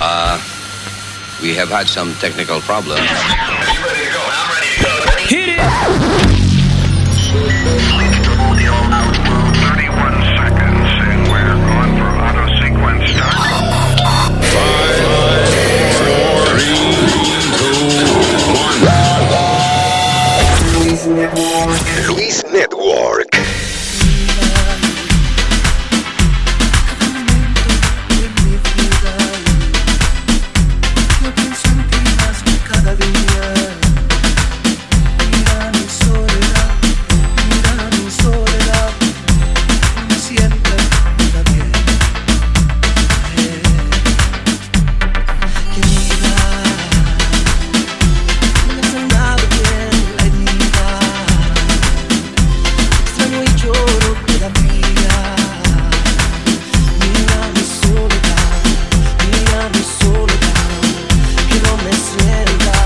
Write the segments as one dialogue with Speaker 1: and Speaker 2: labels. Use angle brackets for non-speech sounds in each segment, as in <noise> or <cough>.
Speaker 1: Ah,
Speaker 2: Uh, we have had some technical problems.
Speaker 3: Hit it!
Speaker 4: Luis Network.
Speaker 5: Yo pienso en ti más que cada día. Mira mi soledad, mira mi soledad. Me siento tan bien. Querida, me has andado bien la herida. Extraño y lloro cada día. Mira mi soledad, mira mi soledad. Que no me sienta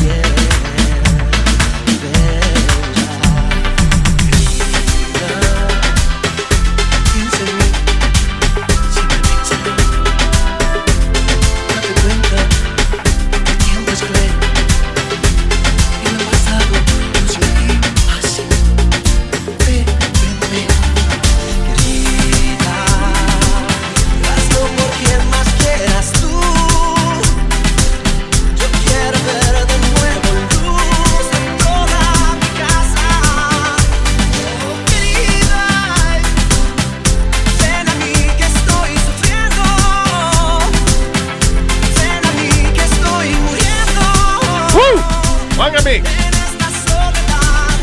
Speaker 5: bien, bella, Piensa en mí, siempre piensa en mí. Date cuenta que el tiempo es cruel. Y no ha pasado mucho tiempo así. Ven, ven, ven, querida. Hazlo por quien más quieras tú. Yo quiero ver de nuevo luz en toda mi casa Oh querida, ven a mí que estoy sufriendo Ven a mí que estoy muriendo
Speaker 6: Óigame,
Speaker 5: En esta soledad,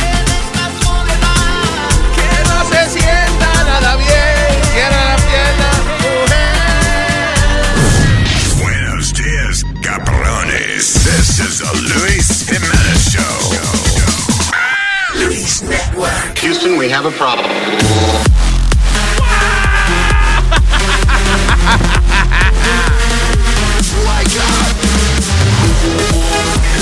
Speaker 5: en esta soledad
Speaker 6: que no se sienta nada bien. Cierra la pierna,
Speaker 4: Buenos días, cabrones. This is the Luis Jimenez Show. Luis Network.
Speaker 7: Houston, we have a problem. <laughs>
Speaker 6: Oh
Speaker 4: Wake up.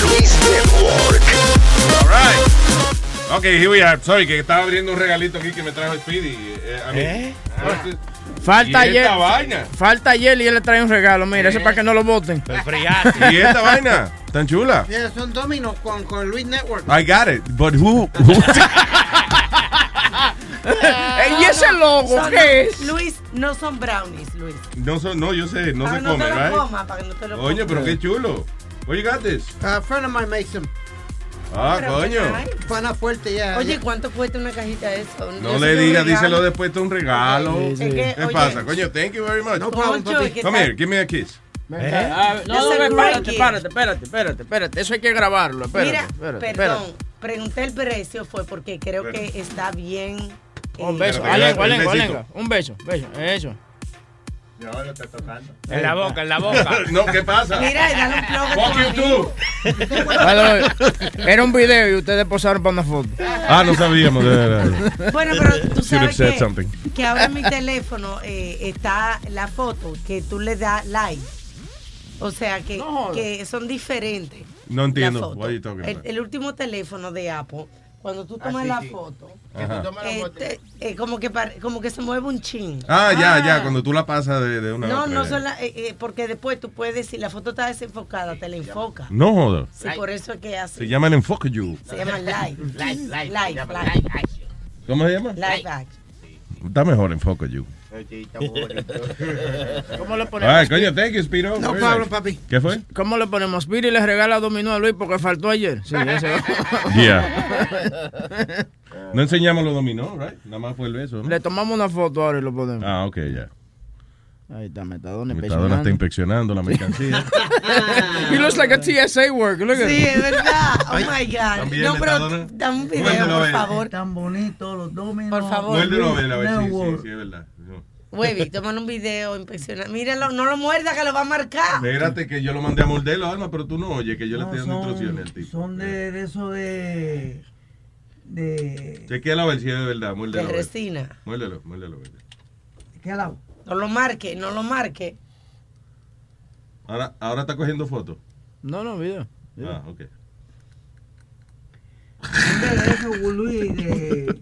Speaker 4: Luis Network.
Speaker 6: mujer. All right. Ok, here we are. Sorry, que estaba abriendo un regalito aquí que me trajo Speedy. eh, a mí.
Speaker 8: ¿Eh?
Speaker 6: Ah, sí.
Speaker 9: Falta
Speaker 6: ¿Y esta
Speaker 9: ayer.
Speaker 6: vaina?
Speaker 9: Falta ayer y él le trae un regalo. Mira, eso es para que no lo voten.
Speaker 6: <laughs> Ah, ¿Y esta vaina? ¿Tan chula?
Speaker 10: Yeah, son dominos con, con Luis Network.
Speaker 6: I got it, but who? who-
Speaker 9: Eh, ¿Y ese logo
Speaker 11: Son-
Speaker 9: qué es?
Speaker 11: Luis, no son brownies, Luis.
Speaker 6: no, so- no, yo sé, no
Speaker 11: Para
Speaker 6: se
Speaker 11: que Ah, no
Speaker 6: come,
Speaker 11: te lo
Speaker 6: right?
Speaker 11: coma, para que no te lo coma.
Speaker 6: Oye, pero qué chulo. Oye, got this.
Speaker 10: A friend of mine makes them.
Speaker 6: Ah,
Speaker 11: Pero
Speaker 6: coño.
Speaker 11: qué nice.
Speaker 10: Pana fuerte, ya.
Speaker 11: Oye, ¿cuánto cuesta una cajita de eso?
Speaker 6: No le digas, díselo después, es un regalo.
Speaker 9: Sí, sí.
Speaker 11: Es que,
Speaker 6: ¿Qué
Speaker 11: oye,
Speaker 6: pasa? Coño, thank you very much.
Speaker 10: No problem,
Speaker 11: Poncho,
Speaker 10: papi.
Speaker 11: ¿qué
Speaker 6: Come
Speaker 11: tal?
Speaker 6: here, give me a kiss.
Speaker 9: ¿Eh?
Speaker 8: Ah,
Speaker 11: Yo
Speaker 8: no, no,
Speaker 11: soy
Speaker 8: espérate,
Speaker 11: Mikey.
Speaker 8: espérate, espérate, espérate, espérate.
Speaker 9: Eso hay que grabarlo. Espérate,
Speaker 11: Mira,
Speaker 9: espérate,
Speaker 11: perdón,
Speaker 9: espérate.
Speaker 11: pregunté el precio, fue porque creo
Speaker 6: Espérate.
Speaker 11: que está bien. eh,
Speaker 9: Un beso.
Speaker 6: Espérate,
Speaker 9: Alengo,
Speaker 6: espérate,
Speaker 9: alengo,
Speaker 6: un
Speaker 9: alengo. Un beso, beso. Eso.
Speaker 8: En la boca, en la <laughs> boca.
Speaker 6: <laughs> No, ¿qué pasa?
Speaker 11: Mira, dale un plug. a tu
Speaker 6: Fuck you
Speaker 11: amigo.
Speaker 6: too.
Speaker 9: Vale, era un video y ustedes posaron para una foto.
Speaker 6: Ah, no sabíamos, de verdad.
Speaker 11: Bueno,
Speaker 6: <laughs>
Speaker 11: pero tú
Speaker 6: Should have
Speaker 11: sabes
Speaker 6: said
Speaker 11: que,
Speaker 6: something.
Speaker 11: que ahora
Speaker 6: <laughs>
Speaker 11: en mi teléfono eh, está la foto que tú le das like. O sea, que,
Speaker 9: No.
Speaker 11: que son diferentes.
Speaker 6: No entiendo.
Speaker 11: la foto.
Speaker 6: What are you talking
Speaker 11: el,
Speaker 6: about?
Speaker 11: el último teléfono de Apple, cuando tú tomas la foto,
Speaker 6: Ajá.
Speaker 11: este, eh, como, que pare- como que se mueve un chin.
Speaker 6: Ah, ya, ya, cuando tú la pasas de, de una a
Speaker 11: No,
Speaker 6: otra.
Speaker 11: no son la- eh, eh, porque después tú puedes, si la foto está desenfocada, te la enfoca.
Speaker 6: No joda.
Speaker 11: Sí, por eso es que hace.
Speaker 6: Se llaman Enfoque You.
Speaker 11: Se llama live. Live, live, live,
Speaker 6: ¿Cómo se llama?
Speaker 11: live action.
Speaker 6: Está mejor Enfoque You. <laughs>
Speaker 9: <laughs> ¿Cómo le ponemos?
Speaker 6: Ay, coño, thank you, Spiro.
Speaker 10: No
Speaker 6: Very
Speaker 10: problem,
Speaker 6: nice.
Speaker 10: papi.
Speaker 6: ¿Qué fue?
Speaker 9: ¿Cómo le ponemos? Piri le regala dominó a Luis porque faltó ayer. Sí, ese.
Speaker 6: <laughs> Yeah. No enseñamos los dominó, right? Nada más fue el beso, ¿no?
Speaker 9: le tomamos una foto ahora y lo ponemos.
Speaker 6: Ah, ok, ya.
Speaker 11: Ah.
Speaker 9: Ahí está, metadona.
Speaker 6: Metadona está
Speaker 9: impresionante.
Speaker 6: inspeccionando la
Speaker 11: <laughs>
Speaker 6: mercancía.
Speaker 9: He looks like a TSA work. Look at
Speaker 11: Ah. Sí,
Speaker 9: him.
Speaker 11: es verdad. Oh my God.
Speaker 6: también
Speaker 11: No,
Speaker 6: me está
Speaker 11: pero
Speaker 6: dando-
Speaker 11: dame un video,
Speaker 6: Muérdelo,
Speaker 11: por
Speaker 6: eh.
Speaker 11: favor.
Speaker 10: Tan bonitos los dominos.
Speaker 11: Por favor.
Speaker 6: Muérdelo a ver, a ver sí, sí, sí, es verdad. No.
Speaker 11: Huevi, toman un video, impresiona. Míralo, no lo muerda que lo va a marcar.
Speaker 6: Espérate que yo lo mandé a morderlo, Alma, pero tú no oyes que yo le estoy dando instrucciones al tipo.
Speaker 10: de eso de. de.
Speaker 6: Chequéalo a ver si es de verdad,
Speaker 11: De
Speaker 6: muérdelo. a ver.
Speaker 11: resina.
Speaker 6: Muérdelo, muérdelo. muérdelo.
Speaker 10: ¿Qué lado?
Speaker 11: No lo marque, no lo marque.
Speaker 6: Ahora, ahora está cogiendo fotos.
Speaker 9: No, no, video.
Speaker 6: Ah, ok.
Speaker 5: Un de eso, Luis, de,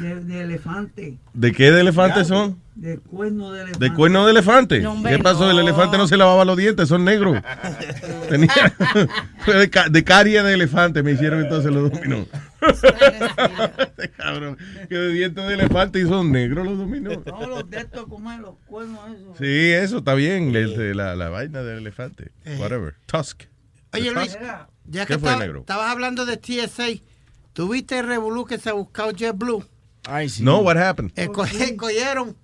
Speaker 5: de, de elefante,
Speaker 6: ¿De qué de elefantes son?
Speaker 5: de cuerno de elefante.
Speaker 6: ¿De cuerno de elefante?
Speaker 11: No, hombre,
Speaker 6: ¿Qué pasó? El
Speaker 11: no.
Speaker 6: elefante no se lavaba los dientes, son
Speaker 11: <laughs>
Speaker 6: negros. Tenía, fue de, ca- de carie de elefante, me hicieron entonces los dominó. Cabrón, que de dientes de elefante y son negros los dominó.
Speaker 5: No, los de estos, como es, los cuernos esos.
Speaker 6: Sí, eso está bien, el de la, la vaina del elefante.
Speaker 11: Eh.
Speaker 6: Whatever. Tusk.
Speaker 10: Oye,
Speaker 6: The
Speaker 10: Luis,
Speaker 6: tusk.
Speaker 10: ya
Speaker 6: ¿Qué
Speaker 10: que
Speaker 6: fue,
Speaker 10: estaba-
Speaker 6: negro?
Speaker 10: estabas hablando de TSA, tuviste el revolú que se ha buscado JetBlue.
Speaker 9: Ay, sí.
Speaker 6: No, what happened?
Speaker 10: Esco- <laughs> Escogieron,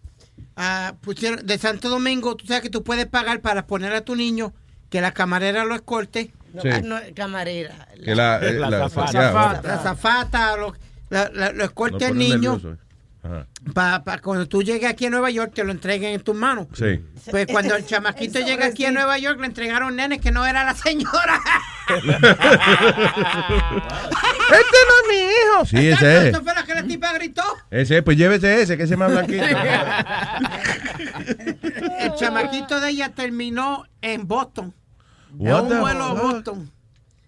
Speaker 10: ah, pusieron de Santo Domingo, tú sabes que tú puedes pagar para poner a tu niño que la camarera lo escorte.
Speaker 6: Sí.
Speaker 10: Ah, no, camarera.
Speaker 6: Que la, eh,
Speaker 12: La
Speaker 6: la-
Speaker 12: zafata.
Speaker 6: ya,
Speaker 12: Zafata.
Speaker 10: La zafata, lo, la- la- lo
Speaker 6: no
Speaker 10: escorte
Speaker 6: ponen
Speaker 10: el niño
Speaker 6: nervioso, eh. Ajá.
Speaker 10: para cuando tú llegues aquí a Nueva York te lo entreguen en tus manos.
Speaker 6: Sí. <laughs>
Speaker 10: Pues cuando el chamaquito
Speaker 11: Eso
Speaker 10: llega aquí a
Speaker 11: sí.
Speaker 10: Nueva York le entregaron nenes que no era la señora.
Speaker 6: <laughs> Este no es mi hijo. Sí, ese es.
Speaker 10: Eso fue lo que la tipa gritó.
Speaker 6: Ese es, pues llévese ese, que ese es más
Speaker 11: <laughs>
Speaker 6: blanquito.
Speaker 10: El chamaquito de ella terminó en Boston. En
Speaker 6: What
Speaker 10: un
Speaker 6: the
Speaker 10: vuelo a
Speaker 6: fuck?
Speaker 10: Boston.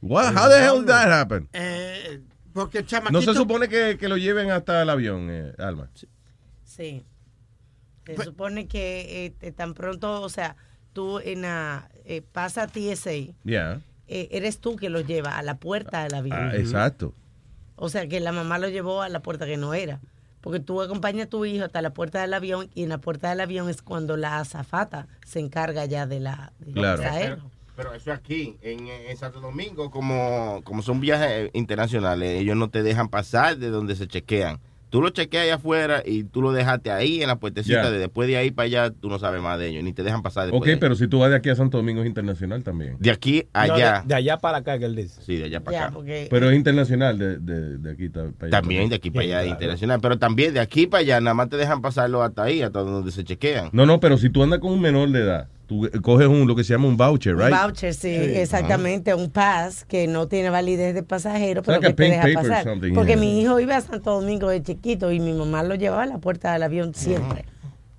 Speaker 6: What? How the hell did that happen?
Speaker 10: Eh, porque el
Speaker 6: No
Speaker 10: chamaquito.
Speaker 6: se supone que, que lo lleven hasta el avión, eh, Alma.
Speaker 11: Sí. Se supone que este, tan pronto, o sea, tú en la, eh, pasa TSA, eh,
Speaker 6: Yeah.
Speaker 11: eres tú que lo lleva a la puerta del avión.
Speaker 6: Ah, exacto.
Speaker 11: O sea, que la mamá lo llevó a la puerta que no era. Porque tú acompañas a tu hijo hasta la puerta del avión y en la puerta del avión es cuando la azafata se encarga ya de la... de
Speaker 6: Claro.
Speaker 11: traer.
Speaker 13: Pero eso aquí, en, en Santo Domingo, como, como son viajes eh, internacionales, ellos no te dejan pasar de donde se chequean. Tú lo chequeas allá afuera y tú lo dejaste ahí en la puertecita.
Speaker 6: Ya.
Speaker 13: De después de ahí para allá, tú no sabes más de ellos, ni te dejan pasar. Después
Speaker 6: Ok,
Speaker 13: de,
Speaker 6: pero si tú vas de aquí a Santo Domingo es internacional también.
Speaker 13: de aquí a
Speaker 12: No,
Speaker 13: allá.
Speaker 12: de, de allá para acá que él dice.
Speaker 13: sí, de allá para
Speaker 11: Ya,
Speaker 13: acá.
Speaker 11: porque...
Speaker 6: Pero es internacional de, de, de aquí ta- para allá.
Speaker 13: También de aquí para allá, internacional. Pero también de aquí para allá, nada más te dejan pasarlo hasta ahí, hasta donde se chequean.
Speaker 6: No, no, pero si tú andas con un menor de edad, tú eh, coges un, lo que se llama un voucher,
Speaker 11: Un
Speaker 6: right?
Speaker 11: voucher, sí, exactamente, un pass que no tiene validez de pasajero, pero
Speaker 6: like a
Speaker 11: que te
Speaker 6: pink
Speaker 11: deja
Speaker 6: paper or
Speaker 11: pasar.
Speaker 6: something,
Speaker 11: Porque
Speaker 6: yeah.
Speaker 11: mi hijo iba a Santo Domingo de chiquito y mi mamá lo llevaba a la puerta del avión siempre.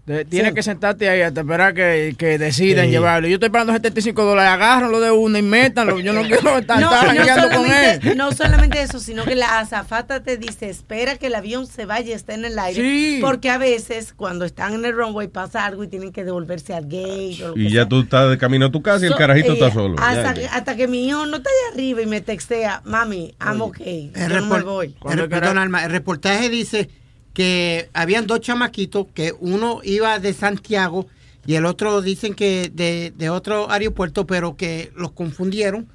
Speaker 9: De- tienes que sentarte ahí hasta esperar que, que decidan llevarlo. Yo estoy pagando 75 dólares, agárralo de uno y métanlo. Yo no quiero estar
Speaker 11: No,
Speaker 9: estar
Speaker 11: y no,
Speaker 9: jangueando con él.
Speaker 11: solamente, no solamente eso, sino que la azafata te dice, espera que el avión se vaya, y esté en el aire.
Speaker 9: Sí.
Speaker 11: Porque a veces cuando están en el runway pasa algo y tienen que devolverse al gate. o lo
Speaker 6: Y
Speaker 11: que
Speaker 6: ya
Speaker 11: sea.
Speaker 6: tú estás de camino a tu casa y el
Speaker 11: So,
Speaker 6: carajito
Speaker 11: eh,
Speaker 6: está solo.
Speaker 11: Hasta, que, hasta que mi hijo no está allá arriba y me textea, mami, I'm okay,
Speaker 10: El,
Speaker 11: yo no me
Speaker 10: repor-
Speaker 11: voy.
Speaker 10: el, re- perdón, Alma, el reportaje dice que habían dos chamaquitos, que uno iba de Santiago y el otro dicen que de, de otro aeropuerto, pero que los confundieron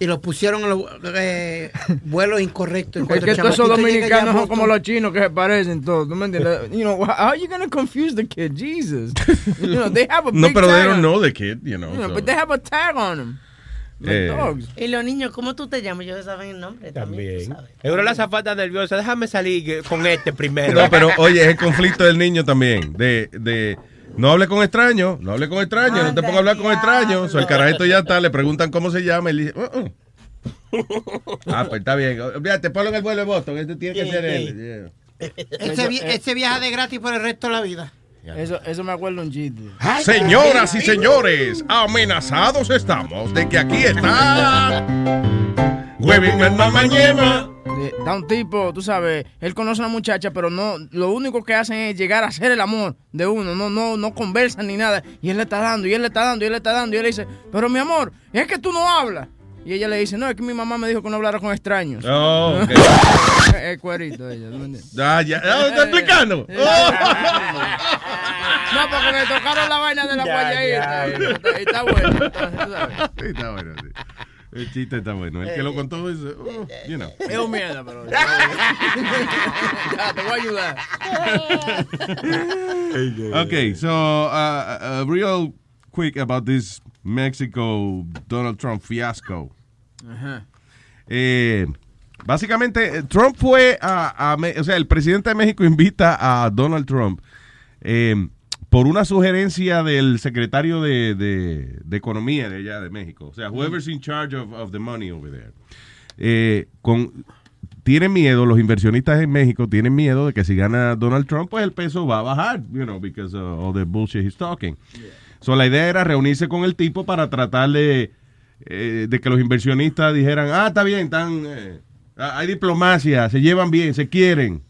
Speaker 10: y los pusieron en los eh, vuelos incorrectos. Y
Speaker 9: Es
Speaker 10: cuando el
Speaker 9: que todos esos
Speaker 10: chamaquito llega ya a
Speaker 9: dominicanos son
Speaker 10: Boston-
Speaker 9: como los chinos que se parecen todos. ¿Tú me <laughs> entiendes? You know, how are you gonna confuse the kid? Jesus. You know, they have
Speaker 6: <laughs>
Speaker 9: a
Speaker 6: No,
Speaker 9: big
Speaker 6: pero
Speaker 9: tag
Speaker 6: they don't
Speaker 9: on-
Speaker 6: know the kid, you know.
Speaker 9: you know,
Speaker 6: so-
Speaker 9: but they have a pues, tag on them. Like
Speaker 6: Eh.
Speaker 9: dogs.
Speaker 11: Y los niños, ¿cómo tú te llamas? Ellos saben el nombre también. tú
Speaker 12: También.
Speaker 11: sabes.
Speaker 12: Seguro la zafata nerviosa. Déjame salir con
Speaker 6: <laughs>
Speaker 12: este primero.
Speaker 6: No, pero oye, es el conflicto del niño también. De, de no hable con extraños, no hable con extraños, no te
Speaker 11: Anda,
Speaker 6: pongas a hablar con
Speaker 11: diablo.
Speaker 6: extraños. O el carajito ya está, le preguntan cómo se llama y le dice, "Uh, uh". Ah, pues está bien. Fíjate, ponlo en el vuelo de Boston, este tiene que ser él.
Speaker 10: Ese,
Speaker 9: eh.
Speaker 10: vi- ese viaja de gratis por el resto de la vida.
Speaker 9: Eso, eso me acuerdo un chiste.
Speaker 6: Yeah. Señoras y señores, amenazados estamos de que aquí está Huevín Alma Mañema.
Speaker 9: Eh, Da un tipo, tú sabes, él conoce a una muchacha, pero no, lo único que hacen es llegar a hacer el amor de uno, no, no, no conversan ni nada. Y él le está dando, y él le está dando, y él le está dando, y él le dice, pero mi amor, es que tú no hablas. Y ella le dice, no, es que mi mamá me dijo que no hablara con
Speaker 12: <laughs>
Speaker 9: extraños.
Speaker 6: Oh, ok.
Speaker 9: <laughs> El cuerito de ella, ¿tú me entiendes?
Speaker 6: Ah, ya, ah, está explicando.
Speaker 9: No, porque le tocaron la vaina de la
Speaker 12: Ya,
Speaker 9: guayaíra. Y está- y está bueno. entonces, tú sabes. Eh,
Speaker 6: Sí, está bueno, sí. El chiste está bueno. El que lo contó dice, oh, you know.
Speaker 9: Es un mierda, pero. Ya, te voy a ayudar.
Speaker 6: Okay, so uh, uh, real quick about this Mexico Donald Trump fiasco. Eh, básicamente, eh, Trump fue a, a Me- o sea, el presidente de México invita a Donald Trump eh, por una sugerencia del secretario de, de- de Economía de allá de México. O sea, whoever's in charge of, of the money over there. Eh, con, tienen miedo, los inversionistas en México tienen miedo de que si gana Donald Trump, pues el peso va a bajar, you know, because of all the bullshit he's talking. So la idea era reunirse con el tipo para tratar de, eh, de que los inversionistas dijeran, ah, está bien, están eh, Ah, Hay diplomacia, se llevan bien, se quieren.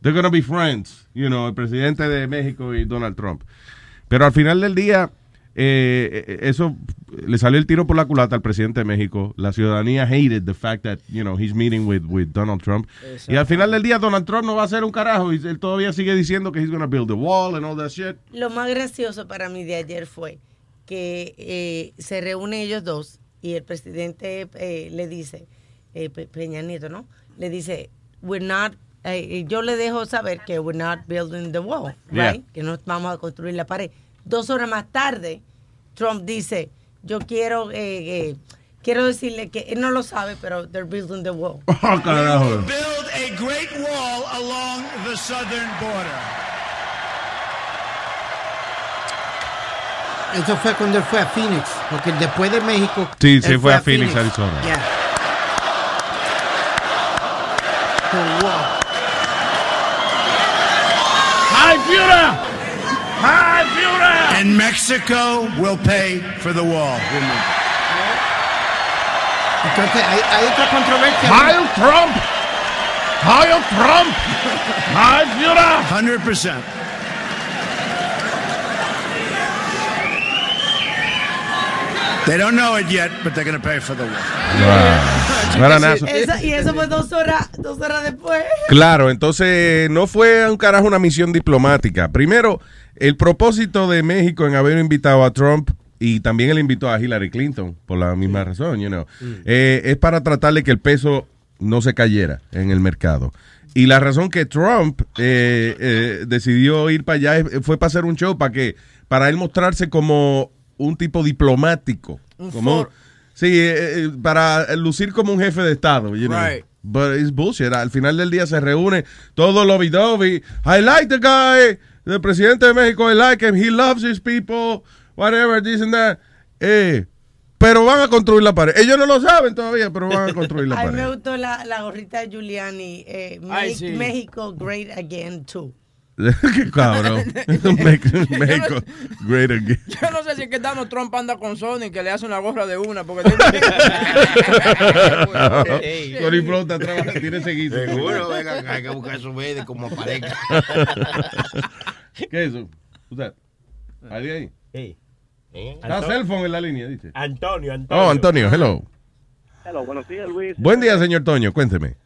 Speaker 6: They're gonna be friends, you know, el presidente de México y Donald Trump. Pero al final del día, eh, eh, eso le salió el tiro por la culata al presidente de México. La ciudadanía hated the fact that, you know, he's meeting with, with Donald Trump. Y al final del día, Donald Trump no va a hacer un carajo. Y él todavía sigue diciendo que he's gonna build the wall and all that shit.
Speaker 11: Lo más gracioso para mí de ayer fue que eh, se reúnen ellos dos y el presidente eh, le dice, eh, Pe- Peña Nieto, ¿no? Le dice, we're not, eh, yo le dejo saber que we're not building the wall,
Speaker 14: Yeah.
Speaker 11: right? Que no vamos a construir la pared. Dos horas más tarde, Trump dice, yo quiero, eh, eh, quiero decirle que, él no lo sabe, pero they're building the wall.
Speaker 6: Oh, carajo.
Speaker 3: build a great wall along the southern border.
Speaker 10: Eso fue cuando él fue a Phoenix, porque después de México.
Speaker 6: Sí,
Speaker 10: él
Speaker 6: se fue a Phoenix, Arizona.
Speaker 10: Yeah. The wall.
Speaker 3: High Buda! High Buda! And Mexico will pay for the wall.
Speaker 10: Entonces, hay, hay otra controversia.
Speaker 3: Heil Trump! Heil Trump! High Buda! 100%. They don't know it yet, but they're going to pay for the
Speaker 8: <laughs>
Speaker 3: wall.
Speaker 6: Guaranazo.
Speaker 11: Esa- y eso fue dos horas, dos horas después.
Speaker 6: Claro, entonces no fue un carajo una misión diplomática. Primero, el propósito de México en haber invitado a Trump y también él invitó a Hillary Clinton por la misma razón, you know,
Speaker 1: Mm.
Speaker 6: eh, es para tratar de que el peso no se cayera en el mercado. Y la razón que Trump eh, eh, decidió ir para allá es- fue para hacer un show para que para él mostrarse como un tipo diplomático,
Speaker 1: Un
Speaker 6: como
Speaker 1: for-
Speaker 6: sí, eh, eh, para lucir como un jefe de estado, you know.
Speaker 1: Right.
Speaker 6: But it's bullshit. Al final del día se reúne todo lobby dovey. I like the guy, the presidente de México, I like him, he loves his people, whatever, this and that. Eh, pero van a construir la pared. Ellos no lo saben todavía, pero van a
Speaker 11: <laughs>
Speaker 6: construir la
Speaker 11: A mí
Speaker 6: pared.
Speaker 11: me gustó la, la gorrita de Giuliani. eh,
Speaker 9: Ay,
Speaker 11: Make
Speaker 9: sí.
Speaker 11: México great again, too.
Speaker 6: <laughs> Qué cabrón. Make- México great again.
Speaker 9: Yo no sé si es que Donald Trump anda con Sony que le hace una gorra de una. Porque
Speaker 10: <laughs>
Speaker 6: Tony Brown está trabajando, tiene ese guiso.
Speaker 13: Seguro, venga, hay que buscar su verde como aparezca.
Speaker 6: ¿Qué es eso? ¿Usted? ¿Alguien ahí? Está
Speaker 15: Anto-
Speaker 6: cell phone en la línea, dice.
Speaker 15: Antonio, Antonio.
Speaker 6: Oh, Antonio, hello.
Speaker 15: Hello, buenos días, Luis.
Speaker 6: Buen día, señor Toño, cuénteme.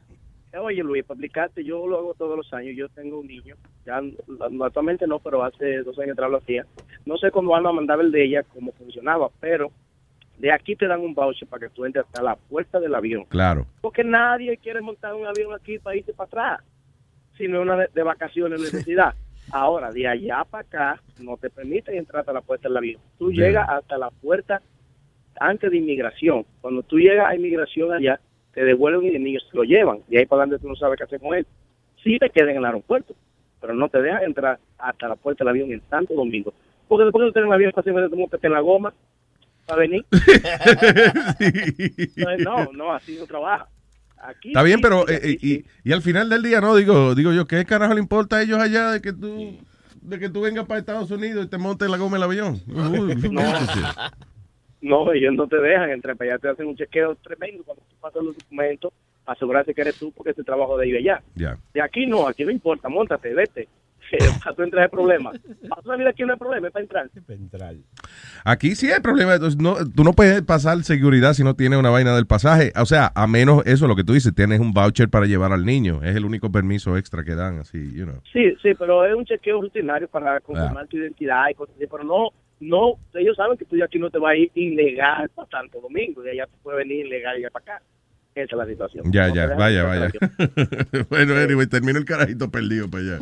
Speaker 15: Eh, Oye, Luis, para explicarte, yo lo hago todos los años. Yo tengo un niño, ya no- actualmente no, pero hace dos años atrás lo hacía. No sé cómo van a mandar el de ella, cómo funcionaba, pero de aquí te dan un voucher para que tú entres hasta la puerta del avión.
Speaker 6: Claro.
Speaker 15: Porque nadie quiere montar un avión aquí para irse para atrás, sino una de, de vacaciones necesidad. Ahora, de allá para acá, no te permiten entrar hasta la puerta del avión. Tú
Speaker 16: Bien.
Speaker 15: llegas hasta la puerta antes de inmigración. Cuando tú llegas a inmigración allá, te devuelven y el niño se lo llevan. Y ahí para adelante tú no sabes qué hacer con él. Sí te quedan en el aeropuerto, pero no te dejan entrar hasta la puerta del avión en Santo Domingo. Porque después de tener el avión, fácilmente te montas en la goma para venir. Entonces, no, no, así no trabaja. Aquí
Speaker 6: Está bien,
Speaker 15: sí,
Speaker 6: pero eh, eh, y, y al final del día, no, digo, digo yo, ¿qué carajo le importa a ellos allá de que tú de que tú vengas para Estados Unidos y te montes la goma del avión? Uy,
Speaker 15: <laughs> No.
Speaker 6: qué sucio.
Speaker 15: No, ellos no te dejan entrar para allá, te hacen un chequeo tremendo cuando tú pasas los documentos, asegurarse que eres tú porque es el trabajo de ellos allá.
Speaker 6: Ya.
Speaker 15: De aquí no, aquí no importa, montate, vete. <laughs> Eh, Para tú entrar de problema. Para tú salir aquí no hay problema, es para entrar.
Speaker 6: Aquí sí hay problema. entonces, No, tú no puedes pasar seguridad si no tienes una vaina del pasaje. O sea, a menos eso, lo que tú dices, tienes un voucher para llevar al niño. Es el único permiso extra que dan, así, you know.
Speaker 15: Sí, sí, pero es un chequeo rutinario para confirmar tu identidad y cosas así, pero no, no, ellos saben que tú de aquí no te vas a ir ilegal para Santo Domingo, de allá tú puedes venir ilegal y para acá. Esa es la situación.
Speaker 6: Ya,
Speaker 15: No te
Speaker 6: ya,
Speaker 15: dejan
Speaker 6: vaya,
Speaker 15: entrar
Speaker 6: vaya.
Speaker 15: para allá.
Speaker 6: <laughs> bueno, anyway, termino el carajito perdido para allá.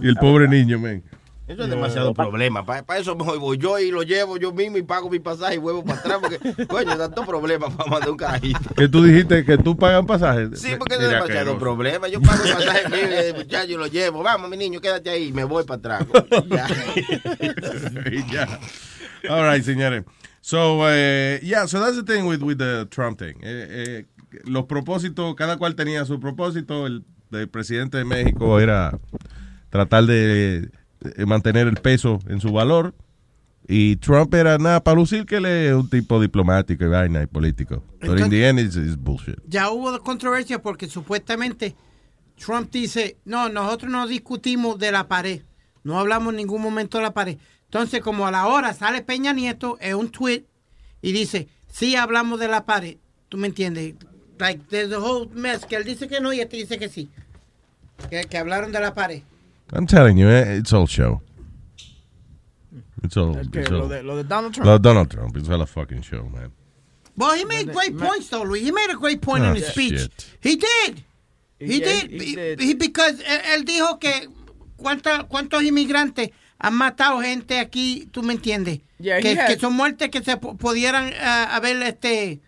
Speaker 6: Y el pobre niño, men.
Speaker 13: Eso es demasiado problema. Para eso mejor voy yo y lo llevo yo mismo y pago mi pasaje y vuelvo para atrás. Porque, <laughs> coño, tanto problema para mandar un carajito.
Speaker 6: Que tú dijiste que tú pagas un pasaje.
Speaker 13: Sí, porque eso es
Speaker 6: Mira,
Speaker 13: demasiado
Speaker 6: asqueroso.
Speaker 13: problema. Yo pago el pasaje mío y el muchacho lo llevo. Vamos, mi niño, quédate ahí. Me voy para atrás. coño, ya.
Speaker 6: <laughs> Y ya. All right, señores. So, eh, yeah, so that's the thing with, with the Trump thing. Eh, eh, los propósitos, cada cual tenía su propósito. El, del presidente de México era tratar de eh, mantener el peso en su valor. Y Trump era nada para lucir que él es un tipo diplomático y vaina y político. Pero in the end, it's, it's bullshit.
Speaker 10: Ya hubo controversia porque supuestamente Trump dice, no, nosotros no discutimos de la pared, no hablamos en ningún momento de la pared. Entonces, como a la hora sale Peña Nieto en un tweet y dice, sí hablamos de la pared, ¿tú me entiendes? Like, there's a whole mess, que él dice que no y este dice que sí, que, que hablaron de la pared.
Speaker 6: I'm telling you, eh, it's all show. It's all,
Speaker 9: ¿El qué?
Speaker 6: it's
Speaker 9: ¿Lo
Speaker 6: all-
Speaker 9: de- lo de Donald Trump?
Speaker 6: Lo de Donald Trump. It's all a fucking show, man.
Speaker 10: But he made great points, though, Luis. He made a great point
Speaker 6: Ah,
Speaker 10: in his speech.
Speaker 6: shit.
Speaker 10: He did. He,
Speaker 9: He
Speaker 10: did.
Speaker 9: did,
Speaker 10: He, he- because él, él dijo que cuánta- cuántos inmigrantes han matado gente aquí, tú me entiendes.
Speaker 9: Yeah, he
Speaker 10: que,
Speaker 9: had-
Speaker 10: que son muertes que se po- pudieran ah, haber este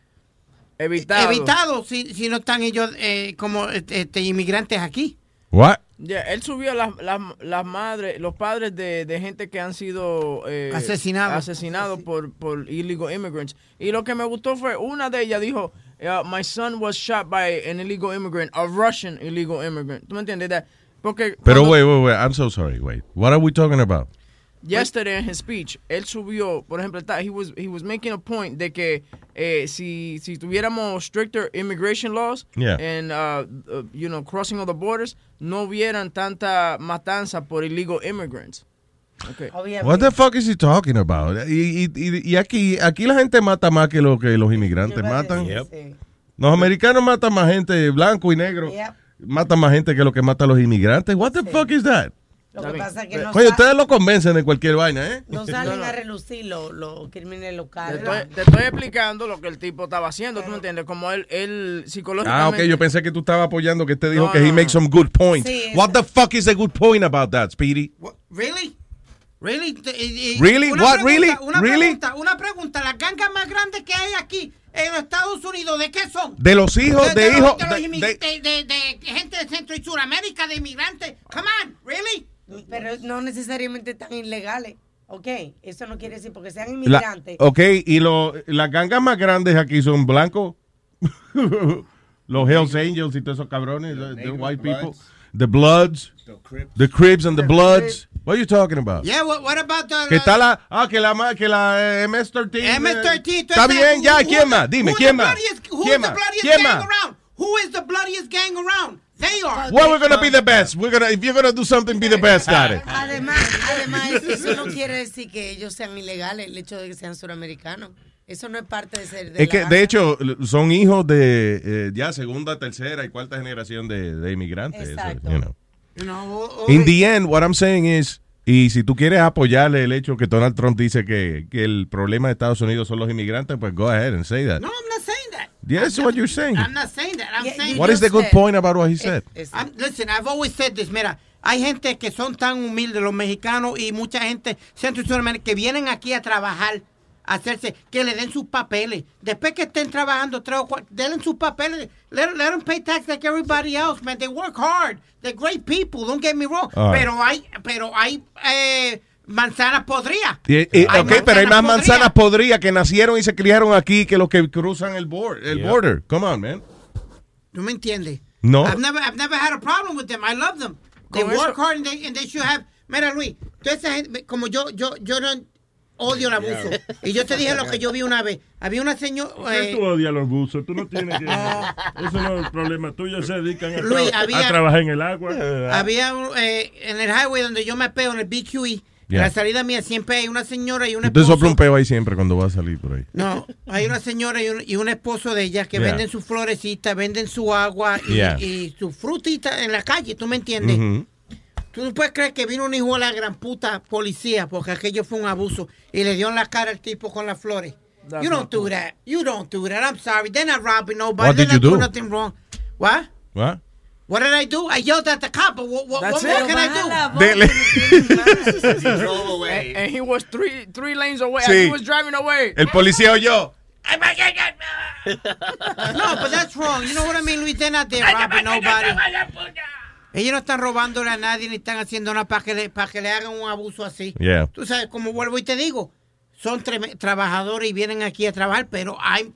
Speaker 9: Evitado.
Speaker 10: evitado si, si no están ellos eh, como este, este, inmigrantes aquí.
Speaker 6: What?
Speaker 9: Ya, él subió las las las madres, los padres de, de gente que han sido eh,
Speaker 10: Asesinados.
Speaker 9: asesinados por, por illegal immigrants. Y lo que me gustó fue, una de ellas dijo, eh, my son was shot by an illegal immigrant, a Russian illegal immigrant. ¿Tú me entiendes? That- Porque
Speaker 6: Pero
Speaker 9: cuando-
Speaker 6: wait, wait, wait. I'm so sorry. Wait. What are we talking about?
Speaker 9: yesterday in his speech, él subió, por ejemplo, está- he was he was making a point de que eh, si si tuviéramos stricter immigration laws
Speaker 6: Yeah.
Speaker 9: and uh, uh, you know crossing of the borders, no hubieran tanta matanza por illegal immigrants. Okay.
Speaker 6: What the fuck is he talking about? Y, y- y- y aquí, aquí la gente mata más que lo que los inmigrantes matan. Los americanos matan más gente blanco y negro. Matan más gente que lo que mata a los inmigrantes. What the fuck is that?
Speaker 11: Lo que pasa es que no,
Speaker 6: Oye,
Speaker 11: sa-
Speaker 6: ustedes lo convencen de cualquier vaina, ¿eh?
Speaker 10: <laughs>
Speaker 11: no salen a relucir los los crímenes
Speaker 9: Te
Speaker 11: locales.
Speaker 9: estoy, te estoy explicando lo que el tipo estaba haciendo, ¿tú me entiendes? Como él, él psicológicamente...
Speaker 6: Ah, ok, yo pensé que tú estabas apoyando que te dijo
Speaker 9: No,
Speaker 6: que he
Speaker 9: no,
Speaker 6: makes some good points.
Speaker 9: Sí,
Speaker 6: What the fuck is a good point about that, Speedy?
Speaker 10: Really? Really? Te- y- y-
Speaker 6: Really?
Speaker 10: una
Speaker 6: What?
Speaker 10: pregunta,
Speaker 6: Really?
Speaker 10: Una
Speaker 6: Really?
Speaker 10: pregunta, una pregunta. Las gangas más grandes que hay aquí en los Estados Unidos, ¿de qué son?
Speaker 6: De los hijos, de
Speaker 10: los-
Speaker 6: hijos,
Speaker 10: de, los
Speaker 6: de-
Speaker 10: inmi-
Speaker 6: de-
Speaker 10: de- de- de gente de Centro y Suramérica, de inmigrantes. Come on, really?
Speaker 11: Pero no necesariamente están ilegales, ¿ok? Eso no quiere decir porque sean
Speaker 6: La-
Speaker 11: inmigrantes.
Speaker 6: ok, y lo- las gangas más grandes aquí son blancos, <laughs> los Hells Angels y todos esos cabrones, the, the white people, the Bloods, the Cribs and the Bloods. What are you talking about?
Speaker 10: Yeah, uh, what, what about the...
Speaker 6: Que está la, ah, que la, ma- que la eh, MS-13. eh,
Speaker 10: MS-13, tú
Speaker 6: Está
Speaker 10: estás-
Speaker 6: bien, ya,
Speaker 10: who-
Speaker 6: ¿quién más? Dime,
Speaker 10: who's
Speaker 6: ¿quién
Speaker 10: the
Speaker 6: más?
Speaker 10: bloodiest- who's
Speaker 6: ¿Quién
Speaker 10: the
Speaker 6: más?
Speaker 10: bloodiest
Speaker 6: ¿Quién
Speaker 10: gang
Speaker 6: más?
Speaker 10: around? Who is the bloodiest gang around? They are.
Speaker 6: Well, we're gonna be the best. We're gonna, if you're gonna do something, be the best at it.
Speaker 11: Además, además eso no quiere decir que ellos sean ilegales, el hecho de que sean suramericanos. Eso no es parte de ser de
Speaker 6: Es
Speaker 11: la
Speaker 6: que,
Speaker 11: banda.
Speaker 6: de hecho, l- son hijos de eh, ya segunda, tercera y cuarta generación de, de inmigrantes.
Speaker 11: Exacto.
Speaker 6: you know.
Speaker 10: You know, oh, o- o-
Speaker 6: In the end, what I'm saying is, y si tú quieres apoyarle el hecho que Donald Trump dice que, que el problema de Estados Unidos son los inmigrantes, pues go ahead and say that.
Speaker 10: No, I'm not saying that.
Speaker 6: Yes, what you're saying.
Speaker 10: I'm not saying that. I'm saying
Speaker 6: What is the good point about what he said?
Speaker 10: I'm- listen, I've always said this. Mira, hay gente que son tan humildes, los mexicanos y mucha gente centro y sudamericana, que vienen aquí a trabajar, a hacerse, que le den sus papeles. Después que estén trabajando, tres o cua- denle sus papeles. Let, let them pay tax like everybody else, man. They work hard. They're great people. Don't get me wrong.
Speaker 6: All right.
Speaker 10: Pero hay, pero hay eh, manzanas podridas.
Speaker 6: Y- y-
Speaker 10: Hay
Speaker 6: ok, pero hay
Speaker 10: manzanas
Speaker 6: más manzanas podridas que nacieron y se criaron aquí que los que cruzan el, bor- el
Speaker 10: Yeah.
Speaker 6: border. Come on, man.
Speaker 10: ¿Tú me entiendes?
Speaker 6: No.
Speaker 10: I've never, I've never had a problem with them. I love them. They
Speaker 9: Con eso-
Speaker 10: work hard and they, and they should have. Mira, Luis, toda esa gente, como yo, yo, yo no odio el abuso. Y yo te dije lo que yo vi una vez. Había una eh, señora.
Speaker 16: qué Pues tú odias los buzos? Tú no
Speaker 10: <laughs>
Speaker 16: tienes que... Eso no es el problema tuyo. Se dedican a, tra-
Speaker 10: Luis,
Speaker 16: a
Speaker 10: había-
Speaker 16: trabajar en el agua.
Speaker 10: Había un, eh, en el highway donde yo me pego, en el BQE. En
Speaker 6: Yeah.
Speaker 10: la salida mía siempre hay una señora y un
Speaker 6: Usted
Speaker 10: esposo.
Speaker 6: sopla un peo ahí siempre cuando va a salir por ahí.
Speaker 10: No, hay una señora y un, y un esposo de ella que
Speaker 6: Yeah.
Speaker 10: venden sus florecitas, venden su agua y,
Speaker 6: Yeah.
Speaker 10: y su frutita en la calle, ¿tú me entiendes?
Speaker 6: Ujú.
Speaker 10: Tú no puedes creer que vino un hijo de la gran puta policía porque aquello fue un abuso y le dio en la cara al tipo con las flores.
Speaker 9: That's
Speaker 10: you don't
Speaker 9: not cool.
Speaker 10: do that. You don't do that. I'm sorry. They're not robbing nobody.
Speaker 6: What
Speaker 10: They're
Speaker 6: did you
Speaker 10: not doing
Speaker 6: do?
Speaker 10: nothing wrong. What?
Speaker 6: What?
Speaker 10: What did I do? I yelled at the cop. But what, what,
Speaker 9: That's
Speaker 10: what more
Speaker 9: it.
Speaker 10: can I do?
Speaker 6: Dele.
Speaker 9: and, and he was three three lanes away.
Speaker 6: Sí.
Speaker 9: He was
Speaker 10: <laughs>
Speaker 9: driving away. <laughs>
Speaker 6: El policía oyó.
Speaker 10: No, but that's wrong. You know what I mean, Luis? They're not there robbing nobody. Ellos no están robándole a nadie ni están haciendo nada para que le, para que le hagan un abuso así.
Speaker 6: Yeah.
Speaker 10: Tú sabes, como vuelvo y te digo, son treme- trabajadores y vienen aquí a trabajar, pero hay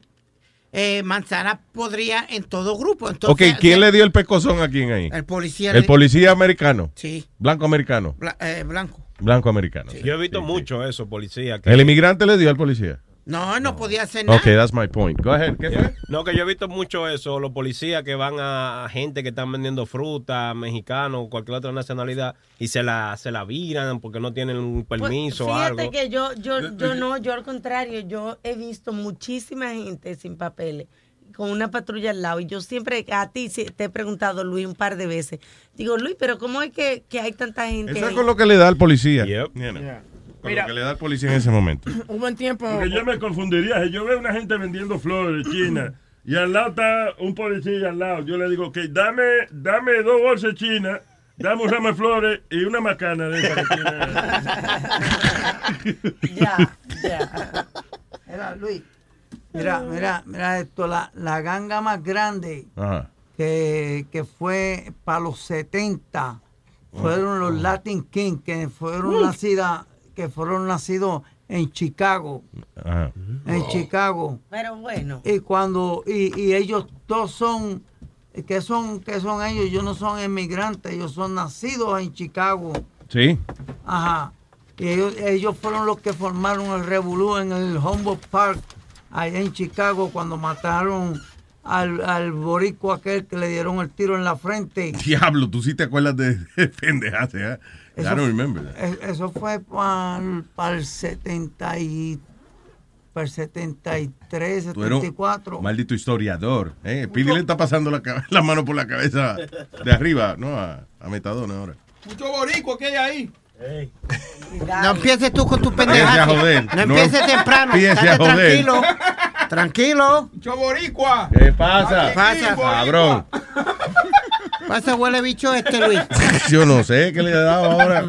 Speaker 10: eh, Manzana podría en todo grupo.
Speaker 6: Ok,
Speaker 10: Entonces,
Speaker 6: ¿quién le dio el pescozón a quién ahí?
Speaker 10: El policía
Speaker 6: El
Speaker 10: le-
Speaker 6: policía americano.
Speaker 10: Sí.
Speaker 6: Blanco americano.
Speaker 10: Bla- eh, blanco.
Speaker 6: Blanco americano.
Speaker 12: Yo he visto mucho eso, policía. que-
Speaker 6: El inmigrante le dio al policía.
Speaker 10: No, no podía hacer
Speaker 6: Ok, that's my point. Go ahead. ¿Qué fue?
Speaker 12: No, que yo he visto mucho eso, los policías que van a gente que están vendiendo fruta, mexicanos, cualquier otra nacionalidad, y se la, se la viran porque no tienen un
Speaker 11: Pues,
Speaker 12: permiso o
Speaker 11: fíjate
Speaker 12: algo.
Speaker 11: que yo, yo, yo no, yo al contrario, yo he visto muchísima gente sin papeles con una patrulla al lado y yo siempre a ti sí te he preguntado Luis un par de veces digo Luis pero cómo es que, que hay tanta gente
Speaker 6: Eso es
Speaker 11: ahí?"
Speaker 6: con lo
Speaker 11: <laughs>
Speaker 6: que le da al policía. You know.
Speaker 9: Yeah.
Speaker 6: Con
Speaker 9: Mira.
Speaker 6: lo que le da al policía en ese momento.
Speaker 9: Un buen tiempo.
Speaker 16: Porque yo me confundiría. Si yo veo una gente vendiendo flores chinas y al lado está un policía al lado, yo le digo, ok, dame, dame dos bolsas chinas, dame un ramo de flores y una macana de esa que tiene.
Speaker 5: Ya, ya. Mira, Luis. Mira, mira, mira esto. La, la ganga más grande
Speaker 6: Ajá.
Speaker 5: que, que fue para los 70 fueron los Latin King, que fueron nacida, que fueron nacidos en Chicago.
Speaker 6: Ajá.
Speaker 5: En Chicago.
Speaker 11: pero bueno
Speaker 5: Y cuando, y, y ellos todos son, que son, que son ellos? Ellos no son inmigrantes, ellos son nacidos en Chicago.
Speaker 6: Sí.
Speaker 5: Ajá. Y ellos, ellos fueron los que formaron el revolú en el Humboldt Park, allá en Chicago, cuando mataron al, al borico aquel que le dieron el tiro en la frente.
Speaker 6: Diablo, tú sí te acuerdas de, <laughs> de pendejadas, ¿eh? I
Speaker 5: Eso-
Speaker 6: don't remember that.
Speaker 5: E- Eso fue para el 70 y... Para el 73,
Speaker 6: Tú eres un
Speaker 5: 74.
Speaker 6: maldito historiador. ¿eh? Pídele está pasando la, ca- <laughs> la mano por la cabeza de arriba, ¿no? A, a Metadona ahora.
Speaker 17: Mucho borico que hay ahí.
Speaker 10: No empieces tú con tu
Speaker 6: Empiece a
Speaker 10: pendeja.
Speaker 6: joder.
Speaker 10: No empieces
Speaker 6: No em-
Speaker 10: temprano.
Speaker 6: empiece a
Speaker 10: Estate
Speaker 6: joder.
Speaker 10: tranquilo. Tranquilo.
Speaker 17: Mucho boricua.
Speaker 6: ¿Qué pasa?
Speaker 10: Pasa.
Speaker 6: Cabrón.
Speaker 10: Pasa huele bicho este <laughs> Luis.
Speaker 6: <laughs> Yo no sé qué le he dado ahora.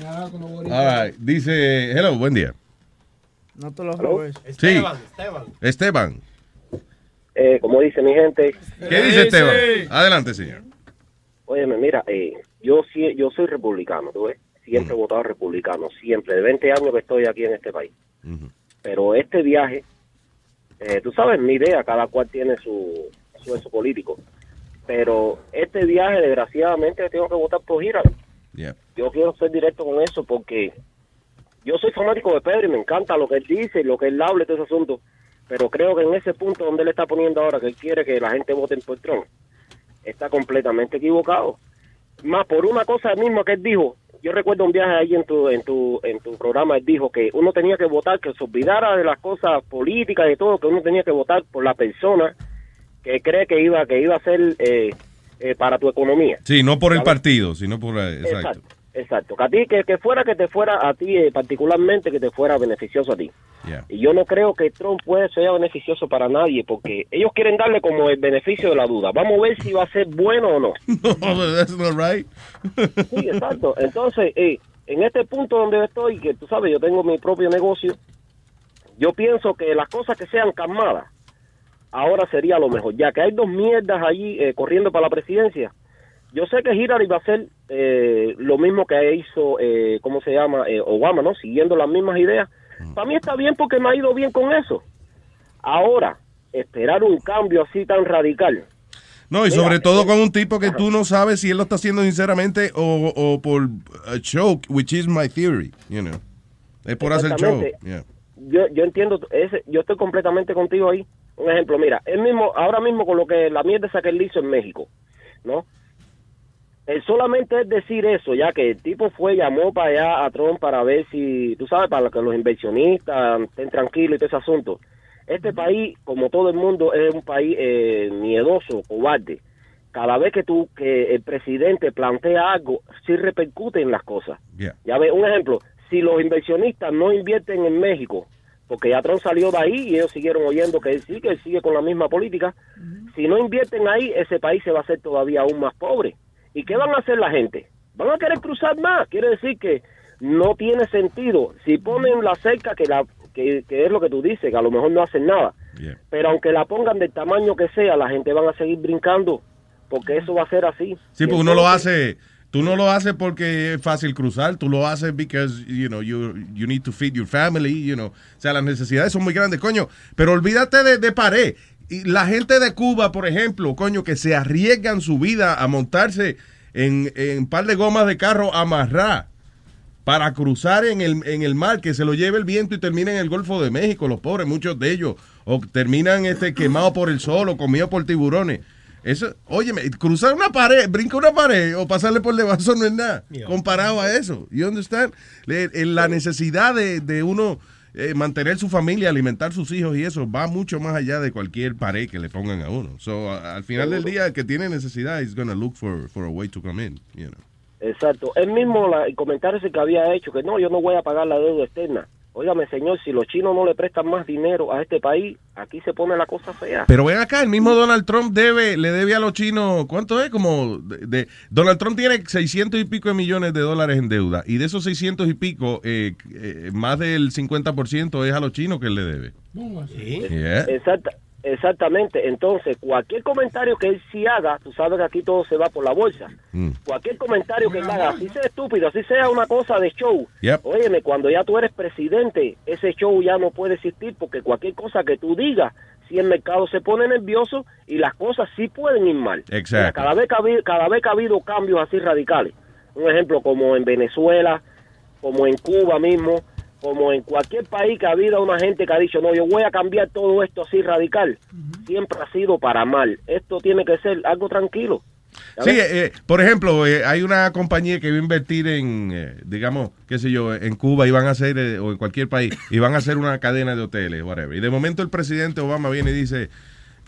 Speaker 17: Nada, como boricua.
Speaker 6: All right. Dice, hello, buen día.
Speaker 9: No te lo robes.
Speaker 6: Sí. Esteban.
Speaker 18: Eh, como dice mi gente.
Speaker 6: ¿Qué dice Esteban? Adelante, señor.
Speaker 18: Óyeme, mira, eh, yo, sí- yo soy republicano, ¿tú ves? Siempre
Speaker 6: Mm.
Speaker 18: he votado republicano, siempre. De 20 años que estoy aquí en este país. Pero este viaje, eh, tú sabes, mi idea, cada cual tiene su, su eso político. Pero este viaje, desgraciadamente, tengo que votar por gira.
Speaker 6: Yeah.
Speaker 18: Yo quiero ser directo con eso porque yo soy fanático de Pedro y me encanta lo que él dice, lo que él habla y todo ese asunto. Pero creo que en ese punto donde él está poniendo ahora, que él quiere que la gente vote por Trump, está completamente equivocado. Más por una cosa misma que él dijo. Yo recuerdo un viaje ahí en tu, en tu, en tu programa, él dijo que uno tenía que votar, que se olvidara de las cosas políticas y de todo, que uno tenía que votar por la persona que cree que iba, que iba a ser eh, eh, para tu economía.
Speaker 6: Sí, no por el
Speaker 18: ¿Sabes?
Speaker 6: partido, sino por... la- Exacto.
Speaker 18: Exacto, que a ti, que, que fuera que te fuera a ti, eh, particularmente que te fuera beneficioso a ti.
Speaker 6: Yeah.
Speaker 18: Y yo no creo que Trump puede ser beneficioso para nadie, porque ellos quieren darle como el beneficio de la duda. Vamos a ver si va a ser bueno o no.
Speaker 6: <laughs> No, that's not right.
Speaker 18: Sí, exacto. Entonces, eh, en este punto donde yo estoy, que tú sabes, yo tengo mi propio negocio, yo pienso que las cosas que sean calmadas, ahora sería lo mejor. Ya que hay dos mierdas allí eh, corriendo para la presidencia, yo sé que Hillary va a hacer eh, lo mismo que hizo, eh, ¿cómo se llama? Eh, Obama, ¿no? Siguiendo las mismas ideas. Para mí está bien porque me ha ido bien con eso. Ahora, esperar un cambio así tan radical.
Speaker 6: No, y sobre todo con un tipo que tú no sabes si él lo está haciendo sinceramente o, o por a show, which is my theory, you know. Es por hacer show.
Speaker 18: Exactamente.
Speaker 6: Yeah.
Speaker 18: yo, yo entiendo, ese, yo estoy completamente contigo ahí. Un ejemplo, mira, él mismo, ahora mismo con lo que la mierda esa que él hizo en México, ¿no? El Eh, solamente es decir eso, ya que el tipo fue, llamó para allá a Trump para ver si, tú sabes, para que los inversionistas estén tranquilos y todo ese asunto. Este país, como todo el mundo, es un país eh, miedoso, cobarde. Cada vez que tú, que el presidente plantea algo, sí repercute en las cosas.
Speaker 6: Yeah.
Speaker 18: Ya ve, un ejemplo, si los inversionistas no invierten en México, porque ya Trump salió de ahí y ellos siguieron oyendo que él sigue, él sigue con la misma política, si no invierten ahí, ese país se va a hacer todavía aún más pobre. ¿Y qué van a hacer la gente? Van a querer cruzar más, quiere decir que no tiene sentido. Si ponen la cerca, que, la, que, que es lo que tú dices, que a lo mejor no hacen nada,
Speaker 6: Yeah.
Speaker 18: pero aunque la pongan del tamaño que sea, la gente van a seguir brincando, porque eso va a ser así.
Speaker 6: Sí,
Speaker 18: Y
Speaker 6: porque uno lo
Speaker 18: entonces-
Speaker 6: hace, Tú no lo haces porque es fácil cruzar, tú lo haces because, you know, you, you need to feed your family, you know. O sea, las necesidades son muy grandes, coño. Pero olvídate de, de pared. Y la gente de Cuba, por ejemplo, coño, que se arriesgan su vida a montarse en, en par de gomas de carro amarrar para cruzar en el, en el mar, que se lo lleve el viento y termina en el Golfo de México, los pobres, muchos de ellos, o terminan este, quemados por el sol o comidos por tiburones. Eso, óyeme, cruzar una pared, brincar una pared o pasarle por debajo eso no es nada, comparado a eso. ¿Y dónde están? La necesidad de, de uno eh, mantener su familia, alimentar sus hijos y eso va mucho más allá de cualquier pared que le pongan a uno. So, a- al final del día, el que tiene necesidad is gonna look for, for a way to come in, you know.
Speaker 18: Exacto. Él mismo, la- el comentario ese que había hecho, que no, yo no voy a pagar la deuda externa. Óigame, señor, si los chinos no le prestan más dinero a este país, aquí se pone la cosa fea.
Speaker 6: Pero ven acá, el mismo Donald Trump debe, le debe a los chinos, ¿cuánto es? Como de, de- Donald Trump tiene 600 y pico de millones de dólares en deuda. Y de esos 600 y pico, eh, eh, más del 50% es a los chinos que él le debe. Yeah.
Speaker 18: Exacta- exactamente. Entonces, cualquier comentario que él sí haga, tú sabes que aquí todo se va por la bolsa.
Speaker 6: Mm.
Speaker 18: Cualquier comentario que él haga, así sea estúpido, así sea una cosa de show.
Speaker 6: Yep.
Speaker 18: Óyeme, cuando ya tú eres presidente, ese show ya no puede existir porque cualquier cosa que tú digas, si el mercado se pone nervioso y las cosas sí pueden ir mal.
Speaker 6: Exacto.
Speaker 18: Mira, Cada vez, que ha habido, cada vez que ha habido cambios así radicales, un ejemplo como en Venezuela, como en Cuba mismo, como en cualquier país que ha habido una gente que ha dicho, no, yo voy a cambiar todo esto así radical, siempre ha sido para mal. Esto tiene que ser algo tranquilo.
Speaker 6: Sí, eh, eh, por ejemplo, eh, hay una compañía que va a invertir en, eh, digamos, qué sé yo, en Cuba y van a hacer, eh, o en cualquier país, y van a hacer una cadena de hoteles, whatever. Y de momento el presidente Obama viene y dice,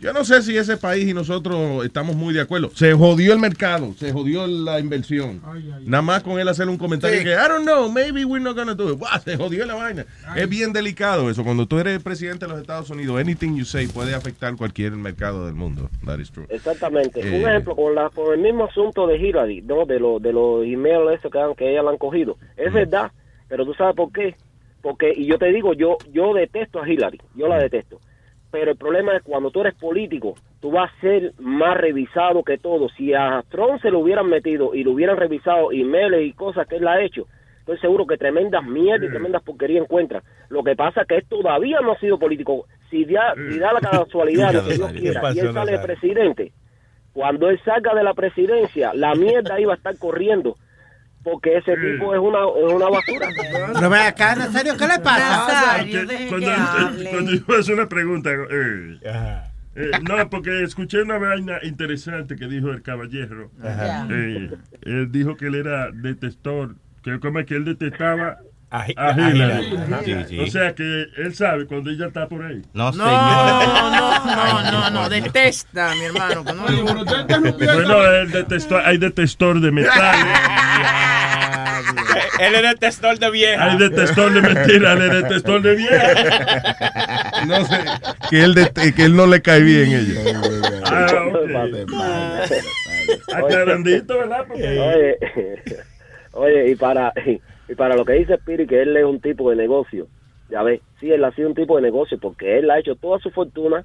Speaker 6: yo no sé si ese país y nosotros estamos muy de acuerdo. Se jodió el mercado, se jodió la inversión. Nada más con él hacer un comentario
Speaker 1: Sí.
Speaker 6: que, I don't know, maybe we're not gonna do it. Buah, se jodió la vaina. Es bien delicado eso. Cuando tú eres presidente de los Estados Unidos, anything you say puede afectar cualquier mercado del mundo. That is true.
Speaker 18: Exactamente.
Speaker 6: Eh.
Speaker 18: Un ejemplo, con, la, con el mismo asunto de Hillary, ¿no? de, los de los emails esos que, han- que ella la han cogido. Es verdad, pero tú sabes por qué. Porque, y yo te digo, yo, yo detesto a Hillary, yo la detesto. Pero el problema es cuando tú eres político, tú vas a ser más revisado que todo. Si a Trump se lo hubieran metido y lo hubieran revisado emails y cosas que él ha hecho, estoy seguro que tremendas mierdas
Speaker 12: Mm.
Speaker 18: y tremendas porquerías encuentran. Lo que pasa es que él todavía no ha sido político. Si da, si da la casualidad de que Dios
Speaker 12: Mm. ¿Qué
Speaker 18: quiera y
Speaker 12: pasó,
Speaker 18: él sale de
Speaker 12: Nazario?
Speaker 18: presidente, cuando él salga de la presidencia, la mierda iba a estar corriendo. Porque ese
Speaker 12: Mm.
Speaker 18: tipo es una, es una basura.
Speaker 10: <laughs> Pero ve acá, Nazario, ¿qué le pasa?
Speaker 16: Porque cuando, cuando yo hago una pregunta, digo, "Eh". Eh, no, porque escuché una vaina interesante que dijo el caballero.
Speaker 1: Ajá.
Speaker 6: <laughs>
Speaker 16: Eh, él dijo que él era detestor, que como es que él detestaba a,
Speaker 1: a
Speaker 16: Hillary.
Speaker 1: Hillary.
Speaker 16: Ajá.
Speaker 1: Sí, sí.
Speaker 16: O sea que él sabe cuando ella está por ahí.
Speaker 13: No,
Speaker 9: No, no, no, no, no, detesta, mi hermano. que no le gusta.
Speaker 16: Bueno, él detestó, hay detestor de metales,
Speaker 12: <laughs> Él era el testor de vieja.
Speaker 16: hay detestor de mentiras, hay detestor de viejas.
Speaker 12: <laughs>
Speaker 6: No sé. que él, dete- que él no le cae bien ella.
Speaker 16: Ah, ok. Aclarandito, ¿verdad?
Speaker 18: Oye, eh, oye, y para y para lo que dice Spiri, que él es un tipo de negocio. Ya ves, sí, él ha sido un tipo de negocio porque él ha hecho toda su fortuna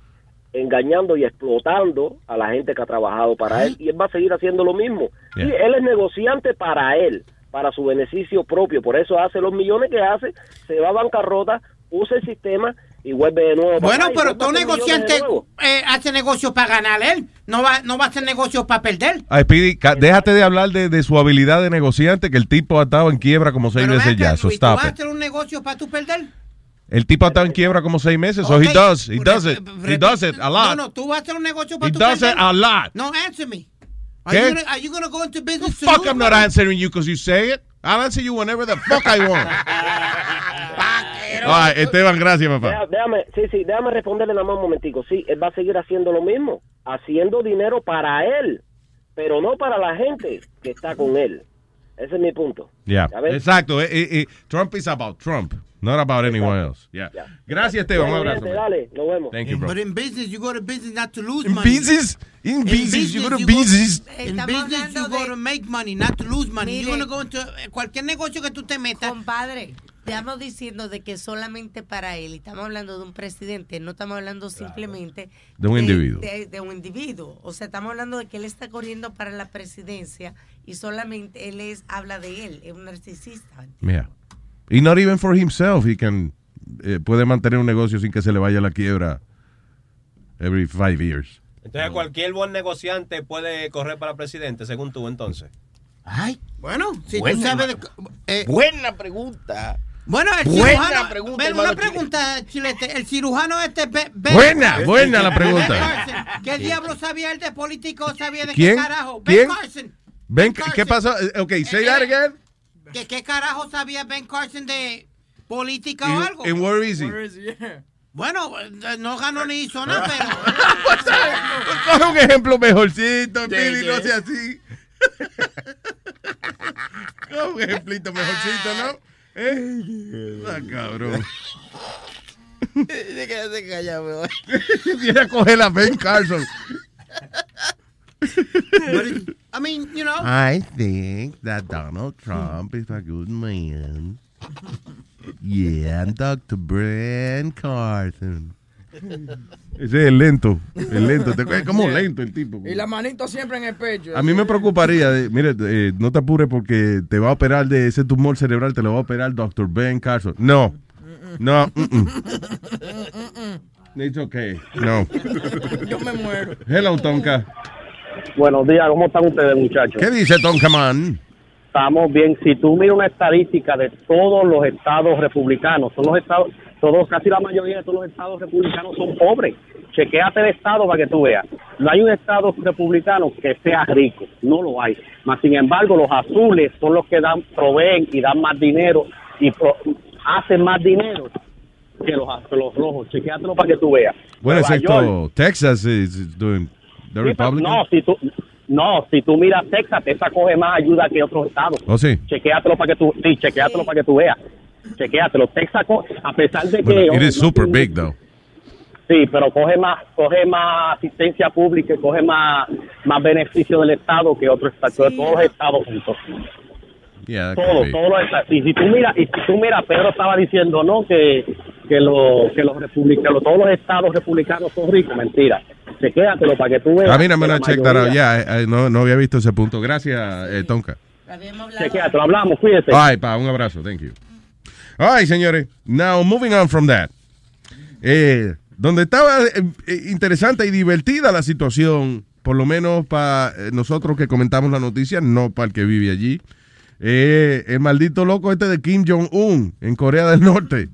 Speaker 18: engañando y explotando a la gente que ha trabajado para él y él va a seguir haciendo lo mismo. Sí, él es negociante para él, para su beneficio propio, por eso hace los millones que hace, se va a bancarrota, usa el sistema y vuelve de nuevo. para
Speaker 10: Bueno,
Speaker 18: acá y
Speaker 10: pero
Speaker 18: vuelve a
Speaker 10: todo
Speaker 18: hacer millones de
Speaker 10: negociante
Speaker 18: nuevo.
Speaker 10: eh, hace negocios para ganar él. No va, no va a hacer negocios para perder.
Speaker 6: Ay, Speedy, ca- déjate de hablar de, de su habilidad de negociante, que el tipo ha estado en quiebra como seis meses ya. So
Speaker 10: Luis, ¿tú
Speaker 6: stop
Speaker 10: vas a
Speaker 6: it.
Speaker 10: hacer un negocio para tú perder?
Speaker 6: El tipo ha estado en quiebra como seis meses, so he does, he does it, he does it a
Speaker 10: No,
Speaker 6: lot.
Speaker 10: no, tú vas a hacer un negocio para
Speaker 6: He
Speaker 10: tú
Speaker 6: does
Speaker 10: perder.
Speaker 6: it a lot.
Speaker 10: No, answer me. Are
Speaker 6: ¿Qué?
Speaker 10: you gonna, are you gonna go into business soon?
Speaker 6: Fuck, I'm not answering you because you say it. I'll answer you whenever the fuck I
Speaker 10: <laughs>
Speaker 6: want. Ay, Esteban, gracias, papá.
Speaker 18: Deja- Déjame, sí, sí, déjame responderle nada más un momentico. Sí, él va a seguir haciendo lo mismo, haciendo dinero para él, pero no para la gente que está con él. Ese es mi punto.
Speaker 6: Yeah,
Speaker 18: A ver.
Speaker 6: exacto. eh, eh, eh, Trump is about Trump, not about anyone else. Yeah. Gracias, Esteban. Un
Speaker 18: Bueno,
Speaker 6: abrazo.
Speaker 18: gente,
Speaker 6: man.
Speaker 18: dale, nos vemos.
Speaker 6: Thank you, bro.
Speaker 10: But in business, you go to business not to lose
Speaker 6: In
Speaker 10: money.
Speaker 6: business? In business, you go to business.
Speaker 10: In
Speaker 11: Estamos
Speaker 10: business, you go to make money, not to lose money.
Speaker 11: Mire.
Speaker 10: You're gonna go into eh, cualquier negocio que tú te metas.
Speaker 11: Compadre, estamos diciendo de que solamente para él, y estamos hablando de un presidente, no estamos hablando simplemente
Speaker 6: De un individuo.
Speaker 11: de- de un individuo. O sea, estamos hablando de que él está corriendo para la presidencia y solamente él es habla de él, es un narcisista.
Speaker 6: Yeah. Y not even for himself, he can eh, puede mantener un negocio sin que se le vaya la quiebra every five years.
Speaker 12: Entonces, cualquier buen negociante puede correr para presidente, según tú, entonces.
Speaker 10: Ay, bueno, si
Speaker 12: Buena,
Speaker 10: tú sabes. de- eh,
Speaker 13: Buena pregunta.
Speaker 10: Bueno, el
Speaker 13: Buena
Speaker 10: cirujano.
Speaker 13: pregunta,
Speaker 10: Ven,
Speaker 13: hermano
Speaker 10: una pregunta, Chilete. El cirujano este. Be- Be-
Speaker 6: Buena, buena la pregunta.
Speaker 10: ¿Qué diablo sabía él de político? ¿Sabía de
Speaker 6: ¿Quién?
Speaker 10: qué carajo?
Speaker 6: ¿Quién?
Speaker 10: Ben Carson.
Speaker 6: Ven, ¿qué pasó? Eh, Ok, say that <laughs> again.
Speaker 10: ¿De qué carajo sabía Ben Carson de política o
Speaker 6: And-
Speaker 10: algo?
Speaker 6: and where is he? Where
Speaker 10: Bueno, eh, no ganó ni hizo nada, pero.
Speaker 6: Coge un ejemplo mejorcito,
Speaker 10: Yeah,
Speaker 6: Pili, no
Speaker 10: yeah.
Speaker 6: sea así. <laughs> Coge un ejemplito mejorcito, ¿no? ¿Eh? Ah, cabrón.
Speaker 13: <laughs> Se quedaste callado, weón.
Speaker 6: <laughs> Viene a coger la Ben Carson.
Speaker 10: I mean, you know.
Speaker 6: I think that Donald Trump is a good man. Yeah, I'm Dr. Brent Carson. Ese es el lento, el lento. Te- Es como lento el tipo.
Speaker 9: Y la manito siempre en el pecho.
Speaker 6: A mí me preocuparía, de- mire, eh, no te apures porque te va a operar de ese tumor cerebral, te lo va a operar Dr. Ben Carson. No, no, mm, mm-mm. it's okay, no.
Speaker 9: Yo me muero.
Speaker 6: Hello, Tonka.
Speaker 19: Buenos días, ¿cómo están ustedes, muchachos?
Speaker 6: ¿Qué dice Tonka Man?
Speaker 19: Estamos bien. Si tú miras una estadística de todos los estados republicanos, son los estados, todos, casi la mayoría de todos los estados republicanos son pobres. Chequéate el estado para que tú veas. No hay un estado republicano que sea rico, no lo hay. Mas sin embargo, los azules son los que dan, proveen y dan más dinero y pro- hacen más dinero que los, az- que los rojos. Chequéatelo para que tú veas.
Speaker 6: Bueno,
Speaker 19: Nueva York,
Speaker 6: excepto Texas is is doing the
Speaker 19: Sí, pero
Speaker 6: Republican.
Speaker 19: No, si tú, no, si tú miras Texas, Texas coge más ayuda que otros estados.
Speaker 6: ¿Oh, sí?
Speaker 19: Chequéatelo para que tú, sí, chequéatelo para que tú veas. Chequéatelo. Texas, co- a pesar de que...
Speaker 6: Bueno, it
Speaker 19: oye,
Speaker 6: is
Speaker 19: no
Speaker 6: super
Speaker 19: tiene-
Speaker 6: big though.
Speaker 19: Sí, pero coge más, coge más asistencia pública y coge más, más beneficio del estado que otros estados, todos los estados juntos.
Speaker 6: Yeah, that could
Speaker 19: Todo,
Speaker 6: be.
Speaker 19: todo lo está. Y si tú miras, y si tú miras, Pedro estaba diciendo, ¿no? Que, que, lo, que los republicanos, todos los estados republicanos son ricos. Mentira. Chequéatelo para que tú veas.
Speaker 6: I mean, I'm
Speaker 19: que
Speaker 6: gonna
Speaker 19: la
Speaker 6: check that out.
Speaker 19: mayoría-
Speaker 6: Yeah, I- I- no, no había visto ese punto. Gracias, eh, Tonka.
Speaker 19: Chequéatelo, hablamos, cuídate.
Speaker 6: Ay, pa, un abrazo. Thank you. All right, señores. Now, moving on from that. Eh, donde estaba eh, eh, interesante y divertida la situación, por lo menos para nosotros que comentamos la noticia, no para el que vive allí. eh, el maldito loco este de Kim Jong-un en Corea del Norte.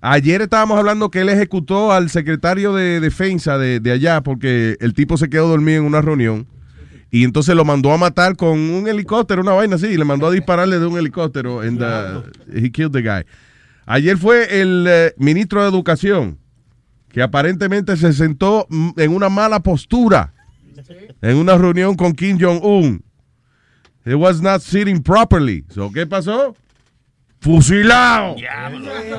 Speaker 6: Ayer estábamos hablando que él ejecutó al secretario de defensa de, de allá porque el tipo se quedó dormido en una reunión y entonces lo mandó a matar con un helicóptero, una vaina así, y le mandó a dispararle de un helicóptero. And uh, he killed the guy. Ayer fue el eh, ministro de Educación que aparentemente se sentó mm, en una mala postura en una reunión con Kim Jong-un. He was not sitting properly. So, ¿Qué pasó? Fusilado.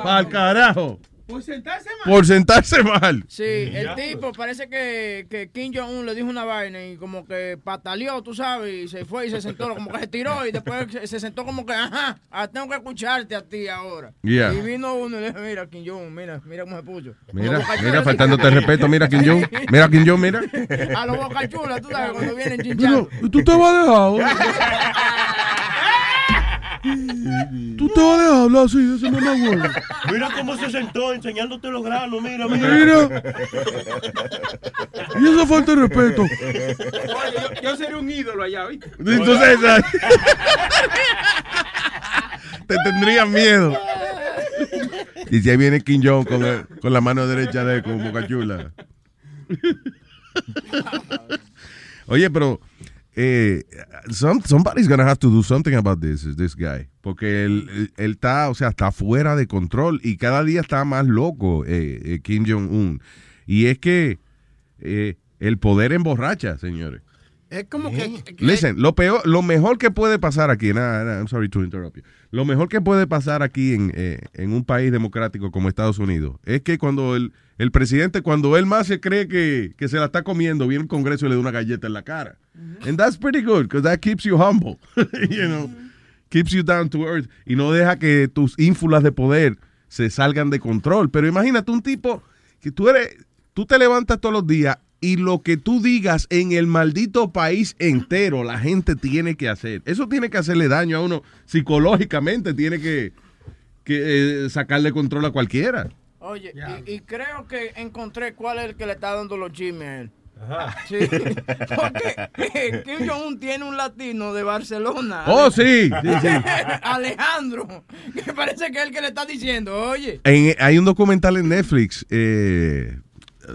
Speaker 6: Al carajo.
Speaker 17: Por sentarse mal. Mm,
Speaker 6: Por sentarse mal.
Speaker 9: Sí, el tipo parece que, que Kim Jong-un le dijo una vaina y como que pataleó, tú sabes, y se fue y se sentó, como que se tiró y después se- se sentó como que, ajá, ah, tengo que escucharte a ti ahora.
Speaker 6: Yeah.
Speaker 9: Y vino uno y le dijo, mira, Kim Jong-un, mira, mira cómo se puso.
Speaker 6: Mira, mira, faltándote el respeto, mira Kim Jong. Mira Kim Jong, mira.
Speaker 9: A los bocachulas, tú sabes, cuando vienen chinchando.
Speaker 6: Pero, ¿Tú te vas a dejar? ahora?
Speaker 17: <laughs>
Speaker 6: ¿Tú te vas a dejar hablar así de ese mamá
Speaker 20: Mira cómo se sentó enseñándote los granos, mira,
Speaker 6: Mira. Y esa falta de respeto.
Speaker 17: Oye, yo, yo seré un ídolo allá, ¿viste?
Speaker 6: Entonces, esa- te tendrían miedo. Y si ahí viene Kim Jong con, el- con la mano derecha de como Boca Chula. Oye, pero eh, some- somebody's gonna have to do something about this, this guy. Porque él, él- él está, o sea, está fuera de control y cada día está más loco eh, eh, Kim Jong-un. Y es que eh, el poder emborracha, señores.
Speaker 10: Es como que. que-
Speaker 6: Listen, lo peor, lo mejor que puede pasar aquí, nah, nah, I'm sorry to interrupt you. Lo mejor que puede pasar aquí en, eh, en un país democrático como Estados Unidos es que cuando el, el presidente, cuando él más se cree que, que se la está comiendo, viene el Congreso y le da una galleta en la cara. And that's pretty good, because that keeps <laughs> you humble, you know. keeps you down to earth y no deja que tus ínfulas de poder se salgan de control. Pero imagínate un tipo que tú eres, tú te levantas todos los días y lo que tú digas en el maldito país entero, la gente tiene que hacer. Eso tiene que hacerle daño a uno psicológicamente, tiene que, que, eh, sacarle control a cualquiera.
Speaker 9: Oye, y, y creo que encontré cuál es el que le está dando los chismes a él. <laughs>
Speaker 12: Ajá.
Speaker 9: Sí. Porque Kim Jong-un tiene un latino de Barcelona.
Speaker 6: Oh, sí,
Speaker 9: <laughs>
Speaker 6: sí, sí.
Speaker 9: Alejandro. Que parece que es el que le está diciendo, oye.
Speaker 6: En- hay un documental en Netflix, eh,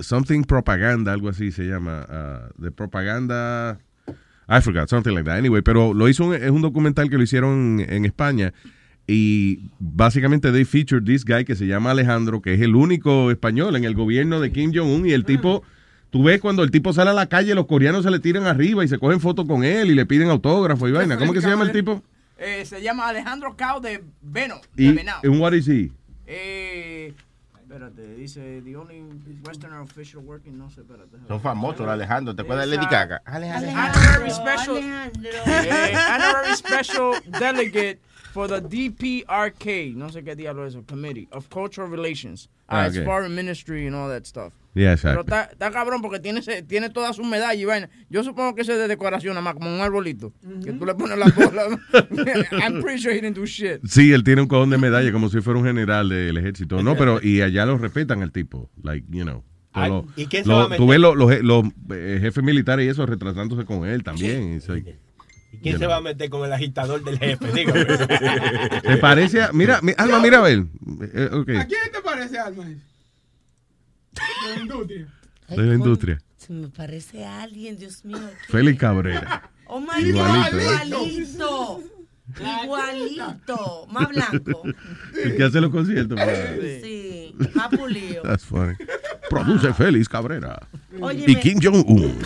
Speaker 6: Something Propaganda, algo así se llama, ah, de propaganda. I forgot, something like that. Anyway, pero lo hizo un- es un documental que lo hicieron en España y básicamente they featured this guy que se llama Alejandro, que es el único español en el gobierno de Kim Jong-un y el tipo, tú ves cuando el tipo sale a la calle, los coreanos se le tiran arriba y se cogen fotos con él y le piden autógrafo y vaina. ¿Cómo que se llama el tipo?
Speaker 9: Eh, se llama Alejandro Cao de Veno.
Speaker 6: Y,
Speaker 9: de Venao.
Speaker 6: and what is he?
Speaker 9: Eh, espérate, dice The only Westerner official working, no sé, espérate.
Speaker 13: Son famosos, los Alejandro. ¿Te acuerdas de Lady Gaga? Alejandro.
Speaker 9: Honorary special, Eh, honorary special delegate for the DPRK, no sé qué diablo es eso, Committee of Cultural Relations,
Speaker 6: Ah,
Speaker 9: as
Speaker 6: ok.
Speaker 9: Foreign Ministry and all that stuff.
Speaker 6: Yeah, exacto.
Speaker 9: Pero está, está cabrón porque tiene, ese- tiene toda su medalla y vaina. Yo supongo que eso es de decoración, nada más como un arbolito. Que tú le pones la bola. <laughs> I'm pretty sure he didn't do shit.
Speaker 6: Sí, él tiene un cojón de medalla como si fuera un general del ejército. No, pero y allá lo respetan el tipo, like, you know.
Speaker 12: Ay,
Speaker 6: Lo-
Speaker 12: ¿y quién se
Speaker 6: lo-
Speaker 12: va a meter?
Speaker 6: Tú ves los, los- los, eh, jefes militares y eso retratándose con él también. It's like,
Speaker 12: ¿Y quién
Speaker 6: you
Speaker 12: se
Speaker 6: know.
Speaker 12: va a meter con el agitador del jefe? Dígame.
Speaker 6: ¿Te parece? a- mira, mi- Alma, mira a ver. Eh, ok,
Speaker 17: ¿A quién te parece, Alma? De industria.
Speaker 6: de la industria.
Speaker 11: Se me parece a alguien, Dios mío. ¿qué?
Speaker 6: Félix Cabrera.
Speaker 11: Oh my God,
Speaker 6: Igualito,
Speaker 11: igualito.
Speaker 6: ¿eh?
Speaker 11: Igualito. Más blanco.
Speaker 6: El que hace los conciertos. pues. para-
Speaker 11: Sí, más pulido.
Speaker 6: That's funny. Produce Félix Cabrera.
Speaker 11: Óyeme.
Speaker 6: Y Kim Jong-un.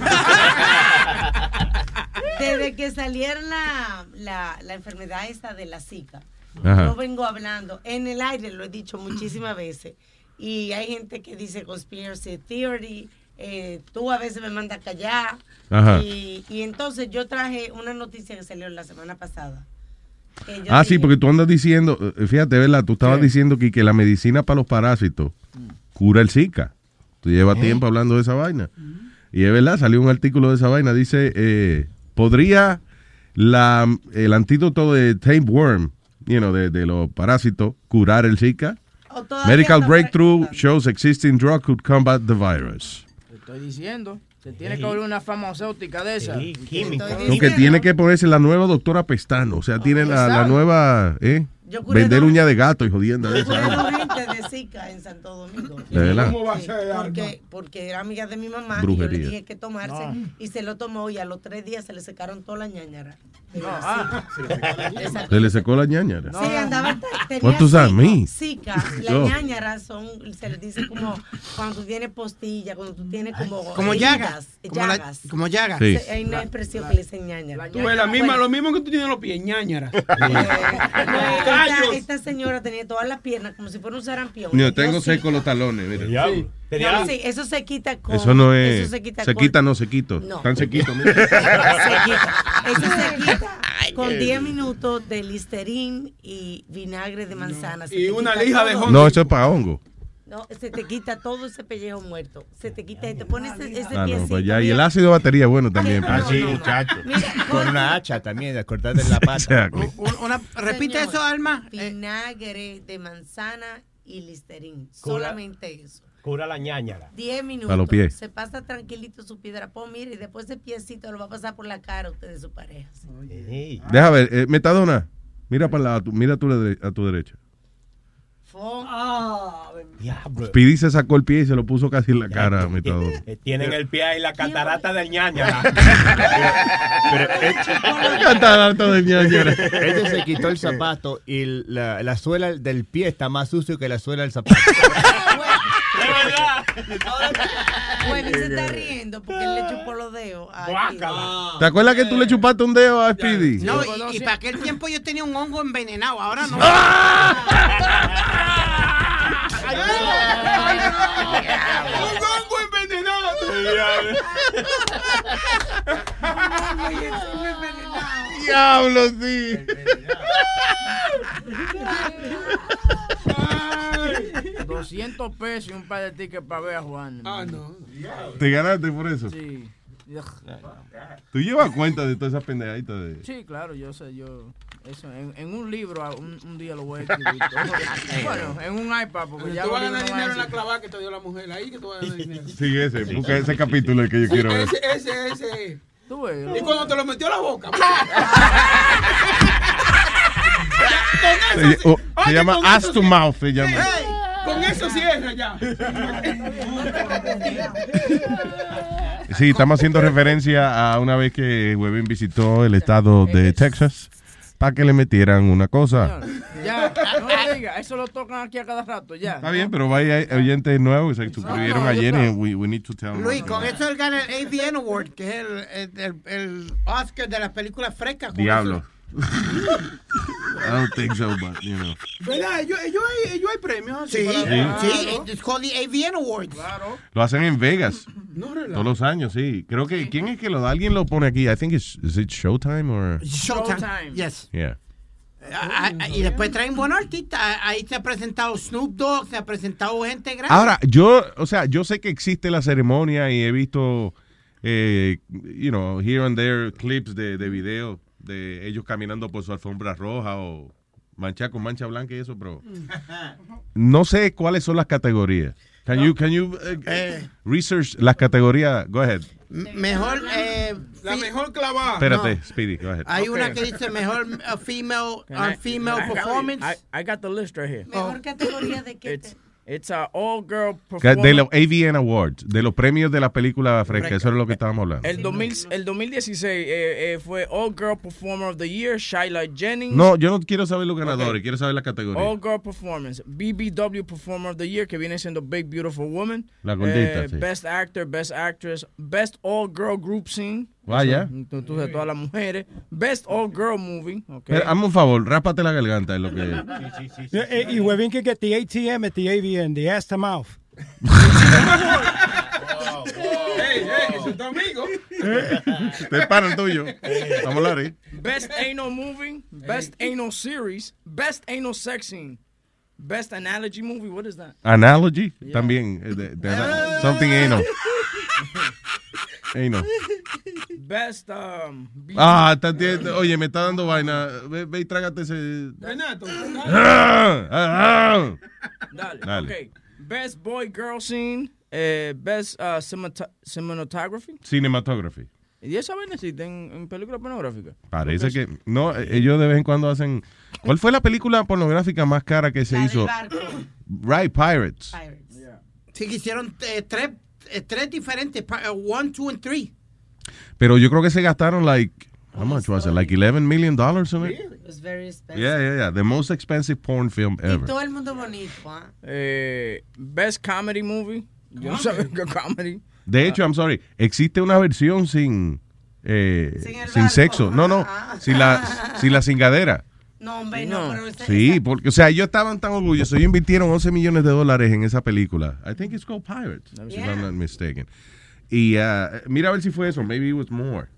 Speaker 11: Desde que saliera la, la, la enfermedad esta de la Zika,
Speaker 6: Ajá.
Speaker 11: yo vengo hablando en el aire, lo he dicho muchísimas veces, y hay gente que dice conspiracy theory, eh, tú a veces me mandas callar,
Speaker 6: Ajá.
Speaker 11: y, y entonces yo traje una noticia que salió la semana pasada. que yo
Speaker 6: Ah, sí,
Speaker 11: dije-
Speaker 6: porque tú andas diciendo, eh, fíjate, ¿verdad? Tú estabas diciendo que, que la medicina para los parásitos
Speaker 11: Mm.
Speaker 6: cura el Zika. Tú llevas
Speaker 11: ¿Eh?
Speaker 6: tiempo hablando de esa vaina.
Speaker 11: Mm.
Speaker 6: Y es verdad, salió un artículo de esa vaina. Dice, eh, ¿podría la, el antídoto de tapeworm, you know, de, de los parásitos, curar el Zika?
Speaker 11: O todavía
Speaker 6: Medical
Speaker 11: está
Speaker 6: breakthrough shows existing drug could combat the virus.
Speaker 9: Te estoy diciendo. Se tiene que volver una farmacéutica de esa. Sí,
Speaker 12: químico.
Speaker 6: Aunque tiene que ponerse la nueva doctora Pestano. O sea, tiene la, la nueva, ¿eh?
Speaker 11: Yo curé
Speaker 6: Vender
Speaker 11: dos-
Speaker 6: uña de gato y jodienda de
Speaker 11: Yo
Speaker 6: esa.
Speaker 11: curé
Speaker 6: vaina.
Speaker 11: dos gente de Zika en Santo Domingo.
Speaker 6: ¿De verdad? ¿Cómo
Speaker 17: va a
Speaker 11: Sí,
Speaker 17: ser, Alma?
Speaker 11: porque, porque era amiga de mi mamá y yo
Speaker 6: Brujería.
Speaker 11: le dije que tomarse
Speaker 17: Ah.
Speaker 11: y se lo tomó y a los tres días se le secaron toda la ñañara. De la
Speaker 17: Ah.
Speaker 11: Zika. Exacto.
Speaker 6: Se le secó la ñañara.
Speaker 11: Sí, andaba, tenía
Speaker 6: What does that
Speaker 11: Zika.
Speaker 6: mean?
Speaker 11: Zika, las
Speaker 6: Yo.
Speaker 11: ñañaras son, se les dice como cuando tú tienes postilla, cuando tú tienes como
Speaker 10: Como
Speaker 11: heridas,
Speaker 10: llagas, como la-
Speaker 11: llagas.
Speaker 10: como llagas.
Speaker 11: Sí,
Speaker 10: Sí.
Speaker 11: Hay una expresión que le dicen ñañara.
Speaker 17: Tú ves la misma,
Speaker 11: Bueno,
Speaker 17: lo mismo que tú tienes en los pies,
Speaker 9: <laughs>
Speaker 17: ñañaras.
Speaker 11: esta, esta señora tenía todas las piernas como si fuera un sarampión.
Speaker 6: Yo tengo
Speaker 11: Yo
Speaker 6: seco los talones, mira.
Speaker 11: No, sí, eso se quita con.
Speaker 6: Eso no es.
Speaker 11: eso se quita,
Speaker 6: se
Speaker 11: con-
Speaker 6: quita, no se quita.
Speaker 11: No.
Speaker 6: Están sequitos,
Speaker 11: <laughs> se
Speaker 6: mira.
Speaker 11: quita. Eso se quita con
Speaker 6: qué
Speaker 11: 10 minutos de listerín y vinagre de manzana. se
Speaker 17: Y
Speaker 11: te
Speaker 17: una
Speaker 11: quita
Speaker 17: lija de
Speaker 11: todo.
Speaker 6: No, eso es para hongo.
Speaker 11: No, se te quita todo ese pellejo muerto. Se te quita y te pones ese, ese
Speaker 6: Ah, no,
Speaker 11: piecito. Ah,
Speaker 6: pues ya. Y el ácido de batería, bueno, también. pues.
Speaker 8: muchacho. Con una hacha también, de cortarle la pata.
Speaker 6: Exactly.
Speaker 10: repite eso,
Speaker 11: Alma.
Speaker 17: Eh.
Speaker 11: Vinagre de manzana y listerín.
Speaker 12: Cura-
Speaker 11: Solamente eso.
Speaker 12: Cura la ñañara.
Speaker 11: 10 minutos.
Speaker 12: Para los pies.
Speaker 11: Se pasa tranquilito su pón, mire, y después ese piecito lo va a pasar por la cara a usted de su pareja. ¿sí?
Speaker 13: Ah.
Speaker 6: Deja ver, eh, Metadona. Mira para la, a tu- mira a tu, dere- a tu derecha.
Speaker 11: Fon.
Speaker 6: Speedy se sacó el pie y se lo puso casi en la cara, Metadona.
Speaker 12: Eh, Tienen el pie y la catarata del ñañara. <laughs>
Speaker 6: <laughs> Catarata de ñañara.
Speaker 8: Este se quitó el zapato y la, la suela del pie está más sucio que la suela del zapato.
Speaker 11: Huevín se está riendo porque él le chupó los dedos. a Speedy.
Speaker 6: ¿Te acuerdas que tú le chupaste un dedo a Speedy?
Speaker 10: No, y, y para aquel tiempo yo tenía un hongo envenenado, ahora
Speaker 6: <laughs>
Speaker 10: no.
Speaker 17: Un hongo envenenado.
Speaker 7: diablo.
Speaker 17: Y
Speaker 6: Diablo, sí.
Speaker 9: Ay, 200 pesos y un par de tickets para ver a Juan. Ah, no.
Speaker 6: ¿Te ganaste por eso?
Speaker 9: Sí.
Speaker 6: Tú llevas cuenta de todas esas pendejaditas de...
Speaker 9: Sí, claro, yo sé, yo... Eso, en, en un libro, a- un, un día lo voy a escribir. todo. bueno, en un iPad, porque ya...
Speaker 17: tú vas a
Speaker 9: los
Speaker 17: ganar
Speaker 9: libros
Speaker 17: dinero en
Speaker 9: van
Speaker 17: la clavada que te dio la mujer. Ahí que tú vas a ganar dinero.
Speaker 6: Sí, ese, busca ese capítulo que yo quiero ver.
Speaker 17: Ese, ese, ese.
Speaker 9: Tú ves.
Speaker 17: Y cuando te lo metió a la
Speaker 9: <laughs>
Speaker 17: boca.
Speaker 6: Se, o- se llama Ass to Mouth, se llama.
Speaker 17: ¡Ey! Con eso cierra
Speaker 9: <laughs>
Speaker 17: ya. <laughs>
Speaker 6: Sí, estamos haciendo referencia a una vez que Webin visitó el estado de Texas para que le metieran una cosa.
Speaker 9: Ya, no le diga, eso lo tocan aquí a cada rato, ya.
Speaker 6: Está bien, pero vaya oyentes nuevos que se suscribieron ayer y we, we need to tell them.
Speaker 10: Luis, con eso él gana el AVN Award, que es el, el- el- el Oscar de las películas frescas. con
Speaker 6: Diablo. I don't think so, but, you know.
Speaker 17: ¿Verdad? Ellos, ellos hay, ellos hay premios así.
Speaker 10: Sí,
Speaker 17: para-
Speaker 10: sí, it's called the AVN Awards. Claro.
Speaker 6: Lo hacen en Vegas.
Speaker 17: No, relaja.
Speaker 6: Todos los años, sí. Creo que, ¿quién es que lo da? Alguien lo pone aquí. I think it's, is it Showtime or...
Speaker 10: Showtime. Yes.
Speaker 6: Yeah.
Speaker 10: Ah,
Speaker 17: Oh.
Speaker 10: ah, y después traen buenos artistas. Ah, Ahí se ha presentado Snoop Dogg, se ha presentado gente grande.
Speaker 6: Ahora, yo, o sea, yo sé que existe la ceremonia y he visto, eh, you know, here and there clips de, de video de ellos caminando por su alfombra roja o mancha con mancha blanca y eso, pero no sé cuáles son las categorías. Can you, can you eh, research las categorías? Go ahead.
Speaker 10: Mejor. eh,
Speaker 17: La
Speaker 10: fi-
Speaker 17: mejor clavada.
Speaker 6: Espérate,
Speaker 10: No.
Speaker 6: Speedy, go ahead.
Speaker 10: Hay una que dice mejor uh, female,
Speaker 9: Can
Speaker 10: uh,
Speaker 9: I-
Speaker 10: female
Speaker 9: I got it.
Speaker 10: performance.
Speaker 9: I, I got the list right here.
Speaker 11: Mejor categoría de qué.
Speaker 9: It's, it's a all girl
Speaker 6: Ca-
Speaker 9: performance.
Speaker 6: De los AVN Awards, de los premios de la película fresca, eso es lo que estábamos hablando.
Speaker 9: El, 2000, el 2016 eh, eh, fue All Girl Performer of the Year, Shyla Jennings.
Speaker 6: No, yo no quiero saber los ganadores, quiero saber la categoría.
Speaker 9: All Girl Performance, BBW Performer of the Year, que viene siendo Big Beautiful Woman. Eh,
Speaker 6: La gordita, sí.
Speaker 9: Best Actor, Best Actress, Best All Girl Group Scene.
Speaker 6: Vaya.
Speaker 9: Entonces, tú sabes, todas las mujeres. Best All Girl Movie. Okay.
Speaker 6: Pero, hazme un favor, rápate la garganta es lo
Speaker 9: <laughs>
Speaker 6: que...
Speaker 21: Yeah, eh, You Webin can get the ATM at the AVN, the ass
Speaker 10: <laughs>
Speaker 21: to mouth.
Speaker 17: Eh. Ey, ey, eso es tu amigo.
Speaker 6: Te paran tuyo. Vamos a hablar ¿eh? ahí.
Speaker 9: Best Anal Movie, Best Anal Series, Best Anal Sex Scene, Best Analogy Movie. What is that?
Speaker 6: Analogy también. eh, de- de ana- something anal. Anal.
Speaker 9: Best um, B-
Speaker 6: Ah, está, tie- oye, me está dando vaina. Ve, ve y trágate ese.
Speaker 9: Renato,
Speaker 6: Ah, ah, ah.
Speaker 9: Dale.
Speaker 6: Dale.
Speaker 9: Okay. Best Boy Girl Scene, eh, Best uh, cinemata- Cinematography.
Speaker 6: Cinematography.
Speaker 9: Y esa vaina existe en, en película pornográfica.
Speaker 6: Parece que. No, eh, ellos de vez en cuando hacen. ¿Cuál fue la película pornográfica más cara que se hizo? Right, Pirates.
Speaker 10: Sí, que hicieron eh, tres, eh, tres diferentes: pa- eh, one, two, and three.
Speaker 6: Pero yo creo que se gastaron, like. How much was it? Like 11 million dollars on it?
Speaker 11: It was very expensive.
Speaker 6: Yeah, yeah, yeah. The most expensive porn film ever.
Speaker 11: Todo el mundo bonito, ¿ah?
Speaker 9: Eh, best Comedy Movie. Yo no sabía que comedy.
Speaker 6: De hecho, I'm sorry, existe una versión sin eh, sin, Ah, sexo. No, no, sin la sin la cingadera.
Speaker 11: No, hombre, no, pero ese-
Speaker 6: Sí, porque o sea, ellos estaban tan orgullosos, ellos invirtieron 11 millones de dólares en esa película. I think it's called Pirates, if I'm not mistaken. Y ah, mira a ver si fue eso, maybe it was more.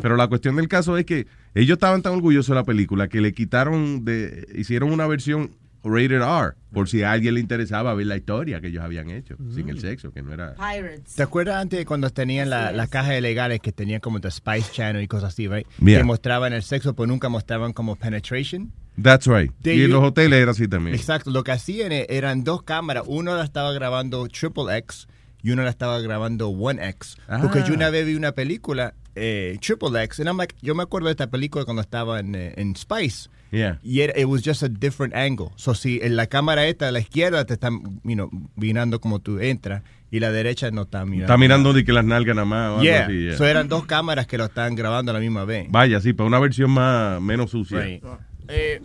Speaker 6: Pero la cuestión del caso es que ellos estaban tan orgullosos de la película que le quitaron de hicieron una versión rated R por si a alguien le interesaba ver la historia que ellos habían hecho sin el sexo, que no era
Speaker 11: Pirates.
Speaker 8: ¿Te acuerdas antes cuando tenían la- las cajas ilegales que tenían como The Spice Channel y cosas así, right?
Speaker 6: Yeah.
Speaker 8: Que mostraban el sexo, pero nunca mostraban como penetration.
Speaker 6: That's right.
Speaker 8: They
Speaker 6: y en
Speaker 8: u-
Speaker 6: los hoteles era así también.
Speaker 8: Exacto, lo que hacían e- eran dos cámaras, uno la estaba grabando Triple X y uno la estaba grabando One X. Porque
Speaker 6: Ah.
Speaker 8: yo una vez vi una película, eh, Triple X, and I'm like, yo me acuerdo de esta película cuando estaba en, eh, en Spice.
Speaker 6: Yeah.
Speaker 8: Y era, it was just a different angle. So, si en la cámara esta, a la izquierda, te están you know, mirando como tú entras y la derecha no está mirando.
Speaker 6: Está mirando de que las nalgas nada más. o algo
Speaker 8: Yeah.
Speaker 6: así, yeah.
Speaker 8: So, eran dos cámaras que lo estaban grabando a la misma vez.
Speaker 6: Vaya, sí, para una versión más menos sucia.
Speaker 8: Right.
Speaker 9: Eh,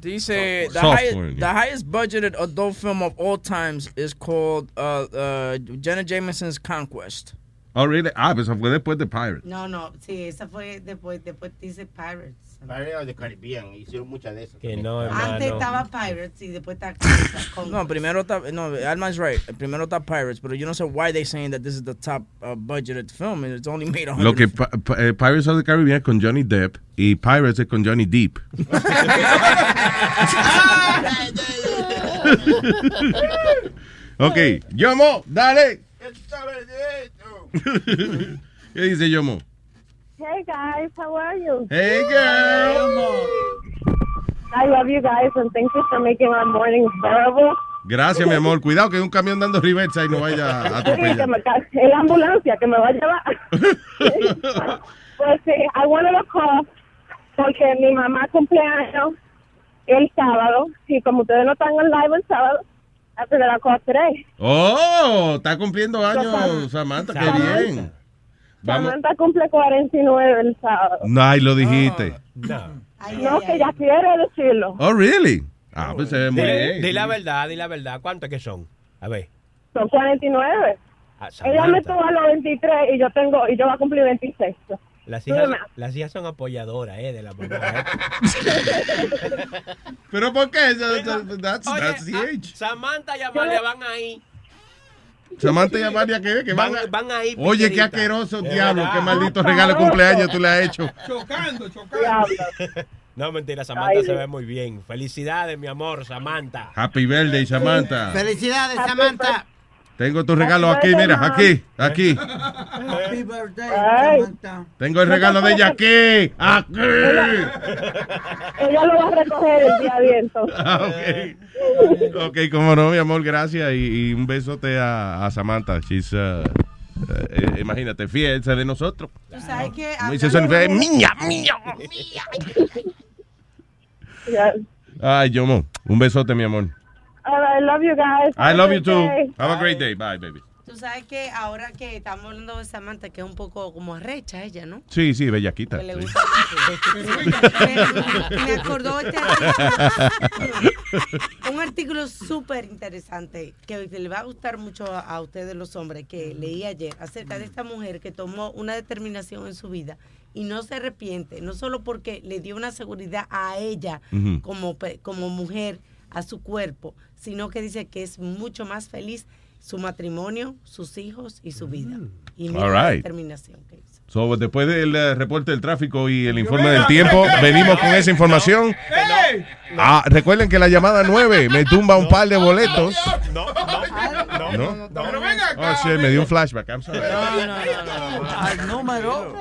Speaker 9: Dice, the,
Speaker 6: Soft
Speaker 9: highest,
Speaker 6: porn, yeah.
Speaker 9: the highest budgeted adult film of all times is called uh, uh, Jenna Jameson's Conquest.
Speaker 6: Oh, really? Ah, pues fue después de Pirates.
Speaker 11: No, no, sí, esa fue después, después dice Pirates.
Speaker 13: Pirates of the Caribbean. Hicieron muchas de esas. Ah,
Speaker 12: Que no,
Speaker 11: Antes
Speaker 12: hermano.
Speaker 11: estaba Pirates y
Speaker 13: <laughs>
Speaker 11: después está
Speaker 9: No, primero está, no, Alma's right. Primero está Pirates, pero yo no sé why they saying that this is the top uh, budgeted film and it's only made on.
Speaker 6: Lo que pa- pa- eh, Pirates of the Caribbean es con Johnny Depp y Pirates es con Johnny Deep. ok, Yomo, dale. ¿Qué dice Yomo?
Speaker 22: Hey guys, how are you?
Speaker 6: Hey, girl.
Speaker 22: I love you guys and thank you for making my morning bearable.
Speaker 6: Gracias, mi amor. Cuidado que hay un camión dando reversa y no vaya <laughs> a
Speaker 22: Oye, que
Speaker 6: atropellar.
Speaker 22: me ca- en la ambulancia que me va a llevar.
Speaker 6: <laughs>
Speaker 22: pues sí, I wanted to call porque mi mamá cumpleaños el sábado y como ustedes no están en live el sábado, after that I call today.
Speaker 6: Oh, está cumpliendo años, Samantha. Qué bien. Vamos.
Speaker 22: Samantha cumple 49 el sábado.
Speaker 6: No, ahí lo dijiste.
Speaker 22: no, que ya quiere decirlo.
Speaker 6: Oh, really? Ah, pues se ve muy
Speaker 12: Di
Speaker 6: bien.
Speaker 12: di la verdad, di la verdad. ¿Cuántos es que son? A ver.
Speaker 22: Son 49.
Speaker 12: Ah, Samantha.
Speaker 22: Ella me tuvo a los 23 y yo tengo y yo voy a cumplir 26.
Speaker 12: Las hijas,
Speaker 22: Dime.
Speaker 12: las hijas son apoyadoras, eh, de la mamá.
Speaker 6: Pero ¿por qué? That's, that's the age.
Speaker 12: ah, Samantha y Amalia van ahí.
Speaker 6: Samantha y Amalia, ¿qué? Que van, a-
Speaker 12: Van, van ahí.
Speaker 6: Oye, qué
Speaker 12: piqueritas.
Speaker 6: asqueroso,
Speaker 12: Es
Speaker 6: diablo.
Speaker 12: verdad. Ah,
Speaker 6: Qué maldito regalo de cumpleaños tú le has hecho.
Speaker 12: <laughs>
Speaker 17: Chocando, chocando.
Speaker 12: No, mentira, Samantha
Speaker 22: Ay,
Speaker 12: se
Speaker 22: Dios.
Speaker 12: ve muy bien. Felicidades, mi amor, Samantha.
Speaker 6: Happy birthday, Samantha.
Speaker 10: Felicidades, Samantha.
Speaker 6: Tengo tu regalo aquí, mira, aquí, aquí.
Speaker 5: Happy birthday,
Speaker 22: Ay.
Speaker 5: Samantha.
Speaker 6: Tengo el regalo de ella aquí, aquí.
Speaker 22: Ella lo va a recoger el día abierto.
Speaker 6: Ah, ok. Ok, como no, mi amor, gracias. Y, y un besote a, a Samantha. She's, uh, eh, imagínate, fiel esa de nosotros.
Speaker 11: Tú sabes que.
Speaker 6: Como dice Sonfe, mía, mía,
Speaker 11: mía. <laughs>
Speaker 22: Yeah.
Speaker 6: Ay, Yomo, un besote, mi amor.
Speaker 22: All right, I love you guys.
Speaker 6: I love you too.
Speaker 22: Okay.
Speaker 6: Have a great day. Bye, baby.
Speaker 11: Tú sabes que ahora que estamos hablando de Samantha, que es un poco como arrecha ella, ¿no?
Speaker 6: Sí, sí, bellaquita.
Speaker 11: Que le
Speaker 6: sí.
Speaker 11: gusta- me, me
Speaker 6: <laughs>
Speaker 11: acordó este artículo, un artículo súper interesante que le va a gustar mucho a, a ustedes los hombres que leí ayer acerca de esta mujer que tomó una determinación en su vida y no se arrepiente, no solo porque le dio una seguridad a ella
Speaker 14: Ujú.
Speaker 11: como, pe- como mujer, a su cuerpo, sino que dice que es mucho más feliz su matrimonio, sus hijos y su vida. Y mira
Speaker 6: Mm. All
Speaker 11: la
Speaker 6: right.
Speaker 11: determinación que hizo.
Speaker 6: So, después del eh, reporte del tráfico y el informe del tiempo, venimos con esa información. Ah, recuerden que la llamada 9 me tumba un par de boletos.
Speaker 12: No, no,
Speaker 6: no,
Speaker 12: no,
Speaker 6: Pero venga Oh, shit, me dio un flashback. I'm sorry.
Speaker 5: Al número.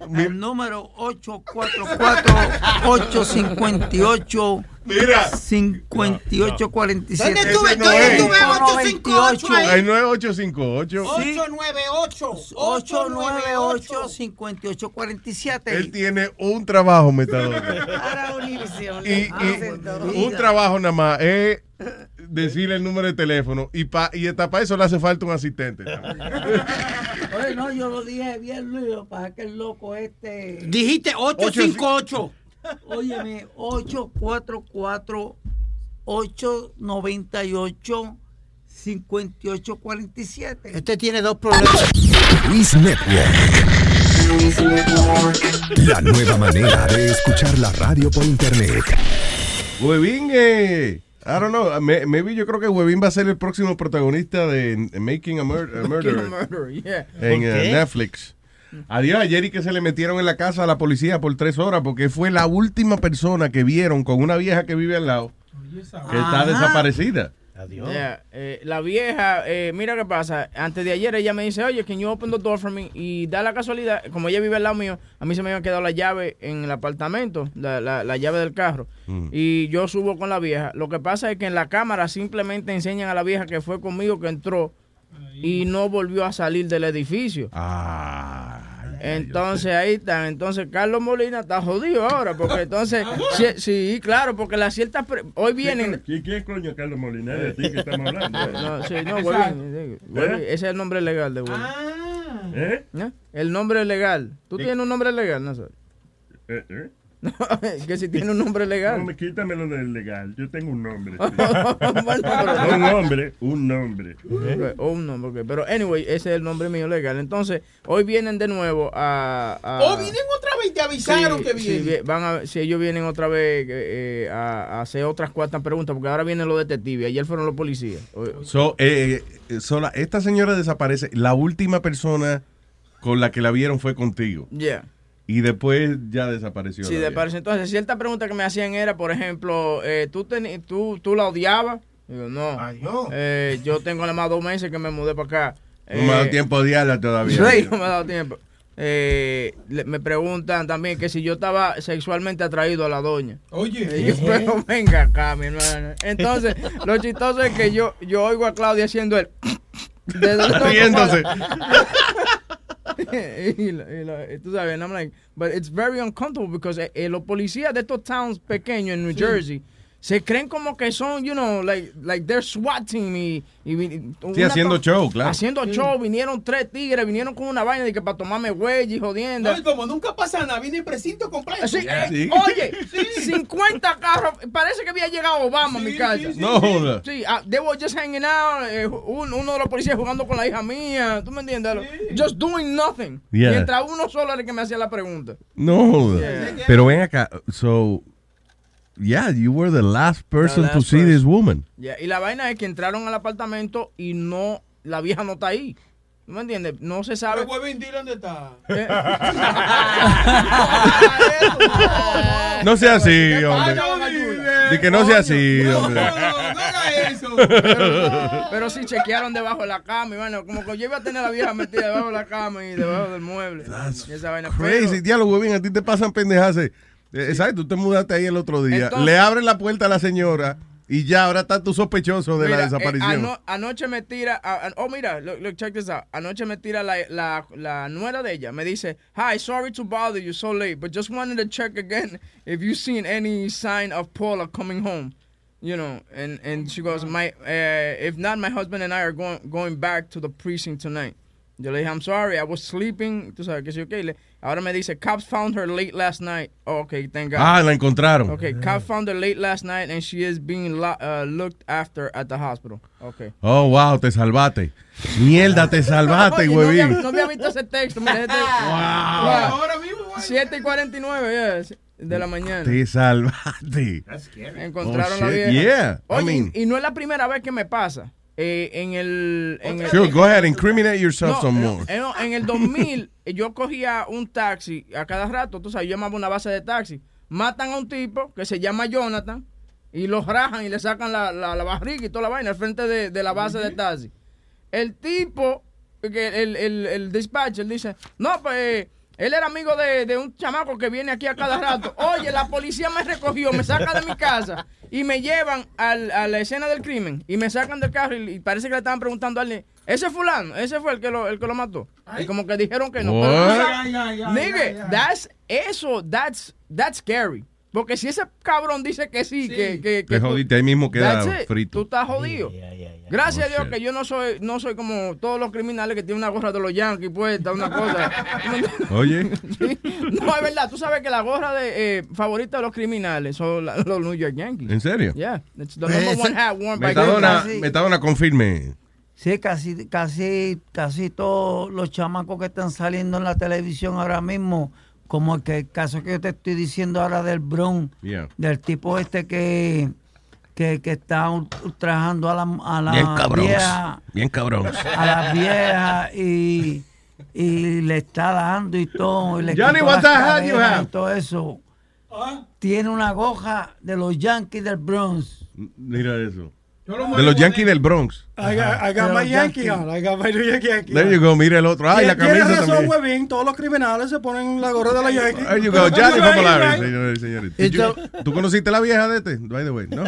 Speaker 5: Al número 844-858.
Speaker 6: Mira.
Speaker 5: 5847.
Speaker 6: ¿Dónde estuve? ¿Dónde estuve?
Speaker 5: 858.
Speaker 6: Hay 9858.
Speaker 5: 898. 898 5847.
Speaker 6: Él tiene un trabajo,
Speaker 5: <laughs>
Speaker 6: Metadona.
Speaker 11: Para Univision.
Speaker 5: Ah,
Speaker 6: Y- y- un trabajo nada más es decirle el número de teléfono y pa, y hasta para eso le hace falta un asistente.
Speaker 5: Oye, no, yo lo dije bien, Luis, lo que pasa es que el loco este...
Speaker 10: Dijiste 858.
Speaker 5: Óyeme, 844 898 5847.
Speaker 10: Este tiene dos problemas.
Speaker 7: Luis Network. La nueva manera de escuchar la radio por internet.
Speaker 6: Huevín, eh, I don't know, me- maybe yo creo que Huevín va a ser el próximo protagonista de Making a, Mur- a
Speaker 9: Kill a
Speaker 6: Murderer
Speaker 9: <laughs> murderer, yeah.
Speaker 6: en
Speaker 9: ¿Por
Speaker 6: eh,
Speaker 9: qué?
Speaker 6: Netflix. Adiós, ayer y que se le metieron en la casa a la policía por tres horas porque fue la última persona que vieron con una vieja que vive al lado que está
Speaker 9: Ajá.
Speaker 6: desaparecida.
Speaker 9: Yeah, eh, la vieja, eh, mira qué pasa. Antes de ayer ella me dice, oye, can you open the door for me? Y da la casualidad, como ella vive al lado mío, a mí se me había quedado la llave en el apartamento, la, la- la llave del carro.
Speaker 17: Mm.
Speaker 9: Y yo subo con la vieja. Lo que pasa es que en la cámara simplemente enseñan a la vieja que fue conmigo que entró y no volvió a salir del edificio. Entonces ahí está, entonces Carlos Molina está jodido ahora,
Speaker 16: <laughs>
Speaker 9: porque entonces, sí, sí, claro, porque las ciertas, pre- hoy vienen,
Speaker 16: ¿Quién, quién coño es Carlos Molina? Es de ti que estamos hablando.
Speaker 9: <laughs> No, sí, no,
Speaker 16: Exacto. ¿Eh? Ah.
Speaker 9: Wolverine, sí, Wolverine. Ese es el nombre legal de Wolverine. ¿Eh? El nombre legal. ¿Tú tienes un nombre legal, no
Speaker 16: Eh, eh.
Speaker 9: <laughs> que si tiene un nombre legal.
Speaker 16: No, me quítamelo del legal. Yo tengo un nombre. sí.
Speaker 9: <laughs> Bueno, pero-
Speaker 16: No un nombre, un nombre.
Speaker 9: Ok, o un nombre, ok. Pero, anyway, ese es el nombre mío legal. Entonces, hoy vienen de nuevo a.
Speaker 6: Ah.
Speaker 9: a-
Speaker 17: Oh, vienen otra vez, te avisaron
Speaker 9: Sí,
Speaker 17: que
Speaker 9: sí,
Speaker 17: vienen.
Speaker 9: vi- van a- si ellos vienen otra vez eh, eh, a, a hacer otras cuantas preguntas, porque ahora vienen los detectives. Ayer fueron los policías. Hoy-
Speaker 6: So, eh, eh, so la- esta señora desaparece. La última persona con la que la vieron fue contigo.
Speaker 9: Yeah.
Speaker 6: Y después ya desapareció.
Speaker 9: Sí,
Speaker 6: la
Speaker 9: de
Speaker 6: vieja.
Speaker 9: parece. Entonces, cierta pregunta que me hacían era, por ejemplo, eh, ¿tú, teni- tú, ¿tú la odiabas? Digo, no. Eh, yo tengo nada más dos meses que me mudé para acá.
Speaker 6: No me ha dado
Speaker 9: Eh,
Speaker 6: tiempo a odiarla todavía.
Speaker 9: <laughs>
Speaker 6: <laughs>
Speaker 9: Sí, no me ha dado tiempo. Eh, le- me preguntan también que si yo estaba sexualmente atraído a la doña.
Speaker 17: Oye.
Speaker 9: Y yo, pero venga acá, mi hermano. Entonces, lo chistoso es que yo, yo oigo a Claudia haciendo el... <laughs>
Speaker 6: Riéndose.
Speaker 9: <laughs> y lo- y lo- y tú sabes, and I'm like, but it's very uncomfortable because eh, eh, los policías de estos towns pequeños en New
Speaker 17: Sí.
Speaker 9: Jersey se creen como que son, you know, like, like they're swatting me. Y, vi-
Speaker 6: Sí,
Speaker 9: una
Speaker 6: haciendo
Speaker 9: to-
Speaker 6: show, claro.
Speaker 9: Haciendo
Speaker 6: Sí.
Speaker 9: show, vinieron tres tigres, vinieron con una vaina de que para tomarme güey y jodiendo.
Speaker 17: No, y como nunca pasa nada, viene precinto completo.
Speaker 9: Sí, eh,
Speaker 6: Sí.
Speaker 9: Oye, 50 carros, parece que había llegado Obama a mi casa.
Speaker 6: sí, No sí. joda.
Speaker 9: Sí, ah, they were just hanging out, eh, un- uno de los policías jugando con la hija mía, ¿tú me entiendes? Just doing nothing.
Speaker 6: Yeah.
Speaker 9: Mientras uno solo era el que me hacía la pregunta.
Speaker 6: No. joda.
Speaker 9: Yeah.
Speaker 6: Pero ven acá. So, yeah, you were the last person
Speaker 9: last
Speaker 6: to see this woman.
Speaker 9: Ya, Y la vaina es que entraron al apartamento y no, la vieja no está ahí. ¿Tú me entiendes? No se sabe. Eh.
Speaker 17: Pero Huevín, dile dónde está. <laughs>
Speaker 6: <laughs> No sea así,
Speaker 17: Ah,
Speaker 6: hombre.
Speaker 17: no, Mayula.
Speaker 6: De que no sea así, hombre.
Speaker 9: Pero, pero sí chequearon debajo de la cama, y bueno, como que yo iba a tener a la vieja metida debajo de la cama y debajo del mueble. Y esa vaina.
Speaker 6: Crazy, diálogo, bien, a ti te pasan pendejas. eh, eh, ¿Sabes? Tú te mudaste ahí el otro día.
Speaker 9: Entonces-
Speaker 6: Le abres la puerta a la señora y ya ahora está tú sospechoso de la
Speaker 9: Mira, eh,
Speaker 6: desaparición.
Speaker 9: ano- anoche me tira, a- an- oh mira, look, look, check this out. Anoche me tira la, la, la nuera de ella, me dice, hi, sorry to bother you so late, but just wanted to check again if you seen any sign of Paula coming home. You know, and, and she goes, my, eh, if not, my husband and I are going, going back to the precinct tonight. Yo le dije, I'm sorry, I was sleeping. Tú sabes que sí, okay. Le- Ahora me dice, cops found her late last night. Oh, okay, thank God.
Speaker 6: Ah, la encontraron.
Speaker 9: Okay, cop found her late last night and she is being lo- uh, looked after at the hospital. Okay.
Speaker 6: Oh, wow, te salvaste. Mierda, te salvaste,
Speaker 9: <laughs> Oye, no había-
Speaker 6: huevín.
Speaker 9: No había visto ese texto. Mira,
Speaker 6: <laughs>
Speaker 9: este,
Speaker 17: Ahora
Speaker 9: mismo. 7 y 49 yes, de la mañana.
Speaker 6: Te salvaste.
Speaker 9: Encontraron
Speaker 6: Oh,
Speaker 9: la
Speaker 6: shit,
Speaker 9: vieja.
Speaker 6: yeah, I
Speaker 9: Oye,
Speaker 6: mean-
Speaker 9: y no es la primera vez que me pasa. Eh, en el. En el
Speaker 6: Sure, go ahead, incriminate yourself
Speaker 9: No,
Speaker 6: some
Speaker 9: no,
Speaker 6: more.
Speaker 9: eh, no, en el 2000 yo cogía un taxi a cada rato, tú sabes, yo llamaba una base de taxi. Matan a un tipo que se llama Jonathan y los rajan y le sacan la, la- la barriga y toda la vaina al frente de, de la base de taxi. El tipo, que el, el, el dispatcher dice, no, pues... Él era amigo de, de un chamaco que viene aquí a cada rato. Oye, la policía me recogió, me saca de mi casa y me llevan al- a la escena del crimen y me sacan del carro y, y parece que le estaban preguntando a alguien, ese fulano, ese fue el que lo, el que lo mató. Y como que dijeron que no. pero
Speaker 17: What?
Speaker 9: tú sabes,
Speaker 17: Ay, ay, ay,
Speaker 9: nigga,
Speaker 17: ay, ay.
Speaker 9: that's- eso, that's, that's scary. Porque si ese cabrón dice que sí, que, que, que
Speaker 6: Te
Speaker 9: tú-
Speaker 6: jodiste, ahí mismo queda
Speaker 9: That's it.
Speaker 6: frito. Oh,
Speaker 9: Tú estás jodido. Gracias a Dios que yo no soy no soy como todos los criminales que tienen una gorra de los Yankees puesta, una cosa. <laughs>
Speaker 6: Oye,
Speaker 9: no, es verdad. Tú sabes que la gorra de, eh, favorita de los criminales son la- los New York Yankees.
Speaker 6: ¿en serio?
Speaker 9: Yeah, it's the
Speaker 5: Pues
Speaker 9: number
Speaker 5: esa-
Speaker 9: one hat worn by
Speaker 6: Metadona,
Speaker 9: criminals.
Speaker 6: Metadona, confirme.
Speaker 5: Sí, casi, casi, casi todos los chamacos que están saliendo en la televisión ahora mismo, como el, que, el caso que yo te estoy diciendo ahora del Bron,
Speaker 6: Yeah.
Speaker 5: del tipo este que, que, que está ultrajando a la, a la
Speaker 6: Bien cabrón.
Speaker 5: vieja,
Speaker 6: Bien cabrón.
Speaker 5: a la vieja y, y le está dando y todo. Y le
Speaker 6: Johnny,
Speaker 5: quitó
Speaker 6: what
Speaker 5: las
Speaker 6: the hell you
Speaker 5: cadenas
Speaker 6: have?
Speaker 5: y todo eso.
Speaker 23: ¿Ah?
Speaker 5: Tiene una goja de los Yankees del Bronx.
Speaker 6: <laughs> Mira eso. De
Speaker 5: muevo
Speaker 6: los Yankees del Bronx.
Speaker 21: I got, I got
Speaker 5: Pero
Speaker 21: my
Speaker 5: Yankee.
Speaker 21: Yankee on. I got my New York Yankee.
Speaker 6: There you go, mira el otro. Ay, Ah, la
Speaker 21: Tiene
Speaker 6: camisa
Speaker 21: razón,
Speaker 6: también.
Speaker 21: Huevín. Todos los criminales se ponen la gorra de la Yankee.
Speaker 6: There you go, Johnny
Speaker 21: Right,
Speaker 6: Popolari,
Speaker 21: right.
Speaker 6: señores y señores.
Speaker 21: Y
Speaker 6: Did you-
Speaker 21: yo-
Speaker 6: ¿Tú conociste la vieja de este? By the way, ¿no?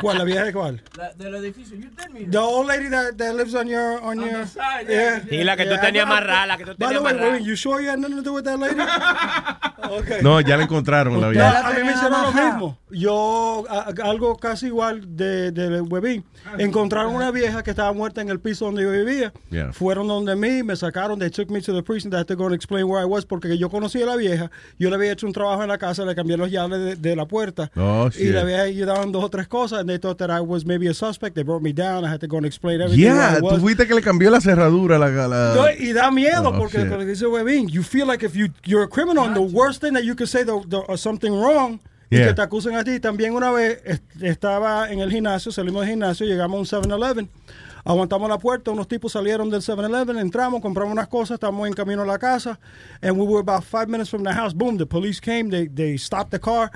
Speaker 21: ¿Cuál? ¿La vieja de cuál?
Speaker 17: La- del edificio. You tell me.
Speaker 21: The old lady that, that lives on your... On, your
Speaker 17: the side,
Speaker 21: yeah.
Speaker 17: yeah. Y la que
Speaker 12: tú tenías
Speaker 21: I got-
Speaker 12: amarrada, la que tú
Speaker 21: By the
Speaker 12: tenías
Speaker 21: way,
Speaker 12: amarrada.
Speaker 21: Huevín, you sure you had nothing to do with that lady?
Speaker 6: No, ya la encontraron la
Speaker 17: Ya,
Speaker 6: vieja.
Speaker 17: a mí me hicieron lo mismo. Yo, a- a- algo casi igual de, del huevín.
Speaker 6: Ah,
Speaker 17: Encontraron una vieja que estaba muerta en el piso donde yo vivía.
Speaker 6: Yeah.
Speaker 17: Fueron donde mí, me sacaron. They took me to the prison. They had to go and explain where I was. Porque yo conocí a la vieja. Yo le había hecho un trabajo en la casa. Le cambié los llaves de, de la puerta.
Speaker 6: Oh,
Speaker 17: y
Speaker 6: shit.
Speaker 17: le había ayudado en dos o tres cosas. And they thought that I was maybe a suspect. They brought me down. I had to go and explain everything. where
Speaker 6: Yeah,
Speaker 17: I was.
Speaker 6: tú viste que le cambió la cerradura a la, a la-
Speaker 17: No, y da miedo
Speaker 6: Oh,
Speaker 17: porque
Speaker 6: shit.
Speaker 17: lo que dice Webin, you feel like if you you're a criminal and the worst thing that you could say the, the- or something wrong y
Speaker 6: Yeah.
Speaker 17: que te acusen a ti. También una vez est- estaba en el gimnasio, salimos del gimnasio, llegamos a un 7-Eleven, aguantamos la puerta, unos tipos salieron del 7-Eleven, entramos, compramos unas cosas, estamos en camino a la casa, and we were about five minutes from the house. Boom, the police came, they they stopped the car.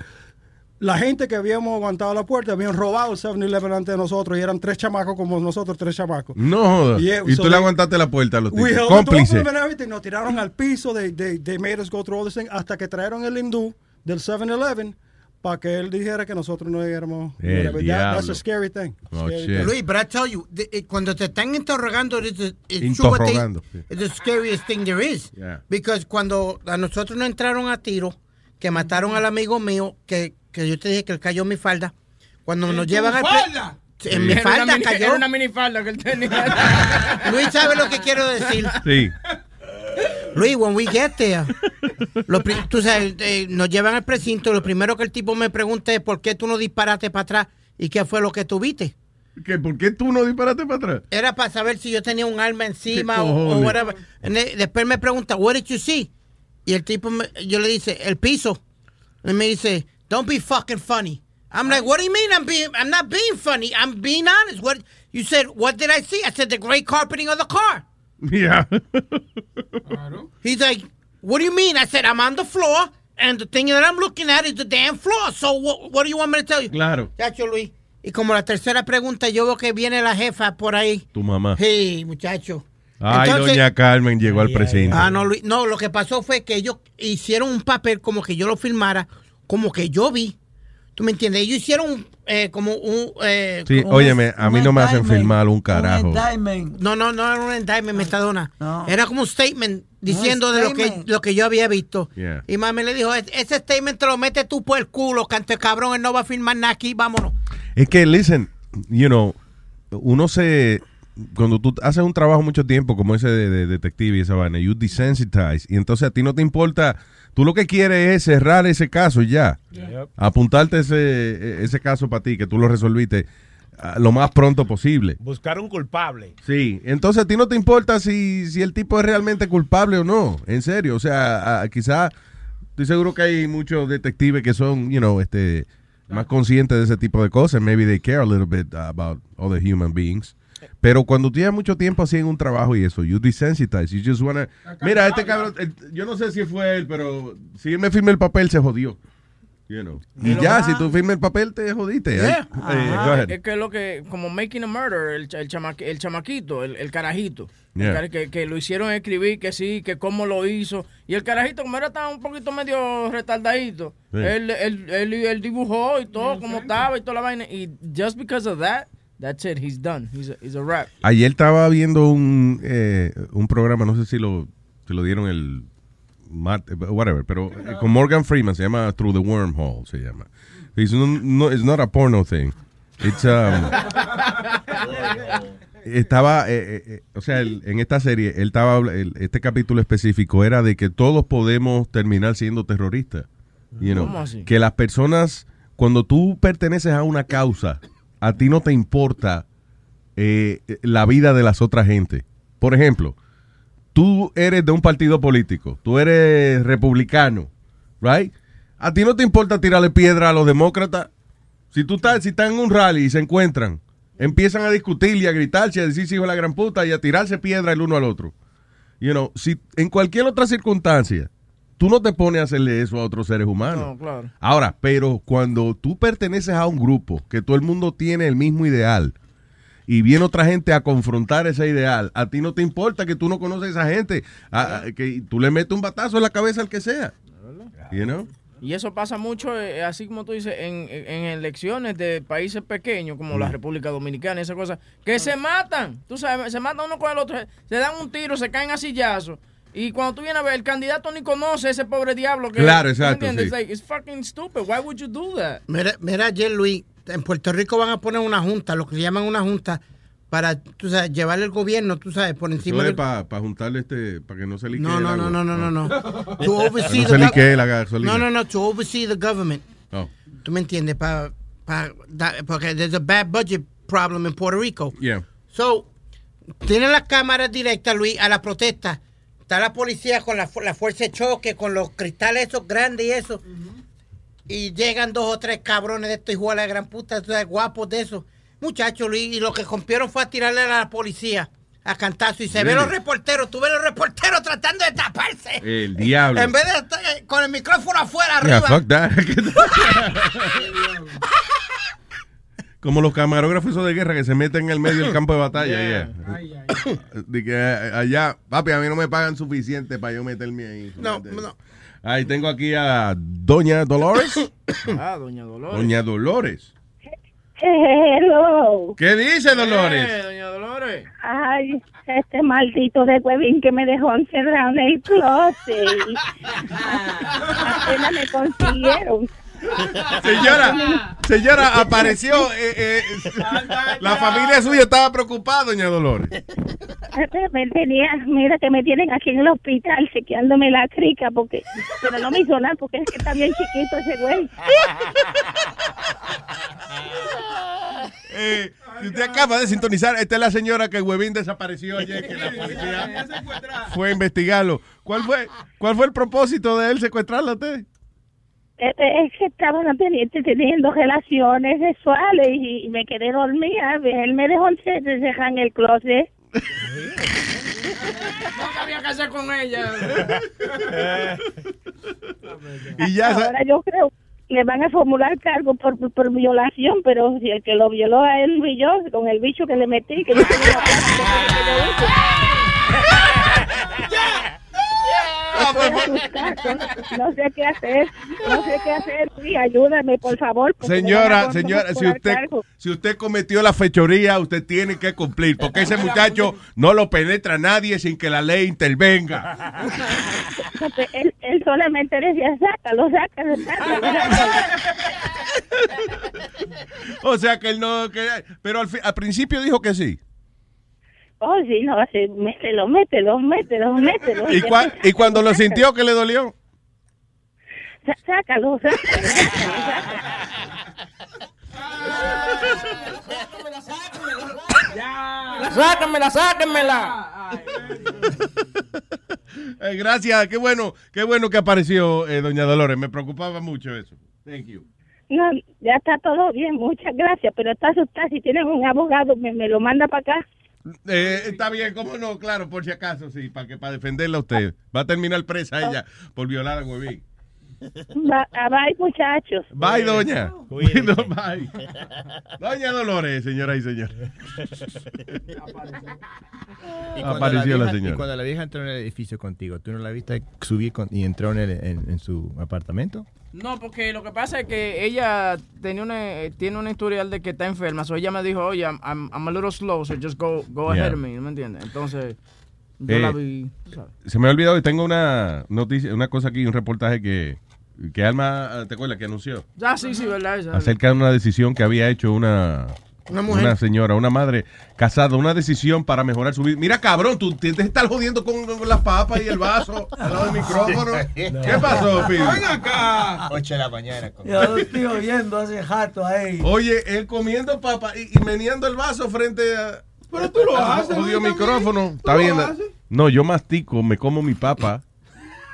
Speaker 17: La gente que habíamos aguantado la puerta habían robado el 7-Eleven antes de nosotros y eran tres chamacos como nosotros, tres chamacos.
Speaker 6: No jodas.
Speaker 17: Yeah,
Speaker 6: y
Speaker 17: so
Speaker 6: tú le
Speaker 17: they-
Speaker 6: aguantaste la puerta a los tipos.
Speaker 17: We held the door for
Speaker 6: Cómplice.
Speaker 17: them and everything. Nos tiraron al piso. They, they, they made us go through all this thing. Hasta que trajeron el hindú del 7-Eleven para que él dijera que nosotros no éramos.
Speaker 6: El
Speaker 17: whatever. That- that's
Speaker 6: diablo.
Speaker 17: a scary thing.
Speaker 6: Oh,
Speaker 17: Scary
Speaker 6: shit.
Speaker 17: thing.
Speaker 10: Luis, but I tell you, the- eh, cuando te están interrogando, it's, the- it's true what they-
Speaker 6: Interrogando.
Speaker 10: it's the scariest thing there is.
Speaker 6: Yeah.
Speaker 10: Because cuando a nosotros nos entraron a tiro, que mataron al amigo mío, que, que yo te dije que él cayó en mi falda, cuando nos
Speaker 9: tu
Speaker 10: llevan al...
Speaker 9: falda?
Speaker 10: pre- En mi
Speaker 9: Era una
Speaker 10: falda
Speaker 9: mini-
Speaker 10: cayó.
Speaker 9: Era una minifalda que él tenía.
Speaker 10: <laughs> Luis sabe lo que quiero decir.
Speaker 6: Sí.
Speaker 10: Luis, when we get there, lo pri- tú sabes, eh, nos llevan al precinto. Lo primero que el tipo me pregunta es: ¿por qué tú no disparaste para atrás? ¿Y qué fue lo que tuviste?
Speaker 6: ¿Que ¿Por qué tú no disparaste para atrás?
Speaker 10: Era para saber si yo tenía un arma encima
Speaker 6: ¿Qué
Speaker 10: o, o
Speaker 6: cojones?
Speaker 10: whatever. And de- después me pregunta: ¿What did you see? Y el tipo, me- yo le dice: El piso. Y me dice: Don't be fucking funny. I'm like, what do you mean I'm being I'm not being funny. I'm being honest. What you said, what did I see? I said the gray carpeting of the car.
Speaker 6: Yeah.
Speaker 10: He's like, "What do you mean?" I said, "I'm on the floor, and the thing that I'm looking at is the damn floor. So what, what do you want me to tell you?"
Speaker 6: Claro.
Speaker 10: Chacho Luis. Y como la tercera pregunta, yo veo que viene la jefa por ahí.
Speaker 6: Tu mamá.
Speaker 10: Sí, muchacho.
Speaker 6: Ah. Ay,
Speaker 10: Entonces-
Speaker 6: doña Carmen llegó al precinto.
Speaker 10: Ah, no, Luis. No, lo que pasó fue que ellos hicieron un papel como que yo lo firmara, como que yo vi. ¿Tú me entiendes? Ellos hicieron eh, como un. eh,
Speaker 6: Sí,
Speaker 10: como-
Speaker 6: óyeme, a mí no me hacen firmar un carajo.
Speaker 10: No, no, no era un indictment, Metadona. Era como un statement diciendo de lo que, lo que yo había visto.
Speaker 6: Yeah.
Speaker 10: Y mami le dijo, "E- ese statement te lo metes tú por el culo, canto de cabrón, él no va a firmar nada aquí, vámonos.
Speaker 6: Es que, listen, you know, uno se. Cuando tú haces un trabajo mucho tiempo, como ese de, de detective y esa vaina, you desensitize. Y entonces a ti no te importa. Tú lo que quieres es cerrar ese caso y ya.
Speaker 1: Yeah.
Speaker 6: Apuntarte ese, ese caso para ti, que tú lo resolviste ah, lo más pronto posible.
Speaker 12: Buscar un culpable.
Speaker 6: Sí, entonces a ti no te importa si, si el tipo es realmente culpable o no, en serio, o sea, a- quizá estoy seguro que hay muchos detectives que son, you know, este más conscientes de ese tipo de cosas, maybe they care a little bit about other human beings. Pero cuando tienes mucho tiempo así en un trabajo y eso, you desensitize, you just wanna... Mira, este cabrón, eh, yo no sé si fue él, pero si él me firma el papel, se jodió. You
Speaker 17: <laughs>
Speaker 6: know. Y
Speaker 9: Pero-
Speaker 6: ya, si tú firmas el papel, te jodiste.
Speaker 9: Yeah.
Speaker 6: Eh, go ahead.
Speaker 9: Es que lo que, como Making a Murder, el, cha- el, chamaque- el chamaquito, el, el carajito, el
Speaker 6: Yeah.
Speaker 9: cara- que, que lo hicieron escribir, que sí, que cómo lo hizo. Y el carajito, como era tan un poquito medio retardadito,
Speaker 6: Sí.
Speaker 9: él, él, él, él dibujó y todo, como estaba y toda la vaina. Y just because of that, that's it, he's done. He's a, he's a rap.
Speaker 6: Ayer estaba viendo un, eh, un programa, no sé si lo, si lo dieron el martes, whatever, pero eh, con Morgan Freeman, se llama Through the Wormhole, se llama. It's, no, no- it's not a porno thing. It's, um, estaba, eh, eh, eh, o sea, el- en esta serie, él estaba, habla- el- este capítulo específico era de que todos podemos terminar siendo terroristas. You know,
Speaker 1: ¿Cómo así?
Speaker 6: que las personas, cuando tú perteneces a una causa, a ti no te importa eh, la vida de las otras gente. Por ejemplo, tú eres de un partido político, tú eres republicano, right? A ti no te importa tirarle piedra a los demócratas. Si tú estás, si están en un rally y se encuentran, empiezan a discutir y a gritarse, a decirse hijo de la gran puta y a tirarse piedra el uno al otro. You know, si en cualquier otra circunstancia, tú no te pones a hacerle eso a otros seres humanos.
Speaker 9: No, claro.
Speaker 6: Ahora, pero cuando tú perteneces a un grupo que todo el mundo tiene el mismo ideal y viene otra gente a confrontar ese ideal, a ti no te importa que tú no conoces a esa gente, a- a- que tú le metes un batazo en la cabeza al que sea. You know?
Speaker 9: Y eso pasa mucho, eh, así como tú dices, en, en elecciones de países pequeños como la
Speaker 6: Mm.
Speaker 9: República Dominicana, esas cosas, que se matan, tú sabes, se matan uno con el otro, se dan un tiro, se caen a sillazos. Y cuando tú vienes a ver, el candidato ni conoce a ese pobre diablo. Que
Speaker 6: Claro,
Speaker 9: ¿tú
Speaker 6: exacto,
Speaker 9: entiendes?
Speaker 6: sí.
Speaker 9: It's like, it's fucking stupid. Why would you do
Speaker 6: <coughs>
Speaker 9: that?
Speaker 10: Mira, mira ayer, Luis, en Puerto Rico van a poner una junta, lo que le llaman una junta, para tú sabes, llevar el gobierno, tú sabes, por encima del...
Speaker 6: para juntarle este, para que no se liquee
Speaker 10: No,
Speaker 6: el
Speaker 10: no, no,
Speaker 6: agua.
Speaker 10: no,
Speaker 6: <laughs>
Speaker 10: no, no, no.
Speaker 6: Para
Speaker 10: To
Speaker 6: que
Speaker 10: oversee
Speaker 6: no se
Speaker 10: the
Speaker 6: liquee
Speaker 10: gov-
Speaker 6: la gasolina.
Speaker 10: No, no, no, to oversee the government.
Speaker 6: Oh.
Speaker 10: ¿Tú me entiendes? Pa, pa- da- porque there's a bad budget problem in Puerto Rico.
Speaker 6: Yeah.
Speaker 10: So, tienen las cámaras directas, Luis, a la protesta. Está la policía con la, fu- la fuerza de choque, con los cristales esos grandes y eso. Y llegan dos o tres cabrones de estos hijos de la gran puta, estos guapos de esos. Muchachos, Luis, y lo que rompieron fue a tirarle a la policía a cantazo. Y se ven
Speaker 6: Really?
Speaker 10: los reporteros, tú ves los reporteros tratando de taparse.
Speaker 6: El diablo.
Speaker 10: En vez de estar eh, con el micrófono afuera,
Speaker 6: Yeah,
Speaker 10: arriba.
Speaker 6: fuck that. <laughs> Como los camarógrafos esos de guerra que se meten en el medio
Speaker 10: <laughs>
Speaker 6: del campo de batalla. yeah. De que eh, allá, papi, a mí no me pagan suficiente para yo meterme ahí.
Speaker 10: No, no.
Speaker 6: Ahí tengo aquí a Doña
Speaker 10: <coughs>
Speaker 6: Dolores.
Speaker 9: Ah, doña Dolores.
Speaker 6: Doña Dolores.
Speaker 22: Hello.
Speaker 6: ¿Qué dice Dolores?
Speaker 9: Eh, doña Dolores.
Speaker 22: Ay, este maldito de huevín que me dejó encerrado en el closet. Apenas me consiguieron.
Speaker 6: Señora, señora, apareció. eh, eh, la familia suya estaba preocupada, Doña Dolores.
Speaker 22: Este Me tenía, mira que me tienen aquí en el hospital chequeándome la crica porque, pero no me hizo nada porque es que está bien chiquito ese güey.
Speaker 6: Eh, si usted acaba de sintonizar, esta es la señora que el huevín desapareció ayer, que la policía fue a investigarlo. ¿Cuál fue, cuál fue el propósito de él secuestrarla a usted?
Speaker 22: Este, Es que estaban teniendo, teniendo relaciones sexuales y, y me quedé dormida. Él me dejó encerrada en el closet.
Speaker 9: No sabía qué hacer con ella.
Speaker 6: Y ya sa-
Speaker 22: Ahora yo creo que le van a formular cargo por, por violación, pero si el que lo violó a él fui yo, con el bicho que le metí, que yo
Speaker 6: <laughs>
Speaker 22: tengo la plástica que yo uso. Estoy asustada, No sé qué hacer, no sé qué hacer, Luis, ayúdame, por favor. porque me van
Speaker 6: Señora,
Speaker 22: a
Speaker 6: señora, si
Speaker 22: formular
Speaker 6: usted,
Speaker 22: cargo.
Speaker 6: si usted cometió la fechoría, usted tiene que cumplir, porque ese muchacho no lo penetra nadie sin que la ley intervenga.
Speaker 22: Porque pues, Él, él solamente decía, sácalo, sácalo, sácalo.
Speaker 6: <laughs> O sea que él no, que- pero al, fi- al principio dijo que sí.
Speaker 22: Oh, sí, no, sí, mételo, mételo, mételo, mételo.
Speaker 6: Y, cua- y cuando lo sintió que le dolió.
Speaker 22: Sá- Sácalo, sácalo.
Speaker 9: Sácamela, sácamela.
Speaker 6: Eh, gracias, qué bueno, qué bueno que apareció eh, doña Dolores. Me preocupaba mucho eso. Thank you.
Speaker 22: No, ya está todo bien, muchas gracias, pero está asustada. Si tienen un abogado, me, me lo manda para acá.
Speaker 6: Eh, está bien, cómo no, claro, por si acaso, sí, para que para defenderla a usted. Va a terminar presa ella por violar a Huevín.
Speaker 22: Va- ah, bye, muchachos.
Speaker 6: Bye, doña. Bye. Doña Dolores, señoras y señores.
Speaker 8: Y cuando
Speaker 6: Apareció la
Speaker 8: vieja-
Speaker 6: señora.
Speaker 8: Y cuando la vieja entró en el edificio contigo, ¿tú no la viste subir con- y entró en, el- en- en su apartamento?
Speaker 9: No, porque lo que pasa es que ella tenía una, eh, tiene un historial de que está enferma. So ella me dijo, oye, I'm, I'm- I'm a little slow, so just go, go
Speaker 6: Yeah.
Speaker 9: ahead of me. ¿Me entiendes? Entonces, yo
Speaker 6: Eh,
Speaker 9: la vi. tú sabes.
Speaker 6: Se me ha olvidado y tengo una noticia, una cosa aquí, un reportaje que, que Alma, eh, ¿te acuerdas? Que anunció
Speaker 9: Ya, sí, sí, ¿verdad? Esa-
Speaker 6: acerca de una decisión que había hecho una,
Speaker 9: Una mujer.
Speaker 6: señora, una madre casada, una decisión para mejorar su vida. Mira, cabrón, tú te te estás jodiendo con, con las papas y el vaso al lado del
Speaker 8: <laughs>
Speaker 6: micrófono. ¿Qué pasó, Pidi?
Speaker 8: acá! 8 de la mañana. con-
Speaker 5: Yo lo estoy oyendo hace rato ahí.
Speaker 6: Oye, él comiendo papa y, y meneando el vaso frente a. Pero tú
Speaker 3: lo haces,
Speaker 6: Jodido
Speaker 3: güey,
Speaker 6: Ah, micrófono. Está
Speaker 3: lo
Speaker 6: bien.
Speaker 3: haces.
Speaker 6: No, yo mastico, me como mi papa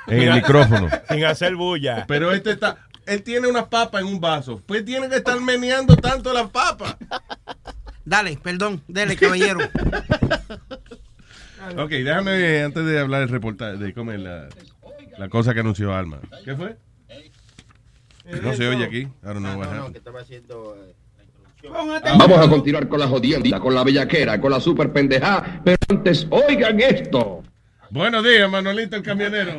Speaker 6: en el
Speaker 4: <laughs>
Speaker 6: micrófono.
Speaker 12: <laughs> Sin hacer bulla.
Speaker 6: Pero este está. Él tiene unas papas en un vaso. Pues tiene que estar meneando tanto las papas.
Speaker 10: Dale, perdón, dale, caballero.
Speaker 6: Ok, déjame eh, antes de hablar el reportaje, de cómo es la, la cosa que anunció Alma. <laughs> ¿Qué fue? No se oye aquí. I don't know what happened.
Speaker 24: este
Speaker 6: Ah,
Speaker 24: <laughs>
Speaker 4: Vamos a continuar con la jodienda, con la bellaquera, con la super pendejada, pero antes oigan esto.
Speaker 6: Buenos días, Manolito el camionero.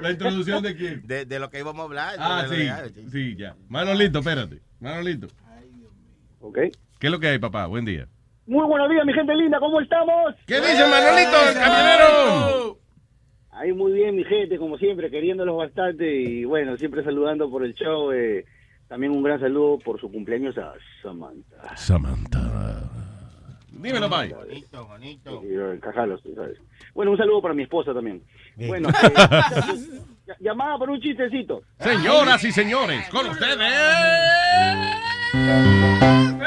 Speaker 6: ¿La introducción de quién?
Speaker 13: De, de lo que íbamos a hablar.
Speaker 6: Ah,
Speaker 13: de lo
Speaker 6: sí.
Speaker 13: legal, sí.
Speaker 6: Sí, ya. Manolito, espérate. Manolito.
Speaker 15: Ok.
Speaker 6: ¿Qué es lo que hay, papá? Buen día.
Speaker 1: Muy buenos días, mi gente linda, ¿cómo estamos?
Speaker 4: ¿Qué dice Manolito, el camionero?
Speaker 1: Ahí muy bien, mi gente, como siempre, queriéndolos bastante y bueno, siempre saludando por el show. eh, también un gran saludo por su cumpleaños a Samantha.
Speaker 6: Samantha.
Speaker 4: Dímelo, Mike.
Speaker 25: Bonito, bonito.
Speaker 1: Y, eh, cajalos, tú ¿sabes? Bueno, un saludo para mi esposa también.
Speaker 4: <laughs>
Speaker 1: Bueno, eh, ya- llamada por un chistecito.
Speaker 4: Señoras y señores, con eh. ustedes.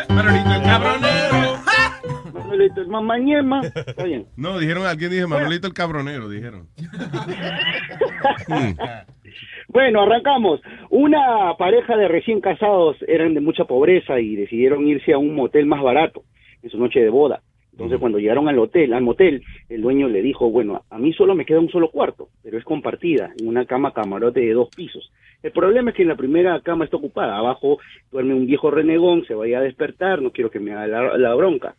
Speaker 4: Manolito el cabronero.
Speaker 1: Manolito, el mamañema. Está bien.
Speaker 6: No, dijeron, alguien dijo Manolito el cabronero, dijeron.
Speaker 1: <laughs> Bueno, arrancamos. Una pareja de recién casados eran de mucha pobreza y decidieron irse a un motel más barato en su noche de boda. Entonces, cuando llegaron al hotel, al motel, el dueño le dijo, bueno, a mí solo me queda un solo cuarto, pero es compartida, en una cama camarote de dos pisos. El problema es que en la primera cama está ocupada, abajo duerme un viejo renegón, se vaya a despertar, no quiero que me haga la, la bronca.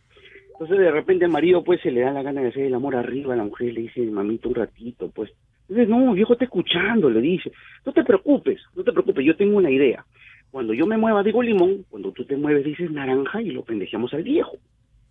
Speaker 1: Entonces, de repente, el marido, pues, se le da la gana de hacer el amor arriba a la mujer, le dice, mamita, un ratito, pues, entonces, no, viejo, está escuchando, le dice. No te preocupes, no te preocupes, yo tengo una idea. Cuando yo me mueva digo limón, cuando tú te mueves dices naranja y lo pendejamos al viejo.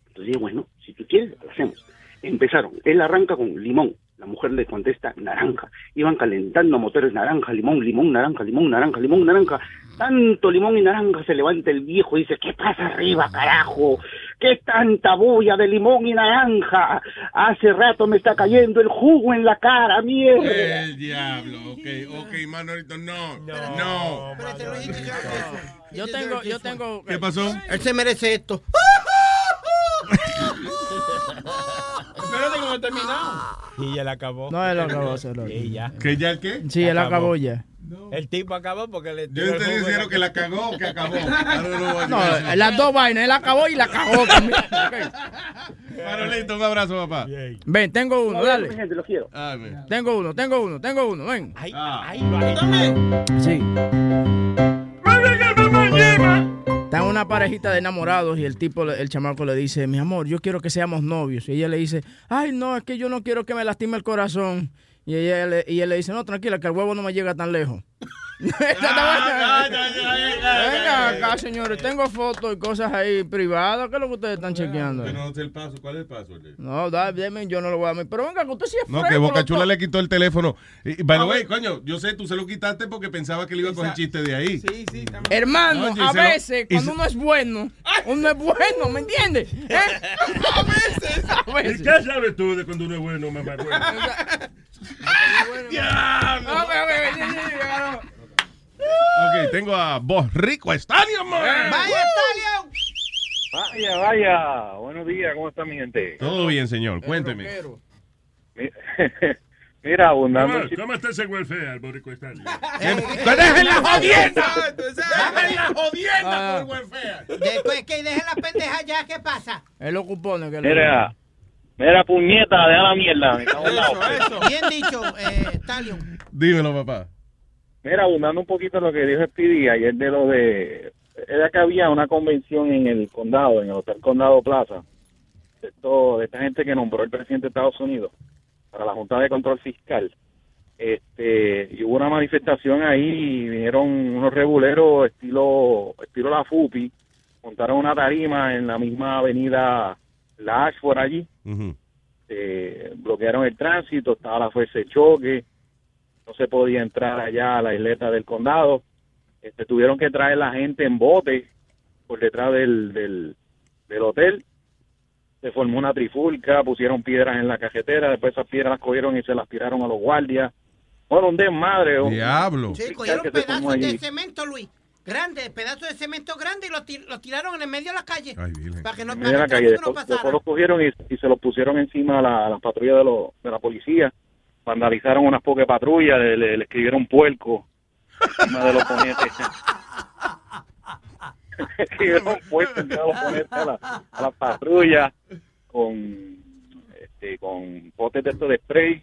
Speaker 1: Entonces dije, bueno, si tú quieres, lo hacemos. Empezaron, él arranca con limón, la mujer le contesta naranja. Iban calentando motores naranja, limón, limón, naranja, limón, naranja, limón, naranja. Tanto limón y naranja se levanta el viejo y dice, ¿qué pasa arriba, carajo? ¿Qué tanta bulla de limón y naranja? Hace rato me está cayendo el jugo en la cara, mierda.
Speaker 4: El diablo. Ok, ok, Manolito, no. No.
Speaker 9: Yo tengo, yo tengo.
Speaker 6: ¿Qué pasó?
Speaker 10: Él se merece esto.
Speaker 12: Espérate que no he terminado. Y ya la acabó.
Speaker 9: No, él lo acabó, se lo
Speaker 12: Y ya.
Speaker 6: ¿Que ya el qué?
Speaker 9: Sí, él acabó ya.
Speaker 12: El tipo acabó porque le
Speaker 4: Yo ustedes dijeron que la cagó, que acabó. I don't know what
Speaker 9: No,
Speaker 4: it is.
Speaker 9: las dos vainas, él acabó y la acabó también.
Speaker 4: Manolito, un abrazo, papá.
Speaker 9: Ven, tengo uno, dale.
Speaker 6: Ah,
Speaker 4: Ay, man.
Speaker 9: Tengo uno, tengo uno, tengo uno, ven.
Speaker 12: Ay,
Speaker 9: Sí. Están una parejita de enamorados y el tipo, le- el chamaco le dice, mi amor, yo quiero que seamos novios. Y ella le dice, ay, no, es que yo no quiero que me lastime el corazón. Y, ella le- y él le dice, no, tranquila, que el huevo no me llega tan lejos. Venga acá, señores, tengo fotos y cosas ahí privadas. ¿Qué es lo que ustedes están chequeando?
Speaker 4: Yo no sé el paso. ¿Cuál es el paso? Leo?
Speaker 9: No, da, deme, yo no lo voy a dar. Pero venga, que usted sí es
Speaker 6: No,
Speaker 9: fresco,
Speaker 6: que Boca
Speaker 9: loco.
Speaker 6: Chula le quitó el teléfono. Y, by the
Speaker 9: Ah,
Speaker 6: way, coño, yo sé, tú se lo quitaste porque pensaba que le iba a coger chiste de ahí. Sí, sí,
Speaker 9: Hermano,
Speaker 6: Oye,
Speaker 9: a
Speaker 6: se lo-
Speaker 9: veces
Speaker 6: y
Speaker 9: cuando
Speaker 6: se-
Speaker 9: uno es bueno, uno es bueno,
Speaker 6: <laughs>
Speaker 9: ¿me entiendes? ¿Eh? A veces, <laughs> a
Speaker 16: ¿Y
Speaker 9: veces.
Speaker 16: qué sabes tú de cuando uno es bueno, mamá?
Speaker 9: ¡Diablo! A ver, a ver, sí, sí, sí, claro.
Speaker 6: Ok, tengo a Borrico Estadio, man.
Speaker 23: Vaya, vaya. Buenos días, ¿cómo está mi gente?
Speaker 6: Todo bien, señor, cuénteme.
Speaker 23: Mi- <laughs> Mira, abundando.
Speaker 16: ¿Cómo, cómo está ese welfare, Borico Stanley?
Speaker 9: Eh,
Speaker 23: ¡Dejen la jodienda!
Speaker 10: ¡Dejen
Speaker 4: la
Speaker 9: Ah.
Speaker 4: jodienda,
Speaker 10: Después que dejen la pendeja ya, ¿qué pasa?
Speaker 9: Es lo cupone que le
Speaker 23: Mira, mira, puñeta, deja la mierda. me cago en la hostia.
Speaker 10: Bien dicho, eh, Talion.
Speaker 6: Dímelo, papá.
Speaker 23: Mira, abundando un poquito en lo que dijo Speedy ayer de lo de... Era que había una convención en el condado, en el Hotel Condado Plaza, de, esto- de esta gente que nombró el presidente de Estados Unidos para la Junta de Control Fiscal. Este, y hubo una manifestación ahí y vinieron unos reguleros estilo, estilo la FUPI, montaron una tarima en la misma avenida La Ashford allí, eh, bloquearon el tránsito, estaba la fuerza de choque, no se podía entrar allá a la isleta del condado, este, tuvieron que traer la gente en bote por detrás del, del, del hotel, se formó una trifulca, pusieron piedras en la cajetera, después esas piedras las cogieron y se las tiraron a los guardias, bueno, un desmadre. un-
Speaker 6: Diablo.
Speaker 23: un
Speaker 10: Sí,
Speaker 23: fiscal
Speaker 10: cogieron
Speaker 23: que se formó
Speaker 10: pedazos de
Speaker 23: allí.
Speaker 10: cemento, Luis. Grande, pedazos de cemento grande y los ti- los tiraron en el medio de la calle. Para que no,
Speaker 23: en medio de la
Speaker 10: para que
Speaker 23: calle.
Speaker 10: el tráfico no
Speaker 23: Después, después los cogieron y, y se los pusieron encima a la, a la patrulla de, los- de la policía. Vandalizaron unas pocas patrullas, le, le- le escribieron puerco encima de los <laughs> ponetes. escribieron puerco encima de los ponetes a la, a la patrulla con, este, con potes de estos de spray.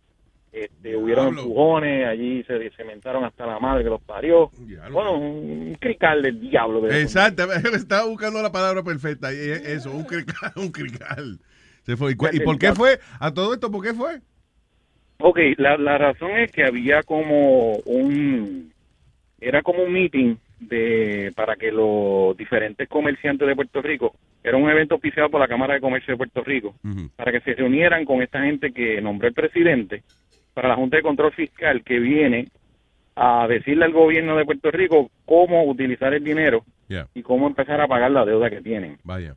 Speaker 23: Este, hubieron
Speaker 4: Diablo.
Speaker 23: empujones, allí se cementaron hasta la madre que los parió. Bueno, un crical del diablo. de-
Speaker 6: Exacto, <laughs> estaba buscando la palabra perfecta. y es Eso, un crical, <laughs> un crical. Se fue. ¿Y, cu- y por qué fue? A todo esto, ¿por qué fue?
Speaker 23: Ok, la, la razón es que había como un... Era como un meeting de para que los diferentes comerciantes de Puerto Rico, que era un evento oficial por la Cámara de Comercio de Puerto Rico, para que se reunieran con esta gente que nombró el presidente para la Junta de Control Fiscal que viene a decirle al gobierno de Puerto Rico cómo utilizar el dinero
Speaker 6: Yeah.
Speaker 23: y cómo empezar a pagar la deuda que tienen.
Speaker 6: Vaya.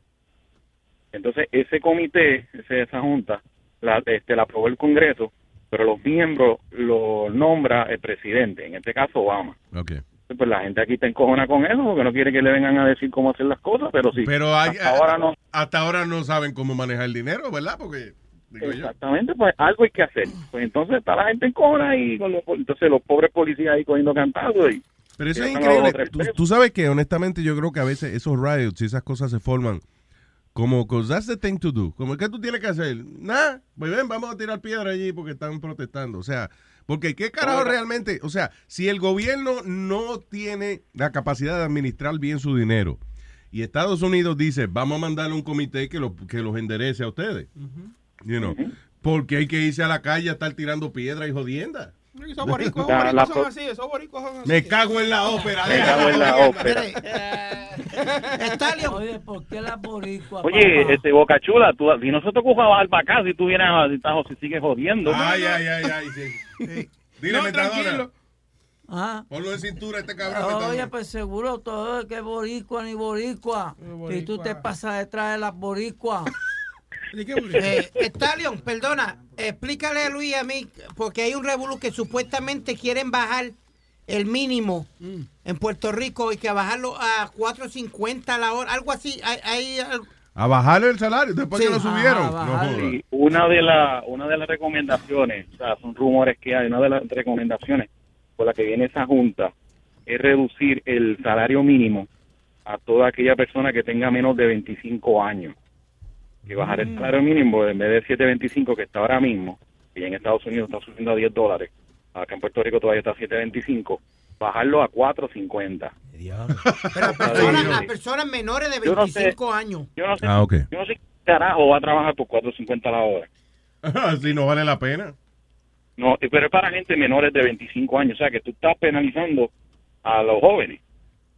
Speaker 23: Entonces, ese comité, ese- esa junta, la, este, la aprobó el Congreso, pero los miembros los nombra el presidente, en este caso Obama.
Speaker 6: Ok.
Speaker 23: Entonces, Pues la gente aquí está encojona con eso porque no quiere que le vengan a decir cómo hacer las cosas, pero sí.
Speaker 6: Pero hay- eh,
Speaker 23: hasta ahora no.
Speaker 6: Hasta ahora no saben cómo manejar el dinero, ¿verdad? Porque digo yo.
Speaker 23: Exactamente, pues algo hay que hacer. Pues entonces está la gente encojona y con los, entonces los pobres policías ahí cogiendo cantazos. y-
Speaker 6: Pero eso
Speaker 23: y
Speaker 6: es
Speaker 23: están a dos o
Speaker 6: increíble.
Speaker 23: tres
Speaker 6: Tú,
Speaker 23: pesos.
Speaker 6: tú sabes que, honestamente, yo creo que a veces esos riots y esas cosas se forman como, 'cause that's the thing to do. Como, ¿qué tú tienes que hacer? Nada, pues ven, vamos a tirar piedra allí porque están protestando. O sea, porque ¿qué carajo realmente? O sea, si el gobierno no tiene la capacidad de administrar bien su dinero y Estados Unidos dice, vamos a mandarle un comité que, lo- que los enderece a ustedes, you know, porque hay que irse a la calle a estar tirando piedra y jodienda.
Speaker 19: Esos boricuas
Speaker 6: La-
Speaker 19: esos
Speaker 6: la
Speaker 19: boricuas son
Speaker 6: pro-
Speaker 19: así, esos boricuas son así.
Speaker 6: Me cago en la ópera.
Speaker 19: Me
Speaker 6: déjame
Speaker 19: cago en la
Speaker 6: joder.
Speaker 19: ópera.
Speaker 5: Oye, ¿por qué la boricua?
Speaker 23: Oye, este Boca Chula, tú, si nosotros cojamos albacazo y tú vienes a si estás- si sigues jodiendo.
Speaker 6: Ay, ay, ay, ay. sí.
Speaker 5: <laughs>
Speaker 6: Dile,
Speaker 23: No,
Speaker 6: metadona.
Speaker 23: tranquilo.
Speaker 5: Ajá.
Speaker 6: Ponlo en cintura a este cabrón.
Speaker 5: papá?
Speaker 6: metadona.
Speaker 5: ¿Ah? Oye, pues seguro todo que boricua ni boricua. Y tú te pasas detrás de las boricuas.
Speaker 10: Eh, Stallion, perdona, explícale a Luis y a mí, porque hay un revolú que supuestamente quieren bajar el mínimo en Puerto Rico y que bajarlo a 4.50 la hora, algo así. Hay, hay algo-
Speaker 6: A bajarle el salario después que lo subieron. No jodas.
Speaker 23: Sí, una
Speaker 6: <laughs>
Speaker 23: de las una de las
Speaker 10: <laughs>
Speaker 23: recomendaciones, o sea, son rumores que hay, una de las recomendaciones por la que viene esa junta es reducir el salario mínimo a toda aquella persona que tenga menos de 25 años. Y bajar el salario mínimo en vez de 7.25 que está ahora mismo, y en Estados Unidos está subiendo a 10 dólares, acá en Puerto Rico todavía está a 7.25, bajarlo a 4.50. <laughs>
Speaker 10: personas, a personas menores de
Speaker 23: Yo no sé.
Speaker 10: 25 años.
Speaker 23: Yo no sé,
Speaker 6: Ah, ok.
Speaker 23: yo no sé qué carajo va a trabajar por 4.50 la hora.
Speaker 6: si no vale la pena.
Speaker 23: No, eh, pero es para gente menores de 25 años, o sea que tú estás penalizando a los jóvenes.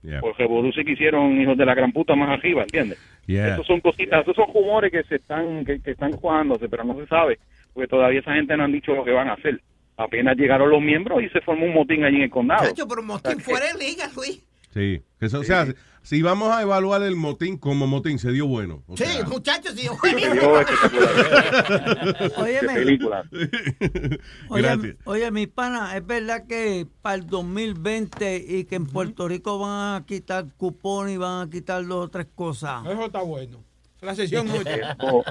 Speaker 6: Yeah.
Speaker 23: Por revolución que hicieron hijos de la gran puta más arriba, ¿entiendes?
Speaker 6: Yeah.
Speaker 23: Esos son cositas, esos son rumores que se están que, que están jugándose, pero no se sabe, porque todavía esa gente no han dicho lo que van a hacer. Apenas llegaron los miembros y se formó un motín allí en el condado.
Speaker 10: Chacho, pero motín fuera de liga, Luis.
Speaker 6: Sí. Que eso- O sea, si- si vamos a evaluar el motín como motín, se dio bueno. O
Speaker 10: Sí, <laughs>
Speaker 6: sea,
Speaker 10: muchachos, sí.
Speaker 5: Óyeme.
Speaker 6: <laughs> Gracias.
Speaker 5: Oye, oye, mi pana, es verdad que para el 2020 y que en Puerto Rico van a quitar cupón y van a quitar dos o tres cosas.
Speaker 19: Eso está bueno. La sesión mucha.
Speaker 23: Eso,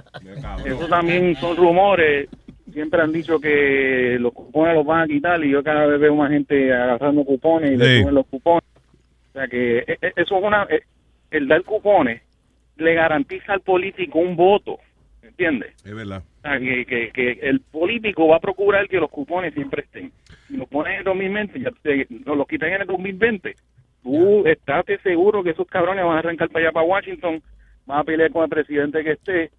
Speaker 23: eso también son rumores. Siempre han dicho que los cupones los van a quitar y yo cada vez veo más gente agarrando cupones y le
Speaker 20: Sí.
Speaker 23: suben los cupones. O sea que eh, eh, eso es una... eh, El dar cupones le garantiza al político un voto, ¿entiendes?
Speaker 6: es verdad.
Speaker 23: O sea, que, que- que el político va a procurar que los cupones siempre estén. Si los pones en el 2020, ya te- no los quitan en el 2020. Tú estate seguro que esos cabrones van a arrancar para allá, para Washington, van a pelear con el presidente que esté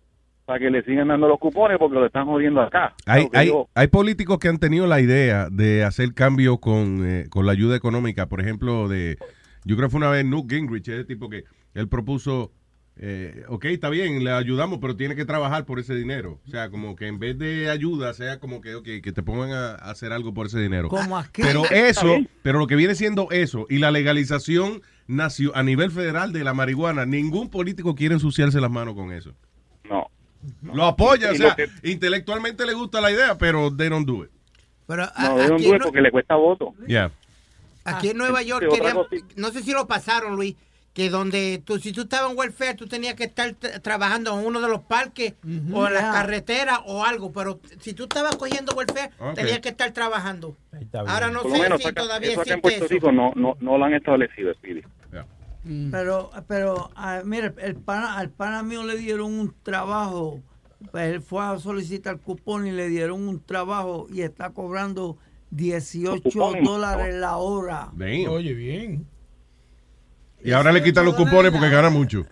Speaker 23: para que le sigan dando los cupones porque lo están jodiendo acá.
Speaker 6: Hay,
Speaker 23: Lo que
Speaker 6: hay,
Speaker 23: digo,
Speaker 6: hay políticos que han tenido la idea de hacer cambios con, eh, con la ayuda económica. Por ejemplo, de yo creo que fue una vez Newt Gingrich, ese tipo que él propuso, eh, ok, está bien, le ayudamos, pero tiene que trabajar por ese dinero. O sea, como que en vez de ayuda, sea como que, ok, que te pongan a, a hacer algo por ese dinero.
Speaker 5: Como aquí.
Speaker 6: Pero
Speaker 5: Está
Speaker 6: eso,
Speaker 5: bien.
Speaker 6: pero lo que viene siendo eso y la legalización nació a nivel federal de la marihuana, ningún político quiere ensuciarse las manos con eso.
Speaker 23: No.
Speaker 6: Lo apoya, o
Speaker 23: Y
Speaker 6: sea,
Speaker 23: lo que-
Speaker 6: intelectualmente le gusta la idea, pero they don't do it.
Speaker 10: Pero
Speaker 23: no, es un
Speaker 10: aquí no-
Speaker 23: duelo porque le cuesta voto.
Speaker 6: Yeah.
Speaker 10: Aquí en Nueva York,
Speaker 23: otra
Speaker 10: querían- no sé si lo pasaron, Luis, que donde tú, si tú estabas en welfare, tú tenías que estar t- trabajando en uno de los parques o en las
Speaker 5: Ya.
Speaker 10: carreteras o algo, pero si tú estabas cogiendo welfare,
Speaker 23: Ok.
Speaker 10: tenías que estar trabajando.
Speaker 23: bien.
Speaker 10: Ahora no
Speaker 23: Por lo
Speaker 10: sé
Speaker 23: menos
Speaker 10: si
Speaker 23: acá-
Speaker 10: todavía
Speaker 23: eso acá en
Speaker 10: existe
Speaker 23: Puerto
Speaker 10: eso.
Speaker 23: Rico no, no, no lo han establecido, Speedy.
Speaker 19: Mm.
Speaker 5: Pero, pero ah, mira, el pana, al pana mío le dieron un trabajo. Pues él fue a solicitar cupón y le dieron un trabajo y está cobrando 18
Speaker 19: Cupón.
Speaker 5: dólares la hora.
Speaker 19: Oye, bien.
Speaker 6: Y ahora le quitan los cupones porque gana mucho.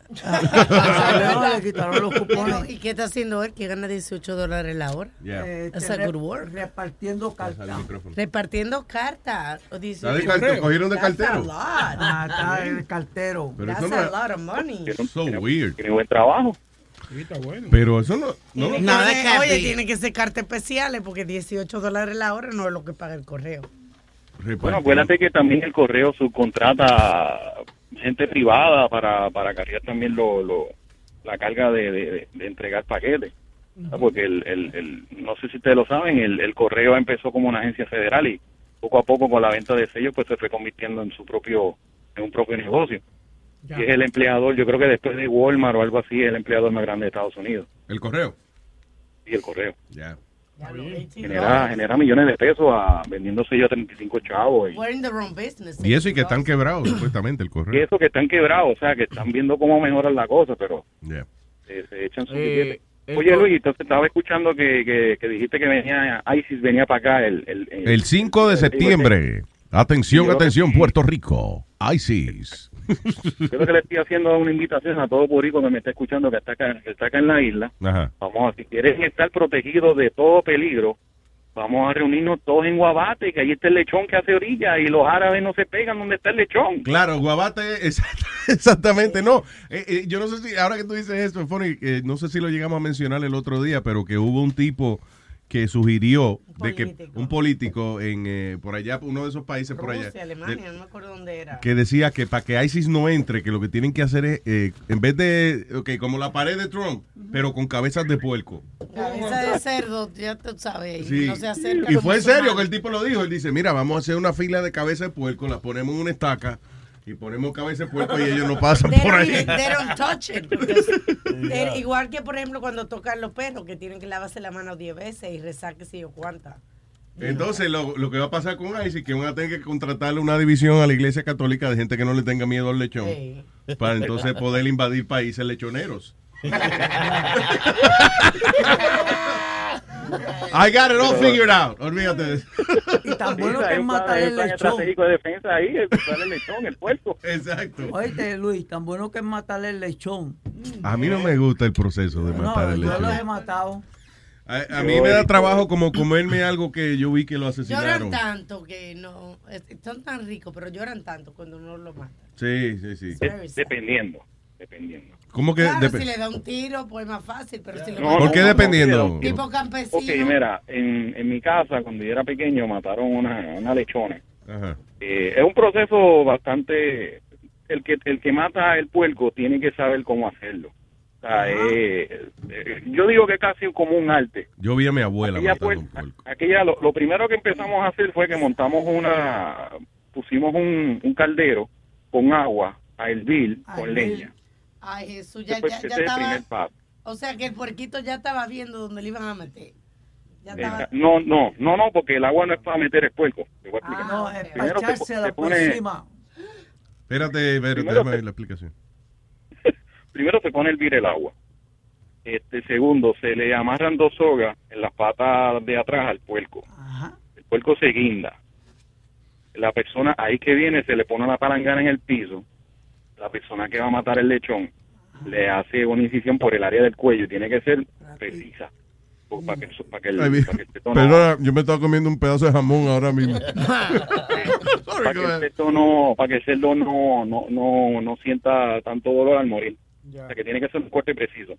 Speaker 5: No, le quitaron los cupones.
Speaker 11: Pero, ¿Y qué está haciendo él que gana 18 dólares la hora?
Speaker 6: Yeah.
Speaker 5: Eh,
Speaker 11: That's a
Speaker 5: re-
Speaker 11: good work.
Speaker 5: Repartiendo cartas.
Speaker 11: Repartiendo cartas. o 18
Speaker 6: Está de cartero, cogieron de
Speaker 11: That's a
Speaker 6: cartero.
Speaker 11: lot.
Speaker 5: Ah, está el cartero.
Speaker 6: Pero
Speaker 11: That's
Speaker 6: eso no
Speaker 11: a
Speaker 6: es-
Speaker 11: lot of money.
Speaker 6: So weird.
Speaker 23: Tiene buen trabajo.
Speaker 6: Ah, Pero eso no. no lo-
Speaker 11: Tiene que ser- oye, tiene que ser cartas especiales porque 18 dólares la hora no es lo que paga el correo.
Speaker 23: Bueno, acuérdate que también el correo subcontrata gente privada para, para cargar también lo, lo- la carga de, de- de- de entregar paquetes. Ah,
Speaker 19: pues,
Speaker 23: Porque el, el- el- no sé si ustedes lo saben, el, el correo empezó como una agencia federal y poco a poco con la venta de sellos pues se fue convirtiendo en su propio, en un propio negocio. Y es el empleador, yo creo que después de Walmart o algo así, es el empleador más grande de Estados Unidos.
Speaker 6: El correo.
Speaker 23: Y el correo.
Speaker 6: Ya.
Speaker 23: Genera, genera millones de pesos ah, a, vendiendo sellos a 35 chavos. y-
Speaker 11: We're in the wrong business.
Speaker 6: Y eso y que están quebrados, supuestamente, el
Speaker 23: Y
Speaker 6: correo.
Speaker 23: eso que están quebrados, o sea, que están viendo cómo mejoran la cosa, pero
Speaker 6: Yeah.
Speaker 23: eh, se echan su Eh, billete. el Oye, co- Luis, entonces estaba escuchando que, que, que dijiste que venía ISIS venía para acá el, el, el-
Speaker 6: El 5 de
Speaker 23: el-
Speaker 6: septiembre. Atención, atención, Puerto Rico. ISIS.
Speaker 23: Yo creo que le estoy haciendo una invitación a todo público que me está escuchando que está acá, que está acá en la isla.
Speaker 6: Ajá.
Speaker 23: Vamos, a- si quieren estar protegidos de todo peligro, vamos a reunirnos todos en Guabate, que ahí está el lechón que hace orilla y los árabes no se pegan donde está el lechón.
Speaker 6: Claro, Guabate, <laughs> exact- exactamente, no. Eh, eh, yo no sé si, ahora que tú dices esto, Fonny, eh, no sé si lo llegamos a mencionar el otro día, pero que hubo un tipo que sugirió de que un político en eh, por allá, uno de esos países por allá,
Speaker 11: Rusia, Alemania, no me acuerdo dónde era.
Speaker 6: que decía que para que ISIS no entre, que lo que tienen que hacer es, eh, en vez de, ok, como la pared de Trump, pero con cabezas de puerco.
Speaker 11: Cabeza de cerdo, ya tú sabes.
Speaker 6: Sí.
Speaker 11: No se acerca.
Speaker 6: Y
Speaker 11: los
Speaker 6: fue en serio
Speaker 11: musulmanes.
Speaker 6: que el tipo lo dijo. Él dice, mira, vamos a hacer una fila de cabeza de puerco, la ponemos en una estaca y ponemos cabeza de puerco y ellos no pasan
Speaker 11: They
Speaker 6: por
Speaker 11: don't
Speaker 6: ahí.
Speaker 11: even- they <laughs> don't touch it, because they- igual que, por ejemplo, cuando tocan los perros, que tienen que lavarse la mano 10 veces y rezar que sé yo cuántas.
Speaker 6: Entonces, lo, lo que va a pasar con ISIS es que van a tener que contratarle una división a la iglesia católica de gente que no le tenga miedo al lechón.
Speaker 11: Sí.
Speaker 6: Para entonces poder invadir países lechoneros. <laughs> I got it all figured out. Olvídate de eso.
Speaker 5: Y tan
Speaker 23: Sí,
Speaker 5: bueno
Speaker 23: hay
Speaker 5: que es
Speaker 23: un
Speaker 5: matar
Speaker 23: plan- hay
Speaker 5: el
Speaker 23: un plan
Speaker 5: lechón.
Speaker 23: estratégico de defensa ahí, el, el lechón, el puerco.
Speaker 6: Exacto.
Speaker 5: Oíste, Luis, tan bueno que es matar el lechón.
Speaker 6: A mí no me gusta el proceso de matar
Speaker 5: No,
Speaker 6: el
Speaker 5: yo los
Speaker 6: lechón.
Speaker 5: he matado.
Speaker 6: A, a mí me da trabajo como comerme algo que yo vi que lo
Speaker 11: Lloran
Speaker 6: asesinaron.
Speaker 11: tanto que no. es- Son tan ricos, pero lloran tanto cuando uno lo mata.
Speaker 6: Sí, sí, sí.
Speaker 11: De-
Speaker 23: dependiendo, dependiendo.
Speaker 6: ¿Cómo que?
Speaker 11: Claro,
Speaker 6: depe-
Speaker 11: si le da un tiro, pues más fácil, pero si lo
Speaker 23: No,
Speaker 11: mata-
Speaker 6: ¿Por qué
Speaker 23: no,
Speaker 6: dependiendo?
Speaker 23: no,
Speaker 11: Tipo campesino.
Speaker 23: Ok, mira, en, en mi casa, cuando yo era pequeño, mataron una, una lechona.
Speaker 6: Ajá.
Speaker 23: Eh, es un proceso bastante... El que, el que mata el puerco tiene que saber cómo hacerlo. O sea, eh, eh, yo digo que es casi como un arte.
Speaker 6: Yo vi a mi abuela
Speaker 23: Aquella
Speaker 6: matando un
Speaker 23: puerta-
Speaker 6: puerco.
Speaker 23: aquella lo, lo primero que empezamos a hacer fue que montamos una pusimos un, un caldero con agua a hervir
Speaker 11: A
Speaker 23: con
Speaker 11: hervir.
Speaker 23: leña
Speaker 11: Ay, Jesús, ya,
Speaker 23: Ese fue-
Speaker 11: ya,
Speaker 23: ese
Speaker 11: ya
Speaker 23: es el primer
Speaker 11: estaba.
Speaker 23: paso
Speaker 11: O sea que el puerquito ya estaba viendo dónde le iban
Speaker 23: <laughs>
Speaker 11: a meter. Ya
Speaker 23: Eh,
Speaker 11: estaba.
Speaker 23: no no no no porque el agua no es para meter el puerco te voy a explicar.
Speaker 5: No,
Speaker 11: Ah,
Speaker 5: es para
Speaker 23: Primero te po-
Speaker 5: echársela
Speaker 23: te
Speaker 5: por
Speaker 11: pues
Speaker 23: pone-
Speaker 5: encima.
Speaker 6: Espérate, espérate,
Speaker 23: Primero
Speaker 6: déjame ver la explicación.
Speaker 23: primero se pone a hervir el agua este segundo se le amarran dos sogas en las patas de atrás al puerco el puerco se guinda la persona ahí que viene se le pone una palangana en el piso la persona que va a matar el lechón le hace una incisión por el área del cuello y tiene que ser precisa o para que, eso- para que el,
Speaker 6: Ay, mi-
Speaker 23: para que el teto no-
Speaker 6: Perdona, yo me estaba comiendo un pedazo de jamón ahora mismo.
Speaker 23: para que el teto no para que el cerdo no no, no no sienta tanto dolor al morir o sea que tiene que ser un corte preciso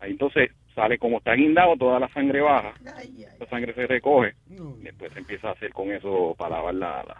Speaker 23: ahí entonces sale como está guindado toda la sangre baja la sangre se recoge después se empieza a hacer con eso para lavar la, la-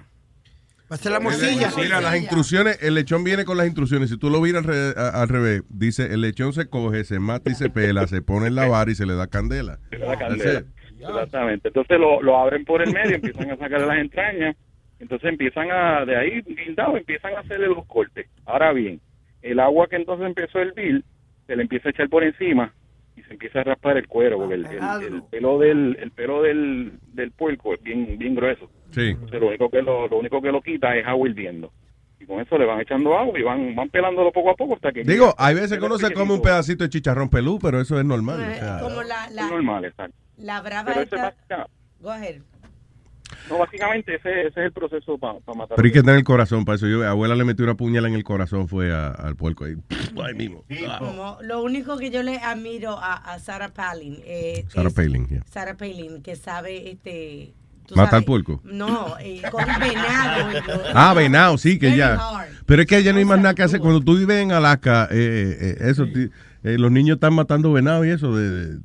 Speaker 10: Va a ser la
Speaker 6: Mira,
Speaker 10: morcilla.
Speaker 6: Mira, las instrucciones, el lechón viene con las instrucciones. Si tú lo miras al, re- a- al revés, dice, el lechón se coge, se mata y se pela, se pone en la vara y se le da candela.
Speaker 23: de la
Speaker 6: That's
Speaker 23: candela.
Speaker 6: it.
Speaker 23: Exactamente. Entonces lo, lo abren por el medio, empiezan a sacar las entrañas. Entonces empiezan a, de ahí, guindado, empiezan a hacerle los cortes. Ahora bien, el agua que entonces empezó a hervir, se le empieza a echar por encima y se empieza a raspar el cuero, porque el, el- el pelo del el pelo del, del puerco es bien, bien grueso.
Speaker 6: Sí.
Speaker 23: Entonces, lo único que lo, lo único que lo quita es agua hirviendo. Y con eso le van echando agua y van, van pelándolo poco a poco hasta que...
Speaker 6: Digo, hay veces que uno se come un pedacito de chicharrón pelú, pero eso es normal. o sea.
Speaker 11: Pues, Como la,
Speaker 23: Es
Speaker 11: la,
Speaker 23: normal, exacto.
Speaker 11: la brava
Speaker 23: Pero ese
Speaker 11: esta.
Speaker 23: más-
Speaker 11: Go ahead.
Speaker 23: No, básicamente ese, ese es el proceso para matar.
Speaker 6: Pero hay que tener el corazón para eso. Yo, abuela le metió una puñalada en el corazón, fue a- al puerco ahí. Ahí mismo.
Speaker 11: Como lo único que yo le admiro a, a Sarah Palin eh,
Speaker 6: Sarah
Speaker 11: es-
Speaker 6: Palin, yeah.
Speaker 11: Sarah Palin, que sabe este tú
Speaker 6: ¿Matar
Speaker 11: sabes-
Speaker 6: puerco?
Speaker 11: No, eh, con <laughs> venado. y todo.
Speaker 6: Ah, venado, sí, que
Speaker 11: Very
Speaker 6: ya.
Speaker 11: hard.
Speaker 6: Pero es que ya no hay más nada que hacer. Cuando tú vives en Alaska, eh, eh, eh, eso, ti- eh, los niños están matando venado y eso, de, de-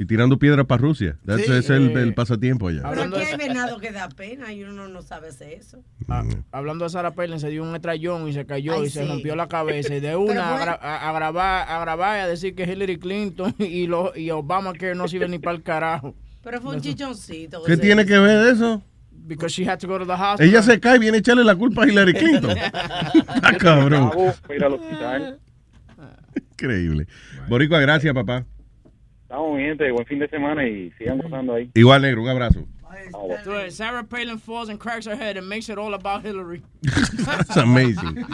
Speaker 6: y tirando piedras para Rusia. That's-
Speaker 9: Sí.
Speaker 6: ese es el,
Speaker 9: Eh,
Speaker 6: el pasatiempo allá.
Speaker 11: Pero aquí
Speaker 9: de
Speaker 11: hay
Speaker 9: esa-
Speaker 11: venado que da pena y uno no sabe hacer eso.
Speaker 9: Ah, hablando de Sarah Palin, se dio un estrellón y se cayó
Speaker 11: Ay,
Speaker 9: y se
Speaker 11: sí.
Speaker 9: rompió la cabeza. Y de una a,
Speaker 11: fue-
Speaker 9: gra- a- a grabar, a grabar y a decir que Hillary Clinton <laughs> y, los y Obama que no sirven ni para el carajo.
Speaker 11: Pero fue un chichoncito.
Speaker 6: ¿Qué tiene que ver eso?
Speaker 9: Because she had to go to the hospital.
Speaker 6: Ella se <laughs> cae y viene a echarle la culpa a Hillary Clinton. Está cabrón.
Speaker 23: ir al hospital.
Speaker 6: Increíble. Boricua, gracias, papá.
Speaker 23: Estamos bien, gente. Buen fin de semana y sigan gozando ahí.
Speaker 6: Igual, negro, un abrazo.
Speaker 9: Tú ves, Sarah Palin falls and cracks her head and makes it all about Hillary.
Speaker 6: That's amazing.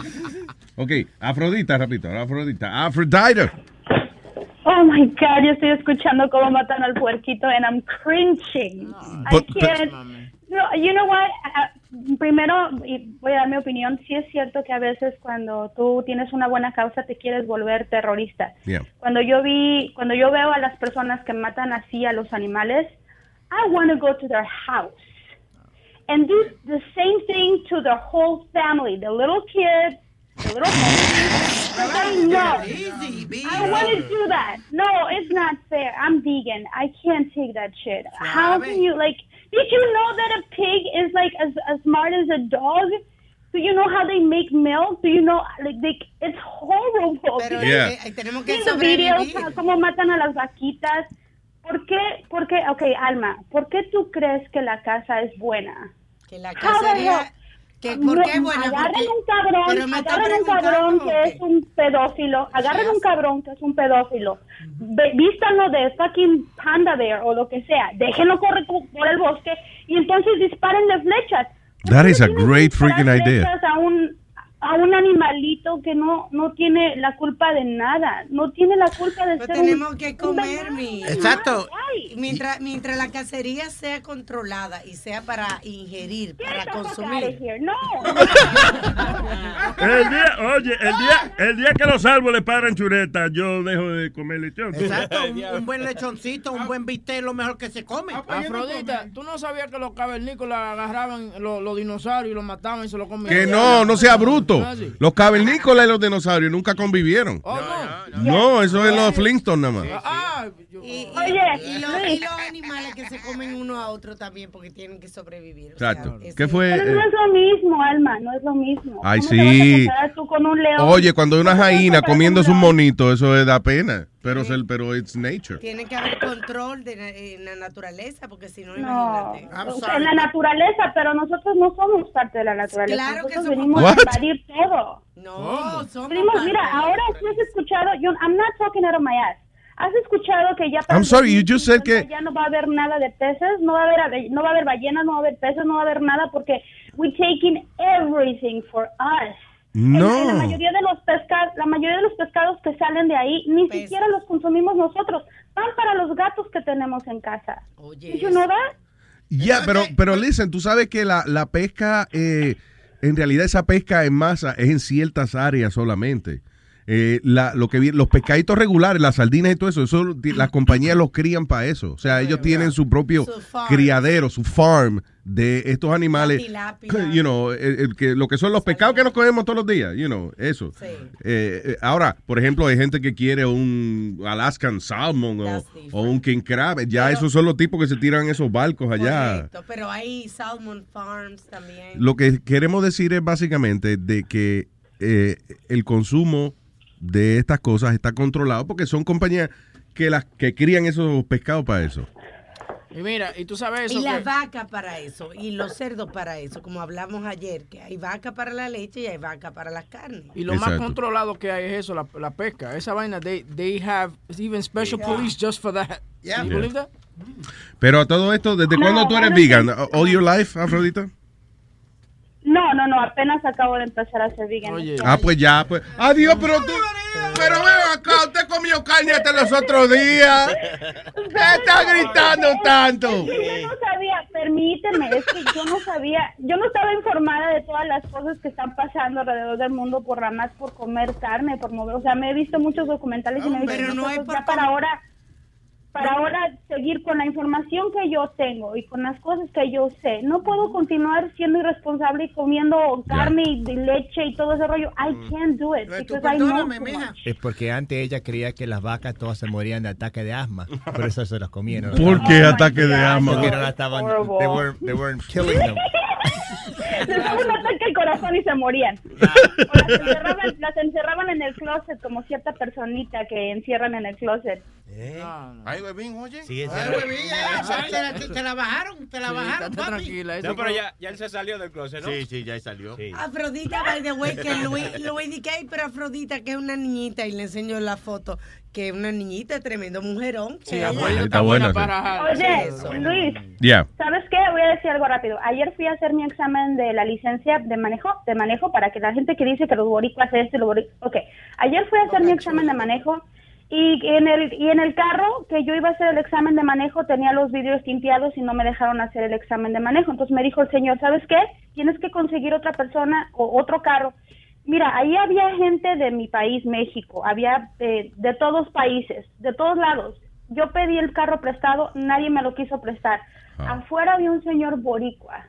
Speaker 6: Ok, Afrodita, rapidito. Afrodita. Afrodita.
Speaker 14: Oh my God, yo estoy escuchando cómo matan al puerquito and I'm cringing. I
Speaker 6: But- but-
Speaker 14: can't. No, you know what? Ah, primero, y voy a dar mi opinión. Sí es cierto que a veces cuando tú tienes una buena causa te quieres volver terrorista. Cuando yo vi, cuando yo veo a las personas que matan así a los animales, I want to go to their house and do the same thing to the whole family, the little kids, the little puppies. No. I want to do that. No, it's not fair. I'm vegan. I can't take that shit. How can you like? Did you know that a pig is like as as smart as a dog? Do you know how they make milk? Do you know like they? It's horrible.
Speaker 11: Pero
Speaker 14: Because-
Speaker 11: eh, eh, tenemos que
Speaker 14: Viendo videos,
Speaker 11: sobrevivir.
Speaker 14: ah, cómo matan a las vaquitas. ¿Por qué? ¿Por qué? Ok, Alma, ¿por qué tú crees que la casa es buena?
Speaker 11: Que la
Speaker 14: How the
Speaker 11: cacería-
Speaker 14: hell-
Speaker 11: que ¿Por qué es
Speaker 14: No,
Speaker 11: buena?
Speaker 14: Agarren
Speaker 11: Porque-
Speaker 14: un cabrón,
Speaker 11: pero me está
Speaker 14: agarren un cabrón
Speaker 11: preguntando,
Speaker 14: que es un pedófilo, agarren un cabrón que es un pedófilo, ve- vístanlo de fucking panda bear o lo que sea, déjenlo correr cu- por el bosque y entonces dispárenle flechas.
Speaker 6: That is a great freaking idea.
Speaker 14: Flechas a un a un animalito que no no tiene la culpa de nada, no tiene la culpa de ser un-
Speaker 11: Tenemos que comer, mi.
Speaker 10: Exacto.
Speaker 11: Mientras, mientras la cacería sea controlada y sea para ingerir, para consumir.
Speaker 16: El día, oye, el día, el día que los árboles paren chureta, yo dejo de comer lechón.
Speaker 10: Exacto, un, un buen lechoncito,
Speaker 6: Ah.
Speaker 10: un buen bistec, lo mejor que se come.
Speaker 6: pues,
Speaker 9: Afrodita, ¿tú no sabías que los cavernícolas agarraban los, los dinosaurios y los mataban y se los comían?
Speaker 6: Que no, no sea bruto.
Speaker 9: Ah, sí.
Speaker 6: Los cavernícolas y los dinosaurios nunca convivieron.
Speaker 9: Oh,
Speaker 6: No, eso es los Flintstones nada más.
Speaker 9: Ah,
Speaker 11: Y, y-
Speaker 14: Oye,
Speaker 11: y, lo-
Speaker 14: Luis.
Speaker 11: y los animales que se comen uno a otro también porque tienen que sobrevivir. o sea,
Speaker 6: Exacto.
Speaker 11: es-
Speaker 6: ¿Qué fue?
Speaker 14: Pero no
Speaker 6: eh?
Speaker 14: es lo mismo, Alma, no es lo mismo.
Speaker 6: Ay,
Speaker 14: ¿Cómo te vas a
Speaker 6: sí.
Speaker 14: comparar tú con un león?
Speaker 6: Oye, cuando hay una jaina comiéndose un monito, eso es- da pena. Pero es el, pero it's nature.
Speaker 11: tiene que haber control de la, en la naturaleza porque si no,
Speaker 14: No,
Speaker 11: imagínate.
Speaker 14: o sea, en la naturaleza, pero nosotros no somos parte de la naturaleza.
Speaker 11: Claro que
Speaker 14: nosotros
Speaker 11: somos
Speaker 14: venimos
Speaker 11: parte.
Speaker 14: a invadir todo.
Speaker 11: No, somos
Speaker 14: Primo,
Speaker 11: parte
Speaker 14: mira,
Speaker 11: de la
Speaker 14: ahora sí has escuchado, yo, I'm not talking out of my ass. Has escuchado que ya para
Speaker 6: I'm
Speaker 14: el
Speaker 6: sorry, you just said
Speaker 14: 2050
Speaker 6: que-
Speaker 14: ya no va a haber nada de peces, no va a haber ave- no va a haber ballenas, no va a haber peces, no va a haber nada porque we taking everything for us. En La
Speaker 6: No.
Speaker 14: mayoría de los pescados, la mayoría de los pescados que salen de ahí ni
Speaker 11: Pues
Speaker 14: siquiera los consumimos nosotros, van para los gatos que tenemos en casa. Did you know that?
Speaker 6: Ya, pero, pero
Speaker 11: pues
Speaker 6: listen, tú sabes que la, la pesca, eh, en realidad esa pesca en masa es en ciertas áreas solamente. Eh, la- lo que vi- los pescaditos regulares, las sardinas y todo eso, eso ti- las compañías los crían para eso. O sea, ellos tienen su propio
Speaker 11: Su farm.
Speaker 6: criadero, su farm de estos animales.
Speaker 11: La
Speaker 6: <laughs> You know, el- el que- lo que son los pescados que nos comemos todos los días, you know, eso. Eh, eh, ahora, por ejemplo, hay gente que quiere un Alaskan Salmon o, o un King Crab. Ya esos son los tipos que se tiran en esos barcos allá.
Speaker 11: Correcto, pero hay Salmon Farms también.
Speaker 6: Lo que queremos decir es básicamente de que eh, el consumo de estas cosas está controlado porque son compañías que las que crían esos pescados para eso.
Speaker 9: Y mira, y tú sabes eso.
Speaker 11: Y las
Speaker 9: que-
Speaker 11: vacas para eso, y los cerdos para eso, como hablamos ayer, que hay vaca para la leche y hay vaca para las carnes.
Speaker 9: Y lo más
Speaker 11: Exacto.
Speaker 9: controlado que hay es eso, la, la pesca. Esa vaina, they, they have even special police just for that. You
Speaker 6: Yeah.
Speaker 9: believe that?
Speaker 6: Pero a todo esto, ¿desde
Speaker 14: No,
Speaker 6: cuándo tú eres
Speaker 14: bueno,
Speaker 6: vegan? All your life, Afrodita.
Speaker 14: No, no, no, apenas acabo de empezar a ser vegan.
Speaker 6: Ah, pues ya, pues. Adiós, pero tú.
Speaker 7: Pero veo acá, usted comió carne hasta los otros días. ¿Qué está gritando tanto?
Speaker 14: Yo no sabía, permíteme, es que yo no sabía, yo no estaba informada de todas las cosas que están pasando alrededor del mundo por ramas, por comer carne, por mover, o sea, me he visto muchos documentales y me he visto
Speaker 11: Pero no
Speaker 14: muchas
Speaker 11: hay
Speaker 14: cosas,
Speaker 11: por
Speaker 14: ya para
Speaker 11: comer.
Speaker 14: ahora para ahora seguir con la información que yo tengo y con las cosas que yo sé. No puedo continuar siendo irresponsable y comiendo carne y de leche y todo ese rollo. I can't do it.
Speaker 10: Tú
Speaker 14: because I know
Speaker 10: perdóname,
Speaker 14: too
Speaker 10: mija.
Speaker 8: Es porque antes ella creía que las vacas todas se morían de ataque de asma. Por eso se las comían. ¿no?
Speaker 6: ¿Por qué ataque de asma?
Speaker 8: Porque no la estaban.
Speaker 14: Horrible.
Speaker 8: They weren't, they weren't killing
Speaker 4: <laughs>
Speaker 8: them.
Speaker 14: much. Les
Speaker 6: <laughs>
Speaker 14: daba un ataque al corazón y se morían. O las, encerraban, las encerraban en el closet como cierta personita que encierran en el closet.
Speaker 13: Ay, huevín, oye.
Speaker 12: Ay,
Speaker 10: huevín, Te la- te- te la bajaron, te la bajaron, papi.
Speaker 12: No, pero ya, ya él se salió del closet, ¿no?
Speaker 13: Sí, sí, ya salió.
Speaker 11: Ah, Afrodita, by the way, que Luis, Luis di que hay, pero Afrodita, que es una niñita, y le enseño la foto, que es una niñita, tremendo mujerón.
Speaker 6: Sí,
Speaker 11: que
Speaker 6: está
Speaker 11: ella-
Speaker 6: buena, está buena,
Speaker 14: Oye, Luis,
Speaker 6: Yeah.
Speaker 14: ¿sabes qué? Voy a decir algo rápido. Ayer fui a hacer mi examen de la licencia de manejo, de manejo para que la gente que dice que los boricuas es esto y los boricuas... Ok, ayer fui a hacer mi examen de manejo y en, el, y en el carro que yo iba a hacer el examen de manejo tenía los vidrios tinteados y no me dejaron hacer el examen de manejo. Entonces me dijo el señor, ¿sabes qué? Tienes que conseguir otra persona o otro carro. Mira, ahí había gente de mi país, México, había eh, de todos países, de todos lados. Yo pedí el carro prestado, nadie me lo quiso prestar.
Speaker 6: Ah.
Speaker 14: Afuera había un señor boricua.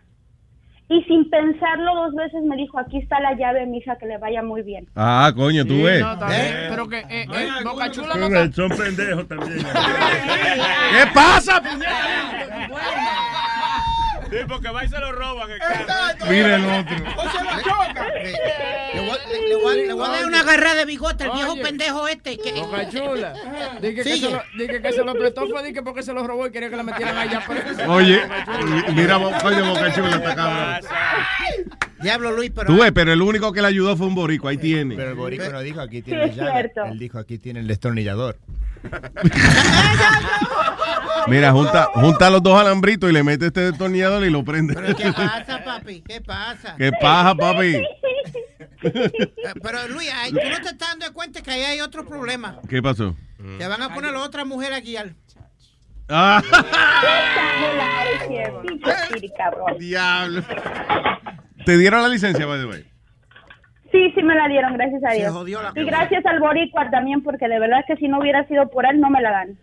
Speaker 14: Y sin pensarlo dos veces me dijo, aquí está la llave, mija, que le vaya muy bien.
Speaker 6: Ah, coño, tú ves.
Speaker 9: No, está bien, Pero que eh, eh, Boca Chula no está-
Speaker 16: Son pendejos también.
Speaker 6: ¿Qué pasa,
Speaker 12: Sí, porque va y se lo roban. el
Speaker 6: Mira el otro.
Speaker 10: Le voy, a- le- le voy a- le voy a dar una agarrada de bigote al viejo
Speaker 9: Oye.
Speaker 10: pendejo este. Que...
Speaker 9: Boca
Speaker 10: <laughs>
Speaker 9: Chula. Dije que,
Speaker 10: Sigue.
Speaker 9: se lo, dije que se lo prestó fue dije porque se lo robó y quería que la metieran allá. Pero...
Speaker 6: Oye, mira, bo- coño, Boca Chula está cabrón.
Speaker 10: Diablo, Luis, pero.
Speaker 6: Tú ves, pero el único que le ayudó fue un borico, ahí tiene.
Speaker 8: Pero el borico no dijo aquí
Speaker 10: Sí,
Speaker 8: tiene
Speaker 10: es
Speaker 8: la <laughs> llave.
Speaker 10: cierto.
Speaker 8: Él dijo aquí tiene el destornillador.
Speaker 6: <laughs> Mira, junta, junta los dos alambritos y le mete este destornillador y lo prende. <laughs>
Speaker 10: ¿Qué pasa, papi? ¿Qué pasa?
Speaker 6: ¿Qué pasa, papi?
Speaker 10: Eh, <laughs> Pero Luis, ay, tú no te estás dando cuenta que ahí hay otro problema.
Speaker 6: ¿Qué pasó?
Speaker 10: Te van a poner a otra mujer a guiar.
Speaker 6: Ah, <laughs>
Speaker 10: Diablo.
Speaker 6: te dieron la licencia, by the way.
Speaker 14: Sí, sí me la dieron, gracias a
Speaker 6: Se
Speaker 14: Dios.
Speaker 6: jodió la
Speaker 14: y gracias al boricua también, porque de verdad que si no hubiera sido por él, no me la dan.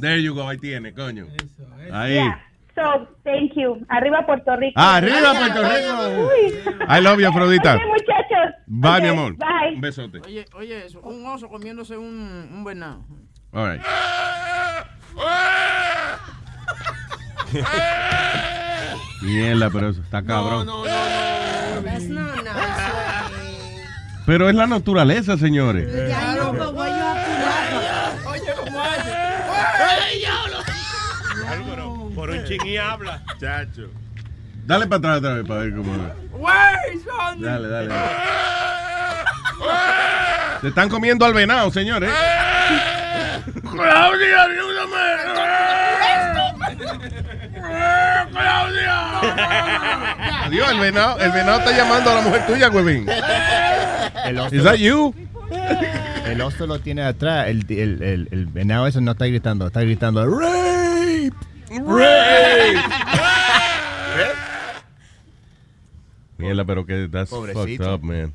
Speaker 6: There you go, ahí tiene, coño. Ahí.
Speaker 14: So, thank you. Arriba Puerto Rico.
Speaker 6: Arriba, Puerto Rico. I love you, Afrodita.
Speaker 14: Oye, muchachos.
Speaker 6: Bye,
Speaker 14: Ok,
Speaker 6: mi amor.
Speaker 14: Bye.
Speaker 6: Un besote.
Speaker 9: Oye, oye, eso, un oso comiéndose un, un venado.
Speaker 6: All right. Mierda, pero eso está cabrón.
Speaker 11: That's not nice, güey.
Speaker 6: Pero es la naturaleza, señores.
Speaker 11: I know, but why you have to laugh?
Speaker 9: Oye, ¿cómo hace?
Speaker 11: ¡Ay, diablo!
Speaker 12: Álvaro, por un chin y habla. Chacho.
Speaker 6: Dale para atrás otra vez para ver cómo es.
Speaker 9: Wey, son-
Speaker 6: Dale, dale. Se están comiendo al venado, señores.
Speaker 3: Claudia, ayúdame. Claudia.
Speaker 6: Adiós, el venado. El venado está llamando a la mujer tuya, huevín.
Speaker 8: El oso,
Speaker 6: Is that you?
Speaker 8: el oso lo tiene atrás. El, el, el, el venado ese no está gritando, está gritando. ¡Rape!
Speaker 6: Mierda, pero que that's
Speaker 8: Pobrecito.
Speaker 6: fucked up, man.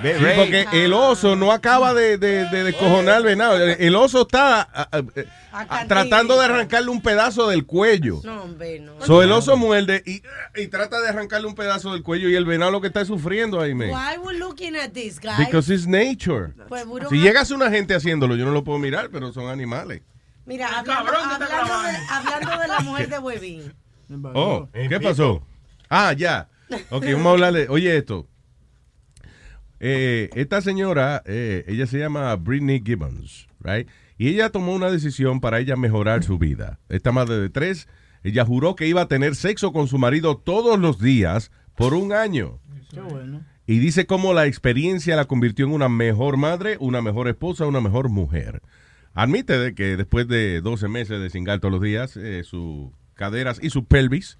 Speaker 8: Ve,
Speaker 6: Sí,
Speaker 8: Ray.
Speaker 6: porque el oso no acaba de, de, de descojonar al venado. El oso está ah, ah, eh, ah, tratando de arrancarle un pedazo del cuello.
Speaker 11: No, hombre, no.
Speaker 6: So, el oso muerde y, y trata de arrancarle un pedazo del cuello y el venado lo que está es sufriendo ahí, man.
Speaker 11: Why we looking at this guy?
Speaker 6: Because it's nature.
Speaker 11: Pues, we don't
Speaker 6: Si
Speaker 11: have-
Speaker 6: llegas a una gente haciéndolo, yo no lo puedo mirar, pero son animales.
Speaker 10: Ah,
Speaker 11: Mira, hablando, hablando de, hablando de la mujer de Huevín.
Speaker 6: Oh, ¿qué pasó? Ah, ya. Ok, vamos a hablarle. Oye, esto. Eh, esta señora, eh, ella se llama Britney Gibbons, right? Y ella tomó una decisión para ella mejorar su vida. Esta madre de tres, ella juró que iba a tener sexo con su marido todos los días por un año.
Speaker 9: Qué bueno.
Speaker 6: Y dice cómo la experiencia la convirtió en una mejor madre, una mejor esposa, una mejor mujer. Admite de que después de 12 meses de cingar todos los días, eh, sus caderas y su pelvis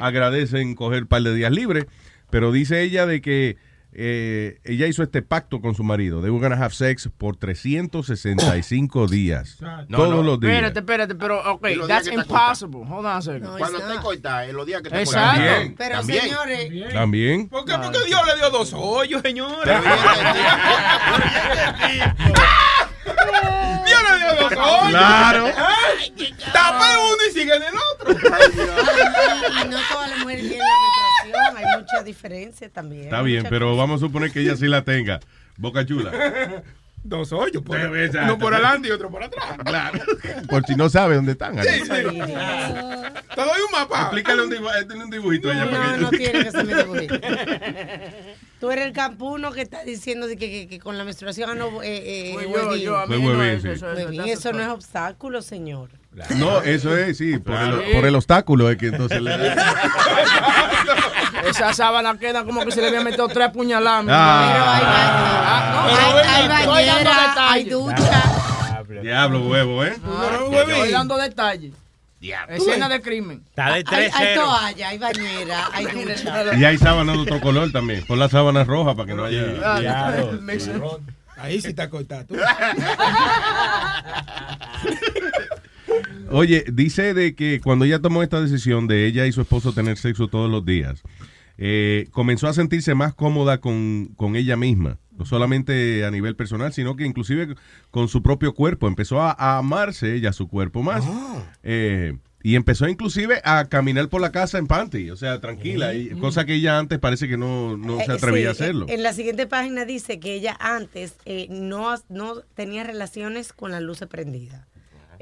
Speaker 6: agradecen coger un par de días libres, pero dice ella de que eh, ella hizo este pacto con su marido. They were gonna have sex por 365 días.
Speaker 1: No,
Speaker 6: todos
Speaker 1: no.
Speaker 6: los días.
Speaker 9: Espérate, espérate, pero, ok,
Speaker 13: Y los días
Speaker 9: that's
Speaker 13: que está
Speaker 9: impossible. Hold on a second.
Speaker 13: Cuando te cortas, en los días que te cortas.
Speaker 9: Exacto.
Speaker 13: También,
Speaker 9: Pero,
Speaker 13: también.
Speaker 9: señores-
Speaker 6: También.
Speaker 19: ¿Por qué? Porque Dios le dio dos hoyos, señores. Dios le dio dos hoyos.
Speaker 6: Claro.
Speaker 19: Ay, Tapa uno y sigue en el otro.
Speaker 11: Y no todas las mujeres tienen la menstruación, hay mucha diferencia también.
Speaker 6: Está bien, pero vamos a suponer que ella sí la tenga. Boca chula.
Speaker 19: Dos hoyos, por,
Speaker 6: Exacto.
Speaker 19: uno por adelante y otro por atrás. Claro.
Speaker 6: Por si no sabe dónde están.
Speaker 19: Sí, sí. Te doy un mapa.
Speaker 6: Explícale un, dibu- eh, tiene un dibujito a ella.
Speaker 11: No,
Speaker 6: para
Speaker 11: no,
Speaker 6: que-
Speaker 11: no tiene que ser
Speaker 6: <laughs>
Speaker 11: mi dibujito. Tú eres el campuno que está diciendo de que, que- que con la menstruación ah, no. Eh, eh,
Speaker 9: Fue
Speaker 11: huevín.
Speaker 9: yo, yo, a mí
Speaker 6: Fue no, huevín, eso, sí. eso,
Speaker 11: Huevín,
Speaker 9: eso,
Speaker 11: eso no es obstáculo, señor.
Speaker 6: No, eso es, sí, por, el, por el obstáculo es que entonces le
Speaker 9: <laughs> Esa sábana queda como que se le había metido tres puñaladas. mi
Speaker 6: Ah.
Speaker 9: hermano.
Speaker 11: Hay- hay
Speaker 9: Estoy dando
Speaker 11: bañera, hay
Speaker 9: detalles.
Speaker 11: ducha.
Speaker 6: <laughs> Diablo huevo, ¿eh?
Speaker 9: Estoy dando detalles. Escena de crimen.
Speaker 6: Está de
Speaker 11: Hay, hay
Speaker 6: 3-0.
Speaker 11: toalla, hay bañera, hay ducha.
Speaker 6: Y hay sábanas de otro color también. Pon la sábana roja para que no haya.
Speaker 19: Ahí sí te cortado tú.
Speaker 6: Oye, dice de que cuando ella tomó esta decisión de ella y su esposo tener sexo todos los días, eh, comenzó a sentirse más cómoda con, con ella misma, no solamente a nivel personal, sino que inclusive con su propio cuerpo. Empezó a, a amarse ella su cuerpo más. Eh, y empezó inclusive a caminar por la casa en panty, o sea, tranquila, y- cosa que ella antes parece que no, no se
Speaker 11: Eh,
Speaker 6: atrevía
Speaker 11: sí,
Speaker 6: a hacerlo.
Speaker 11: En la siguiente página dice que ella antes eh, no, no tenía relaciones con las luces prendidas.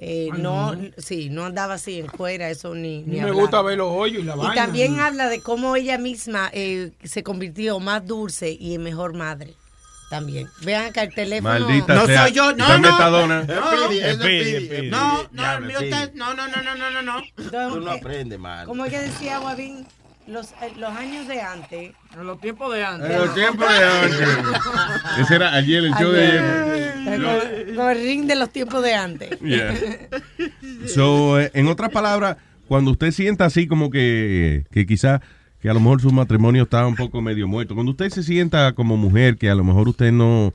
Speaker 11: Eh,
Speaker 19: Ay,
Speaker 11: no,
Speaker 19: no.
Speaker 11: sí, no andaba así en cuera, eso ni, ni
Speaker 19: Me
Speaker 11: hablar.
Speaker 19: gusta ver los hoyos y la
Speaker 11: Y
Speaker 19: vaina.
Speaker 11: también habla de cómo ella misma eh, se convirtió más dulce y en mejor madre. También. Vean acá el teléfono.
Speaker 6: Maldita No sea. soy yo, no, Está en no. Metadona.
Speaker 11: No,
Speaker 13: Speedy, es Speedy, Speedy.
Speaker 11: no,
Speaker 13: Diablo, Speedy.
Speaker 11: no, no, no, no, no, no.
Speaker 13: Tú no aprendes, man.
Speaker 11: eh, Como que decía Guavín, los, eh, los años de antes.
Speaker 9: Los tiempos de antes.
Speaker 6: En los tiempos de antes. Ese era ayer, el show de ayer.
Speaker 11: Con- con el ring de los tiempos de antes.
Speaker 6: Yeah. <laughs> So, eh, en otras palabras, cuando usted sienta así como que, que quizá que a lo mejor su matrimonio está un poco medio muerto, cuando usted se sienta como mujer que a lo mejor usted no,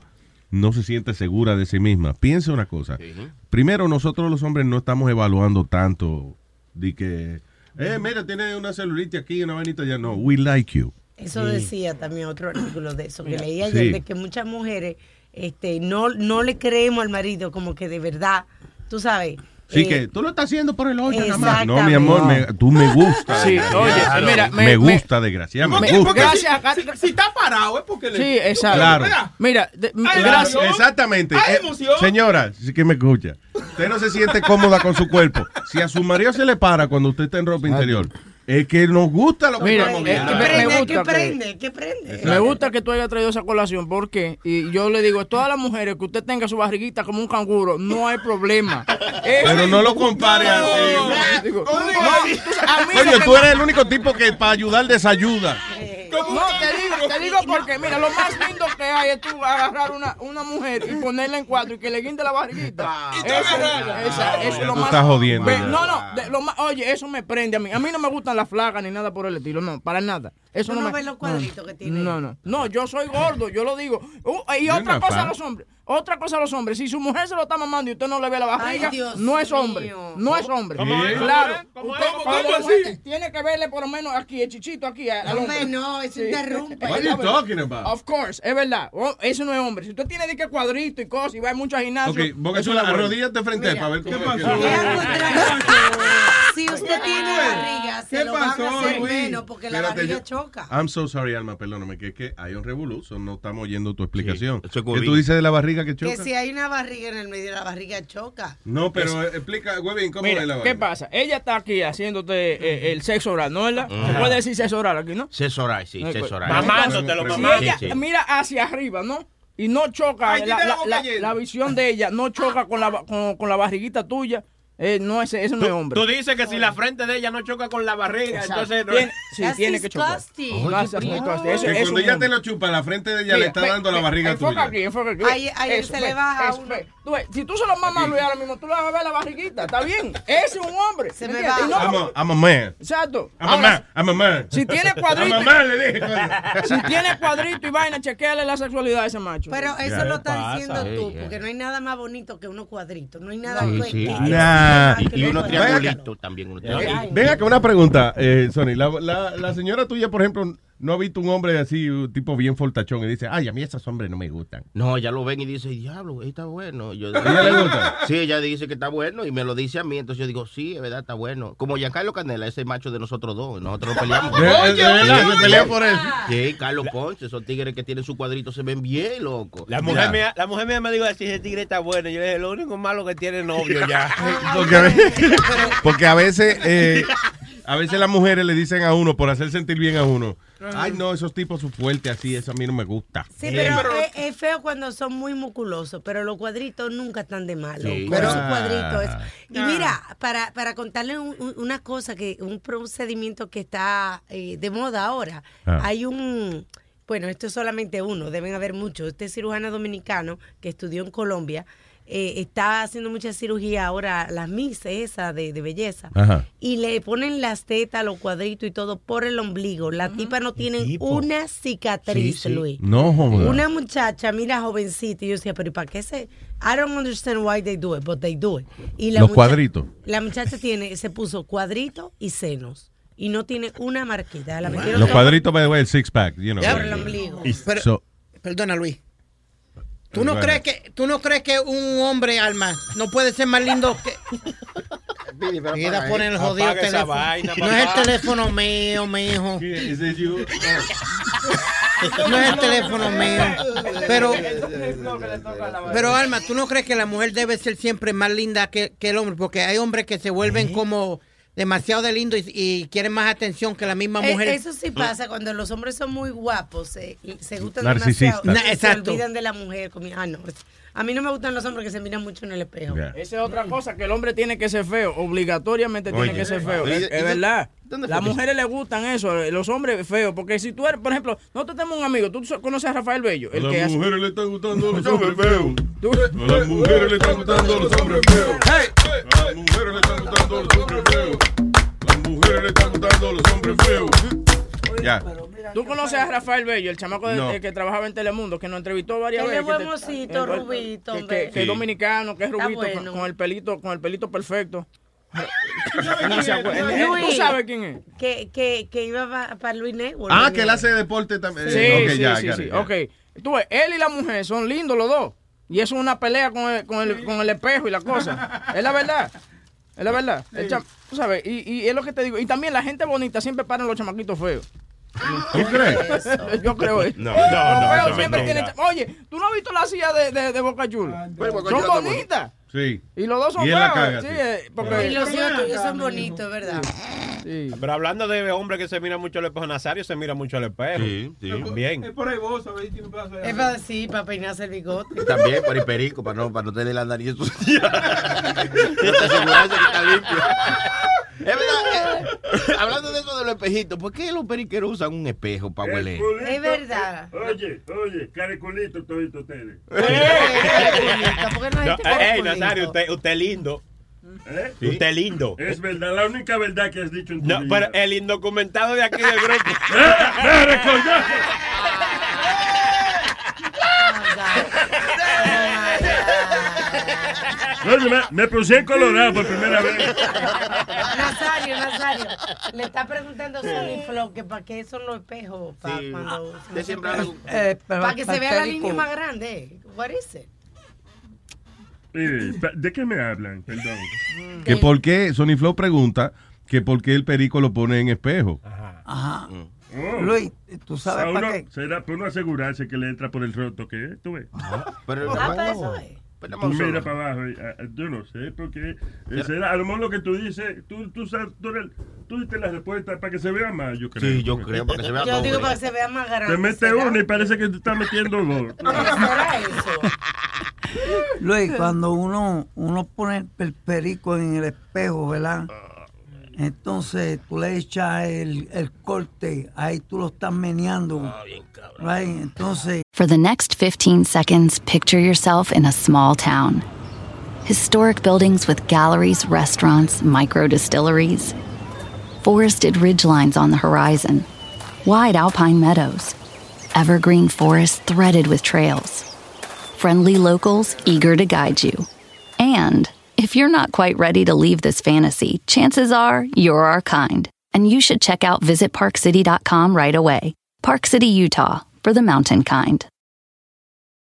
Speaker 6: no se siente segura de sí misma, piense una cosa.
Speaker 9: Uh-huh.
Speaker 6: Primero, nosotros los hombres no estamos evaluando tanto de que, eh, mira, tiene una celulite aquí, una vainita allá. No, we like you.
Speaker 9: Mm.
Speaker 11: Eso decía también otro artículo de eso que leí
Speaker 6: Sí.
Speaker 11: ayer, de que muchas mujeres este, no, no le creemos al marido, como que de verdad, tú sabes.
Speaker 6: Sí,
Speaker 11: eh,
Speaker 6: que tú lo estás haciendo por el hoyo nada más. No,
Speaker 11: Exactamente.
Speaker 6: mi amor, me- tú
Speaker 11: <laughs>
Speaker 6: me gusta.
Speaker 9: Sí, oye, mira,
Speaker 6: me,
Speaker 9: me-
Speaker 6: gusta, desgraciado, me,
Speaker 9: Porque-
Speaker 6: gusta.
Speaker 9: porque si-
Speaker 19: Si, si está parado es porque le.
Speaker 9: Sí, exacto.
Speaker 6: Claro.
Speaker 9: Mira, de-
Speaker 19: Ay,
Speaker 9: gracias.
Speaker 19: emoción.
Speaker 6: Exactamente.
Speaker 19: Hay
Speaker 6: Eh,
Speaker 19: emoción.
Speaker 6: señora, sí que me escucha. Usted no se siente cómoda con su cuerpo. Si a su marido se le para cuando usted está en ropa interior, es que nos gusta lo que
Speaker 9: Mira, eh,
Speaker 6: estamos
Speaker 9: es
Speaker 6: viendo.
Speaker 9: que me, me gusta.
Speaker 11: prende? ¿Qué prende?
Speaker 9: Me gusta que tú hayas traído esa colación porque, y yo le digo, a todas las mujeres que usted tenga su barriguita como un canguro, no hay problema.
Speaker 6: <laughs> Pero no lo compare así.
Speaker 9: Digo, no, tú sabes, a mí lo
Speaker 6: Coño,
Speaker 9: que
Speaker 6: tú eres el único tipo que para ayudar desayuda.
Speaker 9: No, te digo, te digo porque, mira, lo más lindo que hay es tú agarrar una, una mujer y ponerla en cuatro y que le guinde la barriguita. Eso, esa- eso es
Speaker 6: ya
Speaker 9: lo
Speaker 6: tú
Speaker 9: más.
Speaker 6: estás jodiendo
Speaker 9: Ve,
Speaker 6: ya.
Speaker 9: no, no, de- lo más, oye, eso me prende a mí. A mí no me gustan las flagas ni nada por el estilo, no, para nada. Eso
Speaker 11: ¿Tú
Speaker 9: no,
Speaker 11: no
Speaker 9: me.
Speaker 11: ves los cuadritos
Speaker 9: no.
Speaker 11: que tiene?
Speaker 9: No, no. No, yo soy gordo, yo lo digo. Uh, y
Speaker 11: Yo
Speaker 9: otra
Speaker 11: no,
Speaker 9: cosa a
Speaker 11: pa.
Speaker 9: los hombres. Otra cosa a los hombres, si su mujer se lo está mamando y usted no le ve la barriga,
Speaker 11: Ay, Dios
Speaker 9: no es hombre.
Speaker 11: mío.
Speaker 9: No es hombre.
Speaker 11: ¿Cómo es?
Speaker 9: Claro.
Speaker 11: ¿Cómo
Speaker 9: Usted-
Speaker 11: es?
Speaker 9: cuando
Speaker 11: ¿Cómo
Speaker 9: la mujer
Speaker 11: así?
Speaker 9: Tiene que verle por lo menos aquí, el chichito aquí. a- al
Speaker 11: No,
Speaker 9: hombre.
Speaker 11: hombre, no, eso interrumpe.
Speaker 6: What are you talking about?
Speaker 9: Of course, es verdad. O- eso no es hombre. Si usted tiene de que cuadrito y cosas y va a muchos gimnasios.
Speaker 6: Ok, Boca
Speaker 9: eso
Speaker 6: Chula,
Speaker 9: no es bueno.
Speaker 6: arrodíllate frente a él para ver cómo es que-
Speaker 11: Si usted tiene barriga, se
Speaker 19: ¿Qué
Speaker 11: lo van
Speaker 19: pasó,
Speaker 11: a hacer
Speaker 19: Luis?
Speaker 11: menos porque la
Speaker 6: Espérate,
Speaker 11: barriga
Speaker 6: yo-
Speaker 11: choca.
Speaker 6: I'm so sorry, Alma, perdóname, que es que hay un revoluso, no estamos oyendo tu explicación.
Speaker 13: eso
Speaker 6: ¿Qué
Speaker 13: es COVID.
Speaker 6: tú dices de la barriga que choca?
Speaker 11: Que si hay una barriga en el medio, la barriga choca.
Speaker 6: No, pero eh, explica, Webin, ¿cómo
Speaker 9: Mira,
Speaker 6: es la
Speaker 9: ¿qué
Speaker 6: barriga?
Speaker 9: pasa? Ella está aquí haciéndote eh, el sexo oral, ¿no es verdad? Se
Speaker 13: Ajá.
Speaker 9: puede decir sexo oral aquí, ¿no?
Speaker 13: Cesoray, sí, Cesoray.
Speaker 9: Mamándotelo, Ella mira hacia arriba, ¿no? Y no choca,
Speaker 19: Ay,
Speaker 9: la,
Speaker 19: tiene la
Speaker 9: la-
Speaker 19: boca
Speaker 9: la-
Speaker 19: llena.
Speaker 9: la visión de ella no choca con la, ba- con, con la barriguita tuya. Eh, no, ese, ese no es hombre.
Speaker 12: Tú dices que si la frente de ella no choca con la barriga,
Speaker 9: Exacto.
Speaker 12: entonces no
Speaker 9: Tiene- sí, That's tiene que chocar. disgusting.
Speaker 12: Oye,
Speaker 9: No, eso es
Speaker 12: primo.
Speaker 9: disgusting.
Speaker 6: Que
Speaker 9: Eso- eso
Speaker 6: cuando
Speaker 9: es
Speaker 6: ella
Speaker 9: un-
Speaker 6: te lo chupa, la frente de ella le
Speaker 9: Mira,
Speaker 6: está
Speaker 9: ve-
Speaker 6: dando la
Speaker 9: ve-
Speaker 6: barriga
Speaker 9: enfoca
Speaker 6: tuya.
Speaker 9: aquí, enfoca aquí.
Speaker 11: Ahí- ahí
Speaker 9: Eso,
Speaker 11: se le
Speaker 9: ve,
Speaker 11: baja
Speaker 9: eso, ve. Tú ves, si tú se lo mamas a Luis ahora mismo, tú le vas a ver la barriguita, está bien. Ese es un hombre.
Speaker 11: Se
Speaker 9: ¿me
Speaker 11: me
Speaker 9: entiendes?
Speaker 6: baja.
Speaker 9: Y no-
Speaker 6: I'm a- I'm a man.
Speaker 9: Exacto.
Speaker 6: I'm a
Speaker 9: Ahora,
Speaker 6: man, I'm a man.
Speaker 9: Si tiene cuadrito.
Speaker 6: I'm <laughs> a man, le dije. coño.
Speaker 9: si tiene cuadrito y vaina, chequeale la sexualidad a ese macho.
Speaker 11: Pero eso
Speaker 6: Ya.
Speaker 11: lo estás
Speaker 6: Pasa,
Speaker 11: diciendo
Speaker 6: sí,
Speaker 11: tú,
Speaker 6: ya.
Speaker 11: porque no hay nada más bonito que unos cuadritos. No hay nada
Speaker 6: Sí,
Speaker 11: más
Speaker 6: sí.
Speaker 11: que-
Speaker 6: Nah.
Speaker 13: Y, y unos
Speaker 6: Ven acá.
Speaker 13: triangulitos también. unos
Speaker 6: Eh,
Speaker 13: triangulitos.
Speaker 6: Ven acá una pregunta, eh, Sony. La, la- la señora tuya, por ejemplo, no ha visto un hombre así, un tipo bien fortachón, y dice, ay, a mí esos hombres no me gustan.
Speaker 13: No, ya lo ven y dice, diablo, güey, está bueno. Yo,
Speaker 6: ¿A ella le gusta?
Speaker 13: Sí, ella dice que está bueno y me lo dice a mí. Entonces yo digo, sí, es verdad, está bueno. Como Giancarlo Canela, ese macho de nosotros dos. Nosotros lo peleamos.
Speaker 6: <laughs> De- de- de- de- se pelea por él.
Speaker 13: Sí, Carlos Ponce, esos tigres que tienen su cuadrito se ven bien, loco.
Speaker 12: La mujer, mía, la mujer mía me dijo, si ese tigre está bueno, yo le dije, lo único malo que tiene es novio ya.
Speaker 6: Porque a veces, <laughs> porque a veces, eh, a veces las mujeres le dicen a uno, por hacer sentir bien a uno, ay, no, esos tipos son fuertes así, eso a mí no me gusta. Eh,
Speaker 11: Sí, pero, Es, es feo cuando son muy musculosos, pero los cuadritos nunca están de malo.
Speaker 6: Sí.
Speaker 11: Pero esos
Speaker 6: Ah.
Speaker 11: cuadritos, eso. Y mira, para, para contarles un- un- una cosa, que un procedimiento que está eh, de moda ahora,
Speaker 20: Ah.
Speaker 11: hay un... Bueno, esto es solamente uno, deben haber muchos. Este cirujano dominicano que estudió en Colombia eh, está haciendo mucha cirugía ahora, las mises esas de, de belleza.
Speaker 20: Ajá.
Speaker 11: Y le ponen las tetas, los cuadritos y todo por el ombligo. La tipa no tiene una cicatriz, Luis.
Speaker 6: No, joder.
Speaker 11: Una muchacha, mira, jovencita, y yo decía, pero ¿y para qué se...? I don't understand why they do it, but they do it. Y
Speaker 6: Los
Speaker 11: mucha-
Speaker 6: cuadritos.
Speaker 11: La muchacha tiene, se puso cuadrito y senos. Y no tiene una marquita. La metieron
Speaker 6: Los
Speaker 11: todo-
Speaker 6: cuadritos, by the way, el six pack, you know.
Speaker 11: Ya, pero el ombligo.
Speaker 6: Pero,
Speaker 10: Pero- Perdona, Luis. ¿Tú no,
Speaker 6: Bueno.
Speaker 10: crees que, ¿Tú no crees que un hombre, Alma, no puede ser más lindo que... Mira, ponen el jodido
Speaker 12: Apaga esa
Speaker 10: teléfono.
Speaker 12: vaina,
Speaker 10: no es el
Speaker 12: papá.
Speaker 10: teléfono mío, mijo. No es el teléfono mío. Pero, pero Alma, ¿tú no crees que la mujer debe ser siempre más linda que, que el hombre? Porque hay hombres que se vuelven como demasiado de lindo y, y quieren más atención que la misma
Speaker 11: Eh,
Speaker 10: mujer.
Speaker 11: Eso sí pasa cuando los hombres son muy guapos, se, se gustan
Speaker 10: Narcisistas.
Speaker 11: demasiado. y
Speaker 10: Na-
Speaker 11: Se
Speaker 10: exacto.
Speaker 11: olvidan de la mujer. como, ah, no, A mí no me gustan los hombres que se miran mucho en el espejo.
Speaker 6: Yeah.
Speaker 9: Esa es otra cosa, que el hombre tiene que ser feo, obligatoriamente
Speaker 6: Oye.
Speaker 9: tiene que ser feo.
Speaker 6: ¿Y-
Speaker 9: Es,
Speaker 6: y
Speaker 9: es
Speaker 6: dó-
Speaker 9: verdad.
Speaker 6: dónde
Speaker 9: Las
Speaker 6: fue que-
Speaker 9: mujeres les gustan eso, los hombres feos, porque si tú eres, por ejemplo, no te tenemos un amigo, tú so- conoces a Rafael Bello,
Speaker 16: A
Speaker 9: el
Speaker 16: las
Speaker 9: que hace...
Speaker 16: mujeres le están gustando los hombres feos. A las mujeres le están gustando los hombres feos. A las mujeres le están gustando los hombres feos. A las mujeres le están gustando los hombres feos.
Speaker 6: Ya.
Speaker 9: Tú conoces a Rafael Bello, el chamaco de-
Speaker 6: No.
Speaker 9: el que trabajaba en Telemundo, que nos entrevistó varias
Speaker 11: Él es
Speaker 9: veces.
Speaker 11: buen
Speaker 9: que te-
Speaker 11: mocito,
Speaker 9: el- el-
Speaker 11: rubito,
Speaker 9: que-
Speaker 11: hombre.
Speaker 9: que- que es
Speaker 11: Sí.
Speaker 9: dominicano, que es
Speaker 11: Está
Speaker 9: rubito, con-
Speaker 11: bueno.
Speaker 9: con, el pelito, con el
Speaker 11: <laughs>
Speaker 9: pelito perfecto.
Speaker 11: quién
Speaker 9: No se
Speaker 11: es?
Speaker 9: acuerda.
Speaker 11: ¿Tú sabes
Speaker 9: Él- él-
Speaker 11: quién
Speaker 9: Tú
Speaker 11: es?
Speaker 9: sabes quién es.
Speaker 11: Que, que, que iba para Luis Network.
Speaker 6: Ah,
Speaker 11: Luis
Speaker 6: que él
Speaker 11: Network.
Speaker 6: hace deporte también.
Speaker 9: Sí,
Speaker 6: Eh, ok,
Speaker 9: sí,
Speaker 6: ya,
Speaker 9: sí,
Speaker 6: got
Speaker 9: sí.
Speaker 6: it, ya.
Speaker 9: Ok. Tú ves, él y la mujer son lindos los dos. Y eso es una pelea con el, con el, con el espejo y
Speaker 6: <laughs>
Speaker 9: la cosa. es la verdad. Es la verdad. El cham- tú sabes, y, y es lo que te digo. Y también la gente bonita siempre para los chamaquitos feos.
Speaker 6: ¿Tú crees?
Speaker 9: <laughs> Yo creo eso.
Speaker 6: No, no,
Speaker 9: Los
Speaker 6: no,
Speaker 9: feos
Speaker 6: no,
Speaker 9: siempre
Speaker 6: no.
Speaker 9: tienen cha- Oye, ¿tú no has visto la silla de, de, de Boca Chula? Son
Speaker 6: Ah, Chula está
Speaker 9: bonitas.
Speaker 6: Sí.
Speaker 9: Y los dos son
Speaker 6: Y él
Speaker 9: feos.
Speaker 6: la caga,
Speaker 9: sí,
Speaker 6: sí.
Speaker 9: eh, porque...
Speaker 11: Y los hijos tuyos son bonitos, ¿verdad?
Speaker 12: Pero hablando de hombre que se mira mucho al espejo, Nazario se mira mucho al espejo. Sí, sí. Bien.
Speaker 19: por ahí vos, ¿sabes? Tiene un pedazo de-
Speaker 11: Es para sí, para peinarse el bigote.
Speaker 13: También para el perico, para no, para no tener la nariz sucia. <laughs> Para asegurarse que está limpia. Es verdad, eh, hablando de eso de los espejitos, ¿por qué los periqueros usan un espejo para hueler?
Speaker 16: Culito,
Speaker 11: Es verdad.
Speaker 16: eh, Oye, oye, cariculito todito ustedes.
Speaker 12: eh, No, este ey, Nazario, usted, usted es lindo.
Speaker 16: ¿Eh?
Speaker 12: Usted es lindo.
Speaker 16: Es verdad, la única verdad que has dicho en tu
Speaker 12: No,
Speaker 16: vida. ¡Eh,
Speaker 12: pero el indocumentado de aquí
Speaker 16: <laughs>
Speaker 12: del grupo.
Speaker 16: ¡Me recordaste! Oye, me, me puse en colorado por primera vez.
Speaker 11: Nazario, Nazario. Le está preguntando a Sony Flow que para qué son los espejos. Para
Speaker 13: Sí.
Speaker 11: cuando.
Speaker 13: Usted siempre habla con-
Speaker 12: Eh,
Speaker 11: para que se vea la línea más grande. What is it?
Speaker 16: Eh, pa- ¿De qué me hablan? Perdón.
Speaker 6: Que por qué, Sony Flow pregunta, que por qué el perico lo pone en espejo.
Speaker 5: Ajá.
Speaker 16: Oh.
Speaker 6: Mm.
Speaker 13: Mm.
Speaker 5: Luis, ¿tú sabes
Speaker 16: Ah,
Speaker 5: para
Speaker 16: uno-
Speaker 5: qué?
Speaker 16: Será por no asegurarse que le entra por el roto que es, tú ves.
Speaker 13: Pero
Speaker 16: Ah,
Speaker 13: tampoco-
Speaker 16: para
Speaker 11: pues, eso
Speaker 13: pues,
Speaker 16: Tú mira para abajo, y, ah, ah, yo no sé, porque eh, será, a lo mejor lo que tú dices, tú, tú, sabes, tú, eres- tú diste la respuesta para que se vea más, yo creo.
Speaker 13: Sí, yo creo, para que se
Speaker 6: Ah,
Speaker 13: vea
Speaker 11: <laughs> Yo digo para que se vea más
Speaker 16: Te
Speaker 11: grande. <laughs>
Speaker 16: mete uno y parece que te está metiendo dos.
Speaker 11: ¿Será eso?
Speaker 5: Luis, cuando uno, uno pone el perico en el espejo, ¿verdad? Entonces tú le echas el, el corte, ahí tú lo estás meneando.
Speaker 6: Ah,
Speaker 5: Right? Entonces
Speaker 20: For the next 15 seconds, picture yourself in a small town. Historic buildings with galleries, restaurants, micro distilleries, forested ridgelines on the horizon, wide alpine meadows, evergreen forests threaded with trails, friendly locals eager to guide you. And if you're not quite ready to leave this fantasy, chances are you're our kind, and you should check out visitparkcity.com right away. Park City, Utah, for the mountain kind.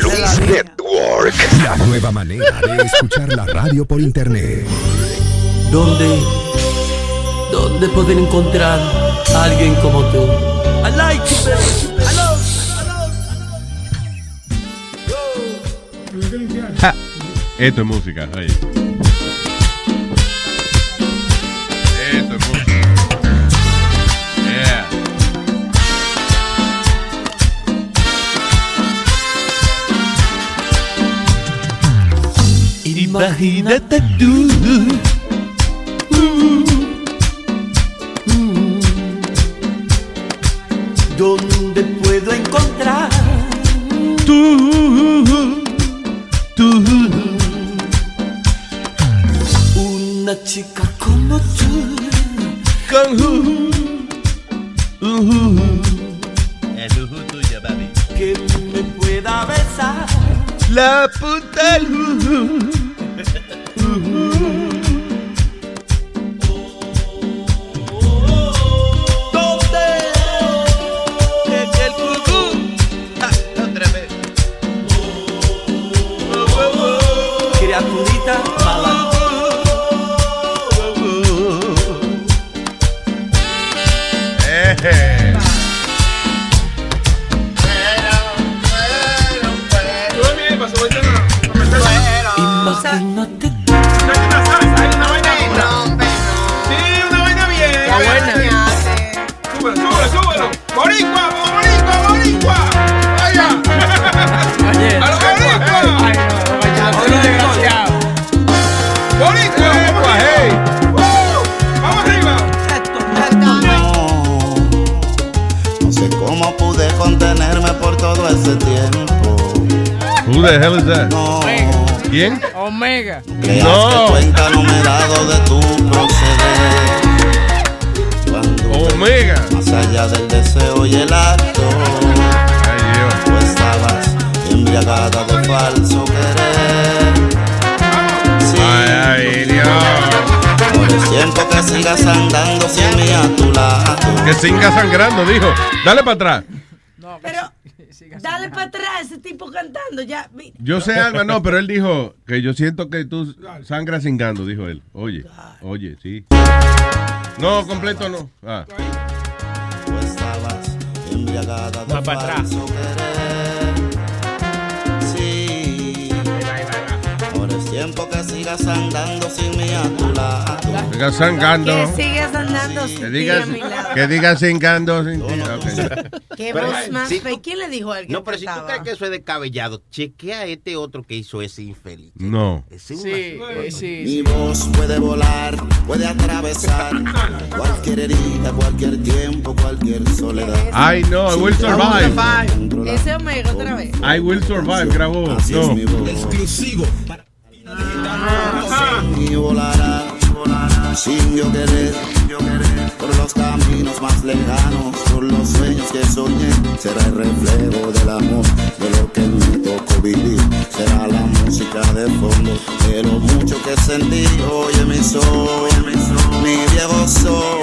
Speaker 24: Luis Network. La nueva manera de escuchar la radio por internet.
Speaker 26: ¿Dónde? ¿Dónde poder encontrar a alguien como tú? I like you, baby. I love
Speaker 6: Ja. Esto es música, oye. Esto es música. Yeah.
Speaker 26: Imagínate tú. Mm, mm. ¿Dónde puedo encontrar tú, tú? Una chica como tú.
Speaker 13: El juju tuya, baby.
Speaker 26: que me pueda besar.
Speaker 13: La puta el juju.
Speaker 26: ¿Dónde? el cucú. otra vez. Criaturita mala.
Speaker 6: Eh.
Speaker 26: Imagínate.
Speaker 19: Sí, una vaina bien. ¿eh?
Speaker 26: Está buena.
Speaker 19: Súbelo, súbelo, súbelo. Boricua, boricua, boricua. Vaya. A los boricuas. Boricua, boricua, hey. ¡Woo! Vamos arriba.
Speaker 27: No sé cómo pude contenerme por todo ese tiempo.
Speaker 6: Who the hell is that? ¿Quién?
Speaker 9: Omega.
Speaker 27: Creas que cuenta no me he dado de tu proceder. Cuando
Speaker 6: Omega.
Speaker 27: Más allá del deseo y el acto. Tú estabas embriagada de falso querer. Sí, Por el tiempo que sigas andando sin mí a tu lado.
Speaker 6: Que siga sangrando, dijo. Dale para atrás.
Speaker 11: Dale para atrás ese tipo cantando. Ya, mi-
Speaker 6: Yo sé, Alma, no, pero él dijo que yo siento que tú sangras cingando, dijo él. Oye, oye, sí. No, completo no. Ah.
Speaker 27: embriagada de
Speaker 12: Más para atrás.
Speaker 27: falso querer. Sí, ahora es tiempo que sigas andando sin mí a tu lado.
Speaker 6: Sigas sangando.
Speaker 11: Que sigas andando sin
Speaker 6: Que
Speaker 11: ti
Speaker 6: digas,
Speaker 11: a mi lado.
Speaker 6: que digas singando sin ti. Ok.
Speaker 11: Qué
Speaker 13: Pero,
Speaker 11: voz más
Speaker 13: si
Speaker 11: fea. ¿Quién le dijo a alguien
Speaker 13: No, pero si tú
Speaker 11: cantaba?
Speaker 13: crees que eso es descabellado, chequea este otro que hizo ese infeliz.
Speaker 6: No.
Speaker 13: Ese es
Speaker 9: Sí,
Speaker 13: un-
Speaker 9: eh, sí.
Speaker 27: Mi voz puede volar, puede atravesar cualquier herida, cualquier tiempo, cualquier soledad.
Speaker 6: Ay, no, I will survive.
Speaker 11: Ese Omega otra vez.
Speaker 6: I will survive, grabó.
Speaker 27: Así es
Speaker 6: No.
Speaker 27: mi voz. Exclusivo. Y volará, volará sin yo querer, yo querer. Por los caminos más lejanos, por los sueños que soñé. Será el reflejo del amor, de lo que me tocó vivir. Será la música de fondo, de lo mucho que sentí. Oye, mi sol, mi viejo sol.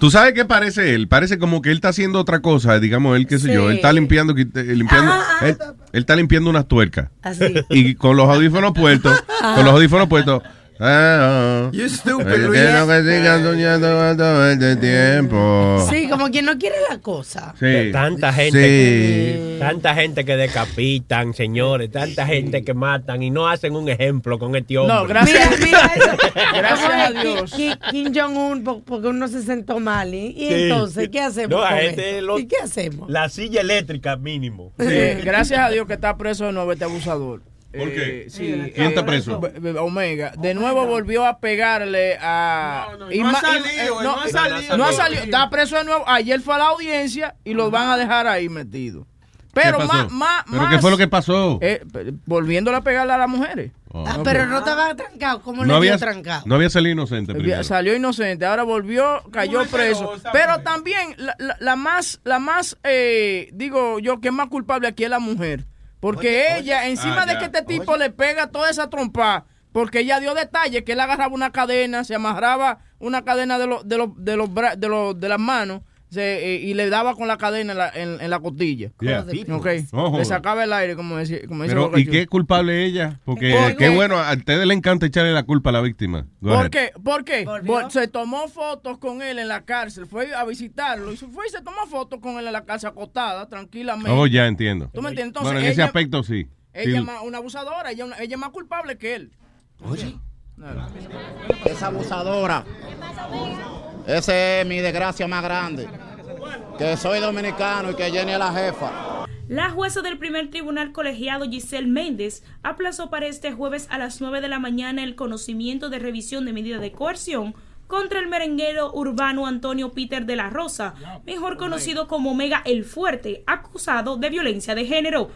Speaker 6: ¿Tú sabes qué parece él? Parece como que él está haciendo otra cosa, digamos, él qué sé
Speaker 27: Sí.
Speaker 6: yo, él está limpiando, quit- eh, limpiando, él, él está limpiando unas tuercas.
Speaker 11: Ah, Así.
Speaker 6: Y con los audífonos puestos, con los audífonos puestos. Ah, ah.
Speaker 11: You stupid,
Speaker 6: Yo
Speaker 11: Luis.
Speaker 6: quiero que sigas soñando todo este tiempo.
Speaker 11: Sí, como quien no quiere la cosa.
Speaker 6: Sí.
Speaker 12: Tanta gente,
Speaker 6: Sí.
Speaker 12: que, tanta gente que decapitan, señores, tanta gente que matan y no hacen un ejemplo con este hombre.
Speaker 9: No, gracias.
Speaker 11: Mira, eso,
Speaker 9: Gracias
Speaker 11: como
Speaker 9: a
Speaker 11: el
Speaker 9: Dios.
Speaker 11: Ki- Ki- Kim Jong-un, po- porque uno se sentó mal. ¿Y,
Speaker 12: Sí.
Speaker 11: y entonces qué hacemos?
Speaker 12: No, la
Speaker 11: con
Speaker 12: gente
Speaker 11: esto?
Speaker 12: lo-
Speaker 11: ¿Y qué hacemos?
Speaker 12: La silla eléctrica mínimo.
Speaker 9: Eh, gracias a Dios que está preso de nuevo este abusador. ¿Por qué? sí,
Speaker 6: ¿Quién está
Speaker 9: eh,
Speaker 6: preso?
Speaker 9: B- B- Omega. De nuevo volvió a pegarle a.
Speaker 4: No, no,
Speaker 9: y
Speaker 4: no ha
Speaker 9: ma- y-
Speaker 4: salido,
Speaker 9: eh,
Speaker 4: no ha salido.
Speaker 9: No ha salido. Está preso de nuevo. Ayer fue a la audiencia y lo van a dejar ahí metido. Pero
Speaker 6: ¿Qué pasó?
Speaker 9: más, más,
Speaker 6: ¿Pero
Speaker 9: más-
Speaker 6: qué fue lo que pasó? Oh.
Speaker 9: eh, p- volviéndole a pegarle a las mujeres.
Speaker 11: Ah, pero no estaba trancado. ¿Cómo
Speaker 6: no,
Speaker 11: le dio
Speaker 6: había,
Speaker 11: trancado?
Speaker 6: no había salido inocente
Speaker 9: Eh,
Speaker 6: primero.
Speaker 9: Salió inocente, ahora volvió, cayó
Speaker 11: Mujer
Speaker 9: preso.
Speaker 11: celosa,
Speaker 9: Pero también la, la- la más, la más, eh, digo yo, que es más culpable aquí es la mujer. Porque ella, encima
Speaker 11: Ah,
Speaker 9: de
Speaker 11: ya.
Speaker 9: que este tipo le pega toda esa trompa, porque ella dio detalles que él agarraba una cadena, se amarraba una cadena de, los de, los de, los bra- de, los- de las manos se, eh, y le daba con la cadena en la, en, en la costilla.
Speaker 6: Yeah.
Speaker 9: Ok.
Speaker 6: No joda.
Speaker 9: Le sacaba el aire, como decía. Como dice
Speaker 6: Pero,
Speaker 9: Boca
Speaker 6: ¿y
Speaker 9: Chula.
Speaker 6: qué es culpable ella? Porque
Speaker 9: Porque-
Speaker 6: qué bueno, a ustedes le encanta echarle la culpa a la víctima. Go ahead.
Speaker 9: ¿Por qué? ¿Por qué? Bueno, se tomó fotos con él en la cárcel, fue a visitarlo y se fue y se tomó fotos con él en la cárcel acostada, tranquilamente.
Speaker 6: Oh, ya entiendo.
Speaker 9: ¿Tú me entiendes? Entonces,
Speaker 6: bueno, en ese
Speaker 9: ella,
Speaker 6: aspecto sí.
Speaker 9: ella
Speaker 6: Sí.
Speaker 9: es más una abusadora, ella, una- ella es más culpable que él.
Speaker 13: Oye.
Speaker 7: Es abusadora. Esa es mi desgracia más grande. Que soy dominicano y que Jenny es la jefa.
Speaker 28: La jueza del primer tribunal colegiado Giselle Méndez aplazó para este jueves a las 9 de la mañana el conocimiento de revisión de medida de coerción contra el merenguero urbano Antonio Peter de la Rosa, mejor conocido como Mega el Fuerte, acusado de violencia de género.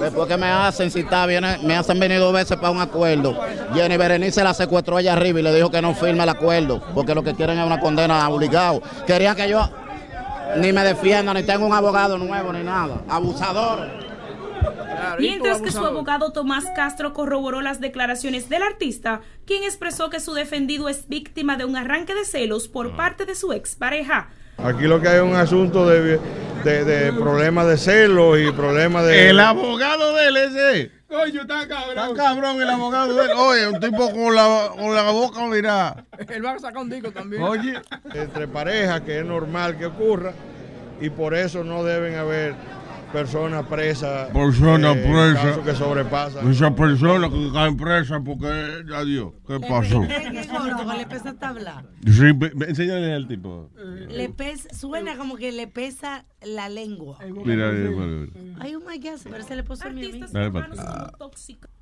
Speaker 7: Después que me hacen citar, viene- me hacen venir dos veces para un acuerdo. Jenny Berenice la secuestró allá arriba y le dijo que no firme el acuerdo, porque lo que quieren es una condena obligado. Querían que yo ni me defienda, ni tenga un abogado nuevo, ni nada. Abusador.
Speaker 28: Mientras
Speaker 7: tú
Speaker 28: que su
Speaker 7: abusador.
Speaker 28: abogado Tomás Castro corroboró las declaraciones del artista, quien expresó que su defendido es víctima de un arranque de celos por parte de su expareja.
Speaker 29: Aquí lo que hay es un asunto de, de, de problemas de celos y problemas de...
Speaker 6: El abogado de él ese. Coño, está cabrón. Está cabrón el abogado de él. Oye, un tipo con la, con la boca, mira.
Speaker 9: él va a sacar un disco también.
Speaker 29: Oye. Entre parejas, que es normal que ocurra, y por eso no deben haber personas presas.
Speaker 6: Persona
Speaker 29: eh,
Speaker 6: presa. Pues
Speaker 29: casos que sobrepasan.
Speaker 6: Esa persona que cae presa porque. Adiós.
Speaker 9: Eh,
Speaker 6: ¿Qué pasó?
Speaker 11: Qué gordo, le pesa tabla.
Speaker 6: Sí, ve- ve- enséñale al tipo.
Speaker 11: Le pesa, suena como que le pesa la lengua.
Speaker 6: Mira, eh, mira, mira, mira.
Speaker 11: Ay, oh my God, se parece le puso a mi amigo.
Speaker 6: Dale pues. Ah. para atrás.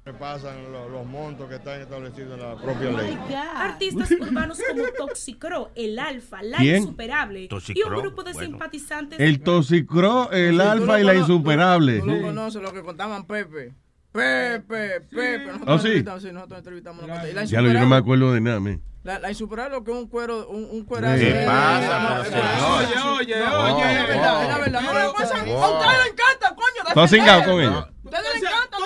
Speaker 29: Sobrepasan lo- los montos que están establecidos en la propia
Speaker 28: my
Speaker 29: ley.
Speaker 28: Artistas urbanos como Toxicro, el Alfa, la
Speaker 6: ¿Quién?
Speaker 28: Insuperable y
Speaker 6: Toxicro,
Speaker 28: un grupo de
Speaker 6: bueno.
Speaker 28: simpatizantes.
Speaker 6: El Toxicro, el Alfa y la Insuperable.
Speaker 9: Tú lo conoces, lo que contaban Pepe. Pepe, Pepe. Nosotros
Speaker 6: Oh, sí.
Speaker 9: entrevistamos- sí, nosotros entrevistamos. la cosa. Y la
Speaker 6: Ya lo, yo no me
Speaker 9: insuperable-
Speaker 6: acuerdo de nada, men.
Speaker 9: La, la insuperable lo que es un cuero, un, un cuerazo.
Speaker 6: ¿Qué
Speaker 9: Eh,
Speaker 6: pasa,
Speaker 9: eh,
Speaker 6: pero
Speaker 9: eh,
Speaker 6: señor?
Speaker 9: Oye, oye,
Speaker 6: No,
Speaker 9: oye. Es verdad, es la
Speaker 6: no.
Speaker 9: verdad. No, le pasa-
Speaker 6: No.
Speaker 9: A ustedes les encanta, coño.
Speaker 6: ¿Tú has
Speaker 9: defender.
Speaker 6: cingado con ella?
Speaker 9: Ustedes les encanta. defender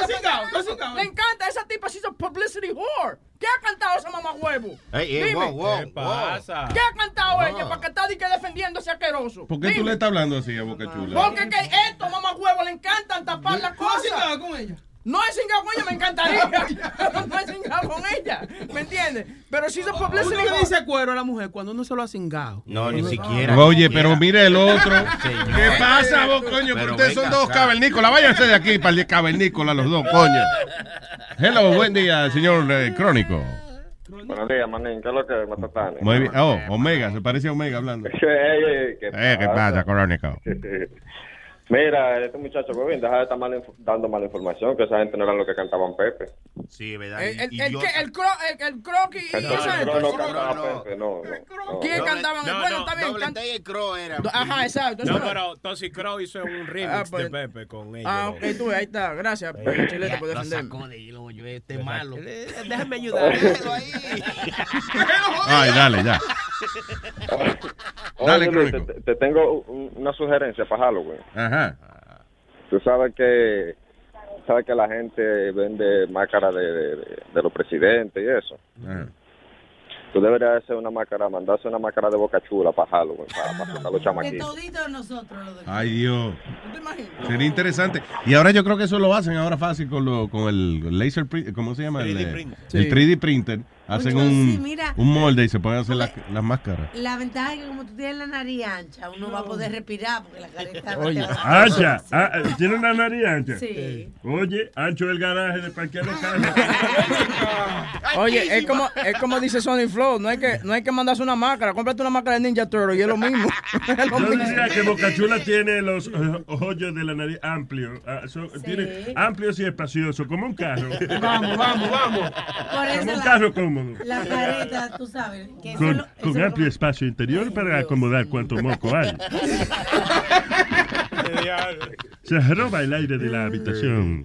Speaker 9: eso. Le encanta. Esa tipa se hizo publicity whore. ¿Qué ha cantado esa mamá huevo?
Speaker 13: Ey, ey, wow, wow, ¿Qué pasa?
Speaker 9: ¿Qué ha cantado
Speaker 13: No.
Speaker 9: ella para que está di que defendiendo ese asqueroso?
Speaker 6: ¿Por qué tú
Speaker 9: Dime.
Speaker 6: le estás hablando así a Boca Chula?
Speaker 9: Porque que esto, mamá huevo, le encantan tapar <laughs> las cosas. con ella? No he cingado con ella, me encantaría. Pero no he cingado con ella. ¿Me entiendes? Pero si hizo publicity
Speaker 4: Uno le dice cuero a la mujer cuando uno se lo ha cingado.
Speaker 13: No, ni
Speaker 4: Uno-
Speaker 13: siquiera.
Speaker 6: Oye, pero mire el
Speaker 13: <laughs>
Speaker 6: otro.
Speaker 13: Señor.
Speaker 6: ¿Qué pasa vos, coño?
Speaker 13: Pero
Speaker 6: Porque ustedes son
Speaker 13: venga
Speaker 6: dos
Speaker 13: acá.
Speaker 6: cavernícolas. Váyanse de aquí para el cavernícola, los dos, coño. Hello, buen día, señor eh, Crónico.
Speaker 2: Buenos días, manín. ¿Qué es lo que es, Matatane?
Speaker 6: Muy
Speaker 2: <laughs>
Speaker 6: bien. Oh, Omega, se parece a Omega hablando.
Speaker 2: Ey, ey, ¿qué
Speaker 6: Eh, ¿qué pasa, Crónico?
Speaker 2: <laughs> Mira, este muchacho, Bobín, deja de estar mal inf- dando mala información, que esa gente no era lo que cantaban Pepe.
Speaker 13: Sí, ¿verdad?
Speaker 9: El, el, el, que- el, cro, el, el croquis y
Speaker 2: Entonces,
Speaker 9: esa
Speaker 2: no, no
Speaker 9: gente.
Speaker 2: cantaba Pepe, no, no, no.
Speaker 9: ¿Quién cantaban?
Speaker 12: no,
Speaker 9: bueno,
Speaker 12: no,
Speaker 9: está bien.
Speaker 12: doble
Speaker 9: can-
Speaker 13: T y Crow era.
Speaker 9: Do- Ajá, exacto.
Speaker 12: No,
Speaker 9: eso-
Speaker 12: pero Tosi Crow hizo un remix
Speaker 9: Ah, pues-
Speaker 12: de Pepe con ellos.
Speaker 9: Ah, ok, tú, ahí está. Gracias, Chilete, por
Speaker 12: Eh, lo
Speaker 9: defenderme.
Speaker 13: Este malo.
Speaker 9: eh,
Speaker 12: Déjame ayudar. Déjalo ahí.
Speaker 6: <laughs> <laughs>
Speaker 2: <laughs>
Speaker 6: Ay, dale, ya. Dale,
Speaker 2: Oye, Luis, te, te tengo un- una sugerencia para Halloween.
Speaker 6: Ajá.
Speaker 2: Tú sabes que sabes que la gente vende máscara de, de- de- de los presidentes y eso. Tú deberías hacer una máscara, mandarse una máscara de boca chula para Halloween, para, para asustar a los
Speaker 11: De
Speaker 2: chamaquitos.
Speaker 11: todito nosotros. lo de-
Speaker 6: Ay, Dios. Sería interesante. Y ahora yo creo que eso lo hacen ahora fácil con, lo, con el laser print, ¿cómo se llama? El,
Speaker 2: 3D
Speaker 6: eh,
Speaker 2: printer.
Speaker 6: el
Speaker 2: Sí.
Speaker 6: 3D printer. Hacen un,
Speaker 11: sí, mira.
Speaker 6: un molde y se pueden hacer las las máscaras.
Speaker 11: La ventaja es que como tú tienes la nariz ancha, uno va a poder respirar porque la careta...
Speaker 16: Ancha, ah, eh, ¿tiene la nariz ancha?
Speaker 11: Sí.
Speaker 16: Oye, ancho el garaje de parquear los
Speaker 11: <laughs>
Speaker 16: carros.
Speaker 9: Oye, es como, es como dice Sony Flow, no hay que, no hay que mandarse una máscara, cómprate una máscara de Ninja Turtle y es lo mismo. <laughs> Es lo
Speaker 16: Yo
Speaker 9: mismo.
Speaker 16: diría que Bocachula tiene los eh, hoyos de la nariz amplios, ah, so- tiene amplios y espaciosos, como un carro.
Speaker 30: Vamos, vamos, vamos.
Speaker 11: Por eso
Speaker 16: Como un
Speaker 11: la-
Speaker 16: carro cómodo.
Speaker 11: La careta, tú sabes. Que eso
Speaker 16: Con,
Speaker 11: lo- eso
Speaker 16: con
Speaker 11: lo-
Speaker 16: amplio espacio interior para acomodar cuanto moco hay.
Speaker 6: <laughs>
Speaker 16: Se roba el aire de la habitación.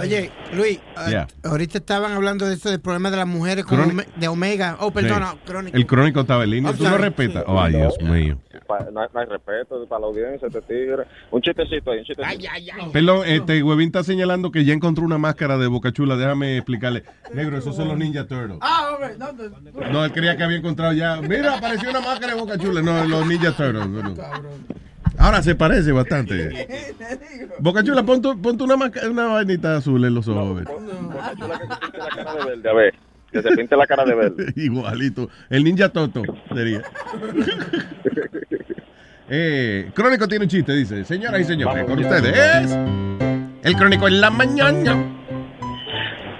Speaker 10: Oye, Luis, ah,
Speaker 6: Yeah.
Speaker 10: ahorita estaban hablando de eso, del problema de las mujeres con
Speaker 6: Crónico.
Speaker 10: Ome- de Omega. Oh, perdona,
Speaker 6: Sí.
Speaker 10: Crónico.
Speaker 6: El crónico estaba en línea.
Speaker 10: I'm
Speaker 6: Tú lo
Speaker 10: sorry.
Speaker 6: respetas. Oh,
Speaker 10: Sí.
Speaker 6: Ay, Dios
Speaker 2: No.
Speaker 6: mío.
Speaker 2: Pa- no, hay- no hay respeto para la audiencia, este tigre. Un chistecito ahí, un chistecito.
Speaker 6: Perdón, este huevín está señalando que ya encontró una máscara de Boca Chula. Déjame explicarle. Negro, esos son los Ninja Turtles.
Speaker 9: Ah, hombre, no, no.
Speaker 6: No, él creía que había encontrado ya. Mira, apareció una máscara de Boca Chula. No, los Ninja Turtles. bueno. Ahora se parece
Speaker 9: <laughs>
Speaker 6: bastante. <laughs> Boca Chula, pon tu- ponte una, masca- una vainita azul en los ojos. a ver.
Speaker 2: Cara de verde, a ver. Que se pinte la cara de verde.
Speaker 6: <laughs> Igualito. El Ninja Toto
Speaker 2: <laughs>
Speaker 6: sería. Eh, Crónico tiene un chiste, dice. Señoras y señores, con ustedes es. El Crónico en la mañana.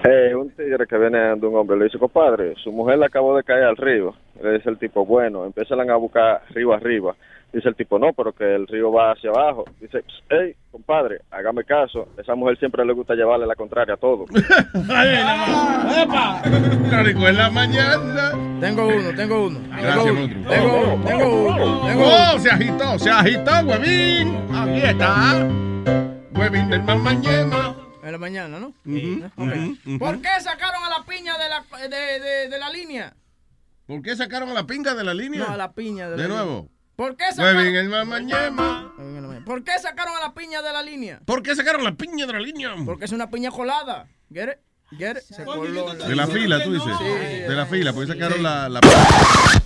Speaker 2: Eh, un tigre que viene de un hombre le dice, compadre, su mujer la acabó de caer al río. Le dice el tipo, bueno, empiezan a buscar río arriba. Dice el tipo, no, pero que el río va hacia abajo. Dice, hey, compadre, hágame caso. Esa mujer siempre le gusta llevarle la contraria a todo.
Speaker 6: Crónico en la mañana.
Speaker 9: Tengo uno, tengo uno.
Speaker 6: Gracias,
Speaker 9: tengo
Speaker 6: monstruo.
Speaker 9: uno, tengo uno, tengo uno, tengo
Speaker 6: Oh,
Speaker 9: uno.
Speaker 6: se agitó, se agitó, huevín. Aquí está. Huevín del mañana.
Speaker 9: En la mañana, ¿no? ¿Por
Speaker 6: ¿Por
Speaker 9: qué sacaron a la piña de la, de, de, de la línea?
Speaker 6: ¿Por qué sacaron a la pinga de la línea?
Speaker 9: No, a la piña de la
Speaker 6: De
Speaker 9: línea.
Speaker 6: nuevo.
Speaker 9: ¿Por qué
Speaker 6: Huevín
Speaker 9: sacaron?
Speaker 6: el mañana.
Speaker 9: ¿Por qué sacaron a la piña de la línea?
Speaker 6: ¿Por qué sacaron la piña de la línea?
Speaker 9: Porque es una piña colada. ¿Get it? Get it? Se coló.
Speaker 6: De la fila, tú dices.
Speaker 9: Sí.
Speaker 6: De la fila, porque sacaron
Speaker 9: Sí.
Speaker 6: la, la-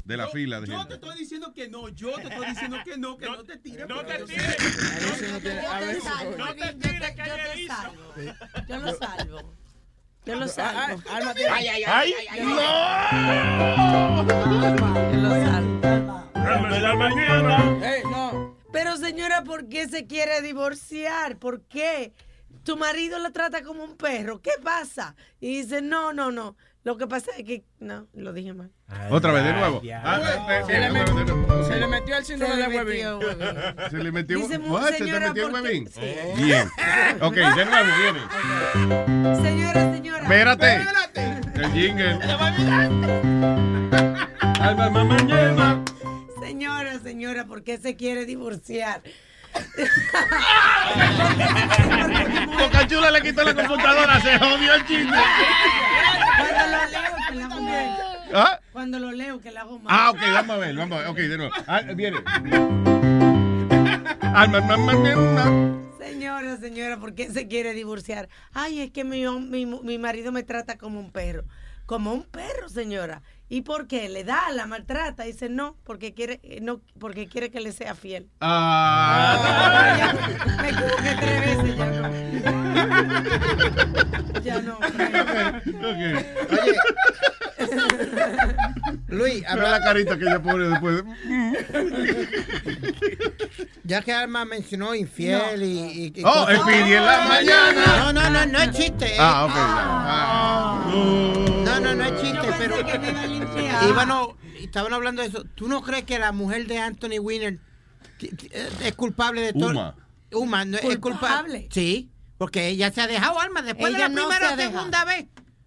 Speaker 6: De la fila. de gente.
Speaker 4: estoy diciendo que no, yo te estoy diciendo que no, que no te tires. No te
Speaker 11: Yo te salvo,
Speaker 4: tires.
Speaker 11: Luis, yo te- yo te salvo. Yo lo salvo. Yo lo salvo.
Speaker 9: Ay, ay,
Speaker 11: ay, ay,
Speaker 9: Ey, no.
Speaker 11: Pero señora, ¿por qué se quiere divorciar? ¿Por qué? Tu marido la trata como un perro. ¿Qué pasa? Y dice, no, no, no. Lo que pasa es que... No, lo dije mal.
Speaker 6: Otra vez, de nuevo. Ah, eh,
Speaker 9: Se le met- se le metió el síndrome
Speaker 11: Se
Speaker 9: de
Speaker 11: le
Speaker 9: huevín.
Speaker 6: Se le metió
Speaker 11: Dice, mu-
Speaker 6: What? ¿Se te
Speaker 11: señora,
Speaker 6: metió el
Speaker 11: ¿por qué?
Speaker 6: huevín?
Speaker 11: Sí.
Speaker 6: Bien. Ok, de nuevo, viene.
Speaker 11: Señora, señora.
Speaker 6: Espérate. El jingle. Alma, mamá, llena.
Speaker 11: Señora, señora, ¿por qué se quiere <laughs> divorciar?
Speaker 6: Boca Chula le quitó la computadora, se jodió el chiste.
Speaker 11: Cuando lo leo, que la hago mal.
Speaker 6: ¿Ah?
Speaker 11: Cuando lo leo, que la hago mal.
Speaker 6: Ah, ok, vamos a ver, vamos a ver. Ok, de nuevo. Ah, <laughs> viene. Alma, mamá, llena.
Speaker 11: Señora, señora, ¿por qué se quiere divorciar? Ay, es que mi, hom- mi, mu- mi marido me trata como un perro. Como un perro, señora. ¿Y por qué? ¿Le da, la maltrata? Dice, no, porque quiere, eh, no, porque quiere que le sea fiel. <laughs>
Speaker 6: Ah.
Speaker 11: Me equivoqué tres veces, ya no. Ya no.
Speaker 5: <laughs>
Speaker 10: Luis,
Speaker 6: Mira la carita que ella pone después.
Speaker 10: Ya que Alma mencionó infiel y, y- y
Speaker 6: Oh,
Speaker 10: cosas-
Speaker 6: el Pidi en la mañana.
Speaker 10: No, no, no, no es chiste. eh.
Speaker 6: Ah, ok. Ah.
Speaker 10: No, no, no es chiste, pero. Y bueno, estaban hablando de eso. ¿Tú no crees que la mujer de Anthony Winner t- t- es culpable de todo?
Speaker 6: Uma.
Speaker 10: Uma, no, es culpable. Sí, porque ella se ha dejado alma después
Speaker 11: Ella
Speaker 10: de la
Speaker 11: no
Speaker 10: primera
Speaker 11: se ha
Speaker 10: o segunda vez.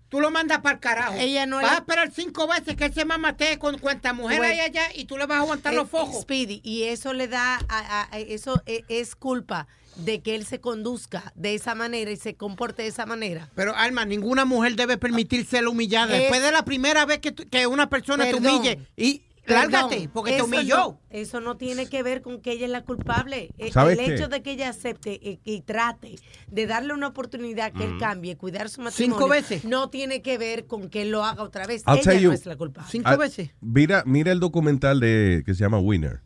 Speaker 10: Tú lo mandas para el carajo.
Speaker 11: Ella no
Speaker 10: Vas
Speaker 11: le-
Speaker 10: a esperar cinco veces que ese mamá te con cuánta mujer
Speaker 11: Bueno.
Speaker 10: hay allá y tú le vas a aguantar
Speaker 11: Eh,
Speaker 10: los fojos.
Speaker 11: Speedy, y eso le da, a- a- a- eso e- es culpa de que él se conduzca de esa manera y se comporte de esa manera.
Speaker 10: Pero Alma, ninguna mujer debe permitirse ser humillada.
Speaker 11: Es-
Speaker 10: Después de la primera vez que, tú- que una persona
Speaker 11: Eh, Perdón.
Speaker 10: te humille y lárgate,
Speaker 11: Perdón,
Speaker 10: porque te
Speaker 11: eso
Speaker 10: humilló.
Speaker 11: no- eso no tiene que ver con que ella es la culpable. Eh,
Speaker 10: ¿Sabes
Speaker 11: El
Speaker 10: qué?
Speaker 11: hecho de que ella acepte eh, y, trate de darle una oportunidad que él
Speaker 6: Mm.
Speaker 11: cambie, cuidar su matrimonio.
Speaker 10: Cinco veces.
Speaker 11: No tiene que ver con que él lo haga otra vez.
Speaker 6: I'll
Speaker 11: ella
Speaker 6: tell you.
Speaker 11: no es la culpable.
Speaker 6: Ah, Mira, mira el documental de que se llama Winner.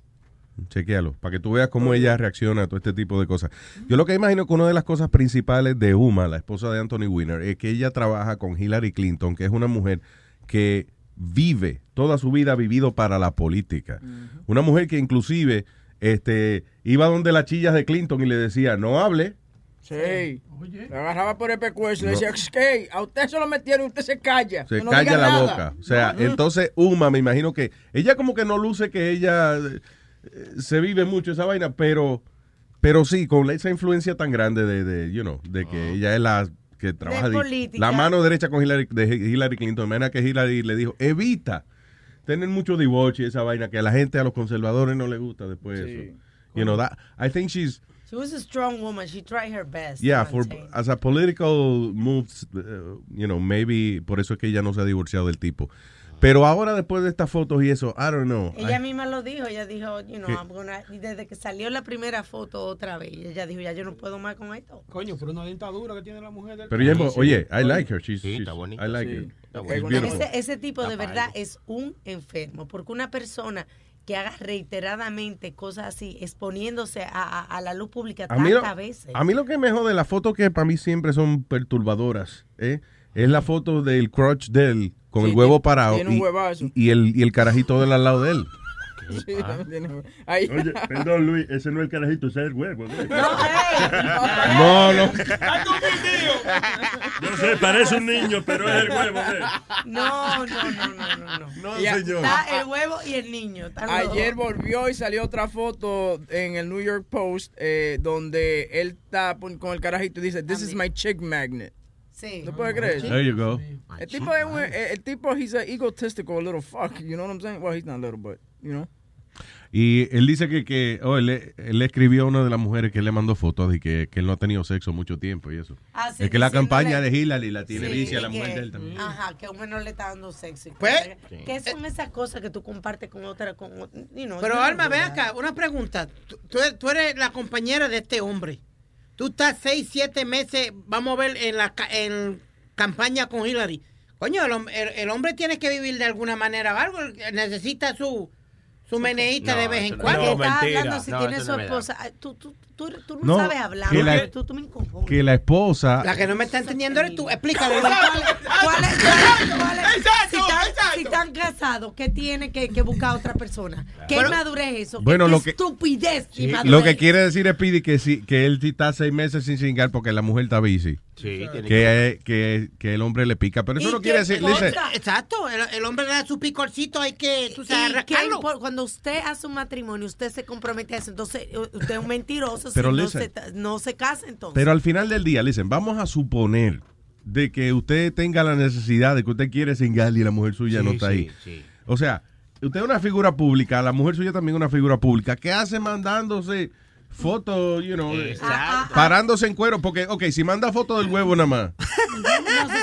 Speaker 6: Chequéalo, para que tú veas cómo ella reacciona a todo este tipo de cosas. Yo lo que imagino que una de las cosas principales de Uma, la esposa de Anthony Winner, es que ella trabaja con Hillary Clinton, que es una mujer que vive toda su vida ha vivido para la política. Una mujer que inclusive este, iba donde las chillas de Clinton y le decía, no hable,
Speaker 9: Sí. Le agarraba por el pescuezo y le
Speaker 6: No.
Speaker 9: decía, "Ey, a usted se lo metieron, usted se calla.
Speaker 6: Se
Speaker 9: no
Speaker 6: calla
Speaker 9: diga
Speaker 6: la
Speaker 9: nada".
Speaker 6: boca. O sea, entonces Uma, me imagino que ella como que no luce que ella eh, se vive mucho esa vaina, pero pero sí, con esa influencia tan grande de, de you know, de que ella es la que trabaja di-
Speaker 11: política.
Speaker 6: la mano derecha con Hillary, de Hillary Clinton, de manera que Hillary le dijo, "Evita tener mucho divorcio y esa vaina que a la gente a los conservadores no le gusta después de eso." You know, that I think she's
Speaker 11: She was a strong woman. She tried her best.
Speaker 6: Yeah,
Speaker 11: to
Speaker 6: for,
Speaker 11: maintain.
Speaker 6: as a political move, uh, you know, maybe por eso es que ella no se ha divorciado del tipo. Pero ahora después de estas fotos y eso, I don't know.
Speaker 11: Ella
Speaker 6: I-
Speaker 11: misma lo dijo, ella dijo, you know,
Speaker 6: ¿Qué?
Speaker 11: I'm gonna- y desde que salió la primera foto otra vez, ella dijo, ya yo no puedo más con esto.
Speaker 1: Coño, pero una dentadura que tiene la mujer del
Speaker 6: pero ella,
Speaker 1: Sí, sí.
Speaker 6: oye, I like her. She's, she's-
Speaker 1: está bonita.
Speaker 6: I like
Speaker 1: Sí,
Speaker 6: her.
Speaker 1: está
Speaker 6: She's
Speaker 1: bonita.
Speaker 6: beautiful.
Speaker 11: Ese, ese tipo de
Speaker 1: Tapa
Speaker 11: verdad es un enfermo, porque una persona que haga reiteradamente cosas así, exponiéndose a, a- a la luz pública
Speaker 6: A mí, lo,
Speaker 11: tantas veces.
Speaker 6: a mí lo que me jode, las fotos que para mí siempre son perturbadoras, ¿eh? es la foto del crotch de él con
Speaker 9: Sí,
Speaker 6: el huevo
Speaker 9: tiene-
Speaker 6: parado
Speaker 9: tiene un
Speaker 6: y,
Speaker 9: huevazo.
Speaker 6: y el, y el carajito del al lado de
Speaker 1: <laughs>
Speaker 6: él.
Speaker 9: <laughs> Sí, también <laughs> tiene- Ahí.
Speaker 16: Ah. Oye, perdón, Luis, ese no es el carajito, ese es el huevo. No,
Speaker 6: No, no.
Speaker 16: Yo sé, parece un niño, <laughs> pero es el huevo. ¿eh?
Speaker 11: No, no, no, no, no. no.
Speaker 9: Ya-
Speaker 11: Está el huevo y el niño. están los
Speaker 9: Ayer
Speaker 11: dos.
Speaker 9: volvió y salió otra foto en el New York Post eh, donde él está pon- con el carajito y dice, this is my chick magnet.
Speaker 11: Sí.
Speaker 9: ¿No puedes creer?
Speaker 6: There you go.
Speaker 1: Este
Speaker 9: El tipo es un- eh, el el tipo he's a egotistical little fuck, you know what I'm saying? Well, he's not little, but you know.
Speaker 6: Y él dice que, que oh, él, le- él le escribió a una de las mujeres que le mandó fotos de que, que él no ha tenido sexo mucho tiempo y eso.
Speaker 11: Ah, sí,
Speaker 6: es que la
Speaker 11: diciéndole-
Speaker 6: campaña de Hillary la tiene
Speaker 11: Sí,
Speaker 6: vicia a la
Speaker 11: que- ah.
Speaker 6: mujer de él también.
Speaker 11: Ajá, que a uno no le está dando sexo. y
Speaker 10: Pues,
Speaker 11: cosas. ¿Qué son esas cosas que tú compartes con otra? Con, ot- you know, yo
Speaker 10: Pero
Speaker 11: no
Speaker 10: Alma,
Speaker 11: sé
Speaker 10: ven
Speaker 11: nada.
Speaker 10: acá, una pregunta. Tú, tú eres- tú eres la compañera de este hombre. Tú estás seis, siete meses, vamos a ver, en la ca- en campaña con Hillary. Coño, el, hom- el- el hombre tiene que vivir de alguna manera o algo. Necesita su, su meneíta
Speaker 11: No,
Speaker 10: de vez en
Speaker 11: eso no-
Speaker 10: cuando.
Speaker 11: ¿Qué estás hablando si
Speaker 6: No,
Speaker 11: tiene
Speaker 6: eso
Speaker 11: su
Speaker 6: no es verdad.
Speaker 11: esposa? Ay, Tú, tú, tú, tú no, sabes hablar.
Speaker 6: que la,
Speaker 11: tú, tú me incomodas.
Speaker 6: que la esposa... eh,
Speaker 10: La que no me está entendiendo eres tú. Explícale.
Speaker 11: ¿Cuál,
Speaker 10: <laughs> Luis.
Speaker 11: cuál es- cuál es- cuál es- si están- Si están casados, ¿qué tiene que, que buscar a otra persona? ¿Qué
Speaker 6: Bueno,
Speaker 11: madurez es eso? ¿Qué-
Speaker 6: bueno,
Speaker 11: qué
Speaker 6: lo que-
Speaker 11: estupidez y madurez?
Speaker 6: eh, Lo que quiere decir es Pidi que, sí, que él sí está seis meses sin cingar porque la mujer está bici.
Speaker 13: Sí, tiene
Speaker 6: que, que, que el hombre le pica. Pero eso
Speaker 10: Y
Speaker 6: no
Speaker 10: que
Speaker 6: quiere decir...
Speaker 10: el
Speaker 6: dice,
Speaker 10: hombre- Exacto, el, el hombre le da su picorcito, hay que, tú sabes,
Speaker 11: ¿Y qué
Speaker 10: arrancarlo.
Speaker 11: impor- cuando usted hace un matrimonio, usted se compromete a eso, entonces eh, usted es un mentiroso,
Speaker 6: Pero
Speaker 11: si no,
Speaker 6: listen.
Speaker 11: se, ta- no se casa entonces.
Speaker 6: Pero al final del día, dicen, vamos a suponer de que usted tenga la necesidad de que usted quiere singar y la mujer suya
Speaker 13: Sí,
Speaker 6: no está
Speaker 13: sí,
Speaker 6: ahí.
Speaker 13: sí.
Speaker 6: O sea, usted es una figura pública, la mujer suya también es una figura pública. ¿Qué hace mandándose fotos, you know, de-
Speaker 13: Exacto.
Speaker 6: parándose en cuero? Porque, ok, si manda fotos del huevo nada más,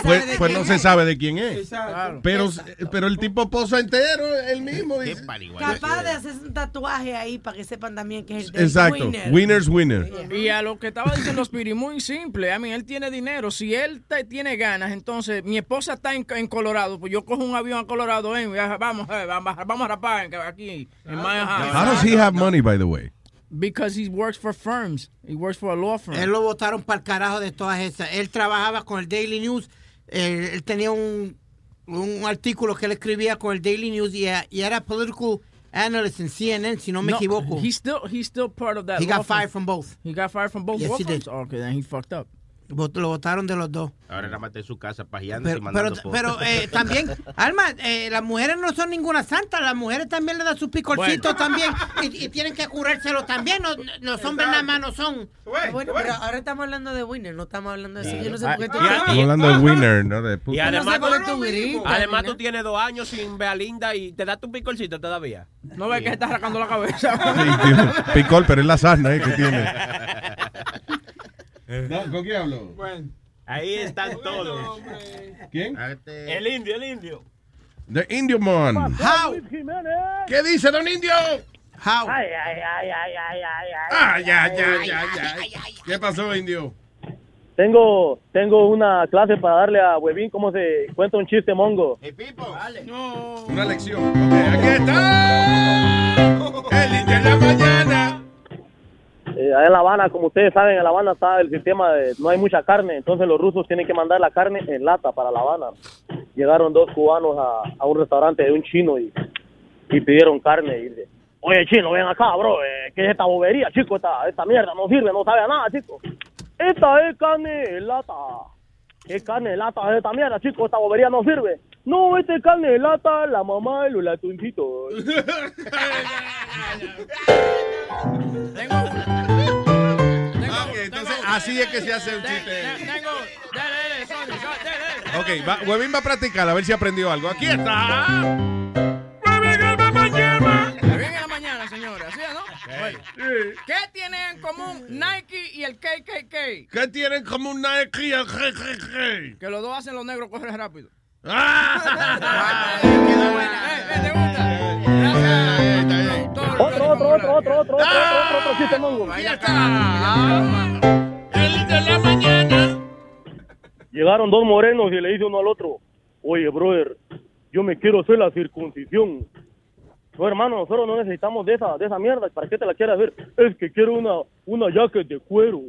Speaker 6: pues, pues no se sabe de quién es. Pero, pero el tipo posa entero, él <laughs> mismo. dice.
Speaker 11: Capaz de hacerse un tatuaje ahí para que sepan también que es el del
Speaker 6: Exacto,
Speaker 11: winner.
Speaker 6: winner's winner.
Speaker 9: Y a lo que estaba diciendo Spiri, muy simple. A mí, él tiene dinero. Si él te- tiene ganas, entonces mi esposa está en, en Colorado. Pues yo cojo un avión a Colorado. eh, vamos, eh, vamos, vamos a rapar aquí
Speaker 10: Ah,
Speaker 9: en Miami
Speaker 6: How does he have money, by the way?
Speaker 9: Because he works for firms. He works for a law firm.
Speaker 10: Él lo votaron para el carajo de todas esas. Él trabajaba con el Daily News. él, él tenía un, un artículo que él escribía con el Daily News y, y era political analyst en CNN, si no me
Speaker 9: No,
Speaker 10: equivoco.
Speaker 9: He's still, he's still part of that.
Speaker 10: He got
Speaker 9: law firm.
Speaker 10: fired from both.
Speaker 9: He got fired from both.
Speaker 10: Yes,
Speaker 9: law
Speaker 10: he
Speaker 9: firms?
Speaker 10: did.
Speaker 9: Okay, then he fucked up.
Speaker 10: Vot- Lo votaron de los dos.
Speaker 13: Ahora nada más está en su casa pajeando y
Speaker 10: Pero, pero,
Speaker 13: mandando fotos.
Speaker 10: pero, eh, también, Alma, eh, las mujeres no son ninguna santa, las mujeres también le dan sus picorcitos
Speaker 13: Bueno.
Speaker 10: también y, y tienen que curárselo también, no- no- los hombres nada más no son.
Speaker 11: Bueno, pero ahora estamos hablando de Winner, no estamos hablando de eso. Yo no sé
Speaker 12: Ah,
Speaker 11: por qué tú.
Speaker 12: ya.
Speaker 6: Estamos hablando de winner, no de puta.
Speaker 12: Y además,
Speaker 11: por qué
Speaker 12: tú,
Speaker 11: tú gritas,
Speaker 12: además
Speaker 11: nena.
Speaker 12: tú tienes dos años sin ver a Linda y te das tu picolcito todavía.
Speaker 9: No ve que se está arrancando la cabeza. <laughs>
Speaker 6: Picol, pero es la sarna, ¿eh? Que tiene.
Speaker 12: ¿Con quién hablo? Ahí están todos.
Speaker 6: ¿Quién? Este-
Speaker 12: El indio, el indio.
Speaker 6: The Indio Man.
Speaker 10: How?
Speaker 6: ¿Qué dice, don Indio?
Speaker 10: How?
Speaker 5: Ay, ay, ay, ay, ay, ay, ay.
Speaker 6: Ah, ya, ya, ya, ya. ¿Qué pasó, Indio?
Speaker 3: Tengo, tengo una clase para darle a Huevín cómo se cuenta un chiste mongo. Eh,
Speaker 6: Una lección. Ok, aquí está. El Indio en la mañana.
Speaker 3: Eh, allá en La Habana, como ustedes saben, en La Habana está el sistema de no hay mucha carne, entonces los rusos tienen que mandar la carne en lata para La Habana. Llegaron dos cubanos a, a un restaurante de un chino y, y pidieron carne. Y le- Oye, chino, ven acá, bro. eh, ¿Qué es esta bobería, chico? Esta, esta mierda no sirve, no sabe a nada, chico. Esta es carne en lata. ¿Qué carne de lata es esta mierda, chico? Esta bobería no sirve. No, esta es carne de lata, la mamá de los latuncitos.
Speaker 6: entonces así es que se hace un chiste.
Speaker 9: Tengo. Dale, dale, Sony, Sony, dale, dale.
Speaker 6: Ok, va, Huevín va a practicar a ver si aprendió algo. Aquí está.
Speaker 9: Está bien en la mañana, señores. ¿Así o no? Bueno. ¿Qué tienen en común Nike y el KKK?
Speaker 6: ¿Qué tienen como una esquía? Je, je, je.
Speaker 9: Que los dos hacen los negros correr rápido.
Speaker 3: Otro, otro, otro, otro, otro, otro, otro, otro chiste mongo. Llegaron dos morenos y le dice uno al otro, oye, brother, yo me quiero hacer la circuncisión. No, hermano, nosotros no necesitamos de esa, de esa mierda. ¿Para qué te la quieres hacer? Es que quiero una, una jacket de cuero.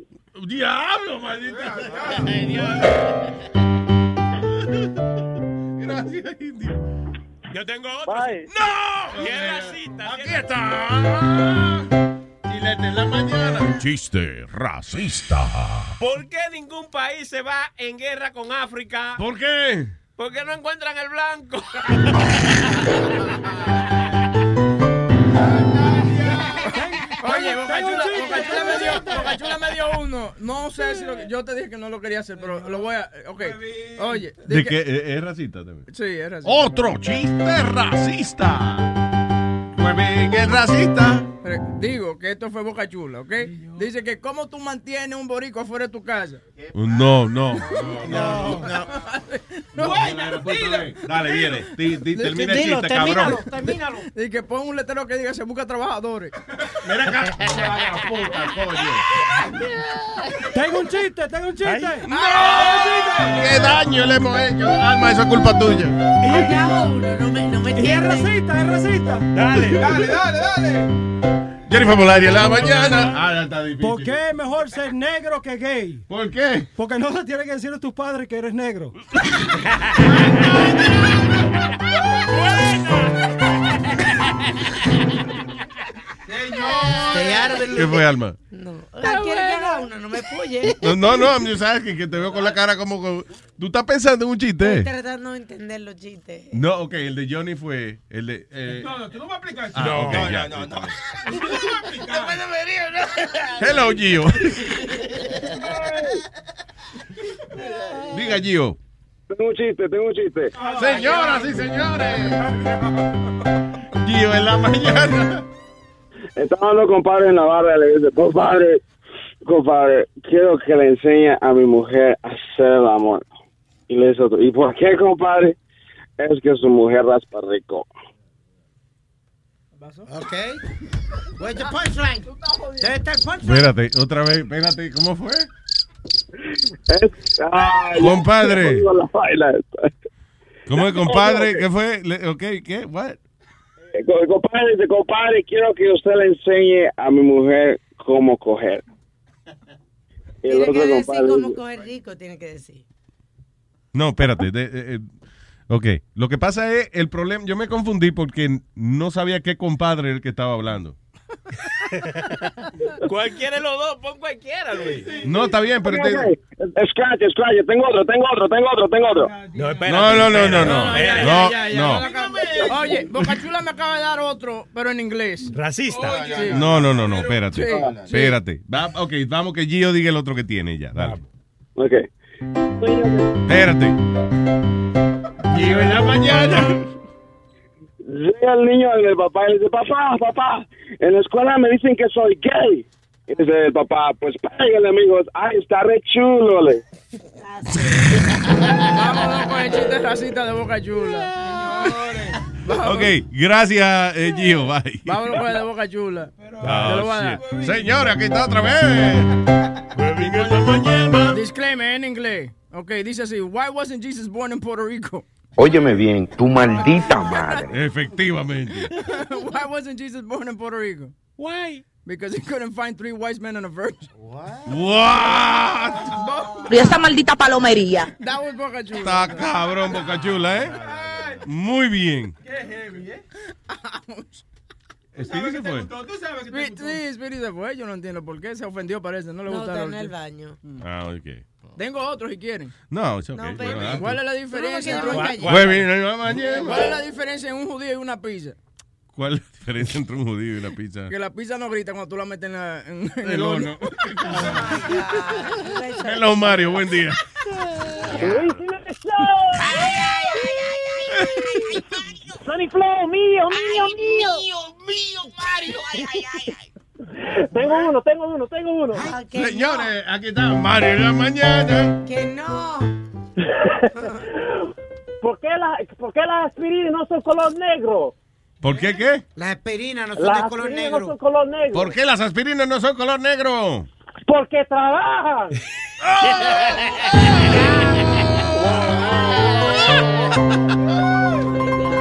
Speaker 6: ¡Diablo, maldita! <laughs> Gracias, Indio.
Speaker 12: Yo tengo
Speaker 6: otro.
Speaker 12: ¡No!
Speaker 6: Aquí está. Chilete en la mañana.
Speaker 24: Un chiste racista.
Speaker 12: ¿Por qué ningún país se va en guerra con África?
Speaker 6: ¿Por qué?
Speaker 12: Porque no encuentran el blanco.
Speaker 9: Oye, Bocachula,
Speaker 12: Tengo un chiste, tengo
Speaker 9: Bocachula me
Speaker 12: un
Speaker 9: dio,
Speaker 12: chiste.
Speaker 9: Bocachula me dio uno. No sé si lo que, yo te dije que no lo quería hacer, pero lo voy a. Ok. Oye.
Speaker 6: ¿De
Speaker 9: dije-
Speaker 6: qué? Eh, ¿Es es racista también?
Speaker 9: Sí, es racista.
Speaker 6: Otro chiste racista. Huevín es racista.
Speaker 9: Pero Digo que esto fue Bocachula, ¿ok? Dice que cómo tú mantienes un borico afuera de tu casa.
Speaker 6: No, no.
Speaker 9: No, <laughs> no.
Speaker 6: Dale, viene. Di- di- Termina el
Speaker 9: Dilo,
Speaker 6: chiste,
Speaker 9: termínalo,
Speaker 6: cabrón.
Speaker 9: <laughs> termínalo. Y que pon un letrero que diga se busca trabajadores.
Speaker 6: Mira acá. Se va a puta,
Speaker 1: Tengo un chiste, tengo un chiste.
Speaker 6: ¡No! ¡Qué daño le hemos hecho! Alma, eso es culpa tuya.
Speaker 11: no me, no me
Speaker 1: Y es racista, es racista.
Speaker 6: Dale, dale, dale, Jennifer Molari en la mañana. Ahora Ah, está difícil.
Speaker 1: ¿Por qué es mejor ser negro que gay?
Speaker 6: ¿Por qué?
Speaker 1: Porque no le tienen que decir a tus padres que eres negro.
Speaker 6: ¿Qué fue, Alma?
Speaker 11: No. Ah, ¿Quieres que haga uno? No me
Speaker 4: <laughs>
Speaker 11: puye.
Speaker 6: No, no, no, yo sabes que, que te veo con la cara como... como- Tú estás pensando en un
Speaker 11: Estoy
Speaker 6: chiste.
Speaker 11: tratando de entender los chistes.
Speaker 6: No, ok, el de Johnny fue... El de... eh,
Speaker 4: No, no, tú no vas a aplicar eso.
Speaker 6: ah,
Speaker 4: No,
Speaker 6: ok,
Speaker 4: no,
Speaker 6: ya.
Speaker 4: no, no, no.
Speaker 6: Hello, Gio. Diga, Gio.
Speaker 18: Tengo un chiste, tengo un chiste.
Speaker 6: Señoras y señores. Gio en la mañana.
Speaker 18: Estaba hablando con compadre en la barra y le dice, compadre, compadre, quiero que le enseñe a mi mujer a hacer el amor. Y le dice otro, ¿y por qué, <laughs> compadre? Es que su mujer raspa rico.
Speaker 10: Ok. Where's the punchline? Debe estar el punchline.
Speaker 6: Espérate, otra vez, espérate, ¿cómo fue?
Speaker 18: Ay,
Speaker 6: Compadre.
Speaker 18: yo <laughs> la vaina esta.
Speaker 6: ¿Cómo es, compadre? ¿Qué fue? Le- Ok, ¿qué? What?
Speaker 18: Eh, co- Compadre, dice, compadre, quiero que usted le enseñe a mi mujer cómo coger. Y el
Speaker 11: Tiene
Speaker 18: otro
Speaker 11: que decir
Speaker 18: compadre
Speaker 11: cómo
Speaker 18: dice,
Speaker 11: coger rico, tiene que decir.
Speaker 6: No, espérate. de- eh, eh, ok, lo que pasa es el problema. Yo me confundí porque no sabía qué compadre era el que estaba hablando.
Speaker 12: cualquiera de los dos, pon cualquiera, Luis.
Speaker 6: No, está bien, pero. te-
Speaker 31: Scratch, scratch, tengo otro, tengo otro, tengo otro, tengo otro.
Speaker 12: No,
Speaker 6: No, no, no, no, no. No, no.
Speaker 9: <laughs> Oye, Boca Chula me acaba de dar otro, pero en inglés.
Speaker 12: Racista.
Speaker 9: Oye, sí.
Speaker 6: No, no, no, no, espérate.
Speaker 9: Sí, sí.
Speaker 6: Espérate. Va- ok, vamos que Gio diga el otro que tiene ya. Dale.
Speaker 31: Ok.
Speaker 6: Espérate. Gio en la mañana.
Speaker 31: Llega el niño en el papá y le dice, papá, papá, en la escuela me dicen que soy gay. Y dice el papá, pues pégale, amigos, ay, está re chulo, le.
Speaker 9: Vámonos con el chiste racista de Boca Chula. Señores.
Speaker 6: Ok, gracias, eh, Gio. Bye.
Speaker 9: Vámonos con el de Boca Chula. Te lo voy a
Speaker 6: Ah,
Speaker 9: dar.
Speaker 6: shit. Señores, aquí está otra vez.
Speaker 9: Disclaimer en inglés. Ok, dice así. Why wasn't Jesus born in Puerto Rico? <laughs>
Speaker 1: Óyeme bien, tu maldita madre.
Speaker 6: Efectivamente.
Speaker 9: Why wasn't Jesus born in Puerto Rico? Why? Because he couldn't find three wise men and a virgin.
Speaker 6: Ah.
Speaker 28: Y esa maldita palomería.
Speaker 9: That was Boca Chula.
Speaker 6: Está cabrón, Boca Chula, ¿eh? Muy bien. Speedy se fue.
Speaker 9: Spe- Sí, Spirit se fue. Yo no entiendo por qué. Se ofendió, parece. No le
Speaker 11: No, está
Speaker 9: gustaron.
Speaker 11: en el baño.
Speaker 6: Ah, ok.
Speaker 9: Tengo otro si quieren.
Speaker 6: No, it's
Speaker 9: No,
Speaker 6: okay.
Speaker 9: pero-
Speaker 6: Bueno,
Speaker 9: ¿Cuál es la
Speaker 11: Tú
Speaker 9: diferencia? Pues
Speaker 11: no me quieres
Speaker 6: ah, Muy bien, no, mañana.
Speaker 9: ¿Cuál es la diferencia en un judío y una pizza?
Speaker 6: ¿Cuál es la diferencia entre un judío y una pizza?
Speaker 9: Que la pizza no grita cuando tú la metes en, la- en- en
Speaker 6: Ah. El
Speaker 9: el
Speaker 6: horno.
Speaker 9: horno.
Speaker 6: <laughs> Hello, Mario, buen día. <laughs>
Speaker 4: Sonny Flow, mío, mío, mío.
Speaker 28: mío, Mario. Ay, ay, ay.
Speaker 4: Tengo uno, tengo uno, tengo uno.
Speaker 6: Señores, aquí está Mario en la mañana.
Speaker 11: Que no.
Speaker 4: ¿Por qué, la, ¿Por qué las aspirinas no son color negro?
Speaker 6: <laughs> ¿Por qué qué?
Speaker 32: Las aspirinas no son
Speaker 4: Las
Speaker 32: de color
Speaker 4: aspirinas
Speaker 32: negro.
Speaker 4: no son color negro.
Speaker 6: ¿Por qué las aspirinas no son color negro?
Speaker 4: Porque trabajan.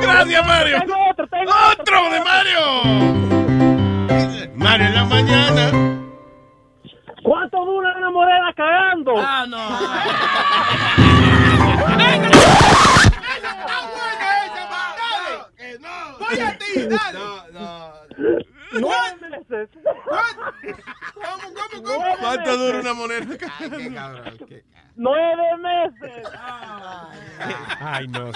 Speaker 6: Gracias, Mario.
Speaker 4: otro,
Speaker 6: otro, de Mario. Mario en la mañana.
Speaker 4: ¿Cuánto dura una morena cagando?
Speaker 9: Ah, no.
Speaker 4: Nueve meses. Nueve
Speaker 6: ¿Cuánto
Speaker 4: meses.
Speaker 6: dura una moneda?
Speaker 4: Nueve meses.
Speaker 12: Ay, no, señor.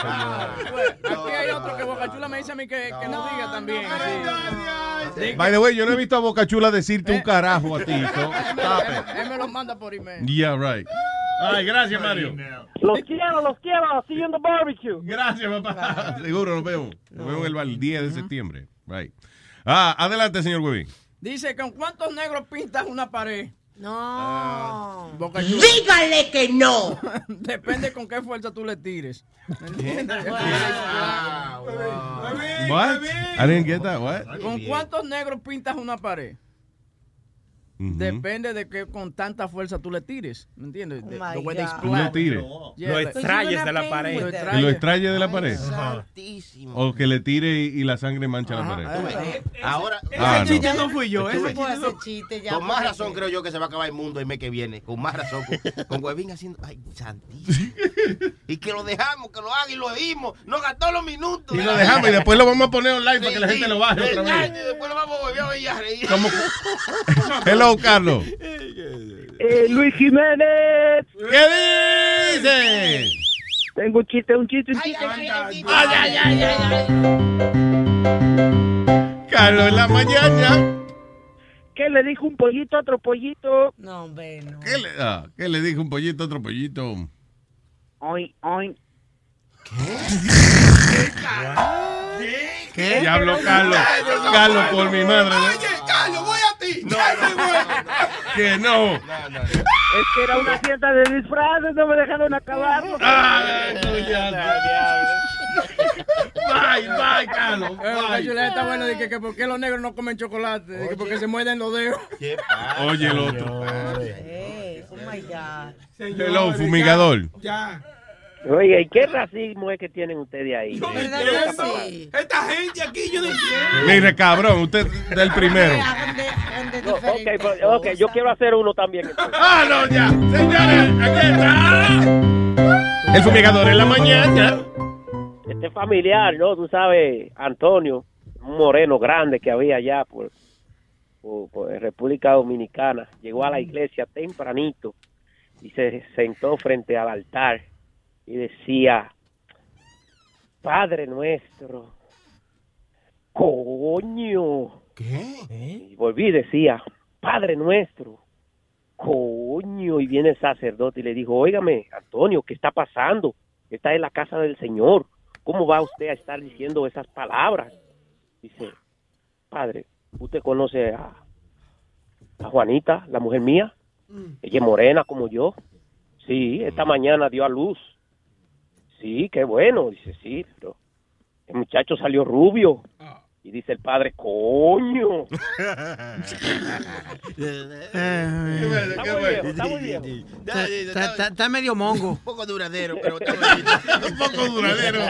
Speaker 9: Aquí hay otro que Boca Chula me dice a mí que, que no, diga también. sí. Sí,
Speaker 6: By the way, yo no he visto a Boca Chula decirte un carajo a ti. so
Speaker 9: <laughs>
Speaker 6: stop it.
Speaker 9: Él me los manda por email.
Speaker 6: Yeah, right. Ay, gracias, Mario.
Speaker 4: Los quiero, los quiero. See you in the barbecue.
Speaker 6: Gracias, papá. <laughs> Seguro, nos vemos. Nos vemos el, val- el 10 de septiembre. Right. Ah, adelante, señor Webin.
Speaker 9: Dice, ¿con cuántos negros pintas una pared? Ah, No.
Speaker 28: Dígale que no.
Speaker 9: Depende con qué fuerza tú le tires. <laughs>
Speaker 6: Ah, What? I didn't get that. What?
Speaker 9: ¿Con cuántos negros pintas una pared?
Speaker 6: Ujú.
Speaker 9: Depende de que con tanta fuerza tú le tires. ¿Me entiendes? De-
Speaker 28: Oh my
Speaker 9: the way they
Speaker 28: God.
Speaker 9: splash.
Speaker 6: No tires.
Speaker 12: Lo
Speaker 9: like-
Speaker 12: extrayes de la pared.
Speaker 9: Lo
Speaker 6: Que lo
Speaker 9: extrayes.
Speaker 6: extrañe de la pared. O que le tire y, y la sangre mancha la
Speaker 13: Tú ves,
Speaker 6: pared.
Speaker 13: Ahora,
Speaker 6: Ah, no.
Speaker 13: Tú ves,
Speaker 11: puedo hacer chiste ya.
Speaker 13: con más
Speaker 11: porque-
Speaker 13: razón creo yo que se va a acabar el mundo el mes que viene. Con más razón. Con, con Huevín haciendo. Ay, santísimo. Y que lo dejamos, que lo haga y lo oímos. Nos gastó los minutos.
Speaker 6: Y lo dejamos y después lo vamos a poner online para que la
Speaker 13: Sí,
Speaker 6: gente lo baje otra
Speaker 13: ¿verdad?
Speaker 6: vez.
Speaker 13: Y después lo vamos a volver a oír y
Speaker 6: <laughs>
Speaker 13: a reír.
Speaker 6: Como- <laughs> Hello, Carlos.
Speaker 4: Eh, Luis Jiménez.
Speaker 6: ¿Qué dices?
Speaker 4: Tengo un chiste, un chiste, un chiste.
Speaker 6: Carlos en la mañana.
Speaker 4: ¿Qué le dijo un pollito a otro pollito?
Speaker 11: No, hombre, no.
Speaker 6: ¿Qué le, ah, ¿Qué le dijo un pollito a otro pollito?
Speaker 4: Oin, oin.
Speaker 6: ¿Qué? Ya habló Carlos. Carlos, por mi madre. ¿no?
Speaker 13: Carlos, voy a ti.
Speaker 6: Que no.
Speaker 4: Es que era una fiesta de disfraces, no me dejaron acabarlo.
Speaker 6: Bye, bye, Carlos.
Speaker 9: Eh, Boca Chula está bueno. Dice que, que por qué los negros no comen chocolate. Dice que porque se muerden los dedos.
Speaker 6: Oye, el otro.
Speaker 11: Eh, oh my God.
Speaker 6: Hello, fumigador.
Speaker 18: Oye, ¿y qué racismo es que tienen ustedes ahí?
Speaker 33: Esta gente aquí, yo no entiendo.
Speaker 6: Mire, cabrón, usted del
Speaker 18: <laughs>
Speaker 6: primero.
Speaker 18: No, ok, pues, ok,
Speaker 4: <laughs>
Speaker 18: yo quiero hacer uno también.
Speaker 6: Ah, no, ya. Señores, aquí está.
Speaker 4: El fumigador en la mañana.
Speaker 18: Este familiar, ¿no? Tú sabes, Antonio, un moreno grande que había allá por, por- por República Dominicana, llegó a la iglesia tempranito y se sentó frente al altar y decía, Padre nuestro, coño. ¿Qué? Y volví y decía, Padre nuestro, coño. Y viene el sacerdote y le dijo, óigame, Antonio, ¿qué está pasando? Esta es la casa del Señor. ¿Cómo va usted a estar diciendo esas palabras? Dice, padre, ¿usted conoce a, a Juanita, la mujer mía? Ella es morena como yo. Sí, esta mañana dio a luz. Sí, qué bueno. Dice, sí, pero el muchacho salió rubio. Y dice el padre, coño.
Speaker 10: Está muy viejo, está muy viejo. Está- está- está- Está medio mongo. Un poco duradero, pero un poco duradero.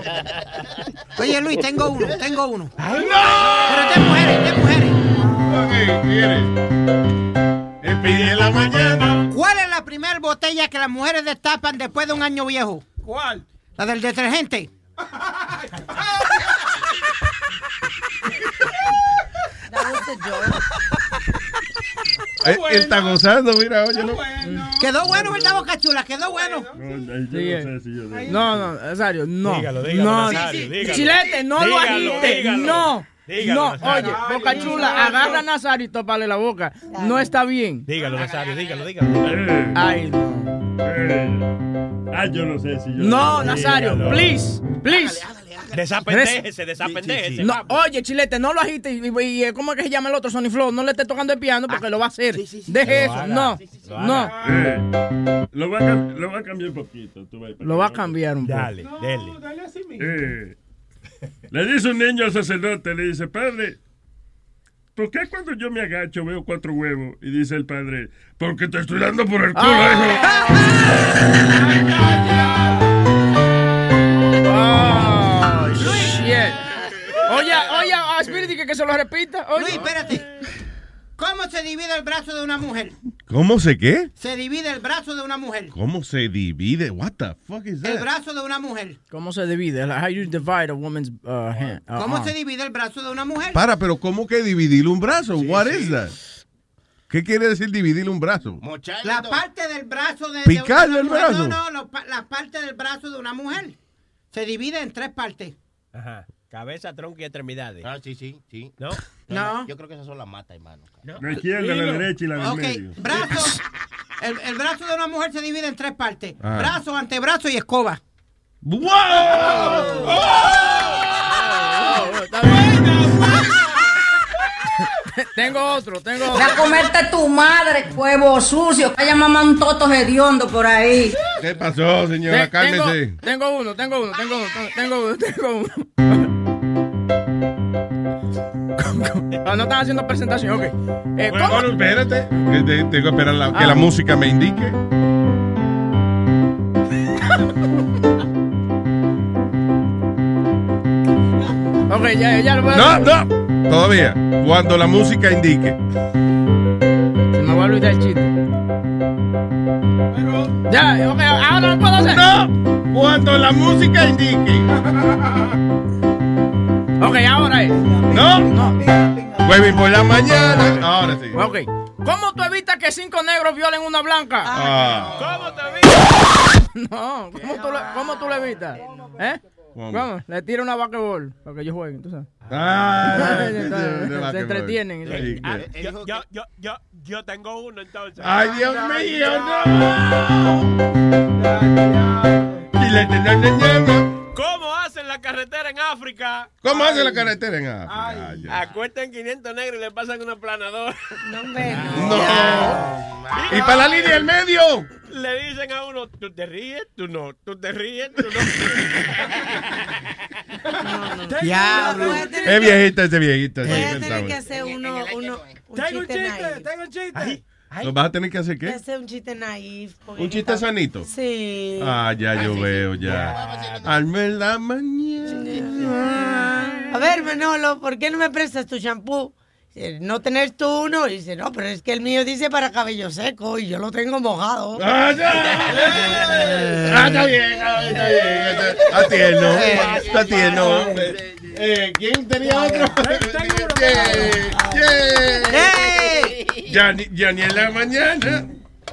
Speaker 10: Oye, Luis, tengo uno, tengo uno. Pero te mujeres, te mujeres.
Speaker 4: en la mañana.
Speaker 10: ¿Cuál es la primera botella que las mujeres destapan después de un año viejo? ¿Cuál? La del detergente.
Speaker 4: Eh, Él está gozando, mira, oye. Eh.
Speaker 10: Quedó bueno, ¿verdad, Boca Chula? Quedó bueno.
Speaker 4: Sigue.
Speaker 9: No, no, Nazario, no.
Speaker 4: Dígalo, dígalo,
Speaker 9: no,
Speaker 4: Nazario,
Speaker 9: sí, sí.
Speaker 4: dígalo.
Speaker 9: Chilete, no lo
Speaker 4: Dígalo,
Speaker 9: agite.
Speaker 4: dígalo.
Speaker 9: no.
Speaker 4: Dígalo,
Speaker 9: no,
Speaker 4: Nazario.
Speaker 9: oye, Boca Chula, agarra a Nazario y tópale la boca. No está bien.
Speaker 12: Dígalo, Nazario, dígalo, dígalo.
Speaker 9: Ay, no.
Speaker 16: Ah, yo no sé si yo.
Speaker 9: No, Nazario,
Speaker 16: Dígalo.
Speaker 9: please, please.
Speaker 12: Desapendéjese, desapendéjese.
Speaker 9: No, oye, Chilete, no lo agites. Y, y, eh, ¿Cómo es que se llama el otro Sony Flow? No le esté tocando el piano porque lo va a hacer. Deje
Speaker 16: Lo
Speaker 9: eso.
Speaker 16: haga,
Speaker 9: no,
Speaker 16: lo
Speaker 9: no.
Speaker 16: haga. Eh, lo, va a, cam- lo va a cambiar un poquito. tú vas para
Speaker 9: Lo
Speaker 16: que
Speaker 9: va a
Speaker 16: no-
Speaker 9: cambiar un poco.
Speaker 16: dele.
Speaker 34: Dale así mismo.
Speaker 16: Eh, le dice un niño al sacerdote, le dice, padre, ¿por qué cuando yo me agacho veo cuatro huevos? Y dice el padre, porque te estoy dando por el culo,
Speaker 9: Oh, shit. Oye, oye, a Spirit que, que se lo repita. Oye.
Speaker 10: Luis, espérate. ¿Cómo se divide el brazo de una mujer?
Speaker 4: ¿Cómo se qué?
Speaker 10: Se divide el brazo de una mujer.
Speaker 4: ¿Cómo se divide? What the fuck is
Speaker 10: El
Speaker 4: that?
Speaker 10: brazo de una mujer.
Speaker 9: ¿Cómo se divide? Like, How you divide a woman's uh, hand? uh,
Speaker 4: Uh-uh.
Speaker 10: ¿Cómo
Speaker 9: arm.
Speaker 10: se divide el brazo de una mujer?
Speaker 4: Para, pero ¿cómo que dividir un brazo? What is that? ¿Qué quiere decir dividir un brazo?
Speaker 10: La parte del brazo de, de
Speaker 4: Picarle
Speaker 10: una
Speaker 4: el
Speaker 10: mujer.
Speaker 4: brazo.
Speaker 10: No, no, lo pa- la parte del brazo de una mujer. Se divide en tres partes.
Speaker 12: Ajá. Cabeza, tronco y extremidades.
Speaker 35: Ah, sí, sí, sí.
Speaker 12: ¿No?
Speaker 10: No.
Speaker 35: Yo creo que esas son las matas, hermano.
Speaker 16: La izquierda, la derecha y la del
Speaker 10: Ok,
Speaker 16: medio. <laughs>
Speaker 10: brazo. El, el brazo de una mujer se divide en tres partes.
Speaker 16: Ah.
Speaker 10: Brazo, antebrazo y escoba. <laughs>
Speaker 4: ¡Wow!
Speaker 9: <laughs> Tengo otro, tengo otro.
Speaker 14: Ve a comerte tu madre, huevo sucio. Vaya mamán totos hediondo por ahí.
Speaker 4: ¿Qué pasó, señora?
Speaker 9: Te- tengo,
Speaker 4: Cálmese.
Speaker 9: tengo uno, tengo uno, tengo uno, tengo uno, tengo uno. Ah, no están haciendo presentación, ok. Eh,
Speaker 4: Bueno,
Speaker 9: ¿cómo?
Speaker 4: bueno, espérate. Que te- Tengo que esperar la- que
Speaker 9: Ah.
Speaker 4: la música me indique.
Speaker 9: Ok, ya, ya lo voy a
Speaker 4: No, no. Todavía. Cuando la música indique.
Speaker 9: Se me va a olvidar el chiste. Ya, ok, ahora lo puedo hacer.
Speaker 4: No, cuando la música indique.
Speaker 9: <laughs> Ok, ahora es.
Speaker 4: No, Huevín por la mañana. Ahora sí.
Speaker 9: Ok. ¿Cómo tú evitas que cinco negros violen una blanca?
Speaker 4: Ah.
Speaker 9: <laughs> No, ¿cómo tú, lo- ¿cómo tú lo evitas? ¿Eh?
Speaker 4: ¿Cómo?
Speaker 9: ¿Cómo? Le tiro una vaquebol para que ellos jueguen, tú sabes. <laughs>
Speaker 4: Ah,
Speaker 9: Se
Speaker 4: de
Speaker 9: entretienen.
Speaker 4: vaquebol. Ay,
Speaker 12: Ah,
Speaker 4: qué-
Speaker 12: yo, yo, yo, yo, yo tengo uno entonces. Ah,
Speaker 4: Ay, Dios mío, no. Chilete, ña, ña, ña, ña.
Speaker 12: ¿Cómo hacen la carretera en África?
Speaker 4: ¿Cómo hace la carretera en África? Ay, ya.
Speaker 12: Acuestan 500 negros y le pasan una planadora. No
Speaker 4: No. ¿Y para la línea del medio?
Speaker 12: Le dicen a uno, tú te ríes, tú no, tú te ríes, tú no.
Speaker 4: Diablo.
Speaker 11: Voy a tener
Speaker 4: Es
Speaker 11: que-
Speaker 4: viejito ese viejito.
Speaker 11: Voy a
Speaker 4: ese
Speaker 11: tener que
Speaker 4: inventado.
Speaker 11: hacer uno, uno, un
Speaker 36: Tengo un
Speaker 11: chiste
Speaker 36: chiste,
Speaker 11: naif.
Speaker 36: tengo un chiste.
Speaker 4: ¿Lo vas a tener que hacer
Speaker 11: Voy a
Speaker 4: qué?
Speaker 11: hacer un chiste naif. porque
Speaker 4: ¿Un chiste
Speaker 11: está-
Speaker 4: sanito?
Speaker 11: Sí.
Speaker 4: Ah, ya yo veo, ya. Alme la mañana.
Speaker 11: A ver, Manolo, ¿por qué no me prestas tu shampoo? eh, no tener tú uno. Y dice, no, pero es que el mío dice para cabello seco y yo lo tengo mojado.
Speaker 6: Ah,
Speaker 11: <laughs> Ah, está bien, está bien.
Speaker 6: Está tierno. Está tierno. Eh, ¿Quién tenía otro?
Speaker 4: <laughs>
Speaker 6: Ya, ni- ya ni en la mañana.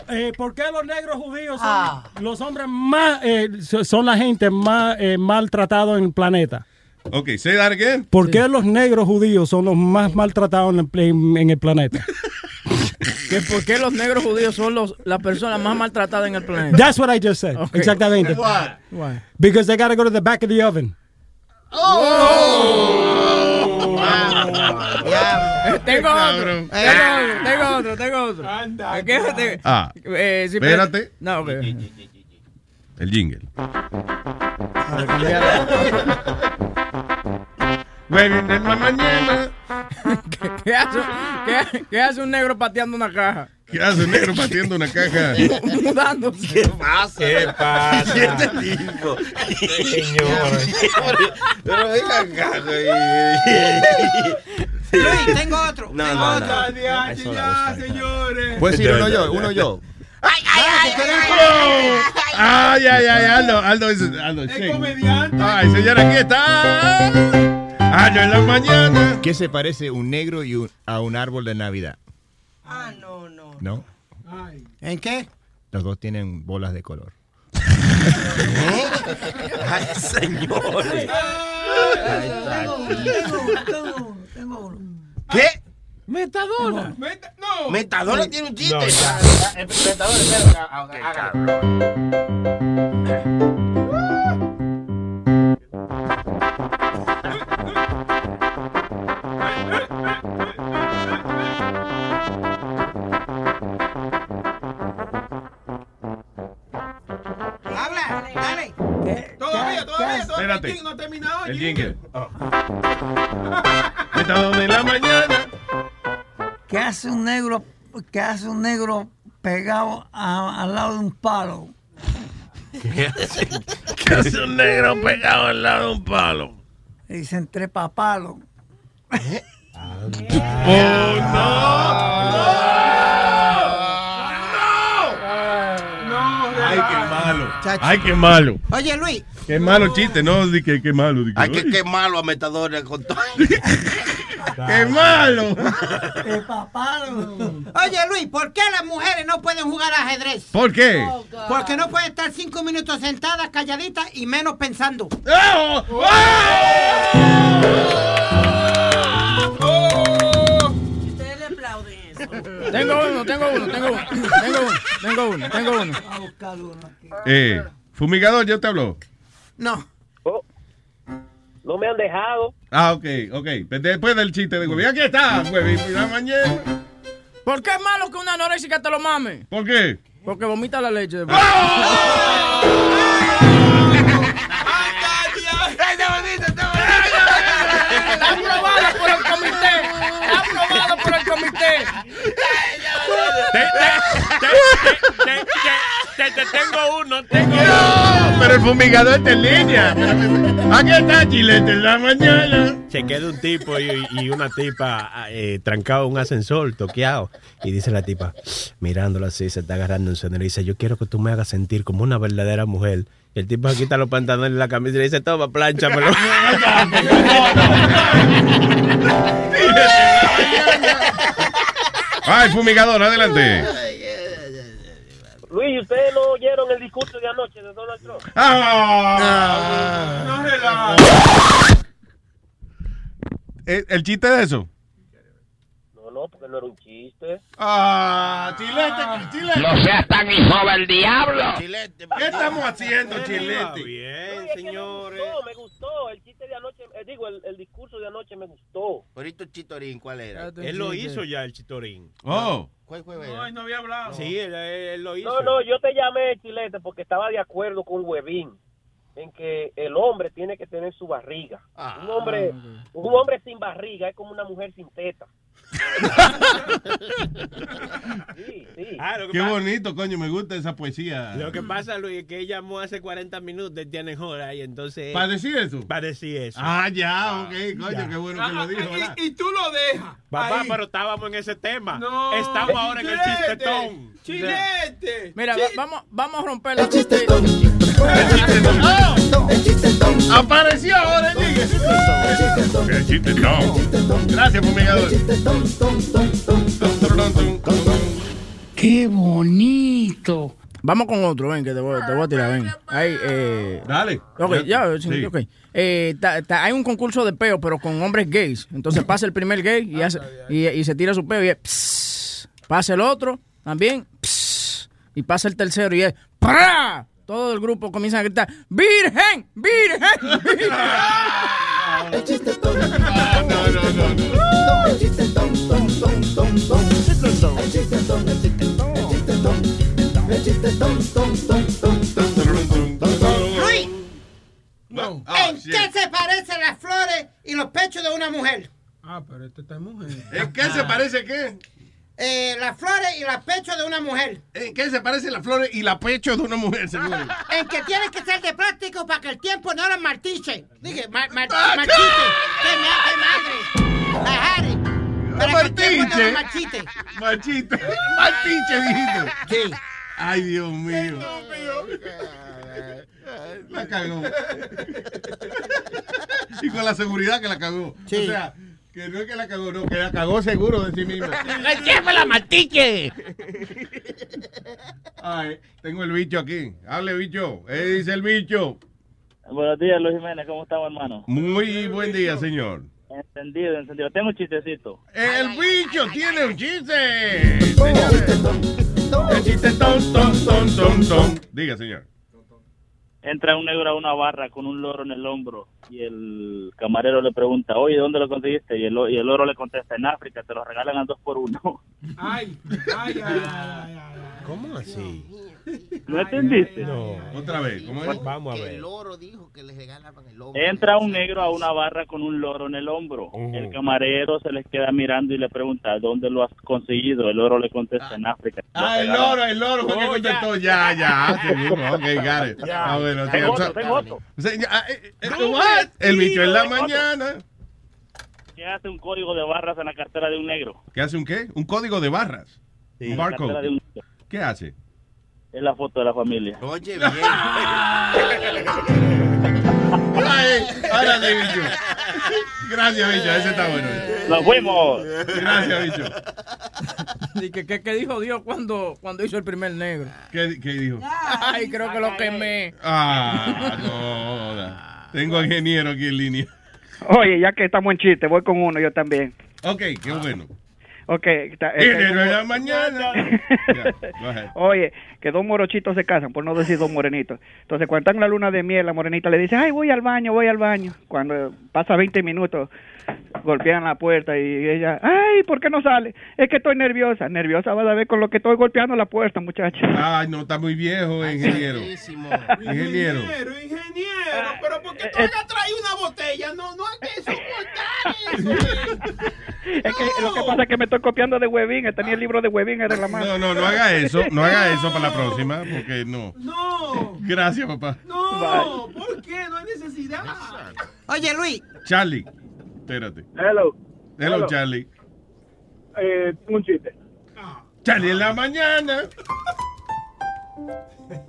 Speaker 17: Eh, ¿Por qué los negros judíos son
Speaker 9: Ah.
Speaker 17: los hombres más, eh, so- son la gente más eh, maltratada en el planeta?
Speaker 6: Ok, say that again.
Speaker 17: ¿Por qué los negros judíos son los más maltratados en el, pla- en- en el
Speaker 9: <laughs>
Speaker 17: planeta?
Speaker 9: Que por qué los negros judíos son los, las personas más maltratadas en el planeta.
Speaker 17: That's what I just said.
Speaker 9: Ok.
Speaker 17: Exactamente.
Speaker 9: Why? Why?
Speaker 17: Because they gotta go to the back of the oven.
Speaker 9: Oh.
Speaker 4: Oh. Ah.
Speaker 9: Tengo
Speaker 6: otro.
Speaker 9: Tengo, tengo otro, tengo otro. Quédate.
Speaker 6: Ah,
Speaker 9: Eh, sí,
Speaker 6: espérate.
Speaker 9: No, ok.
Speaker 6: El jingle. Bueno, en la mañana.
Speaker 9: <laughs> ¿Qué, qué hace, qué- qué hace un negro pateando una caja? <laughs>
Speaker 6: ¿Qué hace un negro pateando una caja?
Speaker 9: Mudándose.
Speaker 13: ¿Qué pasa? <laughs>
Speaker 12: ¿Qué pasa?
Speaker 13: Este tipo. Señor. Pero venga acá, güey.
Speaker 10: Luis, tengo otro.
Speaker 13: No,
Speaker 10: tengo
Speaker 13: no,
Speaker 10: otro.
Speaker 13: no. Eso no, eso no.
Speaker 6: Puedes decir Pues uno <laughs> yo, uno yo. Ay, ay, ay, Aldo, Aldo, es, Aldo, es comediante. Ay, señora, aquí está. Aldo en la mañana.
Speaker 8: ¿Qué se parece un negro y un- a un árbol de Navidad? Ah, no, no. ¿No?
Speaker 10: ¿En qué?
Speaker 8: Los dos tienen bolas de color.
Speaker 10: ¿Eh?
Speaker 13: Ay, señor. ¿Qué?
Speaker 4: Metadona. no.
Speaker 13: Metadona tiene un chiste.
Speaker 4: No.
Speaker 13: Metadona, espera,
Speaker 4: Habla, dale. Todavía, todavía, todavía.
Speaker 6: Espérate.
Speaker 4: No ha terminado
Speaker 6: El jingle. Metadona en la mañana.
Speaker 5: ¿Qué hace un negro, qué hace un negro pegado a- al lado de un palo?
Speaker 6: <laughs>
Speaker 13: ¿Qué hace? ¿Qué hace un negro pegado al lado de un palo?
Speaker 5: Le Dicen trepa palo.
Speaker 6: Ay, qué malo. Ay, qué malo.
Speaker 10: Oye, Luis.
Speaker 6: Qué malo chiste, no, di que qué malo. di que,
Speaker 13: Hay que
Speaker 6: uy.
Speaker 13: quemarlo a Metadona con todo.
Speaker 6: ¡Qué malo!
Speaker 10: Oye, Luis, ¿por qué las mujeres no pueden jugar ajedrez?
Speaker 6: ¿Por qué?
Speaker 10: Porque no pueden estar cinco minutos sentadas, calladitas y menos pensando.
Speaker 4: ¡Oh! ¡Oh!
Speaker 9: Tengo uno, tengo uno, tengo uno. Tengo uno, tengo uno, tengo uno.
Speaker 6: Eh, fumigador, yo te hablo.
Speaker 10: No.
Speaker 18: No me han dejado.
Speaker 6: Ah, ok, ok. Después del chiste de huevín. Aquí está, huevín. en la mañana.
Speaker 9: ¿Por qué es malo que una anoréxica te lo mame?
Speaker 6: ¿Por qué?
Speaker 9: Porque vomita la leche después.
Speaker 6: ¡Oh!
Speaker 9: Está aprobado por el comité. Está aprobado por el comité.
Speaker 12: Te, te tengo uno, tengo
Speaker 6: Pero el fumigador está en línea. Pero- Aquí está Chilete en la mañana.
Speaker 12: Se queda un tipo y, y una tipa eh, trancado en un ascensor, toqueado. Y dice la tipa, mirándolo así, se está agarrando un seno. Le dice, yo quiero que tú me hagas sentir como una verdadera mujer. Y el tipo se quita los pantalones y la camisa y le dice, toma, planchamelo.
Speaker 6: Ay, fumigador, adelante.
Speaker 18: Luis, ¿ustedes no oyeron el discurso de anoche de Donald Trump?
Speaker 6: Ah.
Speaker 4: No relajes. Eh,
Speaker 6: ¿El, el chiste de eso?
Speaker 18: No, no, porque no era un chiste.
Speaker 6: Ah, chilete, chilete.
Speaker 18: No seas tan hijo del diablo.
Speaker 6: Chilete, ¿qué estamos haciendo, chilete?
Speaker 12: Bien,
Speaker 18: señores. me gustó. El chiste de anoche, eh, digo, el, el discurso de anoche me gustó.
Speaker 13: Ahorita el chitorín, ¿cuál era?
Speaker 12: Él lo hizo ya, el chitorín.
Speaker 6: Oh.
Speaker 13: ¿Cuál fue?
Speaker 18: No,
Speaker 13: no
Speaker 18: había hablado.
Speaker 12: <laughs> Sí, él, él- él lo hizo.
Speaker 18: No, no, yo te llamé, Chilete, porque estaba de acuerdo con Huevín. en que el hombre tiene que tener su barriga. un hombre,
Speaker 6: ok.
Speaker 18: un hombre sin barriga es como una mujer sin teta. sí, sí.
Speaker 12: Ah,
Speaker 4: Qué bonito, coño, me gusta esa poesía.
Speaker 12: Lo que pasa, Luis, es que ella llamó hace 40 minutos, él tiene hora y entonces...
Speaker 4: ¿Para decir eso?
Speaker 12: Para decir eso.
Speaker 4: Ah, ya,
Speaker 12: Ah,
Speaker 4: ok, coño,
Speaker 12: ya.
Speaker 4: qué bueno que lo dijo. ¿verdad?
Speaker 37: Y tú lo dejas.
Speaker 12: Papá,
Speaker 37: ahí.
Speaker 12: pero estábamos en ese tema.
Speaker 37: No.
Speaker 12: Estamos ahora en el
Speaker 37: Chilete,
Speaker 12: chistetón.
Speaker 37: chilete.
Speaker 9: Mira,
Speaker 37: Chi-
Speaker 9: va- vamos, vamos a romper la
Speaker 4: Apareció ahora el nigga. El chistetón. Gracias, fumigador.
Speaker 9: ¡Qué bonito! Vamos con otro, ven, que te voy, te voy a tirar, ven. Ahí, eh,
Speaker 4: Dale.
Speaker 9: Ok, ya, sí,
Speaker 4: Sí.
Speaker 9: ok. Eh, ta- ta- hay un concurso de peo, pero con hombres gays. Entonces pasa el primer gay
Speaker 23: Ah,
Speaker 9: y, hace- y, y se tira su peo y es... pss. Pasa el otro también. pss. Y pasa el tercero y es... ¡pra! Todo el grupo comienza a gritar... ¡Virgen! ¡Virgen!
Speaker 23: <laughs>
Speaker 9: ¡Virgen!
Speaker 10: Luis,
Speaker 4: Ah,
Speaker 10: ¿en qué se parecen las flores y los pechos de una mujer?
Speaker 37: Ah, pero este está en mujer.
Speaker 4: ¿En qué se parece qué?
Speaker 10: Eh, las flores y los pechos de una mujer.
Speaker 4: ¿En qué se parecen las flores y la pecho de una mujer, seguro?
Speaker 10: En que tienes que ser de plástico para que el tiempo no los martiche. Dije, mar, mar,
Speaker 6: Ah,
Speaker 10: martiche. ¡Qué ma- qué madre! La Harry. Para que el tiempo no los marchite.
Speaker 4: Machito. Machiste, dijiste. Sí. Ay, Dios mío. La cagó. Y con la seguridad que la cagó. O sea, que no es que la cagó, no, que la cagó seguro de sí misma.
Speaker 6: ¡El tiempo la martiche!
Speaker 4: Ay, tengo el bicho aquí. Hable, bicho. Eh, dice el bicho.
Speaker 19: Buenos días, Luis Jiménez, ¿cómo estamos, hermano?
Speaker 4: Muy buen día, señor.
Speaker 19: Entendido, entendido. Tengo un chistecito.
Speaker 4: El bicho tiene un chiste. Señores. El chiste ton, ton, ton, ton, ton. Diga, señor.
Speaker 19: Entra un negro a una barra con un loro en el hombro y el camarero le pregunta, oye, ¿dónde lo conseguiste? Y el, lo- y el loro le contesta, en África, te lo regalan a dos por uno. <laughs>
Speaker 37: Ay, ay, ay, ay, ay.
Speaker 12: ¿Cómo así?
Speaker 19: ¿No entendiste?
Speaker 4: Otra vez, ¿cómo es?
Speaker 12: Vamos a ver.
Speaker 19: Entra un negro a una barra con un loro en el hombro.
Speaker 4: Oh.
Speaker 19: El camarero se les queda mirando y le pregunta, ¿dónde lo has conseguido? El loro le contesta, en África. te lo
Speaker 4: Ah, el
Speaker 19: regalan".
Speaker 4: loro, el loro
Speaker 19: Oh,
Speaker 4: fue que contestó. Ya, ya, sí mismo. Ok, got it. Ah, bueno,
Speaker 19: Tengo
Speaker 4: sí,
Speaker 19: otro,
Speaker 4: so-
Speaker 19: tengo otro.
Speaker 4: Señor, ah, eh, eh, what? El bicho en la
Speaker 19: Tengo otro.
Speaker 4: mañana.
Speaker 19: ¿Qué hace un código de barras en la cartera de un negro?
Speaker 4: ¿Qué hace un qué? Un código de barras. Un
Speaker 19: Cartera de un-
Speaker 4: barcode. ¿Qué hace?
Speaker 19: Es la foto de la familia.
Speaker 38: Oye, bien.
Speaker 4: Ay, ahora sí, bicho. Gracias, bicho. Ese está bueno.
Speaker 19: ¡Nos fuimos!
Speaker 4: Gracias, bicho.
Speaker 9: Y que, que- que dijo Dios cuando, cuando hizo el primer negro.
Speaker 4: ¿Qué, qué dijo?
Speaker 9: Ay, creo que lo quemé.
Speaker 4: Ah, no. joda. Tengo ingeniero aquí en línea.
Speaker 15: Oye, ya que estamos en chiste, voy con uno yo también.
Speaker 4: Ok, qué bueno.
Speaker 15: Ok. está- este,
Speaker 4: Ingeniero en la mañana. Ya, go ahead.
Speaker 15: Oye, que dos morochitos se casan, por no decir dos morenitos. Entonces, cuando están en la luna de miel, la morenita le dice, ay, voy al baño, voy al baño. Cuando pasa 20 minutos, golpean la puerta y ella, ay, ¿por qué no sale? Es que estoy nerviosa. Nerviosa vas a ver con lo que estoy golpeando la puerta, muchacha.
Speaker 4: Ay, no, está muy viejo, ingeniero. Ingeniero.
Speaker 37: Ingeniero, ingeniero,
Speaker 15: Ah,
Speaker 37: pero ¿por
Speaker 15: eh,
Speaker 37: qué tú ya traes una botella? No, no hay que soportar eso.
Speaker 15: <laughs> Es que lo que pasa es que me estoy copiando de Webin, tenía el libro de Webin era la mano.
Speaker 4: No, no, no haga eso. No haga eso para la próxima, porque no.
Speaker 37: No,
Speaker 4: Gracias, papá.
Speaker 37: no, ¿por qué? No hay necesidad.
Speaker 10: Oye, Luis.
Speaker 4: Charlie, espérate.
Speaker 23: Hello.
Speaker 4: Hello,
Speaker 23: Hello.
Speaker 4: Charlie.
Speaker 23: Eh, tengo un chiste.
Speaker 4: Charlie en la mañana.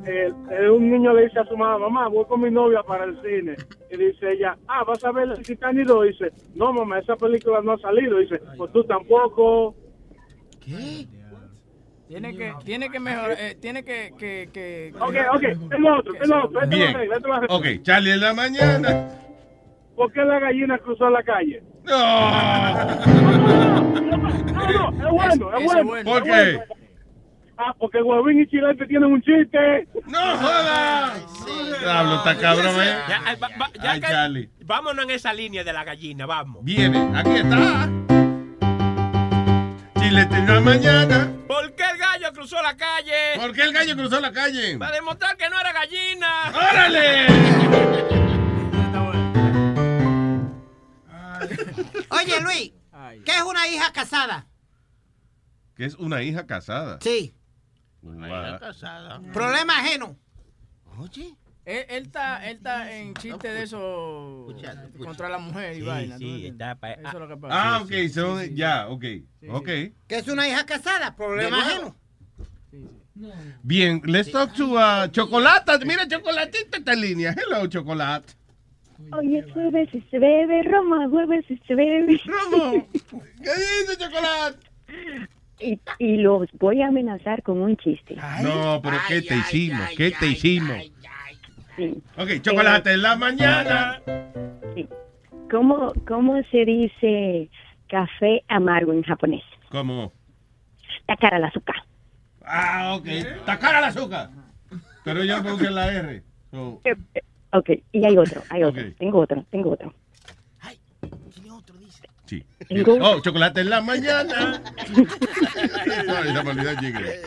Speaker 23: Eh, eh, un niño le dice a su mamá, mamá, voy con mi novia para el cine. Y dice ella, ah, ¿vas a ver el Titanic 2? Dice, no, mamá, esa película no ha salido. Dice, pues tú tampoco.
Speaker 9: Tiene que, tiene que mejorar, eh, tiene que, que, que...
Speaker 23: Ok, ok, tengo otro, tengo otro. esta
Speaker 4: Bien.
Speaker 23: la regla, esta la regla.
Speaker 4: Ok, Charlie en la mañana.
Speaker 23: ¿Por qué la gallina cruzó la calle? <laughs> No, no, es bueno, es
Speaker 6: Ese es
Speaker 23: bueno.
Speaker 6: bueno.
Speaker 23: es
Speaker 6: ¿Por
Speaker 23: bueno. Ah, porque Guavín y Chilete tienen un chiste.
Speaker 4: ¡No jodas! Diablo, está cabrón, ¿eh?
Speaker 12: Ya, ay, va- va- ya
Speaker 4: Ay,
Speaker 12: que-
Speaker 4: Charlie.
Speaker 12: Vámonos en esa línea de la gallina, vamos.
Speaker 4: Viene, aquí está. Chilete en la mañana.
Speaker 12: ¿Por qué el gallo
Speaker 9: gallo cruzó la calle.
Speaker 4: ¿Por qué el gallo cruzó la calle?
Speaker 9: Para demostrar que no era gallina.
Speaker 4: ¡Órale!
Speaker 9: <laughs>
Speaker 10: Oye, Luis, ¿qué es una hija casada?
Speaker 4: Que es una hija casada.
Speaker 10: Sí.
Speaker 4: Una
Speaker 9: Ah.
Speaker 6: hija casada.
Speaker 10: Problema ajeno.
Speaker 6: Oye.
Speaker 9: Él, él está, él está en chiste de eso contra la mujer y vaina. ¿tú entiendes? Eso es lo que pasa.
Speaker 4: Ah, ok, son- ya, ok. ok.
Speaker 10: ¿Qué es una hija casada? Problema ajeno.
Speaker 4: Bien, let's talk to uh, Chocolata. Mira, Chocolatita está en línea. Hello, Chocolate.
Speaker 39: Hoy es jueves y se bebe, Roma, jueves este y se bebe. <laughs>
Speaker 4: ¡Romo! ¿Qué dice, Chocolate?
Speaker 39: Y, y los voy a amenazar con un chiste.
Speaker 4: No, pero ¿qué te hicimos? ¿Qué te hicimos?
Speaker 39: Sí.
Speaker 4: Ok, Chocolate en la mañana.
Speaker 39: ¿Cómo, ¿Cómo se dice café amargo en japonés?
Speaker 4: ¿Cómo?
Speaker 39: Takara la azúcar.
Speaker 4: Ah, ok. Tacar al azúcar. Pero yo puse la R. So,
Speaker 39: Ok, y hay otro, hay otro. Tengo otro, tengo otro.
Speaker 4: sí.
Speaker 39: Tengo-
Speaker 4: Oh, Chocolate en la mañana. <laughs> Sorry, la maldita llegue.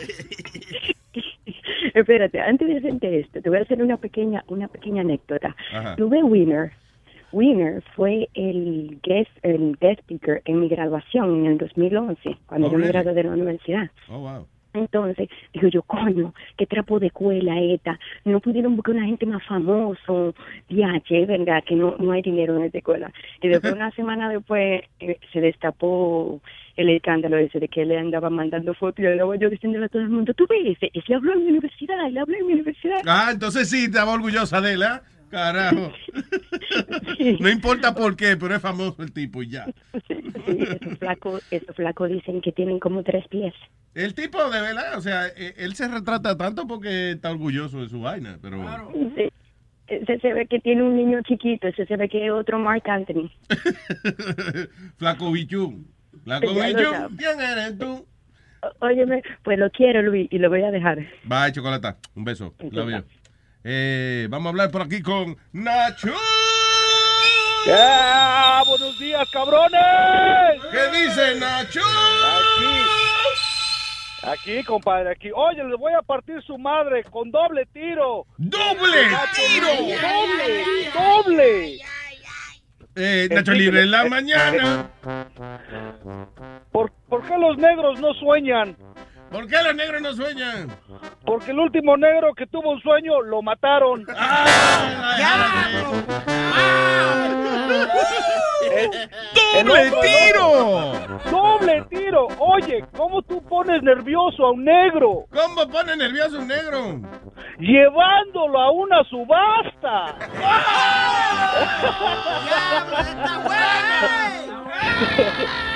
Speaker 39: <laughs> Espérate, antes de hacerte esto, te voy a hacer una pequeña, una pequeña anécdota. Ajá. Tuve Winner. Winner fue el guest, el guest speaker en mi graduación en el 2011, cuando
Speaker 15: Oh,
Speaker 39: yo me
Speaker 15: really?
Speaker 39: gradué de la universidad.
Speaker 4: Oh, wow.
Speaker 39: Entonces, digo yo, coño, qué trapo de cuela ETA. No pudieron buscar una gente más famoso. Diache, ¿verdad? Que no, no hay dinero en esta escuela. Y después, una semana después, eh, se destapó el escándalo ese de que le andaba mandando fotos y luego yo diciéndole a todo el mundo, tú ves, él le habló en mi universidad, él habló en mi universidad.
Speaker 4: Ah, entonces sí, estaba orgullosa de él, ¿ah? Carajo. <laughs> No importa por qué, pero es famoso el tipo y ya.
Speaker 39: Sí, esos flacos, esos flacos dicen que tienen como tres pies.
Speaker 4: El tipo, de verdad, o sea, eh, él se retrata tanto porque está orgulloso de su vaina, pero...
Speaker 39: Sí. Ese se ve que tiene un niño chiquito, ese se ve que es otro Mark Anthony.
Speaker 4: <laughs> Flaco Bichú.
Speaker 6: Ah,
Speaker 4: Flaco
Speaker 39: Ya lo
Speaker 4: Bichú.
Speaker 39: sabe.
Speaker 4: ¿Quién eres tú?
Speaker 39: O- Óyeme, pues lo quiero, Luis, y lo voy a dejar.
Speaker 4: Bye, Chocolata. Un beso. La veo. Eh, vamos a hablar por aquí con Nacho.
Speaker 15: Ah, ¡Buenos días, cabrones!
Speaker 4: ¿Qué dice Nacho?
Speaker 15: Aquí, aquí, compadre, aquí. Oye, les voy a partir su madre con doble tiro.
Speaker 4: ¡Doble
Speaker 15: tiro! ¡Doble! ¡Doble!
Speaker 4: Eh, Nacho Libre en la mañana.
Speaker 15: eh, ¿Por, ¿Por qué los negros no sueñan?
Speaker 4: ¿Por qué los negros no sueñan?
Speaker 15: Porque el último negro que tuvo un sueño lo mataron.
Speaker 4: Ah,
Speaker 15: Ah. Eh,
Speaker 4: ¡Doble tiro!
Speaker 15: ¡Doble tiro! Oye, ¿cómo tú pones nervioso a un negro?
Speaker 4: ¿Cómo pone nervioso a un negro?
Speaker 15: Llevándolo a una subasta.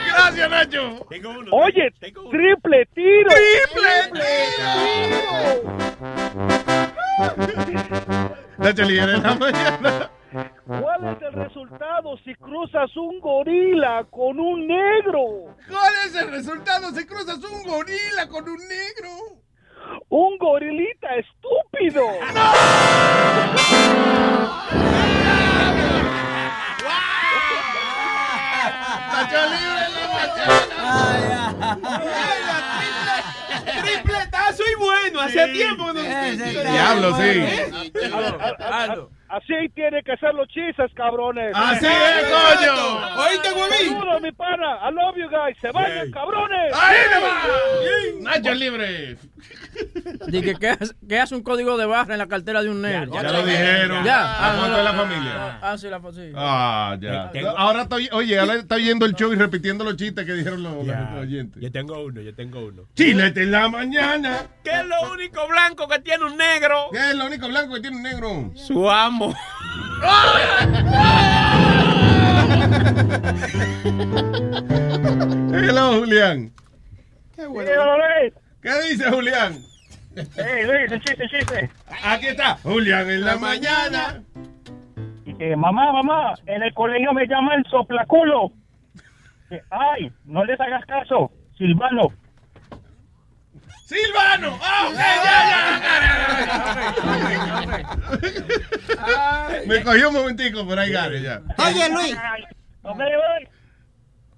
Speaker 4: Gracias, Nacho.
Speaker 15: Oye, triple tiro.
Speaker 4: ¡Triple Nacho Libre en la mañana.
Speaker 15: ¿Cuál es el resultado si cruzas un gorila con un negro?
Speaker 4: ¿Cuál es el resultado si cruzas un gorila con un negro?
Speaker 15: ¡Un gorilita estúpido!
Speaker 4: Nacho Libre en la
Speaker 12: Tripletazo y bueno, hace tiempo que no
Speaker 4: Diablo, sí.
Speaker 15: Así tiene que ser los chistes, cabrones.
Speaker 4: Así es, coño.
Speaker 15: Oíste, huevín. Saludos, mi pana. I love you guys. Se vayan, cabrones.
Speaker 4: ¡Ahí nomás! ¡Nacho Libre!
Speaker 9: Dije, ¿qué, hace- ¿qué hace un código de barra en la cartera de un negro?
Speaker 4: Ya lo dijeron.
Speaker 9: Ya.
Speaker 4: La foto de la familia.
Speaker 9: Ah, sí, la foto, sí.
Speaker 4: Ah, ya. Ahora estoy, oye, ahora está oyendo el show y repitiendo los chistes que dijeron los, los oyentes. Yo tengo uno, yo tengo uno. Chilete en la mañana.
Speaker 9: ¿Qué es lo único blanco que tiene un negro?
Speaker 4: ¿Qué es lo único blanco que tiene un negro?
Speaker 9: Su amo.
Speaker 4: Hello, Julián.
Speaker 40: Qué
Speaker 4: ¿Qué dice Julián?
Speaker 40: Eh, Luis, un chiste, un chiste.
Speaker 4: Aquí está, Julián en la mañana.
Speaker 40: Eh, mamá, mamá, en el colegio me llaman soplaculo. Eh, Ay, no les hagas caso, Silvano.
Speaker 4: ¡Silvano! ¡Ah, ok, <laughs> ya, ya! Me cogió un momentico, por ahí gane ya.
Speaker 40: Oye, Luis. Ok, voy.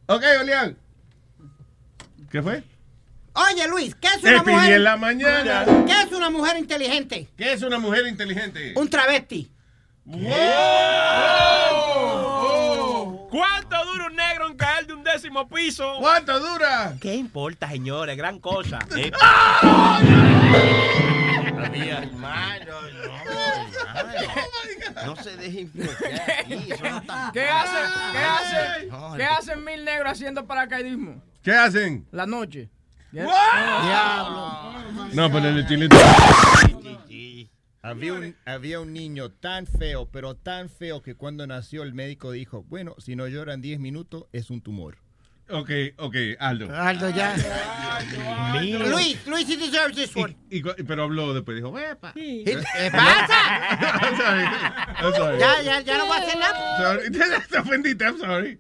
Speaker 4: Ok, Julián. ¿Qué fue?
Speaker 10: Oye, Luis, ¿qué es
Speaker 6: Te
Speaker 10: una
Speaker 6: pillé
Speaker 10: mujer?
Speaker 6: en la mañana.
Speaker 10: ¿Qué es una mujer inteligente?
Speaker 6: ¿Qué es una mujer inteligente?
Speaker 10: Un travesti.
Speaker 41: ¿Cuánto dura un negro en caer de un décimo piso?
Speaker 6: ¿Cuánto dura?
Speaker 41: ¿Qué importa, señores? Gran
Speaker 6: <laughs>
Speaker 41: cosa. Eh,
Speaker 12: No se deje influenciar.
Speaker 9: ¿Qué hacen? ¿Qué hacen? ¿Qué hacen mil negros haciendo paracaidismo?
Speaker 6: ¿Qué hacen?
Speaker 9: La noche. Ya- Ah.
Speaker 6: No, pero el estilito.
Speaker 8: Había un, había un niño tan feo, pero tan feo que cuando nació el médico dijo, bueno, si no lloran 10 minutos es un tumor.
Speaker 6: Ok, ok, Aldo.
Speaker 10: Aldo, ya. Luis, Luis, you deserve this one.
Speaker 6: Y, cu- pero habló después, dijo, ¡epa!
Speaker 10: ¿Qué pasa?
Speaker 6: Eh,
Speaker 4: <laughs>
Speaker 6: I'm sorry. I'm sorry.
Speaker 10: ¿Eh, Ya, ya, ya no voy a hacer nada.
Speaker 6: Sorry. <laughs> Te ofendiste, I'm sorry.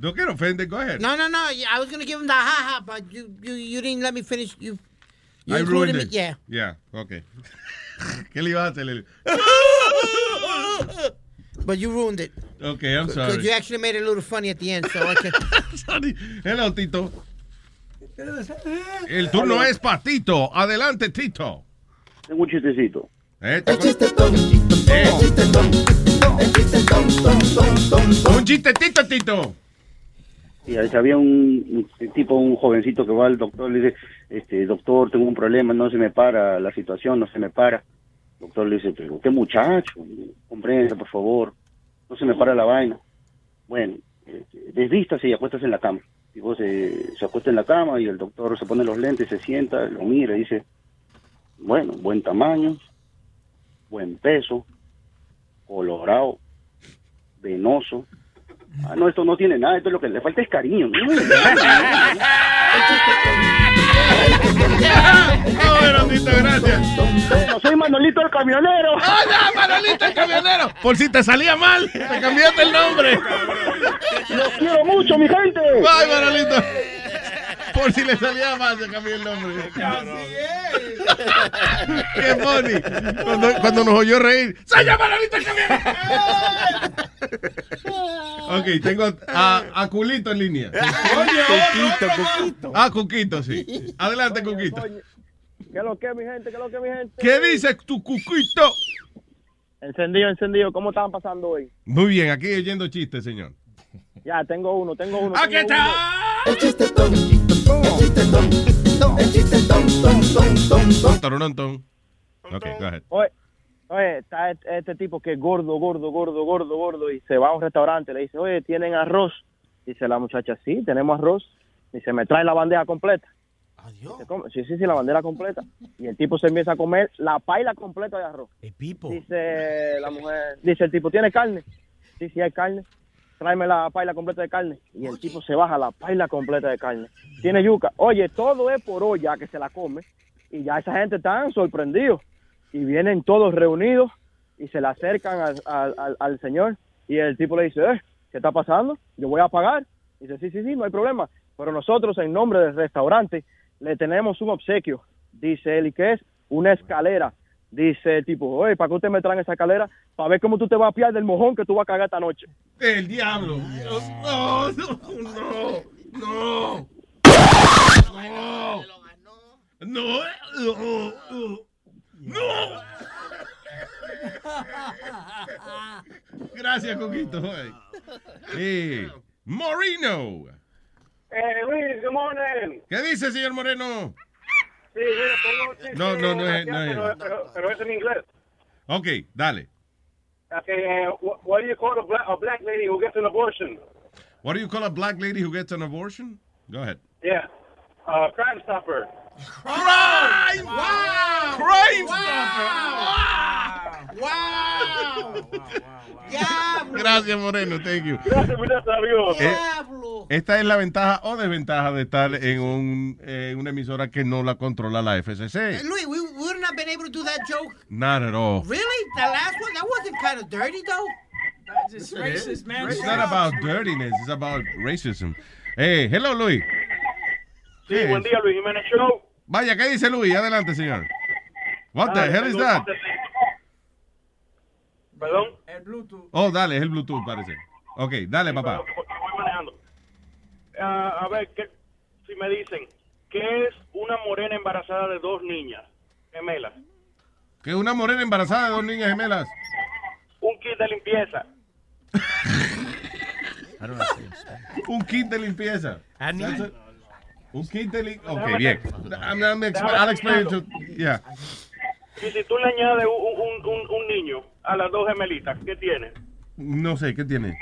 Speaker 6: No quiero ofender, go ahead.
Speaker 10: No, no, no. I was going to give him the ha-ha, but you, you, you didn't let me finish. You, you
Speaker 6: I
Speaker 10: included
Speaker 6: ruined
Speaker 10: me.
Speaker 6: it. <laughs>
Speaker 10: Yeah.
Speaker 6: Yeah, ok. ¿Qué le ibas a hacer, Lili?
Speaker 10: But you ruined it.
Speaker 6: Ok, I'm
Speaker 10: Because
Speaker 6: sorry.
Speaker 10: you actually made it a little funny at the end, so I can...
Speaker 6: <laughs> sorry. Hello, Tito. El turno es para Tito. Adelante, Tito.
Speaker 1: Tengo un chistecito.
Speaker 6: Eh, Eh. Un chiste, Tito, Tito.
Speaker 1: Y ahí había un, un tipo, un jovencito que va al doctor, le dice, este, doctor, tengo un problema, no se me para la situación, no se me para. El doctor le dice, pero qué muchacho, comprenda, por favor, no se me para la vaina. Bueno, este, desvístase y acuéstase en la cama. Digo, se, se acuesta en la cama y el doctor se pone los lentes, se sienta, lo mira y dice, bueno, buen tamaño, buen peso, colorado, venoso. Ah, no, esto no tiene nada, esto es lo que le falta es cariño.
Speaker 6: bueno, Tito, gracias.
Speaker 1: No soy Manolito el camionero.
Speaker 6: ¡Hola, Manolito el camionero! Por si te salía mal, te cambiaste el nombre.
Speaker 1: Los quiero mucho, mi gente.
Speaker 6: Bye, Manolito. Por si le salía mal, te cambié el nombre. ¡Qué funny! Cuando, cuando nos oyó reír. ¡Se llama Manolito el camionero! ok, tengo a, a Culito en línea. Ah, Cuquito, sí. Adelante, Cuquito.
Speaker 15: ¿Qué es lo que, mi gente? ¿Qué es lo que, mi gente?
Speaker 6: ¿Qué dices tu Cuquito?
Speaker 15: Encendido, encendido. ¿Cómo estaban pasando hoy?
Speaker 6: Muy bien, aquí oyendo chistes, señor.
Speaker 15: Ya, tengo uno, tengo uno.
Speaker 42: Aquí
Speaker 15: tengo uno.
Speaker 6: Toronontón. Ok, go ahead.
Speaker 15: Oye, oye, está este, este tipo que es gordo, gordo, gordo, gordo, gordo, y se va a un restaurante, le dice, oye, ¿tienen arroz? Dice la muchacha, sí, tenemos arroz. Dice, me trae la bandeja completa. Dice, "¿Cómo?". Sí, sí, sí, la bandera completa. Y el tipo se empieza a comer la paila completa de arroz. Dice la mujer, dice el tipo, ¿tiene carne? Sí, sí hay carne. Tráeme la paila completa de carne. Y el tipo se baja la paila completa de carne. Tiene yuca. Oye, todo es por hoy ya que se la come. Y ya esa gente tan sorprendido. Y vienen todos reunidos y se le acercan al, al- al- al señor. Y el tipo le dice, "Eh, ¿qué está pasando? Yo voy a pagar. Y dice, sí, sí, sí, no hay problema. Pero nosotros en nombre del restaurante le tenemos un obsequio. Dice él, ¿y qué es? Una escalera. Dice el tipo, oye, ¿para qué usted me traen esa escalera? Para ver cómo tú te vas a pillar del mojón que tú vas a cagar esta noche.
Speaker 6: El diablo. No, no, no, no. No. No. No. No. Gracias, Coquito. güey. Eh, Moreno.
Speaker 4: Eh, Luis, good morning.
Speaker 6: ¿Qué dice, señor Moreno?
Speaker 4: Sí, mira, tengo un chiste
Speaker 6: No, no, no es- no es.
Speaker 4: Pero, pero, pero es en inglés.
Speaker 6: Ok, dale.
Speaker 4: Okay, eh, wh- what do you call a black, a black lady who gets an abortion?
Speaker 6: What do you call a black lady who gets an abortion? Go ahead.
Speaker 4: Yeah, uh, Crime Stopper.
Speaker 6: Crime!
Speaker 4: Wow!
Speaker 6: Crime
Speaker 4: Stopper! Wow!
Speaker 6: Gracias, Moreno. Thank you.
Speaker 4: Gracias, muchachos, amigos.
Speaker 6: Eh, Esta es la ventaja o desventaja de estar en un, eh, una emisora que no la controla la
Speaker 10: Eh,
Speaker 6: FCC.
Speaker 10: Luis, we we wouldn't have been able to do that joke.
Speaker 6: Not at all.
Speaker 10: Really? That last one? That wasn't kind of dirty, though.
Speaker 9: It's racist, man.
Speaker 6: It's not about dirtiness, it's about racism. Eh, hello, Luis.
Speaker 4: Sí, buen día, Luis Jiménez Show.
Speaker 6: Vaya, ¿qué dice Luis? Adelante, señor. What the
Speaker 4: Ah,
Speaker 6: hell is
Speaker 4: tengo-
Speaker 6: that?
Speaker 4: Perdón.
Speaker 6: Oh, dale, es el Bluetooth, parece. Ok, dale, papá.
Speaker 4: Ah, a ver, ¿qué- si me dicen,
Speaker 15: que es una morena embarazada de dos niñas gemelas.
Speaker 6: Que una morena embarazada de dos niñas gemelas.
Speaker 15: Un kit de limpieza.
Speaker 6: Un kit de limpieza.
Speaker 4: Ah,
Speaker 6: That's a- Un kit de limpieza. Ok,
Speaker 15: Déjame-
Speaker 6: bien. I'm- I'm exp- I'll explain it to- yeah.
Speaker 15: Y si tú le añades un, un- un- un niño a las dos gemelitas, ¿qué tiene?
Speaker 6: No sé, ¿qué tiene?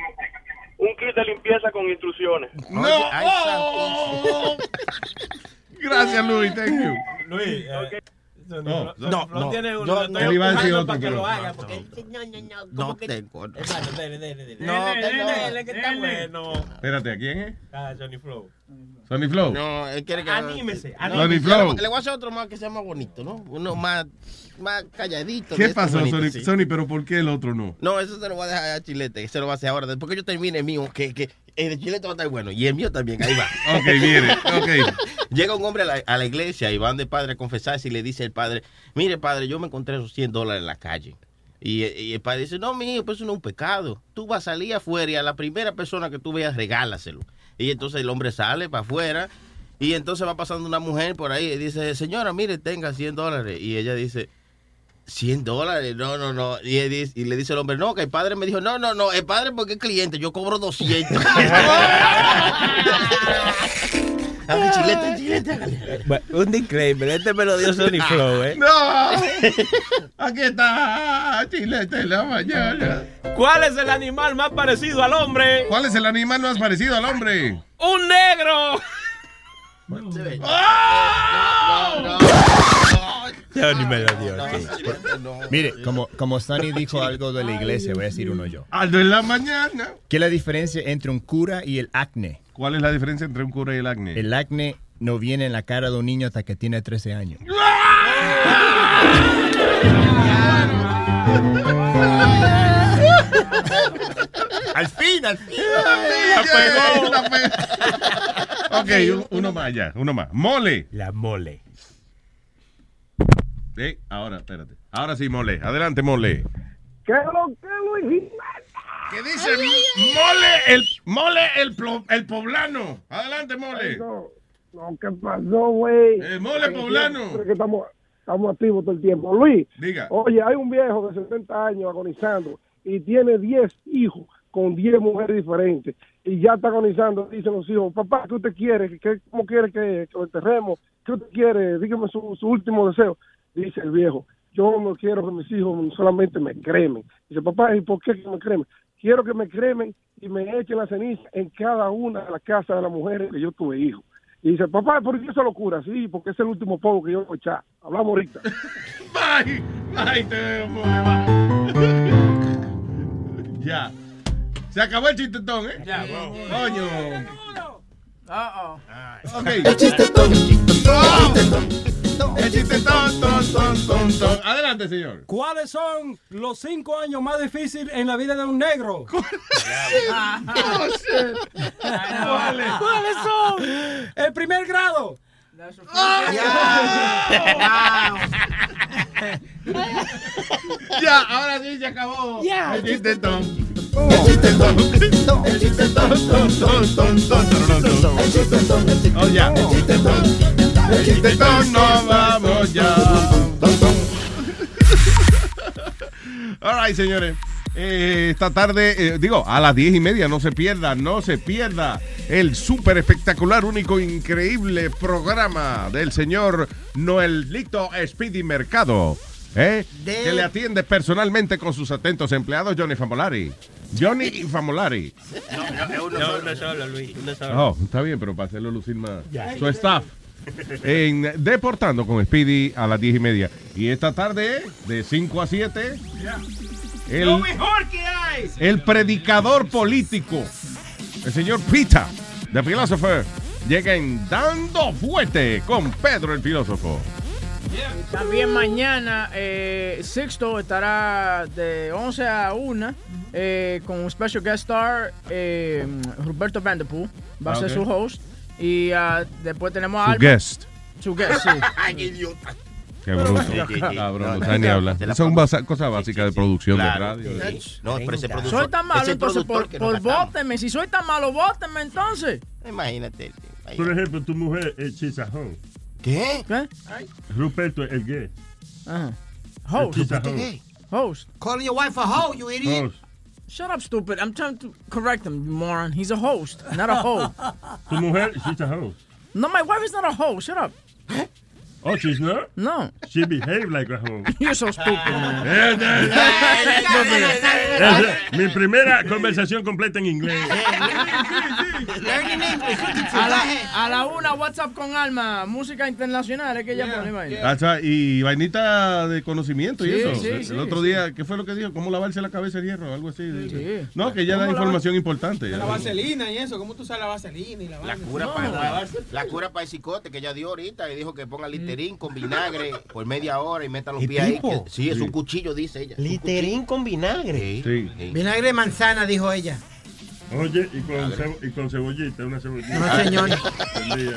Speaker 15: Un kit de limpieza con instrucciones.
Speaker 6: No. Oh. Gracias, Luis. Thank you.
Speaker 4: Luis, eh,
Speaker 6: No,
Speaker 4: no, no,
Speaker 6: no,
Speaker 4: no
Speaker 6: no.
Speaker 4: tiene uno.
Speaker 6: Yo-
Speaker 4: lo estoy
Speaker 6: yo iba a decir
Speaker 4: empujando
Speaker 6: otro,
Speaker 4: para que
Speaker 6: pero-
Speaker 4: lo haga.
Speaker 6: no,
Speaker 4: porque él-
Speaker 13: No
Speaker 4: ¿cómo que-
Speaker 13: tengo. no.
Speaker 4: Hermano, dele, dele, dele.
Speaker 13: No
Speaker 4: Dele,
Speaker 13: tengo.
Speaker 4: dele, que está bueno.
Speaker 6: Espérate, ¿a quién es?
Speaker 4: Ah, Johnny Flow.
Speaker 6: Sonny Flow.
Speaker 13: No, él quiere que.
Speaker 4: Anímese,
Speaker 13: No,
Speaker 4: anímese.
Speaker 6: Sonny Flow.
Speaker 13: Le, le voy a hacer otro más que sea más bonito, ¿no? Uno más, más calladito. de
Speaker 6: ¿Qué
Speaker 13: estos
Speaker 6: pasó,
Speaker 13: bonitos,
Speaker 6: Sony?
Speaker 13: sí.
Speaker 6: Sony, pero ¿por qué el otro no?
Speaker 13: No, eso se lo voy a dejar a Chilete. Se lo va a hacer ahora. Después que yo termine el mío, que, que el de Chilete va a estar bueno. Y el mío también. Ahí va.
Speaker 6: <laughs> Ok, viene, ok.
Speaker 13: <laughs> Llega un hombre a la, a la iglesia y van de padre a confesarse y le dice el padre, mire padre, yo me encontré esos 100 dólares en la calle. Y, y el padre dice, no, mijo, pues eso no es un pecado. Tú vas a salir afuera y a la primera persona que tú veas, regálaselo. Y entonces el hombre sale para afuera y entonces va pasando una mujer por ahí y dice, señora, mire, tenga 100 dólares. Y ella dice, 100 dólares, no, no, no. Y, él dice- y le dice el hombre, no, que el padre me dijo, no, no, no, el padre porque es cliente, yo cobro 200. Hágale, chilete, chilete, hágale.
Speaker 4: Eh, Bueno, un disclaimer, este me lo dio Sony Flow, ¿eh?
Speaker 6: <laughs> ¡No! Aquí está Chilete en la mañana.
Speaker 4: ¿Cuál es el animal más parecido al hombre?
Speaker 6: ¿Cuál es el animal más parecido al hombre?
Speaker 4: ¡Un negro!
Speaker 6: Este
Speaker 8: Johnny me lo dio. Mire, como, como Sonny dijo algo de la iglesia, voy a decir uno yo.
Speaker 6: Aldo en la mañana.
Speaker 8: ¿Qué es la diferencia entre un cura y el acné?
Speaker 6: ¿Cuál es la diferencia entre un cura y el acné?
Speaker 8: El acné no viene en la cara de un niño hasta que tiene 13 años.
Speaker 6: Al fin, al fin.
Speaker 4: pegó.
Speaker 6: ok, un- uno más ya, uno más. Mole.
Speaker 4: La mole.
Speaker 6: Eh, ahora, espérate. Ahora sí, mole. Adelante, mole.
Speaker 43: ¿Qué es lo que Luis Jiménez?
Speaker 6: ¿Qué dice? Mole, el, mole, el, plo- el poblano. Adelante, mole.
Speaker 43: No, no, ¿qué pasó, güey?
Speaker 6: Eh, mole poblano.
Speaker 43: Creo que estamos, estamos activos todo el tiempo. Luis,
Speaker 6: Diga.
Speaker 43: oye, hay un viejo de 70 años agonizando y tiene 10 hijos con 10 mujeres diferentes y ya está agonizando. Dicen los hijos, papá, ¿qué usted quiere? ¿Qué, ¿Cómo quiere que, que lo enterremos? ¿Qué usted quiere? Dígame su, su último deseo. Dice el viejo, yo no quiero que mis hijos solamente me cremen. Dice, papá, ¿y por qué que me cremen? Quiero que me cremen y me echen la ceniza en cada una de las casas de las mujeres que yo tuve hijos. Y dice, papá, ¿por qué esa locura? Sí, porque es el último polvo que yo voy a echar. Hablamos ahorita.
Speaker 6: Bye. Bye, te veo, mole. bye. <laughs> ya. Se acabó el chistetón, ¿eh? Ya, Coño.
Speaker 9: Uh-oh.
Speaker 6: Ok. El chistetón. El chistetón, ton, ton, ton, ton. Adelante, señor.
Speaker 17: ¿Cuáles son los cinco años más difíciles en la vida de un negro?
Speaker 6: <laughs>
Speaker 9: <laughs> Oh,
Speaker 17: ¿Cuáles? ¿Cuáles son? El primer grado.
Speaker 6: ¡Ah! Ya, ahora sí se acabó.
Speaker 4: Ya.
Speaker 6: El chistetón. El chistetón. El chistetón. Ton, ton, ton, ton, ton, ton, ton. Oh, ya. El chistetón, nos vamos ya. All right, señores. Eh, esta tarde, eh, digo, a las diez y media, no se pierda, no se pierda el súper espectacular, único, increíble programa del señor Noelito Speedy Mercado, ¿eh?
Speaker 4: De-
Speaker 6: que le atiende personalmente con sus atentos empleados Johnny Famolari. Johnny Famolari.
Speaker 4: <laughs> No, no, no solo, Luis. No solo.
Speaker 6: Oh, está bien, pero para hacerlo lucir más.
Speaker 4: Ya.
Speaker 6: Su staff. En Deportando con Speedy a las diez y media. Y esta tarde, de 5 a 7, el,
Speaker 44: Lo mejor que hay.
Speaker 6: el predicador político, el señor Pita, The Philosopher, llega en Dando Fuerte con Pedro el Filósofo.
Speaker 9: También mañana eh, Sixto estará de 11 a 1 eh, con un special guest star, eh, Roberto Vanderpool, va a
Speaker 6: Ah,
Speaker 9: ser
Speaker 6: ok.
Speaker 9: su host. Y ah, después tenemos a
Speaker 6: Su
Speaker 9: Alba.
Speaker 6: guest.
Speaker 9: Su
Speaker 6: <laughs>
Speaker 9: guest, sí.
Speaker 13: Ay, idiota.
Speaker 6: Qué bruto.
Speaker 13: Sí, sí, sí.
Speaker 6: Cabrón,
Speaker 13: No,
Speaker 6: no sabe ni
Speaker 13: no,
Speaker 6: hablar.
Speaker 13: se la
Speaker 6: Esa es una basa- cosa básica de producción
Speaker 13: Claro,
Speaker 6: de radio.
Speaker 13: sí. No, pero ese productor.
Speaker 9: Soy tan malo,
Speaker 13: ese
Speaker 9: entonces
Speaker 13: productor
Speaker 9: por,
Speaker 13: que no
Speaker 9: por
Speaker 13: gastamos.
Speaker 9: vótenme. Si soy tan malo, vótenme entonces.
Speaker 13: Imagínate.
Speaker 16: Por ejemplo, tu mujer es chisajón.
Speaker 13: ¿Qué?
Speaker 16: Ruperto es gay.
Speaker 9: Ajá. Host.
Speaker 16: Artista Ruperto host. gay.
Speaker 9: Host.
Speaker 10: Call your wife a hoe, you idiot.
Speaker 16: Host.
Speaker 9: Shut up, stupid. I'm trying to correct him, you moron. He's a host, not a hoe.
Speaker 16: <laughs> Tu mujer es chisajón.
Speaker 9: No, my wife is not a hoe. Shut up.
Speaker 16: Oh, she's not?
Speaker 9: No.
Speaker 16: She behave like a hoe.
Speaker 9: <laughs> You're so stupid, man.
Speaker 16: Eh, eh, eh,
Speaker 9: <laughs>
Speaker 16: eh, Mi primera conversación completa en inglés.
Speaker 9: A la, a la una, WhatsApp con Alma, música internacional, es que ella pone vaina.
Speaker 6: Ah, cha- y vainita de conocimiento y
Speaker 9: Sí,
Speaker 6: eso.
Speaker 9: sí,
Speaker 6: el
Speaker 9: sí,
Speaker 6: otro
Speaker 9: sí.
Speaker 6: día, ¿qué fue lo que dijo? ¿Cómo lavarse la cabeza de hierro? Algo así. dice.
Speaker 4: Sí.
Speaker 6: No, que ella da
Speaker 4: ¿Cómo lavar-
Speaker 6: información importante. ya.
Speaker 4: La vaselina y eso, ¿cómo tú usas la vaselina y la
Speaker 13: La
Speaker 4: vaina?
Speaker 13: cura
Speaker 4: No. Mm.
Speaker 13: para la cura para el cicote que ella dio ahorita y dijo que ponga literín con vinagre por media hora y meta los pies ahí.
Speaker 10: tipo?
Speaker 13: que- sí, es
Speaker 10: Sí.
Speaker 13: un cuchillo, dice ella.
Speaker 10: Literín con vinagre.
Speaker 6: Sí.
Speaker 10: Vinagre de manzana, dijo ella.
Speaker 16: Oye, y con, cebo- y con cebollita, una cebollita.
Speaker 10: No, señor.
Speaker 16: Entendía.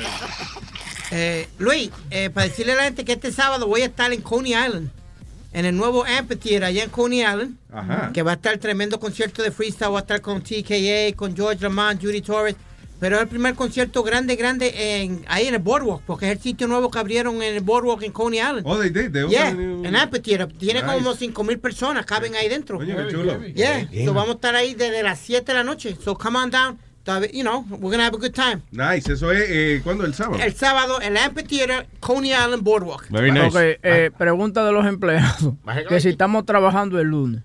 Speaker 10: Eh, Luis, eh, para decirle a la gente que este sábado voy a estar en Coney Island, en el nuevo amphitheater allá en Coney Island,
Speaker 6: Ajá.
Speaker 10: que va a estar tremendo concierto de freestyle, va a estar con TKA, con George Lamont, Judy Torres, pero es el primer concierto grande, grande en, ahí en el Boardwalk, porque es el sitio nuevo que abrieron en el Boardwalk en Coney Island.
Speaker 6: Oh, they did, they opened
Speaker 10: yeah,
Speaker 6: a new-
Speaker 10: an amphitheater. Tiene
Speaker 6: Nice.
Speaker 10: como 5 mil personas, caben ahí dentro.
Speaker 6: Oye, qué chulo.
Speaker 10: Yeah,
Speaker 6: Bien.
Speaker 10: so vamos a estar ahí desde las 7 de la noche, so come on down, Todavía- you know, we're gonna have a good time.
Speaker 6: Nice, eso es, eh, ¿cuándo? El sábado.
Speaker 10: El sábado, el Amphitheater, Coney Island Boardwalk.
Speaker 6: Very nice.
Speaker 9: Ok, eh, pregunta de los empleados. Que si estamos trabajando el lunes.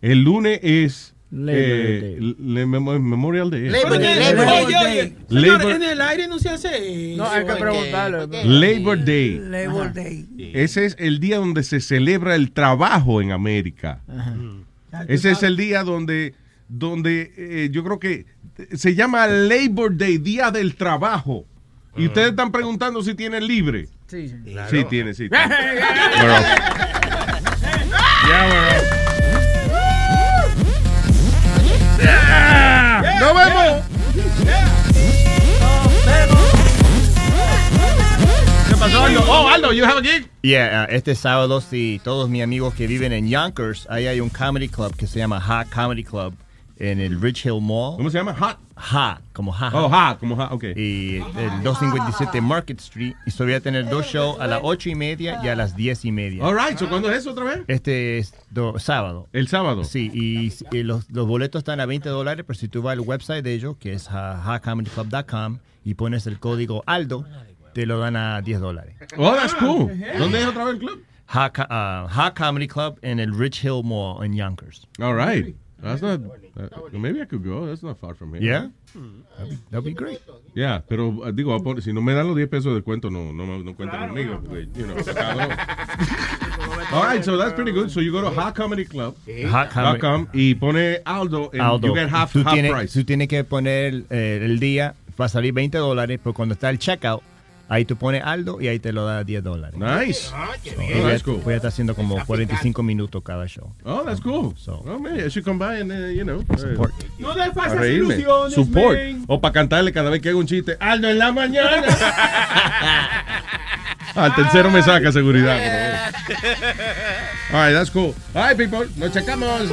Speaker 6: El lunes es eh,
Speaker 9: Labor
Speaker 6: le- memo- Memorial Day.
Speaker 4: Labor Day,
Speaker 6: Labor
Speaker 4: Labor
Speaker 6: Day.
Speaker 4: Oye, oye,
Speaker 6: Labor-
Speaker 4: señor, en el aire no se hace
Speaker 9: No, hay que preguntarle.
Speaker 6: Labor Day.
Speaker 4: Labor
Speaker 6: Ajá. Ese es el día donde se celebra el trabajo en América. Ese es el día donde, donde eh, yo creo que se llama Labor Day, Día del Trabajo.
Speaker 8: Ah.
Speaker 6: Y ustedes están preguntando si tienen libre.
Speaker 9: Sí,
Speaker 6: Sí, tiene,
Speaker 9: <laughs>
Speaker 6: sí. tiene. Bueno. Ya, bueno.
Speaker 4: ¡Nos
Speaker 6: vemos!
Speaker 4: ¿Qué
Speaker 6: pasó, Aldo? Oh, Aldo, you have a gig?
Speaker 8: Yeah, uh, este sábado, si todos mis amigos que viven en Yonkers, ahí hay un comedy club que se llama Ha Comedy Club en el Ridge Hill Mall. ¿Cómo
Speaker 6: se llama? Ha.
Speaker 8: Ha, como ha.
Speaker 6: Oh, Ha, como ha, ok.
Speaker 8: Y el 257 Market Street. Y so voy a tener dos shows a las 8 y media y a las 10 y media.
Speaker 6: All right, so, ¿cuándo es eso otra vez?
Speaker 8: Este es do- sábado.
Speaker 6: ¿El sábado?
Speaker 8: Sí, y, s- y los, los boletos están a 20 dólares, pero si tú vas al website de ellos, que es hacomedyclub.com, y pones el código ALDO, te lo dan a 10 dólares.
Speaker 6: Oh, that's cool. ¿Dónde es otra vez el club?
Speaker 8: Ha, Co- uh, Ha Comedy Club en el Rich Hill Mall en Yonkers.
Speaker 6: All right. That's not, uh, maybe I could go. That's not far from here.
Speaker 8: Yeah? That'd be great.
Speaker 6: Yeah, pero uh, digo, por- si no me dan los 10 pesos de descuento, no, no, no cuentan conmigo. Porque, you know, cabrón. <laughs> All right, so that's pretty good. So you go to Ha Comedy Club.
Speaker 8: Ha Comedy-
Speaker 6: .com y pone Aldo and
Speaker 8: Aldo,
Speaker 6: you get half,
Speaker 8: tú,
Speaker 6: half
Speaker 8: tienes,
Speaker 6: price.
Speaker 8: tú tienes que poner eh, el día, va a salir 20 dólares, pero cuando está el checkout, ahí tú pones Aldo y ahí te lo da 10 dólares.
Speaker 6: Nice.
Speaker 8: So,
Speaker 6: bien.
Speaker 8: y voy, a,
Speaker 6: That's cool.
Speaker 8: voy a estar haciendo como 45 minutos cada show.
Speaker 6: Oh, that's cool. oh, man, I should come by and, uh, you know. Support.
Speaker 4: No le
Speaker 6: A
Speaker 4: falsas
Speaker 6: reírme.
Speaker 4: ilusiones,
Speaker 6: Support.
Speaker 4: men.
Speaker 6: O para cantarle cada vez que haga un chiste. Aldo en la mañana. Al tercero me saca seguridad.
Speaker 4: Ah.
Speaker 6: por favor. All right, that's cool. All right, people. Nos checamos.